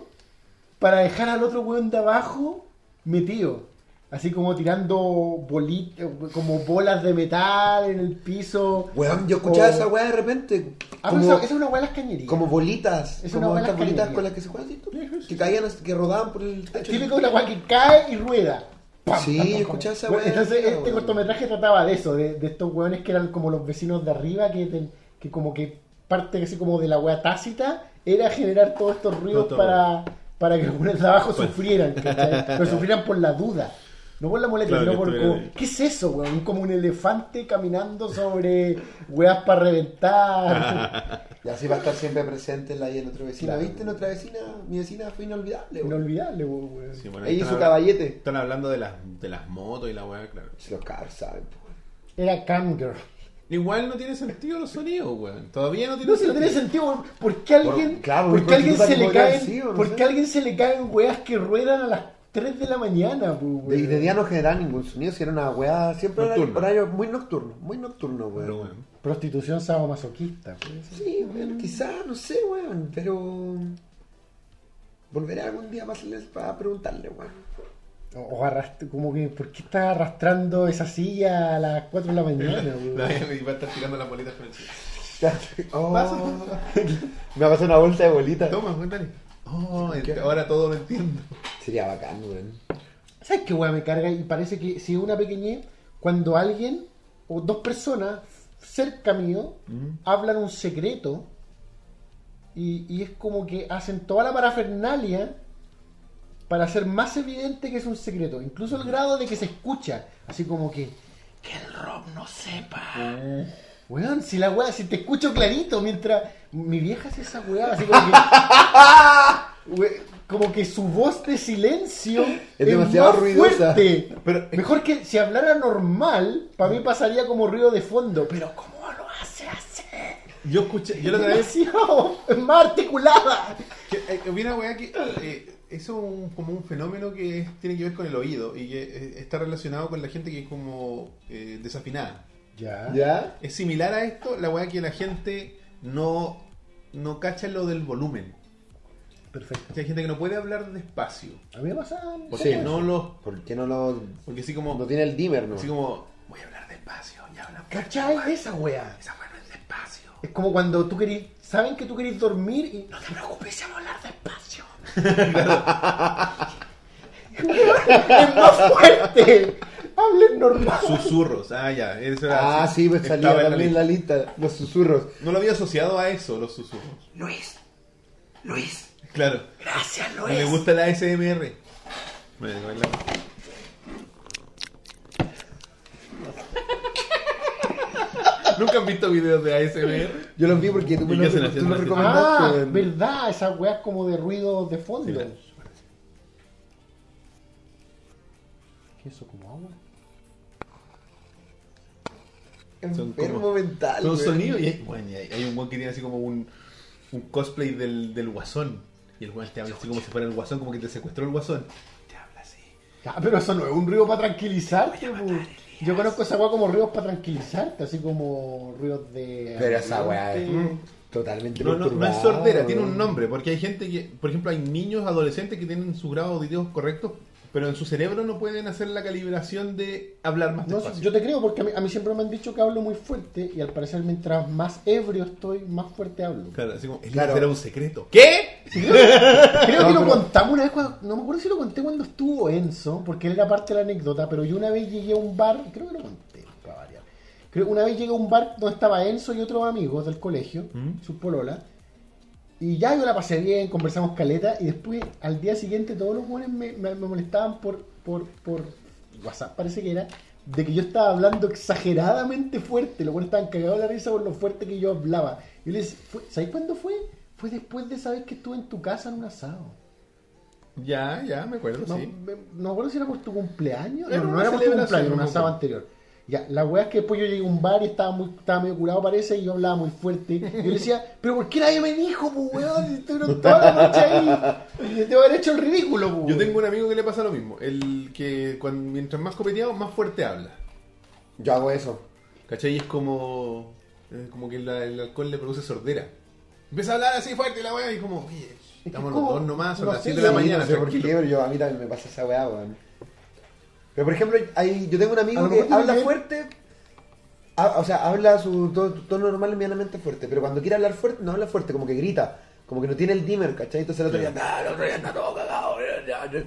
Speaker 2: para dejar al otro weón de abajo metido. Así como tirando bolitas, como bolas de metal en el piso.
Speaker 3: Weón, yo escuchaba
Speaker 2: O-
Speaker 3: esa weá de repente.
Speaker 2: Ah, pero
Speaker 3: como,
Speaker 2: esa, esa es una weá de las cañerías.
Speaker 3: como bolitas.
Speaker 2: Es una
Speaker 3: como
Speaker 2: weá
Speaker 3: estas
Speaker 2: las
Speaker 3: bolitas
Speaker 2: cañerías.
Speaker 3: con las que se juegan, ¿sí? Que caían, que rodaban por el techo.
Speaker 2: Típico de la weá que cae y rueda.
Speaker 3: Sí, yo escuchaba esa
Speaker 2: Bueno,
Speaker 3: weá.
Speaker 2: Entonces,
Speaker 3: weón.
Speaker 2: este cortometraje trataba de eso, de, de estos weones que eran como los vecinos de arriba, que, ten- que como que parte así como de la weá tácita era generar todos estos ruidos
Speaker 1: Todo. Pues.
Speaker 2: para, para que los weones de abajo sufrieran, ¿cachai? Pero sufrieran por la duda. No por la molestia,
Speaker 1: Claro,
Speaker 2: sino
Speaker 1: que
Speaker 2: por
Speaker 1: estuvieran
Speaker 2: como,
Speaker 1: ahí.
Speaker 2: ¿qué es eso, weón? Como un elefante caminando sobre weas para reventar.
Speaker 3: Y así va a estar siempre presente en la vida de nuestra vecina.
Speaker 2: Claro.
Speaker 3: ¿Viste? Nuestra vecina, mi vecina fue inolvidable. weón.
Speaker 2: Inolvidable, weón.
Speaker 1: Sí, bueno, ahí
Speaker 3: Ella y
Speaker 1: están
Speaker 3: su
Speaker 1: hablando-
Speaker 3: caballete.
Speaker 1: Están hablando de las, de las motos y la weá, claro.
Speaker 3: Si los cabros saben, po, weón.
Speaker 2: Era Camgirl.
Speaker 1: Igual no tiene sentido los sonidos, weón. Todavía no tiene
Speaker 2: No se
Speaker 1: sentido.
Speaker 2: tiene sentido, weón. ¿por qué alguien,
Speaker 3: Por- claro,
Speaker 2: por qué
Speaker 3: porque
Speaker 2: alguien
Speaker 3: tú
Speaker 2: se le
Speaker 3: tampoco eres
Speaker 2: caen,
Speaker 3: así, o no
Speaker 2: por
Speaker 3: sé.
Speaker 2: qué alguien se le caen weas que ruedan a las 3 de la mañana, pues,
Speaker 3: De,
Speaker 2: weón?
Speaker 3: y de día no generaba ningún sonido, si era una weá, siempre era
Speaker 1: Nocturno.
Speaker 3: horario muy nocturno, muy nocturno, weón.
Speaker 1: Pero, weón.
Speaker 2: Prostitución sadomasoquista, pues.
Speaker 3: Sí, weón, quizá, no sé, weón, pero... Volveré algún día para, hacerles- para preguntarle, weón.
Speaker 2: O, o arrast- como que, ¿por qué estás arrastrando esa silla a las 4 de la mañana, weón?
Speaker 1: La y va a estar tirando las bolitas con el chico.
Speaker 3: Oh.
Speaker 1: Pasa.
Speaker 3: Me va a pasar una bolsa de bolitas.
Speaker 1: Toma, cuéntale. Oh, ent- ahora todo lo entiendo.
Speaker 3: Sería bacán, weón.
Speaker 2: ¿Sabes qué weá me carga? Y parece que si es una pequeñez, cuando alguien o dos personas cerca mío
Speaker 3: Mm.
Speaker 2: hablan un secreto y, y es como que hacen toda la parafernalia para hacer más evidente que es un secreto, incluso el grado de que se escucha, así como que que el Rob no sepa.
Speaker 3: Eh.
Speaker 2: Weón, si la weá, si te escucho clarito mientras mi vieja hace esa weá, así como que We- como que su voz de silencio es,
Speaker 3: demasiado
Speaker 2: más
Speaker 3: ruidosa.
Speaker 2: fuerte.
Speaker 1: Pero-
Speaker 2: Mejor que si hablara normal, para
Speaker 3: Mm.
Speaker 2: mí pasaría como ruido de fondo. Pero como lo hace así.
Speaker 1: Yo escuché, yo la otra vez.
Speaker 2: Demasiado, es más articulada.
Speaker 1: Que, eh, hubiera weá que. eh, eso es un- como un fenómeno que es- tiene que ver con el oído y que eh, está relacionado con la gente que es como eh, desafinada.
Speaker 2: Ya.
Speaker 3: ¿Ya?
Speaker 1: Es similar a esto la weá que la gente no, no cacha lo del volumen.
Speaker 2: Perfecto.
Speaker 1: O sea, hay gente que no puede hablar despacio.
Speaker 2: A mí me pasa.
Speaker 1: Porque
Speaker 3: Sí.
Speaker 1: Pues no lo.
Speaker 3: ¿Por qué no lo...
Speaker 1: Porque así como.
Speaker 3: No tiene el dimmer, no?
Speaker 1: Así como. Voy a hablar despacio. Ya hablamos.
Speaker 2: ¿Cachai? Esa wea.
Speaker 1: Esa weá no es despacio.
Speaker 2: Es como cuando tú querís. Saben que tú querís dormir y. No te preocupes, se va a hablar despacio. es más fuerte. Hablen normal.
Speaker 1: Susurros, ah, ya. eso era
Speaker 3: Ah,
Speaker 1: así.
Speaker 3: sí, me salía
Speaker 1: Estaba en la
Speaker 3: también
Speaker 1: lista.
Speaker 3: la lista, los susurros.
Speaker 1: No lo había asociado a eso, los susurros.
Speaker 2: Luis. Luis.
Speaker 1: Claro.
Speaker 2: Gracias,
Speaker 1: No le gusta la SMR. Bueno, baila. ¿Nunca han visto videos de ASMR?
Speaker 3: Yo los vi porque tú me
Speaker 1: ¿Y
Speaker 3: los
Speaker 1: qué hacen
Speaker 3: tú
Speaker 1: haciendo
Speaker 3: los
Speaker 1: así?
Speaker 2: Ah,
Speaker 3: recomendaste, weón.
Speaker 2: verdad, esa weá es como de ruido de fondo.
Speaker 1: claro.
Speaker 2: ¿Qué es eso como agua?
Speaker 3: Enfermo
Speaker 1: como-
Speaker 3: mental,
Speaker 1: Son
Speaker 3: weón.
Speaker 1: sonidos y hay, bueno, y hay, hay un weón que tiene así como un, un cosplay del, del guasón. Y el weón te habla así como si fuera el guasón, como que te secuestró el guasón. Te habla así.
Speaker 2: Ah, pero eso no es un ruido para tranquilizarte. po. Yo conozco esa weá como ruidos para tranquilizarte, así como ruidos de.
Speaker 3: Pero esa weá es
Speaker 2: ambiente.
Speaker 3: totalmente
Speaker 1: No, no, no es
Speaker 3: perturbada,
Speaker 1: sordera,
Speaker 3: weón.
Speaker 1: tiene un nombre, porque hay gente que, por ejemplo, hay niños, adolescentes que tienen su grado auditivo correcto, pero en su cerebro no pueden hacer la calibración de hablar más
Speaker 2: No,
Speaker 1: despacio.
Speaker 2: yo te creo porque a mí, a mí siempre me han dicho que hablo muy fuerte y al parecer mientras más ebrio estoy, más fuerte hablo.
Speaker 1: Claro, así como, él
Speaker 3: Claro.
Speaker 1: será un secreto. ¿Qué?
Speaker 2: Creo que
Speaker 3: No,
Speaker 2: lo
Speaker 3: pero-
Speaker 2: contamos una vez cuando, no me acuerdo si lo conté cuando estuvo Enzo, porque él era parte de la anécdota, pero yo una vez llegué a un bar, creo que lo conté, para variar. Creo, una vez llegué a un bar donde estaba Enzo y otros amigos del colegio,
Speaker 3: ¿Mm?
Speaker 2: sus pololas, y ya yo la pasé bien, conversamos caleta, y después al día siguiente todos los jóvenes me, me- me molestaban por, por, por WhatsApp, parece que era, de que yo estaba hablando exageradamente fuerte, los buenos estaban cagados de la risa por lo fuerte que yo hablaba. Y les, fue, ¿sabes cuándo fue? Fue después de saber que estuve en tu casa en un asado.
Speaker 1: Ya, ya, me acuerdo,
Speaker 2: No,
Speaker 1: sí.
Speaker 2: me- no recuerdo si era por tu cumpleaños.
Speaker 1: Era
Speaker 2: no, no
Speaker 1: una
Speaker 2: era por tu
Speaker 1: celebración,
Speaker 2: cumpleaños, era un
Speaker 1: no me
Speaker 2: asado
Speaker 1: acuerdo.
Speaker 2: anterior. Ya, la weá es que después yo llegué a un bar y estaba, muy, estaba medio curado, parece, y yo hablaba muy fuerte. Y yo le decía, ¿pero por qué nadie me dijo, pues, weón? Estuvieron toda la noche ahí. Debo haber hecho el ridículo, pues.
Speaker 1: Yo tengo un amigo que le pasa lo mismo, el que cuan- mientras más copeteado, más fuerte habla.
Speaker 3: Yo hago eso.
Speaker 1: ¿Cachai? Y es como, eh, como que la- el alcohol le produce sordera. Empieza a hablar así fuerte y la weá y como, oye, estamos los
Speaker 2: como-
Speaker 1: dos nomás, son
Speaker 2: no
Speaker 1: las
Speaker 2: sé,
Speaker 1: 7 de la
Speaker 2: sí,
Speaker 1: mañana,
Speaker 3: no sé por qué,
Speaker 1: tranquilo.
Speaker 3: pero yo, a mí también me pasa esa weá, weón. Pero por ejemplo, hay, yo tengo un
Speaker 2: A
Speaker 3: amigo
Speaker 2: lo
Speaker 3: que
Speaker 2: mejor tiene
Speaker 3: habla
Speaker 2: que ver-
Speaker 3: fuerte, ha- o sea, habla su to- tono normal y medianamente fuerte, pero cuando quiere hablar fuerte, no habla fuerte, como que grita, como que no tiene el dimmer, ¿cachai? Entonces el otro día, "Ah, el otro día anda todo cagado, eh, ya, ya".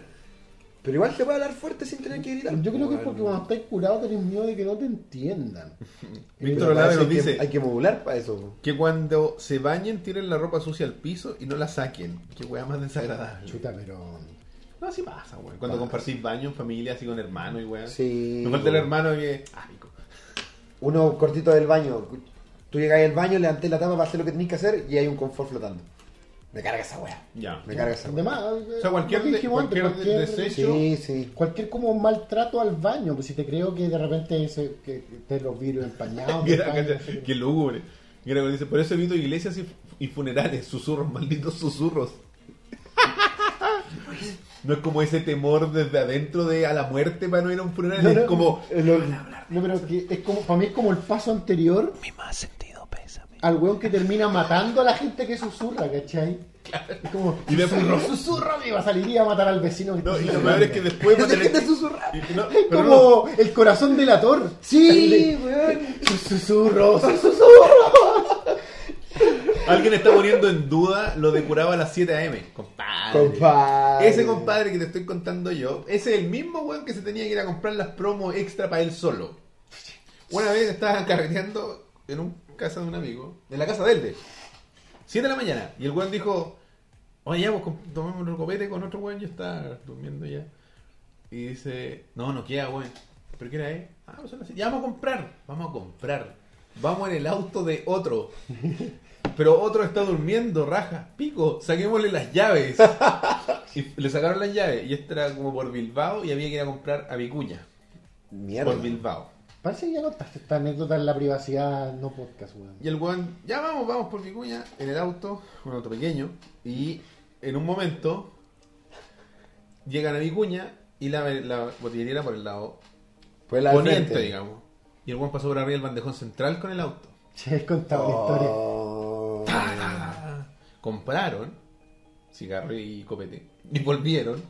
Speaker 3: pero igual se puede hablar fuerte sin tener que gritar.
Speaker 2: Yo creo que es
Speaker 3: Weón.
Speaker 2: porque cuando estáis curado tenés miedo de que no te entiendan. Eh,
Speaker 3: Pero
Speaker 1: Víctor
Speaker 3: para
Speaker 1: Olave
Speaker 3: eso
Speaker 1: nos
Speaker 3: hay que-
Speaker 1: dice
Speaker 3: hay que modular para eso. weón.
Speaker 1: que cuando se bañen tiren la ropa sucia al piso y no la saquen. Qué weá más desagradable.
Speaker 2: Chuta, pero...
Speaker 1: No, así pasa, weón. Cuando
Speaker 3: Pasa.
Speaker 1: compartís baño en familia, así con hermano y weá.
Speaker 3: Sí,
Speaker 1: Me falta el
Speaker 3: weón.
Speaker 1: hermano que. Ah, pico.
Speaker 3: Uno cortito del baño. Tú llegas al baño, levanté la tapa para hacer lo que tenés que hacer y hay un confort flotando. Me carga esa weá.
Speaker 1: Ya.
Speaker 3: Me carga esa weá.
Speaker 2: Además,
Speaker 4: O sea, cualquier,
Speaker 2: lo que
Speaker 4: de-
Speaker 2: dijimos antes,
Speaker 4: cualquier
Speaker 2: cualquier-
Speaker 4: desecho.
Speaker 3: Sí, sí.
Speaker 2: Cualquier como maltrato al baño, pues si te creo que de repente se- que te los virus empañados.
Speaker 1: Que
Speaker 2: del
Speaker 1: era,
Speaker 2: baño, no sé
Speaker 1: cacha, que lúgubre. Que era cuando dice, por eso evito iglesias y, y funerales, susurros, malditos susurros. No es como ese temor desde adentro de a la muerte para no ir a un funeral,
Speaker 2: No,
Speaker 1: es
Speaker 2: no,
Speaker 1: como
Speaker 2: eh, lo- no, pero que es como, para mí es como el paso anterior. Mi más sentido pésame. Al weón que termina matando a la gente que susurra, ¿cachai? Es como,
Speaker 1: Y de-
Speaker 2: susurro, susurro, me iba a salir y iba a matar al vecino. Que
Speaker 1: No,
Speaker 2: está
Speaker 1: y lo
Speaker 2: susurrando.
Speaker 1: peor es que después va a tener
Speaker 3: Déjate susurrar.
Speaker 1: y- no,
Speaker 2: Es
Speaker 1: pero no,
Speaker 2: como el corazón delator.
Speaker 3: Sí, weón.
Speaker 2: Susurros.
Speaker 1: alguien está poniendo en duda lo de curaba a las 7 a.m. Compadre.
Speaker 3: Compadre.
Speaker 1: Ese compadre que te estoy contando yo, ese es el mismo weón que se tenía que ir a comprar las promos extra para él solo. Una vez estaba carreteando en un casa de un amigo, en la casa de él, de 7 de la mañana, y el weón dijo, oye, ya, pues, com- tomemos un copete con otro weón, yo estaba durmiendo ya. Y dice, no, no queda, weón. ¿Pero qué era, eh? Ah, pues son las siete. Ya vamos a comprar, vamos a comprar. Vamos en el auto de otro. Pero otro está durmiendo, raja. Pico, saquémosle las llaves. Y le sacaron las llaves. Y esto era como por Bilbao y había que ir a comprar a Vicuña.
Speaker 3: Mierda.
Speaker 1: Por Bilbao.
Speaker 2: Parece que ya contaste esta anécdota en la privacidad, no podcast, weón.
Speaker 1: Y el weón, ya vamos, vamos por Vicuña, en el auto, un auto pequeño. Y en un momento llegan a Vicuña y la, la botillería era por el lado
Speaker 3: Pues la
Speaker 1: poniente,
Speaker 3: frente.
Speaker 1: digamos. Y el weón pasó por arriba del bandejón central con el auto.
Speaker 2: Che, he contado la historia.
Speaker 3: Oh.
Speaker 1: Compraron cigarro y copete. Y volvieron.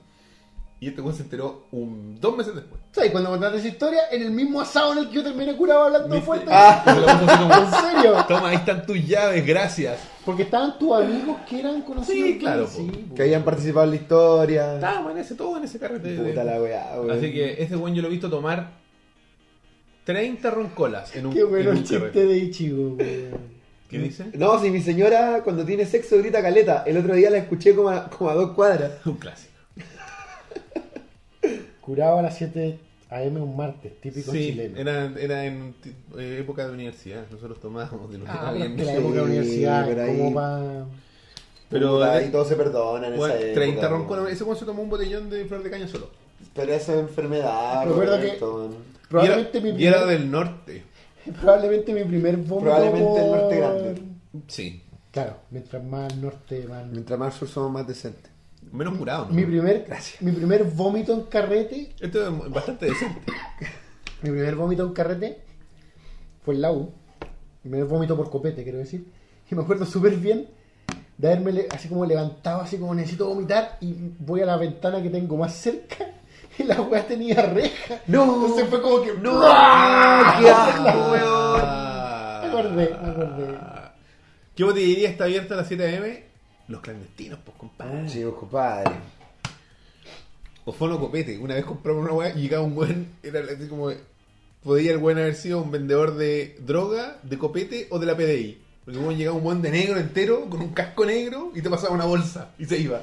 Speaker 1: Y este weón se enteró un, dos meses después.
Speaker 2: ¿Sabes? Cuando contaste esa historia, en el mismo asado en el que yo terminé curado hablando
Speaker 1: ¿Viste? Ah.
Speaker 2: fuerte.
Speaker 1: Y se lo puso así como,
Speaker 2: ¿En serio?
Speaker 1: Toma, ahí están tus llaves, gracias.
Speaker 2: Porque estaban tus amigos que eran conocidos.
Speaker 1: Sí,
Speaker 2: tuyos,
Speaker 1: claro, po.
Speaker 2: Sí, po.
Speaker 3: Que hayan participado en la historia.
Speaker 1: Estábamos en ese, todo en ese carrete. de-
Speaker 3: Puta la weá, weón.
Speaker 1: Así que este weón yo lo he visto tomar 30 roncolas en un,
Speaker 2: Qué bueno
Speaker 1: en un
Speaker 2: el chiste
Speaker 1: carrete.
Speaker 2: de Ichigo, weón.
Speaker 1: ¿Qué dice?
Speaker 3: No, si mi señora cuando tiene sexo grita caleta. El otro día la escuché como a, como a dos cuadras.
Speaker 1: Un clásico.
Speaker 2: Curaba a las 7 a.m. un martes, típico
Speaker 1: Sí,
Speaker 2: chileno.
Speaker 1: era, era en ti- eh, época de universidad. Nosotros tomábamos de los
Speaker 2: Ah, pero es que
Speaker 1: bien.
Speaker 2: la época de la
Speaker 3: Sí,
Speaker 2: universidad,
Speaker 3: pero ahí-
Speaker 2: como pa...
Speaker 1: Pero
Speaker 3: Puta,
Speaker 1: eh,
Speaker 3: y todo se perdona en
Speaker 1: bueno,
Speaker 3: esa época,
Speaker 1: 30
Speaker 3: weón.
Speaker 1: roncolas. Ese weón se tomó un botellón de flor de caña solo.
Speaker 3: Pero eso es enfermedad.
Speaker 2: Recuerdo
Speaker 3: Roberto.
Speaker 2: Probablemente,
Speaker 1: y
Speaker 2: mi
Speaker 1: era, y
Speaker 2: primer,
Speaker 1: era del norte.
Speaker 2: probablemente mi primer vómito...
Speaker 3: Probablemente el norte
Speaker 2: por-
Speaker 3: grande.
Speaker 1: Sí.
Speaker 2: Claro, mientras más norte, más...
Speaker 3: Mientras más sur somos más decentes.
Speaker 1: Menos curado, ¿no?
Speaker 2: Mi primer, mi primer vómito en carrete
Speaker 1: Esto es bastante decente.
Speaker 2: Mi primer vómito en carrete fue en la U. Mi primer vómito por copete, quiero decir. Y me acuerdo súper bien de haberme le- así como levantado, así como necesito vomitar. Y voy a la ventana que tengo más cerca. Y la weá tenía reja.
Speaker 3: No.
Speaker 2: Entonces fue como que. ¡No!
Speaker 3: ¡Qué asco, weón!
Speaker 1: Ah.
Speaker 2: Me acordé, me acordé.
Speaker 1: ¿Qué botillería está abierta a las 7 a.m.? Los clandestinos, pues, compadre.
Speaker 3: Sí, vos, compadre.
Speaker 1: O Fono Copete. Una vez compramos una weá y llegaba un buen. Era así como. Podía el buen haber sido un vendedor de droga, de copete o de la PDI. Porque bueno, llegaba un buen de negro entero, con un casco negro, y te pasaba una bolsa y se iba.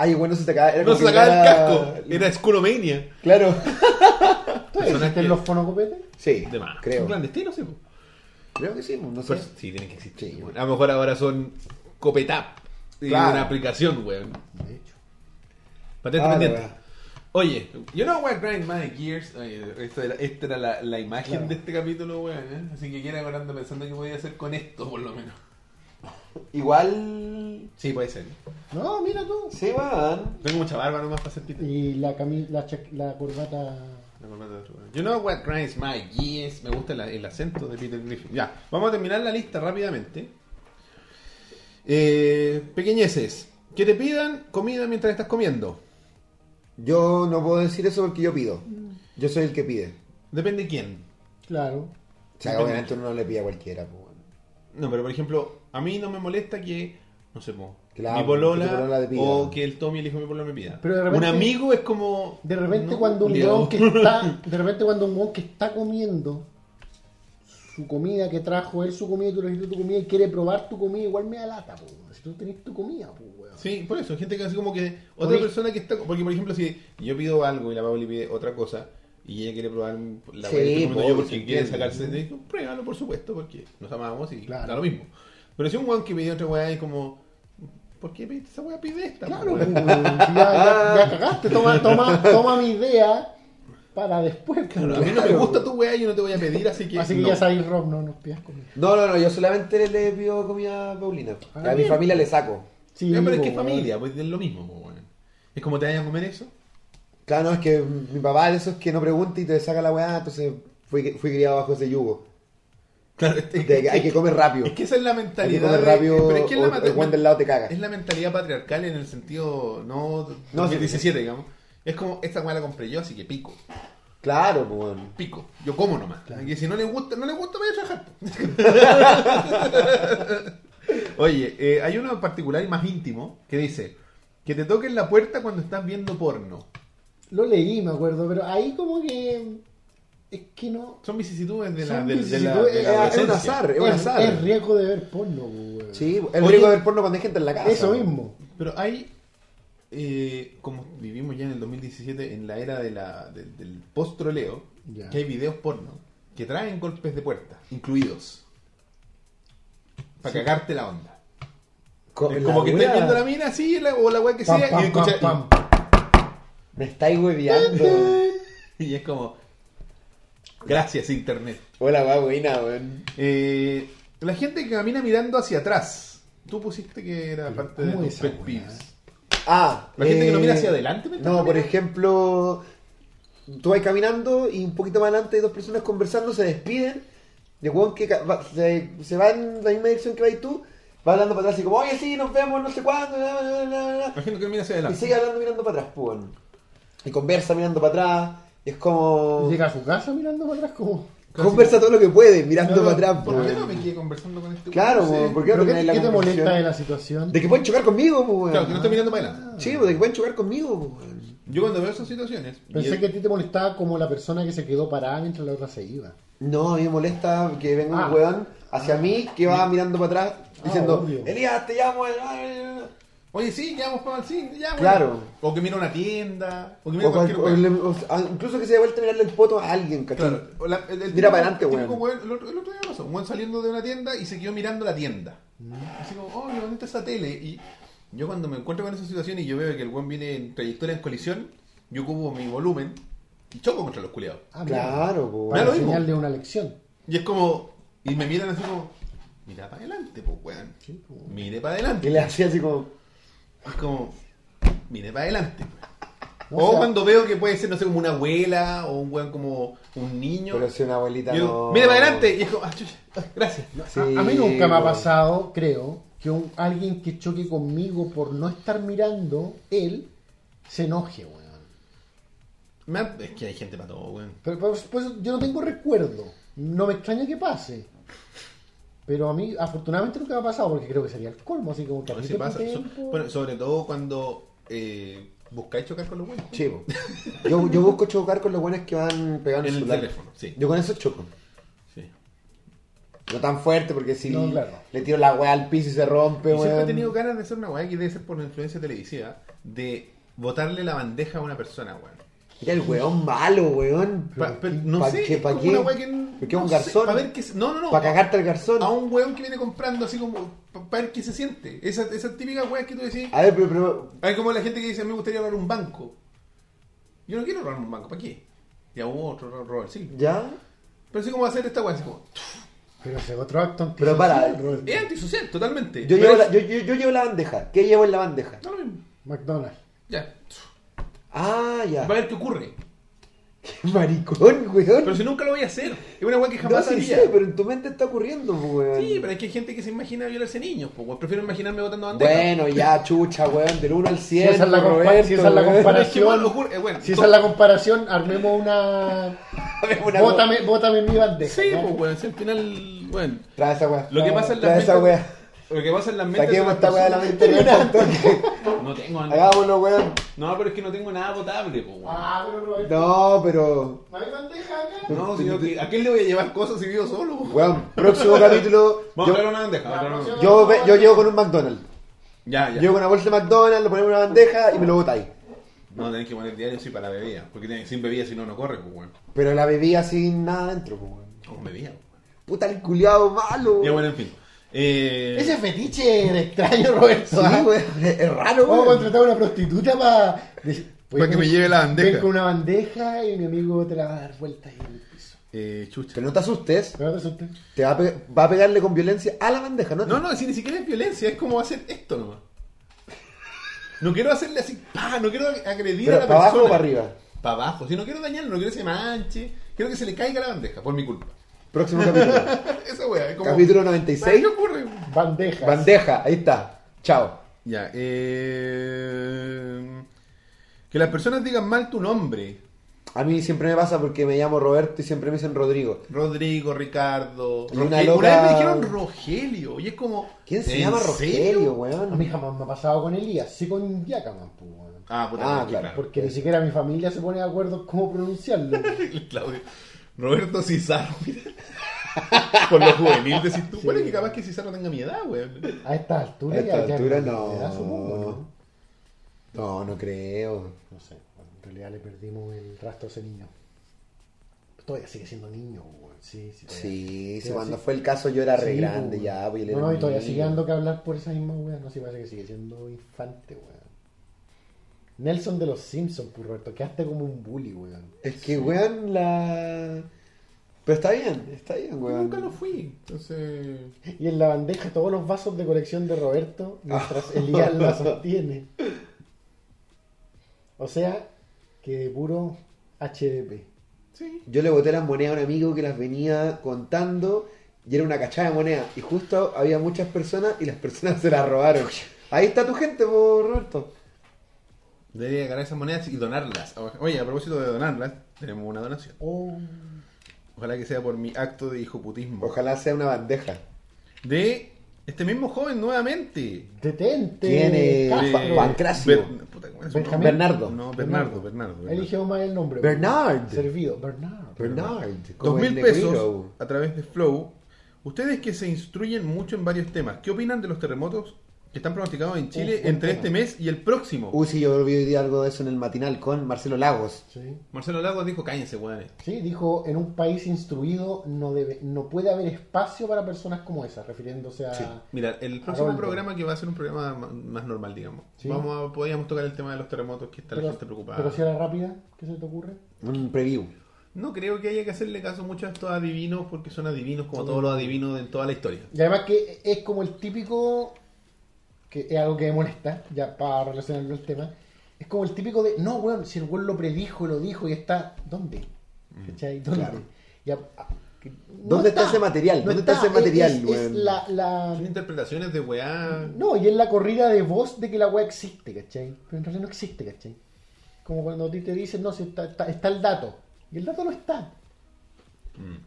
Speaker 3: Ay, bueno, se te acaba. era
Speaker 1: No
Speaker 3: como que
Speaker 1: sacaba el
Speaker 3: era-
Speaker 1: casco. Era Skulomania.
Speaker 3: Claro.
Speaker 2: ¿Todavía
Speaker 1: Personas
Speaker 2: existen
Speaker 1: que-
Speaker 2: los fonocopetes?
Speaker 3: Sí,
Speaker 1: De más.
Speaker 3: creo.
Speaker 1: Son clandestinos, sí. pues.
Speaker 3: Creo que sí, no sé.
Speaker 1: Pero sí, tienen que existir.
Speaker 3: Sí,
Speaker 1: weón. A lo mejor ahora son Copetap. y
Speaker 3: Claro.
Speaker 1: Una aplicación, weón.
Speaker 2: De hecho.
Speaker 1: Patente
Speaker 3: Ah, la
Speaker 1: pendiente.
Speaker 3: weá.
Speaker 1: Oye, you know what grind my gears? Oye, esta era, esta era la, la imagen
Speaker 2: Claro.
Speaker 1: de este capítulo, weón. ¿eh? Así que quiera hablando pensando que podía hacer con esto, por lo menos.
Speaker 3: Igual.
Speaker 1: Sí, puede ser.
Speaker 2: No, mira tú.
Speaker 3: Se van.
Speaker 1: Tengo mucha barba nomás para hacer pito.
Speaker 2: Y la, cami- la, cha- la corbata.
Speaker 1: La corbata de otro, weón. You know what grinds my gears? Me gusta la- el acento de Peter Griffin. Ya, vamos a terminar la lista rápidamente. Eh, pequeñeces. Que te pidan comida mientras estás comiendo.
Speaker 3: Yo no puedo decir eso porque yo pido. Yo soy el que pide.
Speaker 1: Depende de quién.
Speaker 2: Claro.
Speaker 3: O sea, obviamente uno no le pide a cualquiera, pues, bueno.
Speaker 1: No, pero por ejemplo, a mí no me molesta que, no sé, po,
Speaker 3: Claro,
Speaker 1: mi polola,
Speaker 3: que tu polola te pida.
Speaker 1: o que el Tommy, el hijo de mi polola, me pida.
Speaker 2: Pero de repente-
Speaker 1: un amigo es como...
Speaker 2: De repente
Speaker 1: no,
Speaker 2: cuando un
Speaker 1: Leo.
Speaker 2: weón que está, de repente cuando un weón que está comiendo su comida que trajo él su comida y tú le dijiste tu comida y quiere probar tu comida, igual me da lata, po, weón. Si tú tenés tu comida, po, weón.
Speaker 1: Sí, por eso, gente que así como que... Otra
Speaker 2: Oye.
Speaker 1: persona que está... Porque, por ejemplo, si yo pido algo y la Pauli pide otra cosa, y ella quiere probar la
Speaker 3: Sí,
Speaker 1: weá que estoy comiendo
Speaker 3: po,
Speaker 1: yo
Speaker 3: se
Speaker 1: porque quiere
Speaker 3: entiende.
Speaker 1: sacarse... de- Pruébalo, por supuesto, porque nos amamos y
Speaker 2: Claro.
Speaker 1: da lo mismo. Pero si un weón que pidió otra weá es como... ¿Por qué pediste esa weá? Pide esta.
Speaker 2: Claro,
Speaker 1: weón.
Speaker 2: pues, ya, ya- ya cagaste. Toma, toma, toma mi idea para después. pues,
Speaker 1: Claro, a mí no me
Speaker 2: claro.
Speaker 1: gusta tu weá, yo no te voy a pedir, así que.
Speaker 2: Así que
Speaker 1: no.
Speaker 2: ya sabéis, Rob, no nos pidas comida.
Speaker 3: No, no, no, yo solamente le pido comida a Paulina.
Speaker 2: Ah,
Speaker 3: a mi
Speaker 2: bien.
Speaker 3: familia le saco.
Speaker 2: Sí,
Speaker 1: Ya, pero es
Speaker 2: po,
Speaker 1: que es
Speaker 2: weón.
Speaker 1: familia, pues es lo mismo, po, weón. Es como te vayan a comer eso.
Speaker 3: Claro, no, es que mi papá de esos que no pregunta y te saca la weá, entonces fui, fui criado bajo ese yugo.
Speaker 1: Claro, este-
Speaker 3: De que hay que comer rápido.
Speaker 1: Es que esa es la
Speaker 3: Hay que
Speaker 1: mentalidad.
Speaker 3: comer
Speaker 1: de-
Speaker 3: rápido
Speaker 1: pero es que es la
Speaker 3: o
Speaker 1: mate-
Speaker 3: el Juan del lado te caga.
Speaker 1: Es la mentalidad patriarcal en el sentido no,
Speaker 3: No,
Speaker 1: 2017, digamos. Es como, esta weá la compré yo, así que pico,
Speaker 3: Claro, pues bueno.
Speaker 1: pico. Yo como nomás. Y si no les gusta, no les gusta, vaya a trabajar. Oye, eh, hay uno en particular y más íntimo que dice que te toquen la puerta cuando estás viendo porno.
Speaker 2: Lo leí, me acuerdo, pero ahí como que. Es que no.
Speaker 1: Son vicisitudes de la,
Speaker 2: Son
Speaker 1: de, de la,
Speaker 2: vicisitudes,
Speaker 1: de la
Speaker 2: eh,
Speaker 3: Es un
Speaker 1: adolescencia.
Speaker 3: azar, es un azar.
Speaker 2: es riesgo de ver porno, weón.
Speaker 3: Sí, el
Speaker 1: Oye,
Speaker 3: riesgo de ver porno cuando hay gente en la casa.
Speaker 2: Eso mismo.
Speaker 1: Pero hay, eh, como vivimos ya en el 2017, en la era de la, de- del post-troleo,
Speaker 2: Ya.
Speaker 1: que hay videos porno que traen golpes de puerta, incluidos. Para cagarte la onda.
Speaker 3: Co-
Speaker 1: Es
Speaker 3: la
Speaker 1: como que
Speaker 3: dura.
Speaker 1: estás viendo la mina así, la- o la weá que
Speaker 2: Pam,
Speaker 1: sea,
Speaker 2: pam,
Speaker 1: y escuchas-
Speaker 2: pam,
Speaker 3: Me estáis hueveando.
Speaker 1: Y es como, gracias internet.
Speaker 3: Hola, va, buena, weón.
Speaker 1: Eh, la gente que camina mirando hacia atrás. Tú pusiste que era parte de
Speaker 2: ¿cómo
Speaker 1: tus
Speaker 2: esa
Speaker 1: pet
Speaker 2: weá?
Speaker 1: peeves.
Speaker 3: Ah,
Speaker 1: La gente que no mira hacia adelante, mientras
Speaker 3: No,
Speaker 1: camina.
Speaker 3: por ejemplo, tú vas caminando y un poquito más adelante hay dos personas conversando, se despiden. Y el weón que ca- va- se, se va en la misma dirección que vas tú, va hablando para atrás, así como, oye, sí, nos vemos, no sé cuándo, bla, bla, bla, bla,
Speaker 1: La gente que mira hacia
Speaker 3: bla". Y
Speaker 1: adelante.
Speaker 3: sigue hablando mirando para atrás, pues, weón. Y conversa mirando para atrás. y es como.
Speaker 2: Llega a su casa mirando para atrás como...
Speaker 3: Conversa todo lo que puede mirando
Speaker 1: Claro,
Speaker 3: para atrás, pues,
Speaker 1: ¿Por qué no
Speaker 3: weón.
Speaker 1: me quedé conversando con este
Speaker 3: Claro,
Speaker 1: weón? No sé.
Speaker 3: weón, ¿por qué no
Speaker 2: ¿Pero qué,
Speaker 3: termináis la
Speaker 2: qué te
Speaker 3: conversación?
Speaker 2: molesta de la situación?
Speaker 3: De que pueden chocar conmigo, pues, weón.
Speaker 1: Claro, que no estoy mirando para adelante.
Speaker 3: Sí, pues, de que pueden chocar conmigo, pues, weón.
Speaker 1: Yo cuando veo esas situaciones. y
Speaker 2: Pensé
Speaker 1: el-
Speaker 2: que a ti te molestaba como la persona que se quedó parada mientras la otra se iba.
Speaker 3: No, a mí me molesta que venga un
Speaker 2: Ah.
Speaker 3: weón hacia mí que va mirando para atrás
Speaker 2: Ah,
Speaker 3: diciendo,
Speaker 2: obvio.
Speaker 3: Elías, te llamo. eh, eh, eh".
Speaker 1: Oye, sí, quedamos para el cine. Ya, bueno.
Speaker 3: Claro.
Speaker 1: O que mira una tienda. O que mira
Speaker 3: O cual-
Speaker 1: cualquier
Speaker 3: o
Speaker 1: weón.
Speaker 3: le- o sea, incluso que se dé vuelta a mirarle el poto a alguien, ¿cachai?
Speaker 1: Claro. o la- el- el
Speaker 3: Mira
Speaker 1: típico-
Speaker 3: para adelante,
Speaker 1: el típico
Speaker 3: weón.
Speaker 1: El otro, el otro día pasó. Un weón saliendo de una tienda y se quedó mirando la tienda. Así como, oh, ¿dónde está esa tele? Y yo cuando me encuentro con esa situación y yo veo que el weón viene en trayectoria en colisión, yo cubo mi volumen y choco contra los culiados.
Speaker 2: Ah,
Speaker 3: Claro,
Speaker 2: mira,
Speaker 3: po,
Speaker 1: Ya
Speaker 2: Para
Speaker 1: lo mismo.
Speaker 2: enseñarle una lección.
Speaker 1: Y es como. Y me miran así como. Mira para adelante, pues weón. Mire para
Speaker 3: Y
Speaker 1: adelante.
Speaker 3: le hacía así como,
Speaker 1: Es como. Mire para adelante. pues.
Speaker 2: No,
Speaker 1: o
Speaker 2: o sea,
Speaker 1: cuando veo que puede ser, no sé, como una abuela o un weón como un niño.
Speaker 3: pero si una abuelita
Speaker 1: Y yo,
Speaker 3: no...
Speaker 1: Mire para adelante. Y es como. "Ah, chucha, ah, gracias.
Speaker 3: Sí,
Speaker 2: a, a mí nunca me ha
Speaker 3: weón.
Speaker 2: pasado, creo, que un, alguien que choque conmigo por no estar mirando, él se enoje, weón.
Speaker 1: Me han- es que hay gente para todo, weón.
Speaker 2: Pero, pero, pues, yo no tengo recuerdo. No me extraña que pase. Pero a mí, afortunadamente, nunca me ha pasado porque creo que sería el colmo. Así como que
Speaker 1: No,
Speaker 2: a mí
Speaker 1: sí
Speaker 2: te
Speaker 1: pasa.
Speaker 2: pinte
Speaker 1: So-
Speaker 2: el-
Speaker 1: bueno, sobre todo cuando eh, buscáis chocar con los weones.
Speaker 3: Sí, po. yo, yo busco chocar con los buenos que van
Speaker 1: En
Speaker 3: pegando
Speaker 1: el
Speaker 3: celular.
Speaker 1: teléfono, sí.
Speaker 3: Yo con eso choco.
Speaker 1: sí.
Speaker 3: No tan fuerte porque si
Speaker 2: No, claro.
Speaker 3: le tiro la weá al piso y se rompe,
Speaker 1: Yo siempre he
Speaker 3: weón.
Speaker 1: tenido ganas de hacer una weá que debe ser por la influencia televisiva, de botarle la bandeja a una persona, weón.
Speaker 3: Mira el weón malo, weón.
Speaker 1: Pa- pero no
Speaker 3: ¿Pa
Speaker 1: sé,
Speaker 3: qué,
Speaker 1: es
Speaker 3: pa
Speaker 1: como
Speaker 3: qué?
Speaker 1: una weá que.
Speaker 3: Porque es un
Speaker 1: no sé,
Speaker 3: garzón.
Speaker 1: pa' ver qué se- no, no, no.
Speaker 3: Para cagarte al garzón.
Speaker 1: A un weón que viene comprando así como. Para ver qué se siente. Esa, esa típica weá que tú decís.
Speaker 3: A ver, pero, pero-
Speaker 1: Hay como la gente que dice, me gustaría robar un banco. Yo no quiero robar un banco, ¿para qué? Y a otro ro- robar, sí.
Speaker 3: ¿Ya?
Speaker 1: Pero sí, como va a hacer esta weá? Así como,
Speaker 2: Pero ese otro acto
Speaker 3: Pero para.
Speaker 2: antisocial, Robert.
Speaker 1: Es antisocial, totalmente.
Speaker 3: Yo
Speaker 1: Pero
Speaker 3: llevo,
Speaker 1: es-
Speaker 3: la, yo, yo- yo llevo la bandeja. ¿Qué llevo en la bandeja?
Speaker 1: da lo mismo.
Speaker 2: McDonald's.
Speaker 1: Ya.
Speaker 3: Ah, ya.
Speaker 1: Va a ver qué ocurre.
Speaker 3: Qué maricón, weón.
Speaker 1: Pero si nunca lo voy a hacer. Es una weá que
Speaker 3: no
Speaker 1: jamás
Speaker 3: sí
Speaker 1: haría.
Speaker 3: sé, pero en tu mente está ocurriendo, pues, weón.
Speaker 1: Sí, pero es que hay gente que se imagina violarse niños, pues. weón. Prefiero imaginarme botando bandeja.
Speaker 3: Bueno, ya, chucha, weón. Del 1 al 100.
Speaker 2: esa es la compa-
Speaker 3: Roberto,
Speaker 2: si esa es la
Speaker 3: weón.
Speaker 2: comparación.
Speaker 1: Es que, weón, ocurre- eh, bueno,
Speaker 2: Si
Speaker 1: to-
Speaker 2: esa es la comparación, armemos una.
Speaker 3: Una
Speaker 2: bótame, bótame mi bandeja.
Speaker 1: Sí,
Speaker 2: ¿no?
Speaker 1: pues, weón. Si al final, bueno.
Speaker 3: Trae esa weá.
Speaker 1: Lo que pasa en las
Speaker 3: Trae Ah, esa
Speaker 1: mentes-
Speaker 3: weá.
Speaker 1: Lo que pasa en las mentes. de
Speaker 3: Saquemos
Speaker 1: las
Speaker 3: esta weá de la
Speaker 1: personas-
Speaker 3: mente. Roberto, al toque.
Speaker 1: No tengo nada.
Speaker 3: Hagámoslo, weón.
Speaker 1: No, pero es que no tengo nada potable, pues, weón.
Speaker 2: Ah, pero Roberto,
Speaker 3: No, pero.
Speaker 2: ¿no hay bandeja acá?
Speaker 1: No, sino que ¿a quién le voy a llevar cosas si vivo solo? po?
Speaker 3: Weón, próximo capítulo.
Speaker 1: Vamos a traer
Speaker 3: Yo,
Speaker 1: una bandeja. vamos a traer una bandeja.
Speaker 3: yo, ve- yo llego con un McDonald's.
Speaker 1: Ya, ya.
Speaker 3: Llego con una bolsa de McDonald's, lo ponemos en una bandeja y me lo botáis.
Speaker 1: No, tenés que poner diario sí para bebida. Porque tenés- sin bebida si no, no corre, pues, weón.
Speaker 3: Pero la bebía sin nada dentro, pues, weón.
Speaker 1: Con bebida, pues, weón.
Speaker 3: Puta el culiado malo.
Speaker 1: Ya,
Speaker 3: weón.
Speaker 1: bueno, en fin. Eh,
Speaker 2: Ese fetiche era extraño, Roberto. ¿ah?
Speaker 3: Sí, weón, es raro,
Speaker 2: Vamos a
Speaker 3: weón.
Speaker 2: contratar a una prostituta para.
Speaker 1: Para que me lleve la bandeja.
Speaker 2: Ven con una bandeja y mi amigo te la va a dar vueltas ahí en el piso.
Speaker 1: eh, chucha.
Speaker 3: Pero no te asustes,
Speaker 2: ¿Pero te asustes?
Speaker 3: te va a, pe- va a pegarle con violencia a la bandeja, ¿no?
Speaker 1: No, no, si ni siquiera es violencia, es como hacer esto nomás. No quiero hacerle así, pa, no quiero agredir
Speaker 3: Pero,
Speaker 1: a la
Speaker 3: ¿para abajo
Speaker 1: persona.
Speaker 3: o para arriba?
Speaker 1: Para abajo, si no quiero dañarlo, no quiero que se manche, quiero que se le caiga la bandeja, por mi culpa.
Speaker 3: Próximo capítulo.
Speaker 1: Esa weá, es como.
Speaker 3: capítulo
Speaker 1: ¿Qué
Speaker 3: 96.
Speaker 1: ocurre?
Speaker 2: Bandejas.
Speaker 3: Bandeja, ahí está. Chao.
Speaker 1: Ya, eh, que las personas digan mal tu nombre.
Speaker 3: A mí siempre me pasa porque me llamo Roberto y siempre me dicen Rodrigo.
Speaker 1: Rodrigo, Ricardo.
Speaker 3: Y una
Speaker 1: Rogelio.
Speaker 3: loca-
Speaker 1: Una vez me dijeron Rogelio. Y es como.
Speaker 3: ¿Quién se
Speaker 1: ¿en
Speaker 3: llama
Speaker 1: serio?
Speaker 3: Rogelio,
Speaker 2: A mí
Speaker 3: weón?
Speaker 2: jamás me ha pasado con Elías, sí con Yacaman, pues, weón.
Speaker 1: Ah, puta,
Speaker 3: Ah,
Speaker 1: no,
Speaker 3: claro.
Speaker 2: Porque ni siquiera mi familia se pone de acuerdo cómo pronunciarlo.
Speaker 1: Claudio. Roberto Cizarro, mira. Con lo juvenil decís tú.
Speaker 2: Sí.
Speaker 1: Bueno, es que capaz que Cizarro tenga mi edad, weón.
Speaker 2: A esta altura
Speaker 3: A esta
Speaker 2: ya- ya
Speaker 3: altura,
Speaker 2: me
Speaker 3: no.
Speaker 2: da, supongo, no.
Speaker 3: No, no creo.
Speaker 2: No sé, bueno, en realidad le perdimos el rastro a ese niño. Todavía sigue siendo niño, weón. Sí, sí. todavía.
Speaker 3: Sí, sí,
Speaker 2: Todavía
Speaker 3: cuando
Speaker 2: sí-
Speaker 3: fue el caso yo era re
Speaker 2: sí,
Speaker 3: grande
Speaker 2: weón.
Speaker 3: ya. pues, él
Speaker 2: No,
Speaker 3: era
Speaker 2: no, y
Speaker 3: un
Speaker 2: todavía
Speaker 3: niño.
Speaker 2: sigue dando que hablar por esa misma weón. No sé, parece que sigue siendo infante, weón. Nelson de los Simpsons, pues Roberto, quedaste como un bully, weón.
Speaker 3: Es que, weón, la... Pero está bien, está bien, weón.
Speaker 1: Nunca lo fui. Entonces.
Speaker 2: Y en la bandeja todos los vasos de colección de Roberto
Speaker 3: Ah.
Speaker 2: mientras Elías la sostiene. O sea, que de puro HDP.
Speaker 1: Sí.
Speaker 3: Yo le boté las monedas a un amigo que las venía contando y era una cachada de monedas. Y justo había muchas personas y las personas se las robaron. Ahí está tu gente, po, Roberto.
Speaker 1: Debería ganar esas monedas y donarlas. Oye, a propósito de donarlas, tenemos una donación.
Speaker 2: Oh,
Speaker 1: Ojalá que sea por mi acto de hijoputismo.
Speaker 3: Ojalá sea una bandeja.
Speaker 1: De este mismo joven nuevamente.
Speaker 2: detente.
Speaker 3: ¿Quién
Speaker 1: De-
Speaker 3: es? Juan-
Speaker 2: Castro.
Speaker 3: Juan Cracio.
Speaker 1: Ber- puta, ¿cómo es su nombre?
Speaker 3: Bernardo.
Speaker 1: No, Bernardo, Bernardo. Bernardo.
Speaker 2: Eligió mal el nombre.
Speaker 3: Bernard.
Speaker 2: Servido. Bernard.
Speaker 3: Bernard.
Speaker 1: Dos
Speaker 3: como el
Speaker 1: mil
Speaker 3: negrito.
Speaker 1: pesos a través de Flow. Ustedes que se instruyen mucho en varios temas, ¿qué opinan de los terremotos que están pronosticados en Chile
Speaker 2: buen
Speaker 1: entre
Speaker 2: tema.
Speaker 1: este mes y el próximo?
Speaker 3: Uy, sí, yo vi hoy día algo de eso en el matinal con Marcelo Lagos.
Speaker 2: Sí.
Speaker 1: Marcelo Lagos dijo, cállense, weones.
Speaker 2: Sí, dijo, en un país instruido no, debe, no puede haber espacio para personas como esas, refiriéndose a...
Speaker 3: Sí.
Speaker 1: Mira, el próximo
Speaker 2: Hagámoslo.
Speaker 1: programa que va a ser un programa ma- más normal, digamos.
Speaker 2: Sí.
Speaker 1: Vamos a, podríamos tocar el tema de los terremotos que está la gente preocupada.
Speaker 2: pero si era rápida, ¿qué se te ocurre?
Speaker 3: Un preview.
Speaker 1: No creo que haya que hacerle caso mucho a estos adivinos porque son adivinos como todos los adivinos en toda la historia.
Speaker 2: Y además que es como el típico, que es algo que me molesta, ya para relacionarlo al tema, es como el típico de, no, weón, si el weón lo predijo, lo dijo y está, ¿dónde? ¿Cachai? ¿Dónde?
Speaker 3: Mm, claro.
Speaker 2: Y a- a- que- no
Speaker 3: ¿Dónde está ese material? ¿Dónde está ese
Speaker 2: Es-
Speaker 3: material,
Speaker 2: es- Es,
Speaker 3: weón?
Speaker 2: la, la-
Speaker 1: Son interpretaciones de weá.
Speaker 2: No, y es la corrida de voz de que la weá existe, ¿cachai? Pero en realidad no existe, ¿cachai? Como cuando a ti te dicen, no, si está, está, está el dato. Y el dato no está.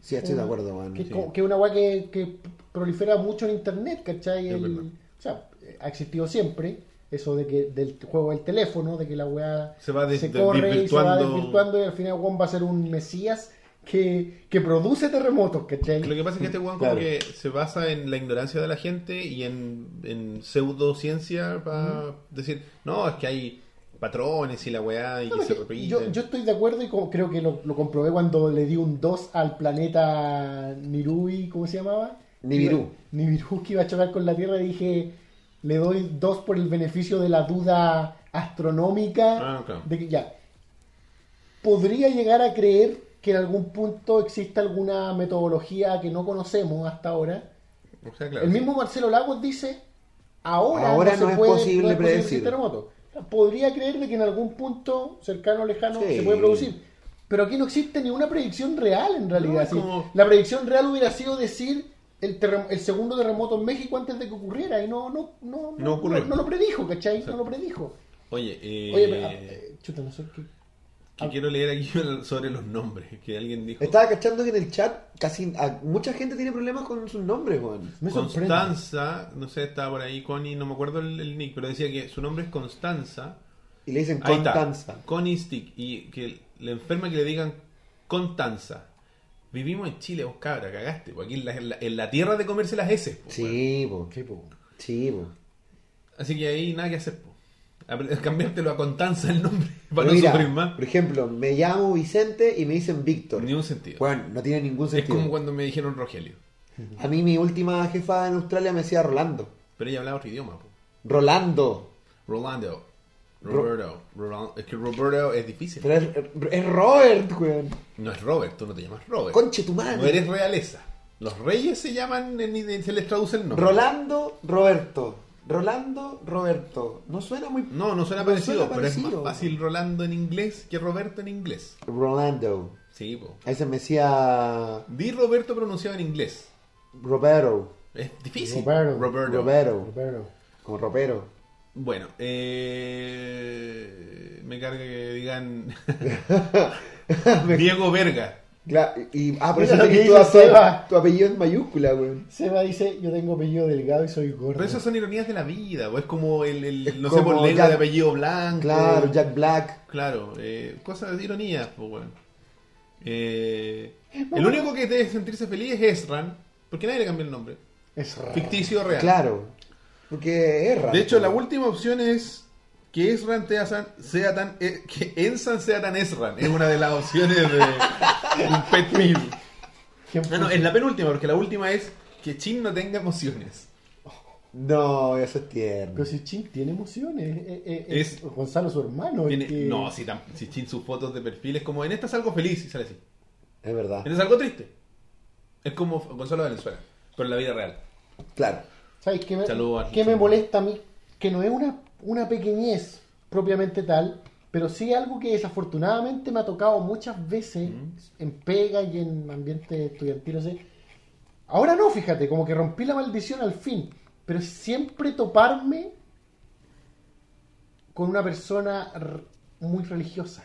Speaker 3: Sí, estoy
Speaker 2: Uh,
Speaker 3: de acuerdo, weón.
Speaker 2: Que, es
Speaker 3: Sí.
Speaker 2: como- que es una weá que, que prolifera mucho en internet, ¿cachai?
Speaker 1: Es
Speaker 2: El-
Speaker 1: verdad.
Speaker 2: o sea, ha existido siempre eso de que del juego del teléfono, de que la weá
Speaker 1: Se va des-
Speaker 2: y se va
Speaker 1: desvirtuando.
Speaker 2: desvirtuando y al final Juan va a ser un mesías que, que produce terremotos, ¿cachai?
Speaker 1: Lo que pasa es que este weón
Speaker 3: Claro.
Speaker 1: como que se basa en la ignorancia de la gente y en, en pseudociencia para decir, no, es que hay patrones y la weá y
Speaker 2: No,
Speaker 1: que
Speaker 2: es
Speaker 1: se
Speaker 2: que
Speaker 1: repiten.
Speaker 2: yo, yo estoy de acuerdo y como- creo que lo, lo comprobé cuando le di un 2 al planeta Nirui, ¿cómo se llamaba?
Speaker 3: Nibiru.
Speaker 2: Iba- Nibiru que iba a chocar con la Tierra y dije, le doy 2 por el beneficio de la duda astronómica.
Speaker 1: Ah, ok.
Speaker 2: De que ya. Podría llegar a creer que en algún punto exista alguna metodología que no conocemos hasta ahora.
Speaker 1: O sea, claro,
Speaker 2: El
Speaker 1: sí.
Speaker 2: mismo Marcelo Lagos dice, ahora,
Speaker 3: Ahora
Speaker 2: se
Speaker 3: no es
Speaker 2: puede-
Speaker 3: posible
Speaker 2: no es posible
Speaker 3: predecir.
Speaker 2: ese terremoto. Podría creerle que en algún punto cercano o lejano
Speaker 3: Sí.
Speaker 2: se puede producir. Pero aquí no existe ni una predicción real en realidad.
Speaker 1: No, es
Speaker 2: Si
Speaker 1: como-
Speaker 2: La predicción real hubiera sido decir el, terrem- el segundo terremoto en México antes de que ocurriera y no, no, no,
Speaker 1: No ocurrió.
Speaker 2: no lo predijo, ¿cachai? No lo predijo.
Speaker 1: Oye, eh,
Speaker 2: Oye, pero, ah, eh, chuta, no sé qué.
Speaker 1: que quiero leer aquí sobre los nombres, que alguien dijo.
Speaker 3: Estaba cachando que en el chat casi a- mucha gente tiene problemas con sus nombres, weón.
Speaker 2: Me sorprende.
Speaker 1: Constanza, no sé, estaba por ahí Connie, no me acuerdo el, el nick, pero decía que su nombre es Constanza.
Speaker 3: Y le dicen
Speaker 1: Ahí está,
Speaker 3: Constanza.
Speaker 1: Connie Stick, y que le enferma que le digan Constanza. Vivimos en Chile, vos cabra, cagaste, po, aquí en la, en la- en la tierra de comerse las heces. po, weón.
Speaker 3: Sí, po.
Speaker 2: Sí, po.
Speaker 3: Sí, po.
Speaker 1: Así que ahí nada que hacer, po. Apre- Cambiártelo a Constanza el nombre para
Speaker 3: Pero
Speaker 1: no
Speaker 3: mira,
Speaker 1: sufrir más.
Speaker 3: Por ejemplo, me llamo Vicente y me dicen Víctor.
Speaker 1: Ni un sentido.
Speaker 3: Bueno, no tiene ningún
Speaker 1: Es
Speaker 3: sentido.
Speaker 1: como cuando me dijeron Rogelio.
Speaker 3: A mí mi última jefa en Australia me decía Rolando.
Speaker 1: Pero ella hablaba otro idioma. po.
Speaker 3: Rolando.
Speaker 1: Rolando. Roberto. Roland- Es que Roberto es difícil.
Speaker 3: Pero es, es Robert, weón.
Speaker 1: No es Robert, tú no te llamas Robert.
Speaker 3: Conche tu madre.
Speaker 1: No eres realeza. Los reyes se llaman, en- en- se les traduce el nombre.
Speaker 3: Rolando Roberto. Rolando Roberto. No suena muy.
Speaker 1: No, no suena
Speaker 3: No
Speaker 1: parecido,
Speaker 3: suena
Speaker 1: pero es más
Speaker 3: parecido.
Speaker 1: fácil Rolando en inglés que Roberto en inglés.
Speaker 3: Rolando.
Speaker 1: Sí, po.
Speaker 3: A veces me decía
Speaker 1: Di Roberto pronunciado en inglés.
Speaker 3: Roberto.
Speaker 1: Es difícil.
Speaker 2: Roberto.
Speaker 1: Roberto.
Speaker 3: Roberto.
Speaker 2: Pero,
Speaker 3: Como ropero.
Speaker 1: Bueno, eh, me carga que digan Diego Verga.
Speaker 3: Cla- y, ah, por
Speaker 2: Mira
Speaker 3: eso
Speaker 2: lo
Speaker 3: te-
Speaker 2: que
Speaker 3: tu,
Speaker 2: dice
Speaker 3: ape-
Speaker 2: Seba.
Speaker 3: tu apellido es mayúscula, weón.
Speaker 2: Seba dice, yo tengo apellido delgado y soy gordo.
Speaker 1: Pero esas son ironías de la vida, o es como el, el-
Speaker 3: Es
Speaker 1: no sé,
Speaker 3: como
Speaker 1: por negro
Speaker 3: Jack-
Speaker 1: de apellido blanco.
Speaker 3: Claro, Jack Black.
Speaker 1: Claro, eh, cosas de ironías, pues bueno. Eh, el único que debe sentirse feliz es Ezran, porque nadie le cambió el nombre.
Speaker 2: Es raro.
Speaker 1: Ficticio real.
Speaker 3: Claro. Porque es raro.
Speaker 1: De hecho, la última opción es que Ezran te hagan- sea tan. eh, que Ensan sea tan Ezran. Es una de las opciones de un pet meal.
Speaker 2: ¿Quién
Speaker 1: No, no,
Speaker 2: puso-
Speaker 1: es la penúltima, porque la última es que Chin no tenga emociones.
Speaker 3: No, eso es tierno.
Speaker 2: Pero si Chin tiene emociones. eh, eh, eh,
Speaker 1: Es-
Speaker 2: Gonzalo, su hermano. el
Speaker 1: Tiene-
Speaker 2: que-
Speaker 1: No, si, tam- si Chin sus fotos de perfil es como en esta salgo feliz y sale así.
Speaker 3: Es verdad.
Speaker 1: En esta salgo triste. Es como Gonzalo Valenzuela, pero en la vida real.
Speaker 3: Claro.
Speaker 2: ¿Sabes qué me,
Speaker 1: Saludos a
Speaker 2: qué me
Speaker 1: Chin.
Speaker 2: molesta a mí? Que no es una, una pequeñez propiamente tal, pero sí algo que desafortunadamente me ha tocado muchas veces en pega y en ambiente estudiantil, no sé. Ahora no, fíjate, como que rompí la maldición al fin, pero siempre toparme con una persona r- muy religiosa,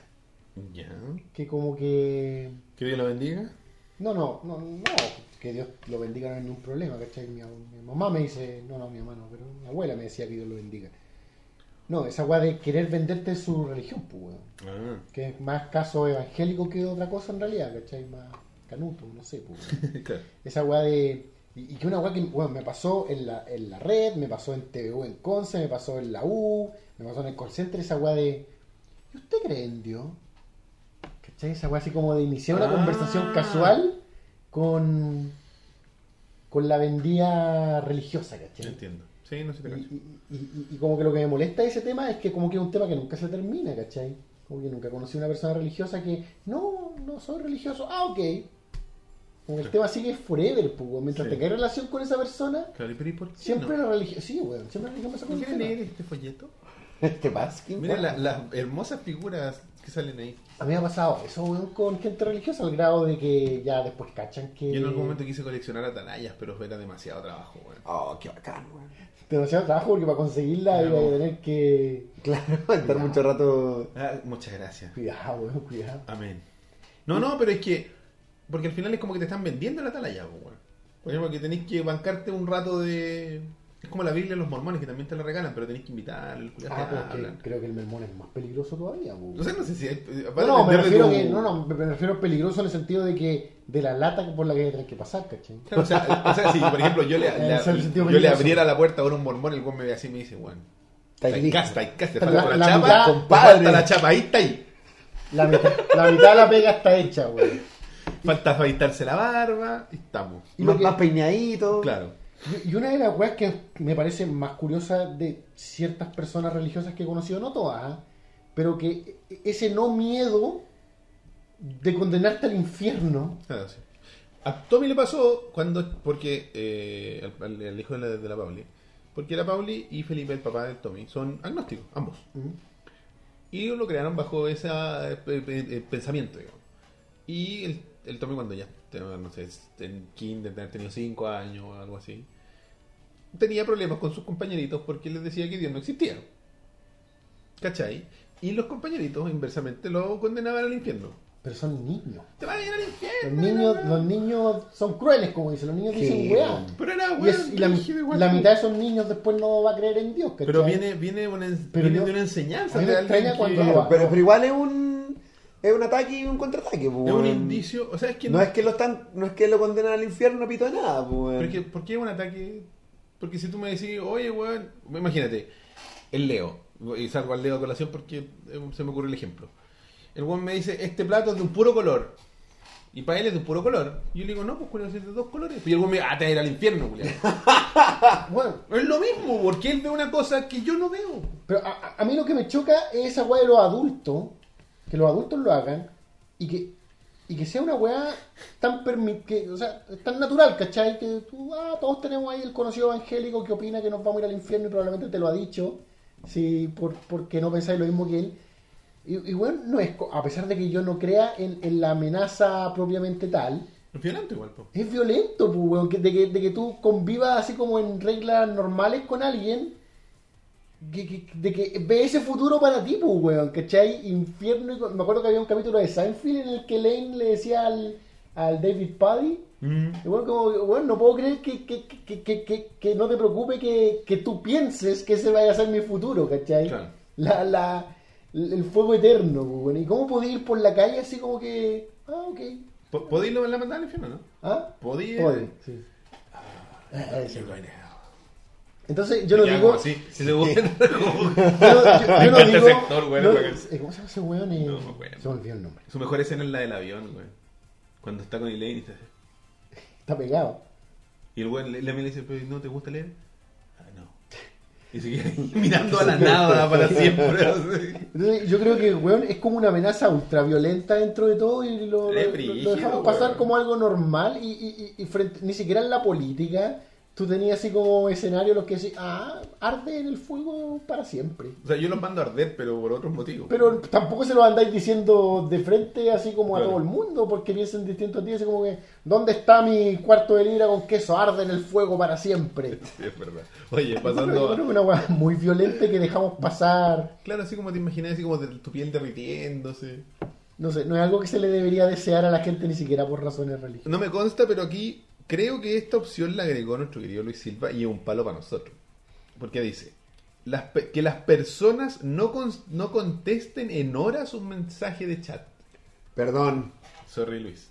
Speaker 1: Ya.
Speaker 2: que como que...
Speaker 1: Que Dios lo bendiga.
Speaker 2: No, no, no, no, que Dios lo bendiga no es ningún problema, ¿cachai? Mi, ab- mi mamá me dice, no, no, mi mamá no, pero mi abuela me decía que Dios lo bendiga. No, esa weá de querer venderte su religión, pues, weón.
Speaker 1: Ah,
Speaker 2: Que es más caso evangélico que otra cosa en realidad, ¿cachai? Más canuto, no sé, pues. weón.
Speaker 1: claro.
Speaker 2: Esa weá de. Y y que una weá que weón, me pasó en la, en la red, me pasó en TVU en Conce, me pasó en la U, me pasó en el call center, esa weá de. ¿Y usted cree en Dios? ¿Cachai? Esa weá así como de iniciar una
Speaker 1: Ah.
Speaker 2: conversación casual con. con la vendida religiosa, ¿cachai?
Speaker 1: Entiendo. Sí, no sé te
Speaker 2: Y,
Speaker 1: cacho.
Speaker 2: y- y- y- y como que lo que me molesta de ese tema es que como que es un tema que nunca se termina, ¿cachai? Como que nunca conocí a una persona religiosa que, no, no soy religioso, ah, ok. Como que el tema sigue forever, pues, weón. mientras
Speaker 1: Sí.
Speaker 2: te cae relación con esa persona,
Speaker 1: Claro, pero ¿y por qué
Speaker 2: siempre
Speaker 1: no?
Speaker 2: la religión, sí, weón, siempre la religión me saca
Speaker 1: ¿No
Speaker 2: un
Speaker 1: quieren
Speaker 2: tema.
Speaker 1: leer este folleto?
Speaker 3: Este Baskin.
Speaker 1: Mira
Speaker 3: weón.
Speaker 1: la- las hermosas figuras que salen ahí.
Speaker 2: A mí me ha pasado eso, weón, con gente religiosa al grado de que ya después cachan que...
Speaker 1: Yo en algún momento quise coleccionar atalayas, pero era demasiado trabajo, weón.
Speaker 3: Oh, qué bacán, weón.
Speaker 2: Demasiado trabajo porque para conseguirla
Speaker 1: Ya,
Speaker 2: iba a
Speaker 1: weón.
Speaker 2: tener que...
Speaker 3: Claro, estar mucho rato.
Speaker 1: Ah, muchas gracias.
Speaker 2: Cuidado, weón, cuidado.
Speaker 1: Amén. No, no, pero es que. Porque al final es como que te están vendiendo la atalaya, po, weón. Por ejemplo, que tenés que bancarte un rato de. Es como la Biblia de los mormones que también te la regalan, pero tenés que invitar, el culiao
Speaker 2: Ah,
Speaker 1: te
Speaker 2: pero es que
Speaker 1: hablan.
Speaker 2: creo que el mormón es más peligroso todavía, weón.
Speaker 1: O sea, no sé si hay.
Speaker 2: No,
Speaker 1: aparte
Speaker 2: no, me
Speaker 1: de venderle
Speaker 2: refiero
Speaker 1: tu-
Speaker 2: que, no, no, me me refiero peligroso en el sentido de que de la lata por la que tenés que pasar, ¿cachai?
Speaker 1: Claro, o, sea, o sea, si por ejemplo yo le,
Speaker 2: En
Speaker 1: le-
Speaker 2: ese
Speaker 1: yo
Speaker 2: sentido
Speaker 1: le
Speaker 2: peligroso.
Speaker 1: abriera la puerta a un mormón, el weón me ve así y me dice, weón.
Speaker 3: Está ahí listo.
Speaker 1: Taicás, taicás, te
Speaker 2: La-
Speaker 1: falta la,
Speaker 2: la
Speaker 1: chapa,
Speaker 2: mitad,
Speaker 1: te
Speaker 3: compadre.
Speaker 1: Falta la chapa, ahí está ahí.
Speaker 2: La mitad, la mitad de la pega está hecha, güey.
Speaker 1: Falta afeitarse la barba, y estamos.
Speaker 2: Y
Speaker 3: más,
Speaker 2: lo que-
Speaker 3: más peinadito.
Speaker 1: Claro.
Speaker 2: Y- Y una de las weas que me parece más curiosa de ciertas personas religiosas que he conocido, no todas, ¿ah? pero que e- ese no miedo de condenarte al infierno.
Speaker 1: Claro, Ah, sí. A Tommy le pasó cuando, porque eh, al, al- al hijo de la, de la Pauli, porque la Pauli y Felipe, el papá de Tommy, son agnósticos, ambos. Y lo crearon bajo ese eh, pensamiento, digamos. Y el, el Tommy cuando ya, tenía, no sé, en kinder, tener tenido 5 años o algo así, tenía problemas con sus compañeritos porque les decía que Dios no existía. ¿Cachai? Y los compañeritos inversamente lo condenaban al infierno.
Speaker 2: Pero son niños.
Speaker 1: Te vas a ir al
Speaker 2: Los
Speaker 1: infierno.
Speaker 2: niños, los niños son crueles, como dicen. Los niños
Speaker 3: Sí,
Speaker 2: dicen
Speaker 3: weón.
Speaker 2: weá.
Speaker 1: Pero era
Speaker 2: Y, es-
Speaker 1: weón,
Speaker 2: y la,
Speaker 1: brígido igual,
Speaker 2: la
Speaker 1: po.
Speaker 2: mitad de esos niños después no va a creer en Dios, ¿cachai?
Speaker 1: Pero viene, viene, una, en-
Speaker 2: Pero
Speaker 1: viene
Speaker 2: yo-
Speaker 1: de una enseñanza
Speaker 2: a mí me
Speaker 1: de alguien
Speaker 2: extraña
Speaker 1: que-
Speaker 2: cuando-
Speaker 3: Pero, pero igual es un. Es un ataque y un contraataque,
Speaker 1: Es
Speaker 3: weón.
Speaker 1: un indicio. O sea, es que
Speaker 3: No es que lo están. No es que lo condenan al infierno, pito de nada, pues, weón.
Speaker 1: pero es que, ¿Por qué es un ataque? Porque si tú me decís, oye, weón, imagínate, el Leo, y salgo al Leo a colación porque eh, se me ocurre el ejemplo. El weón me dice, este plato es de un puro color. Y para él es de un puro color. Y yo le digo, no, pues culiao, si es de dos colores. Y el güey me va a traer al infierno, culiao.
Speaker 2: Bueno,
Speaker 1: es lo mismo, porque él ve una cosa que yo no veo.
Speaker 2: pero a, a- a mí lo que me choca es esa weá de los adultos, que los adultos lo hagan y que, y que sea una weá tan permi- que, o sea, tan natural, ¿cachai? Que tú, ah, todos tenemos ahí el conocido evangélico que opina que nos vamos a ir al infierno y probablemente te lo ha dicho, sí, por, porque no pensáis lo mismo que él. Y, y bueno, no es, co- a pesar de que yo no crea en, en la amenaza propiamente tal,
Speaker 1: Es violento igual, po.
Speaker 2: Es violento, pues, weón, que- de, que, de que tú convivas así como en reglas normales con alguien, que, que- de que ve ese futuro para ti, pues, weón, ¿cachai? Infierno, y co- me acuerdo que había un capítulo de Seinfeld en el que Lane le decía al, al David Paddy,
Speaker 1: Mm.
Speaker 2: y bueno, como, bueno, no puedo creer que, que, que, que, que, que no te preocupe que, que tú pienses que ese vaya a ser mi futuro, ¿cachai?
Speaker 1: Claro.
Speaker 2: La, la, el fuego eterno, pues, weón. ¿Y cómo podía ir por la calle así como que, ah, ok,
Speaker 1: Po- ¿Podéis lo- la mandar al infierno, no?
Speaker 2: ah?
Speaker 1: Podéis.
Speaker 2: Puede, sí. Ah,
Speaker 1: Qué
Speaker 2: eso.
Speaker 1: bueno.
Speaker 2: Entonces, yo no
Speaker 1: Ya,
Speaker 2: digo.
Speaker 1: como así, si se vuelven como-
Speaker 2: Yo, yo- yo no
Speaker 1: encanta
Speaker 2: digo.
Speaker 1: ese actor, güey,
Speaker 2: no-
Speaker 1: porque-
Speaker 2: eh, ¿Cómo se llama ese weón? Eh,
Speaker 1: No me acuerdo.
Speaker 2: Se me olvidó el nombre.
Speaker 1: Su mejor escena es la del avión, güey. Cuando está con Elaine y está así.
Speaker 2: Está pegado.
Speaker 1: Y el güey le, le- le dice, pero ¿no te gusta leer? Ah, no. Y se queda ahí mirando a la nada para siempre. así.
Speaker 2: Entonces, yo creo que weón es como una amenaza ultraviolenta dentro de todo y lo, lo-
Speaker 1: Es
Speaker 2: lo- lo
Speaker 1: brígido,
Speaker 2: dejamos pasar
Speaker 1: weón.
Speaker 2: como algo normal y, y- y- y frente- ni siquiera en la política. Tú tenías así como escenario los que decían, ah, arde en el fuego para siempre.
Speaker 1: O sea, yo los mando a arder, pero por otros motivos.
Speaker 2: Pero tampoco se lo andáis diciendo de frente así como a
Speaker 1: Claro.
Speaker 2: todo el mundo, porque piensan distinto a ti, así como que, ¿dónde está mi cuarto de libra con queso? Arde en el fuego para siempre.
Speaker 1: Sí, es verdad. Oye,
Speaker 2: Yo creo
Speaker 1: pasando.
Speaker 2: que una weá muy violenta que dejamos pasar.
Speaker 1: Claro, así como te imaginas, así como de- tu piel derritiéndose.
Speaker 2: No sé, no es algo que se le debería desear a la gente ni siquiera por razones religiosas.
Speaker 1: No me consta, pero aquí creo que esta opción la agregó nuestro querido Luis Silva y es un palo para nosotros. Porque dice las pe- que las personas no, cons- no contesten en horas un mensaje de chat.
Speaker 3: Perdón.
Speaker 1: Sorry, Luis.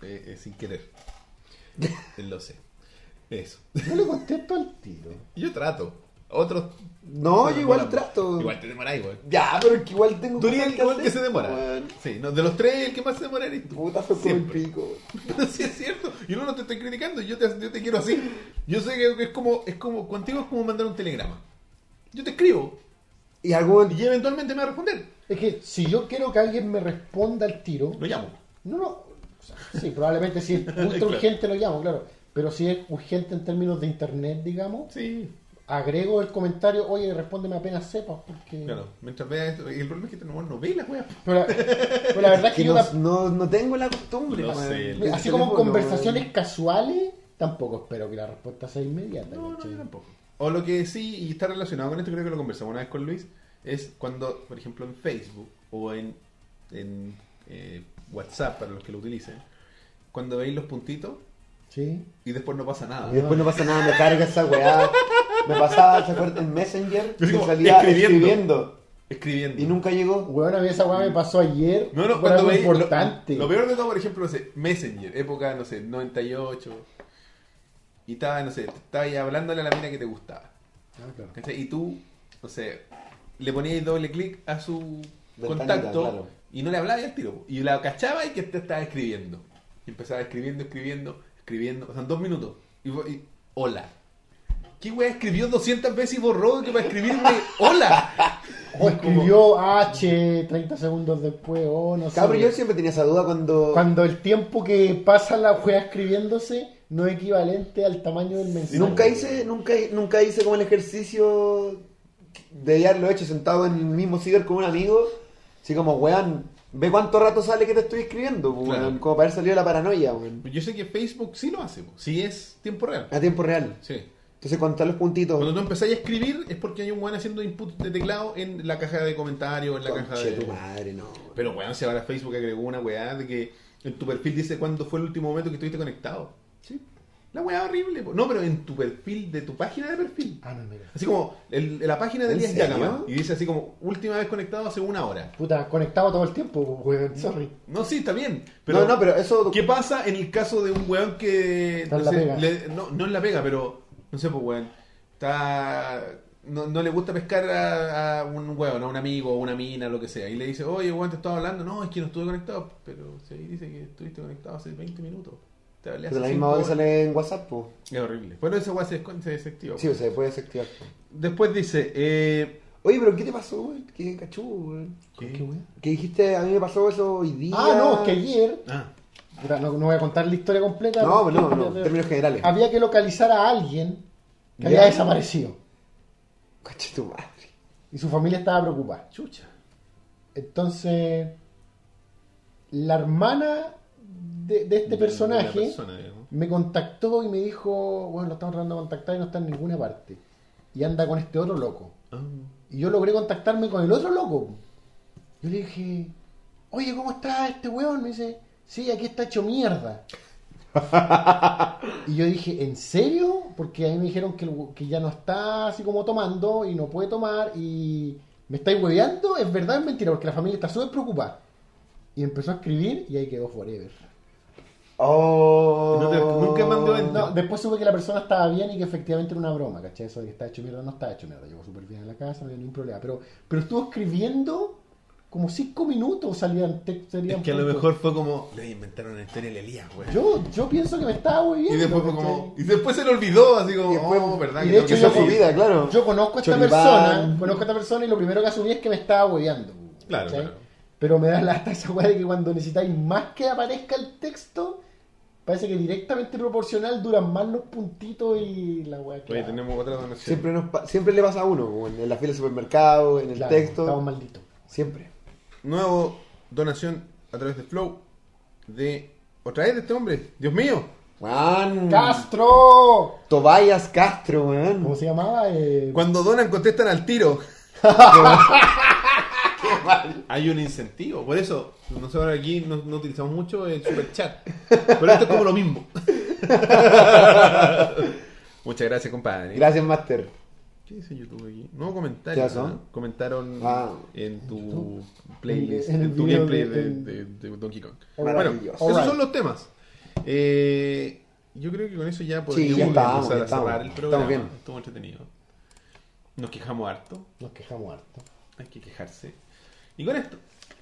Speaker 1: Eh, eh, sin querer. Lo sé. Eso.
Speaker 2: Yo le contesto al tiro.
Speaker 1: Yo trato. Otros.
Speaker 3: No,
Speaker 1: se
Speaker 3: yo igual
Speaker 1: demoran.
Speaker 3: trato.
Speaker 1: Igual te demoráis, güey.
Speaker 3: Ya, pero es que igual tengo
Speaker 1: Tú eres
Speaker 3: cosas
Speaker 1: el igual que se
Speaker 3: hacer,
Speaker 1: demora.
Speaker 3: weón.
Speaker 1: Sí, no, de los tres, el que más se demora eres tú.
Speaker 3: Puta, fue como el
Speaker 1: Siempre.
Speaker 3: pico. weón.
Speaker 1: Pero sí es cierto. Y no, no te estoy criticando. Yo te, yo te quiero así. Yo sé que es como, es como, contigo es como mandar un telegrama. Yo te escribo
Speaker 3: Y algún
Speaker 1: y eventualmente me va a responder.
Speaker 2: Es que si yo quiero que alguien me responda al tiro,
Speaker 1: Lo llamo.
Speaker 2: no, no. o sea, sí, probablemente si es ultra
Speaker 1: Claro.
Speaker 2: urgente lo llamo, claro. Pero si es urgente en términos de internet, digamos,
Speaker 1: Sí.
Speaker 2: agrego el comentario, oye, respóndeme apenas sepas, porque.
Speaker 1: Claro. Mientras veas esto. Y el problema es que te no ve las weas.
Speaker 2: Pero, la, pero la verdad es que,
Speaker 3: que
Speaker 2: yo.
Speaker 3: no,
Speaker 2: tam-
Speaker 3: no, no tengo la costumbre.
Speaker 1: Lo
Speaker 3: weón.
Speaker 1: sé,
Speaker 3: Del
Speaker 2: así como en
Speaker 3: teléfono,
Speaker 2: conversaciones
Speaker 3: weón.
Speaker 2: casuales, tampoco espero que la respuesta sea inmediata.
Speaker 1: No, no,
Speaker 2: ¿cachai?
Speaker 1: yo tampoco. O lo que sí, y está relacionado con esto, creo que lo conversamos una vez con Luis, es cuando, por ejemplo, en Facebook o en, en, eh, WhatsApp, para los que lo utilicen, cuando veis los puntitos
Speaker 2: Sí.
Speaker 1: y después no pasa
Speaker 3: Y
Speaker 1: nada.
Speaker 3: después no pasa nada, me carga esa weá. Me pasaba, ¿se acuerdan? En Messenger,
Speaker 1: Yo
Speaker 3: que
Speaker 1: digo,
Speaker 3: salía
Speaker 1: escribiendo.
Speaker 3: escribiendo.
Speaker 1: Escribiendo.
Speaker 3: Y nunca llegó.
Speaker 2: Weón, a mí esa weá me pasó ayer.
Speaker 1: No, no,
Speaker 2: por
Speaker 1: cuando
Speaker 2: algo
Speaker 1: veis. lo-
Speaker 2: importante.
Speaker 1: Lo, peor de todo, por ejemplo, no sé, Messenger, época, no sé, 98. Y estaba, no sé, estaba ahí hablándole a la mina que te gustaba.
Speaker 2: Ah, claro.
Speaker 1: ¿cachai? Y tú, no sé, le ponías doble clic a su
Speaker 3: Ventanita,
Speaker 1: contacto
Speaker 3: claro.
Speaker 1: y no le hablabas al tiro. Y la cachaba y que te estaba escribiendo. Y empezaba escribiendo, escribiendo, escribiendo. O sea, en dos minutos. Y, fue- y- hola. ¿Qué wea escribió 200 veces y borró que para escribirme hola?
Speaker 2: O escribió H 30 segundos después, o no
Speaker 3: Cabrón, yo
Speaker 2: sé.
Speaker 3: siempre tenía esa duda cuando.
Speaker 2: Cuando el tiempo que pasa la weá escribiéndose no es equivalente al tamaño del mensaje.
Speaker 3: Nunca hice, nunca, nunca hice como el ejercicio de ya lo he hecho sentado en el mismo ciber con un amigo. Así como, weón, ve cuánto rato sale que te estoy escribiendo, pues, weón.
Speaker 1: Claro.
Speaker 3: Como para haber salido la paranoia, weón.
Speaker 1: Yo sé que Facebook sí lo hace, po. sí es tiempo real.
Speaker 3: A tiempo real.
Speaker 1: Sí.
Speaker 3: Entonces contar los puntitos.
Speaker 1: Cuando tú empezás a escribir es porque hay un weón haciendo input de teclado en la caja de comentarios, en la caja
Speaker 3: Conche
Speaker 1: de...
Speaker 3: tu madre, no.
Speaker 1: Pero weón, si ahora Facebook agregó una weá de que en tu perfil dice cuándo fue el último momento que estuviste conectado. Sí. La weá horrible. po. No, pero en tu perfil, de tu página de perfil.
Speaker 2: Ah, no, mira.
Speaker 1: Así como el- la página de
Speaker 3: ¿En
Speaker 1: Elías
Speaker 3: serio?
Speaker 1: Yagaman. Y dice así como, última vez conectado hace una hora.
Speaker 2: Puta, conectado todo el tiempo, weón. Sorry.
Speaker 1: No, sí, está bien. Pero,
Speaker 3: no, no, pero eso.
Speaker 1: ¿Qué pasa en el caso de un weón que.
Speaker 2: Está en
Speaker 1: no,
Speaker 2: la
Speaker 1: sé,
Speaker 2: pega.
Speaker 1: le- no, no en la pega, pero. No sé, pues weón. Está no, no le gusta pescar a, a un hueón, a un amigo, a una mina, lo que sea. Y le dice, oye, hueón, te estaba hablando. No, es que no estuve conectado. Pero si ahí dice que estuviste conectado hace 20 minutos. Te hablé
Speaker 3: Pero a
Speaker 1: hace
Speaker 3: la
Speaker 1: cinco
Speaker 3: misma hora
Speaker 1: horas".
Speaker 3: sale en WhatsApp, pues.
Speaker 1: Es horrible. Bueno, ese hueón se, descon- se desactiva.
Speaker 3: Sí, o sea, puede desactivar. po.
Speaker 1: Después dice, eh,
Speaker 3: Oye, pero ¿qué te pasó, güey? ¿Qué cachú, güey?
Speaker 2: ¿Con qué wea?
Speaker 3: Que dijiste, a mí me pasó eso hoy día.
Speaker 2: Ah, no, es que ayer.
Speaker 1: ah,
Speaker 2: Puta, No, no voy a contar la historia completa.
Speaker 3: No, pues
Speaker 2: pero-
Speaker 3: no, no, en términos generales.
Speaker 2: Había que localizar a alguien que
Speaker 3: Ya.
Speaker 2: había desaparecido
Speaker 3: Caché tu madre.
Speaker 2: y su familia estaba preocupada.
Speaker 1: chucha.
Speaker 2: Entonces, la hermana de, de este
Speaker 1: De- de la
Speaker 2: personaje
Speaker 1: persona, digamos.
Speaker 2: me contactó y me dijo, bueno, lo estamos tratando de contactar y no está en ninguna parte. Y anda con este otro loco.
Speaker 1: Ah.
Speaker 2: Y yo logré contactarme con el otro loco. Yo le dije, oye, ¿cómo está este weón? Me dice, sí, aquí está hecho mierda. y yo dije, ¿en serio? Porque ahí me dijeron que, el we- que ya no está así como tomando y no puede tomar y me estáis hueveando. Es verdad, es mentira, porque la familia está súper preocupada. Y empezó a escribir y ahí quedó forever.
Speaker 3: Oh.
Speaker 1: No te- nunca mandó en-
Speaker 2: No, después supe que la persona estaba bien y que efectivamente era una broma, ¿cachai? Eso de que estaba hecho mierda no estaba hecho mierda. Llegó súper bien a la casa, no había ningún problema. Pero, pero estuvo escribiendo como cinco minutos, salían textos.
Speaker 1: Es que a lo mejor fue como, le inventaron la historia de Elías, güey.
Speaker 2: Yo, yo pienso que me estaba muy bien.
Speaker 1: Y después fue como, y después se le olvidó, así como,
Speaker 3: Y después-
Speaker 1: oh, verdad.
Speaker 2: y
Speaker 1: que
Speaker 2: de
Speaker 1: tengo que
Speaker 2: hecho yo
Speaker 3: Esa
Speaker 1: salir".
Speaker 3: fue vida, claro.
Speaker 2: Yo conozco a esta
Speaker 3: Choripán.
Speaker 2: persona, conozco a esta persona y lo primero que asumí es que me estaba hueveando.
Speaker 1: Claro,
Speaker 2: ¿cachai?
Speaker 1: claro.
Speaker 2: Pero me da lata esa weá de que cuando necesitáis más que aparezca el texto, parece que directamente proporcional duran más los puntitos y la weá.
Speaker 1: Oye,
Speaker 2: claro.
Speaker 1: tenemos otra donación.
Speaker 3: Siempre, nos pa- siempre le pasa a uno, güey, en la fila del supermercado, en el
Speaker 2: Claro, Estamos
Speaker 3: texto.
Speaker 2: malditos.
Speaker 3: Siempre.
Speaker 1: Nuevo donación a través de Flow de otra vez de este hombre. Dios mío.
Speaker 3: Juan.
Speaker 2: ¡Castro!
Speaker 3: Tobayas Castro, weón.
Speaker 2: ¿Cómo se llamaba? Eh,
Speaker 1: Cuando donan contestan al tiro. Hay un incentivo, por eso nosotros aquí no, no utilizamos mucho el super chat, pero esto es como lo mismo. Muchas gracias, compadre.
Speaker 3: Gracias, Master.
Speaker 1: ¿Qué dice YouTube aquí? No comentarios.
Speaker 3: ¿Qué pasó?
Speaker 1: ¿no? Comentaron
Speaker 3: Ah.
Speaker 1: en tu
Speaker 2: YouTube.
Speaker 1: playlist,
Speaker 2: En
Speaker 1: en,
Speaker 2: el
Speaker 1: tu
Speaker 2: video
Speaker 1: gameplay
Speaker 2: de-
Speaker 1: de,
Speaker 2: en-
Speaker 1: de- de Donkey Kong.
Speaker 2: Alright.
Speaker 1: Bueno,
Speaker 3: Maravilloso.
Speaker 1: esos
Speaker 2: Alright.
Speaker 1: son los temas. Eh, yo creo que con eso ya podríamos
Speaker 3: ya
Speaker 1: empezar
Speaker 3: estábamos, ya
Speaker 1: a cerrar
Speaker 3: estábamos.
Speaker 1: el programa.
Speaker 3: Estamos bien.
Speaker 1: Estuvo entretenido. Nos quejamos harto,
Speaker 2: nos quejamos harto.
Speaker 1: hay que quejarse. Y con esto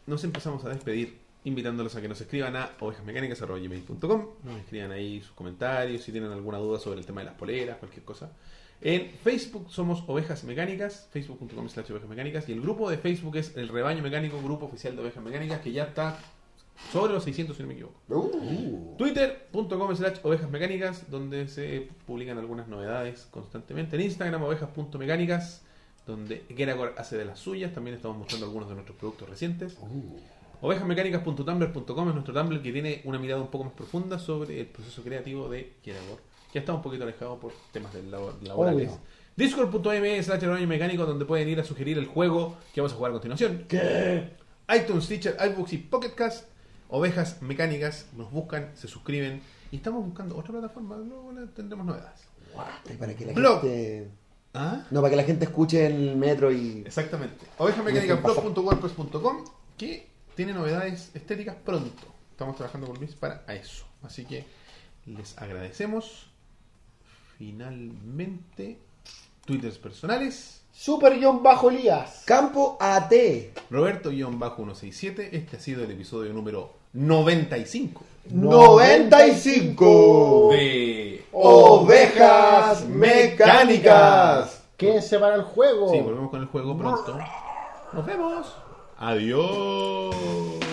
Speaker 1: nos empezamos a despedir, invitándolos a que nos escriban a ovejasmecánicas.com. Nos escriban ahí sus comentarios, si tienen alguna duda sobre el tema de las poleras, cualquier cosa. En Facebook somos Ovejas Mecánicas, facebook.com slash ovejas mecánicas, y el grupo de Facebook es El Rebaño Mecánico, grupo oficial de ovejas mecánicas, que ya está sobre los 600, si no me equivoco.
Speaker 2: Uh.
Speaker 3: Uh.
Speaker 1: Twitter.com slash ovejas mecánicas, donde se publican algunas novedades constantemente. En Instagram, ovejas.mecánicas, donde Geragor hace de las suyas. También estamos mostrando algunos de nuestros productos recientes. Ovejasmecánicas.tumblr.com es nuestro Tumblr que tiene una mirada un poco más profunda sobre el proceso creativo de Geragor, que está un poquito alejado por temas del labo- laborales.
Speaker 2: Obvio.
Speaker 1: Discord.me slash el Rebaño mecánico, donde pueden ir a sugerir el juego que vamos a jugar a continuación iTunes, Stitcher, iBooks y Pocket Cast. Ovejas mecánicas nos buscan, se suscriben y estamos buscando otra plataforma. Luego la- tendremos novedades.
Speaker 3: Ay, Para que la
Speaker 1: Blog.
Speaker 3: gente...
Speaker 1: ¿Ah?
Speaker 3: No, para que la gente escuche en el metro y...
Speaker 1: Exactamente. Ovejamecánicasblog.wordpress.com que tiene novedades estéticas pronto. Estamos trabajando con Luis para eso. Así que les agradecemos. Finalmente, twitters personales.
Speaker 2: Super guión bajo Elías.
Speaker 3: Campo AT.
Speaker 1: Roberto-167. Este ha sido el episodio número 95
Speaker 3: 95.
Speaker 1: de
Speaker 3: Ovejas mecánicas.
Speaker 2: Quédense para el juego.
Speaker 1: Sí, volvemos con el juego pronto. Nos vemos. Adiós.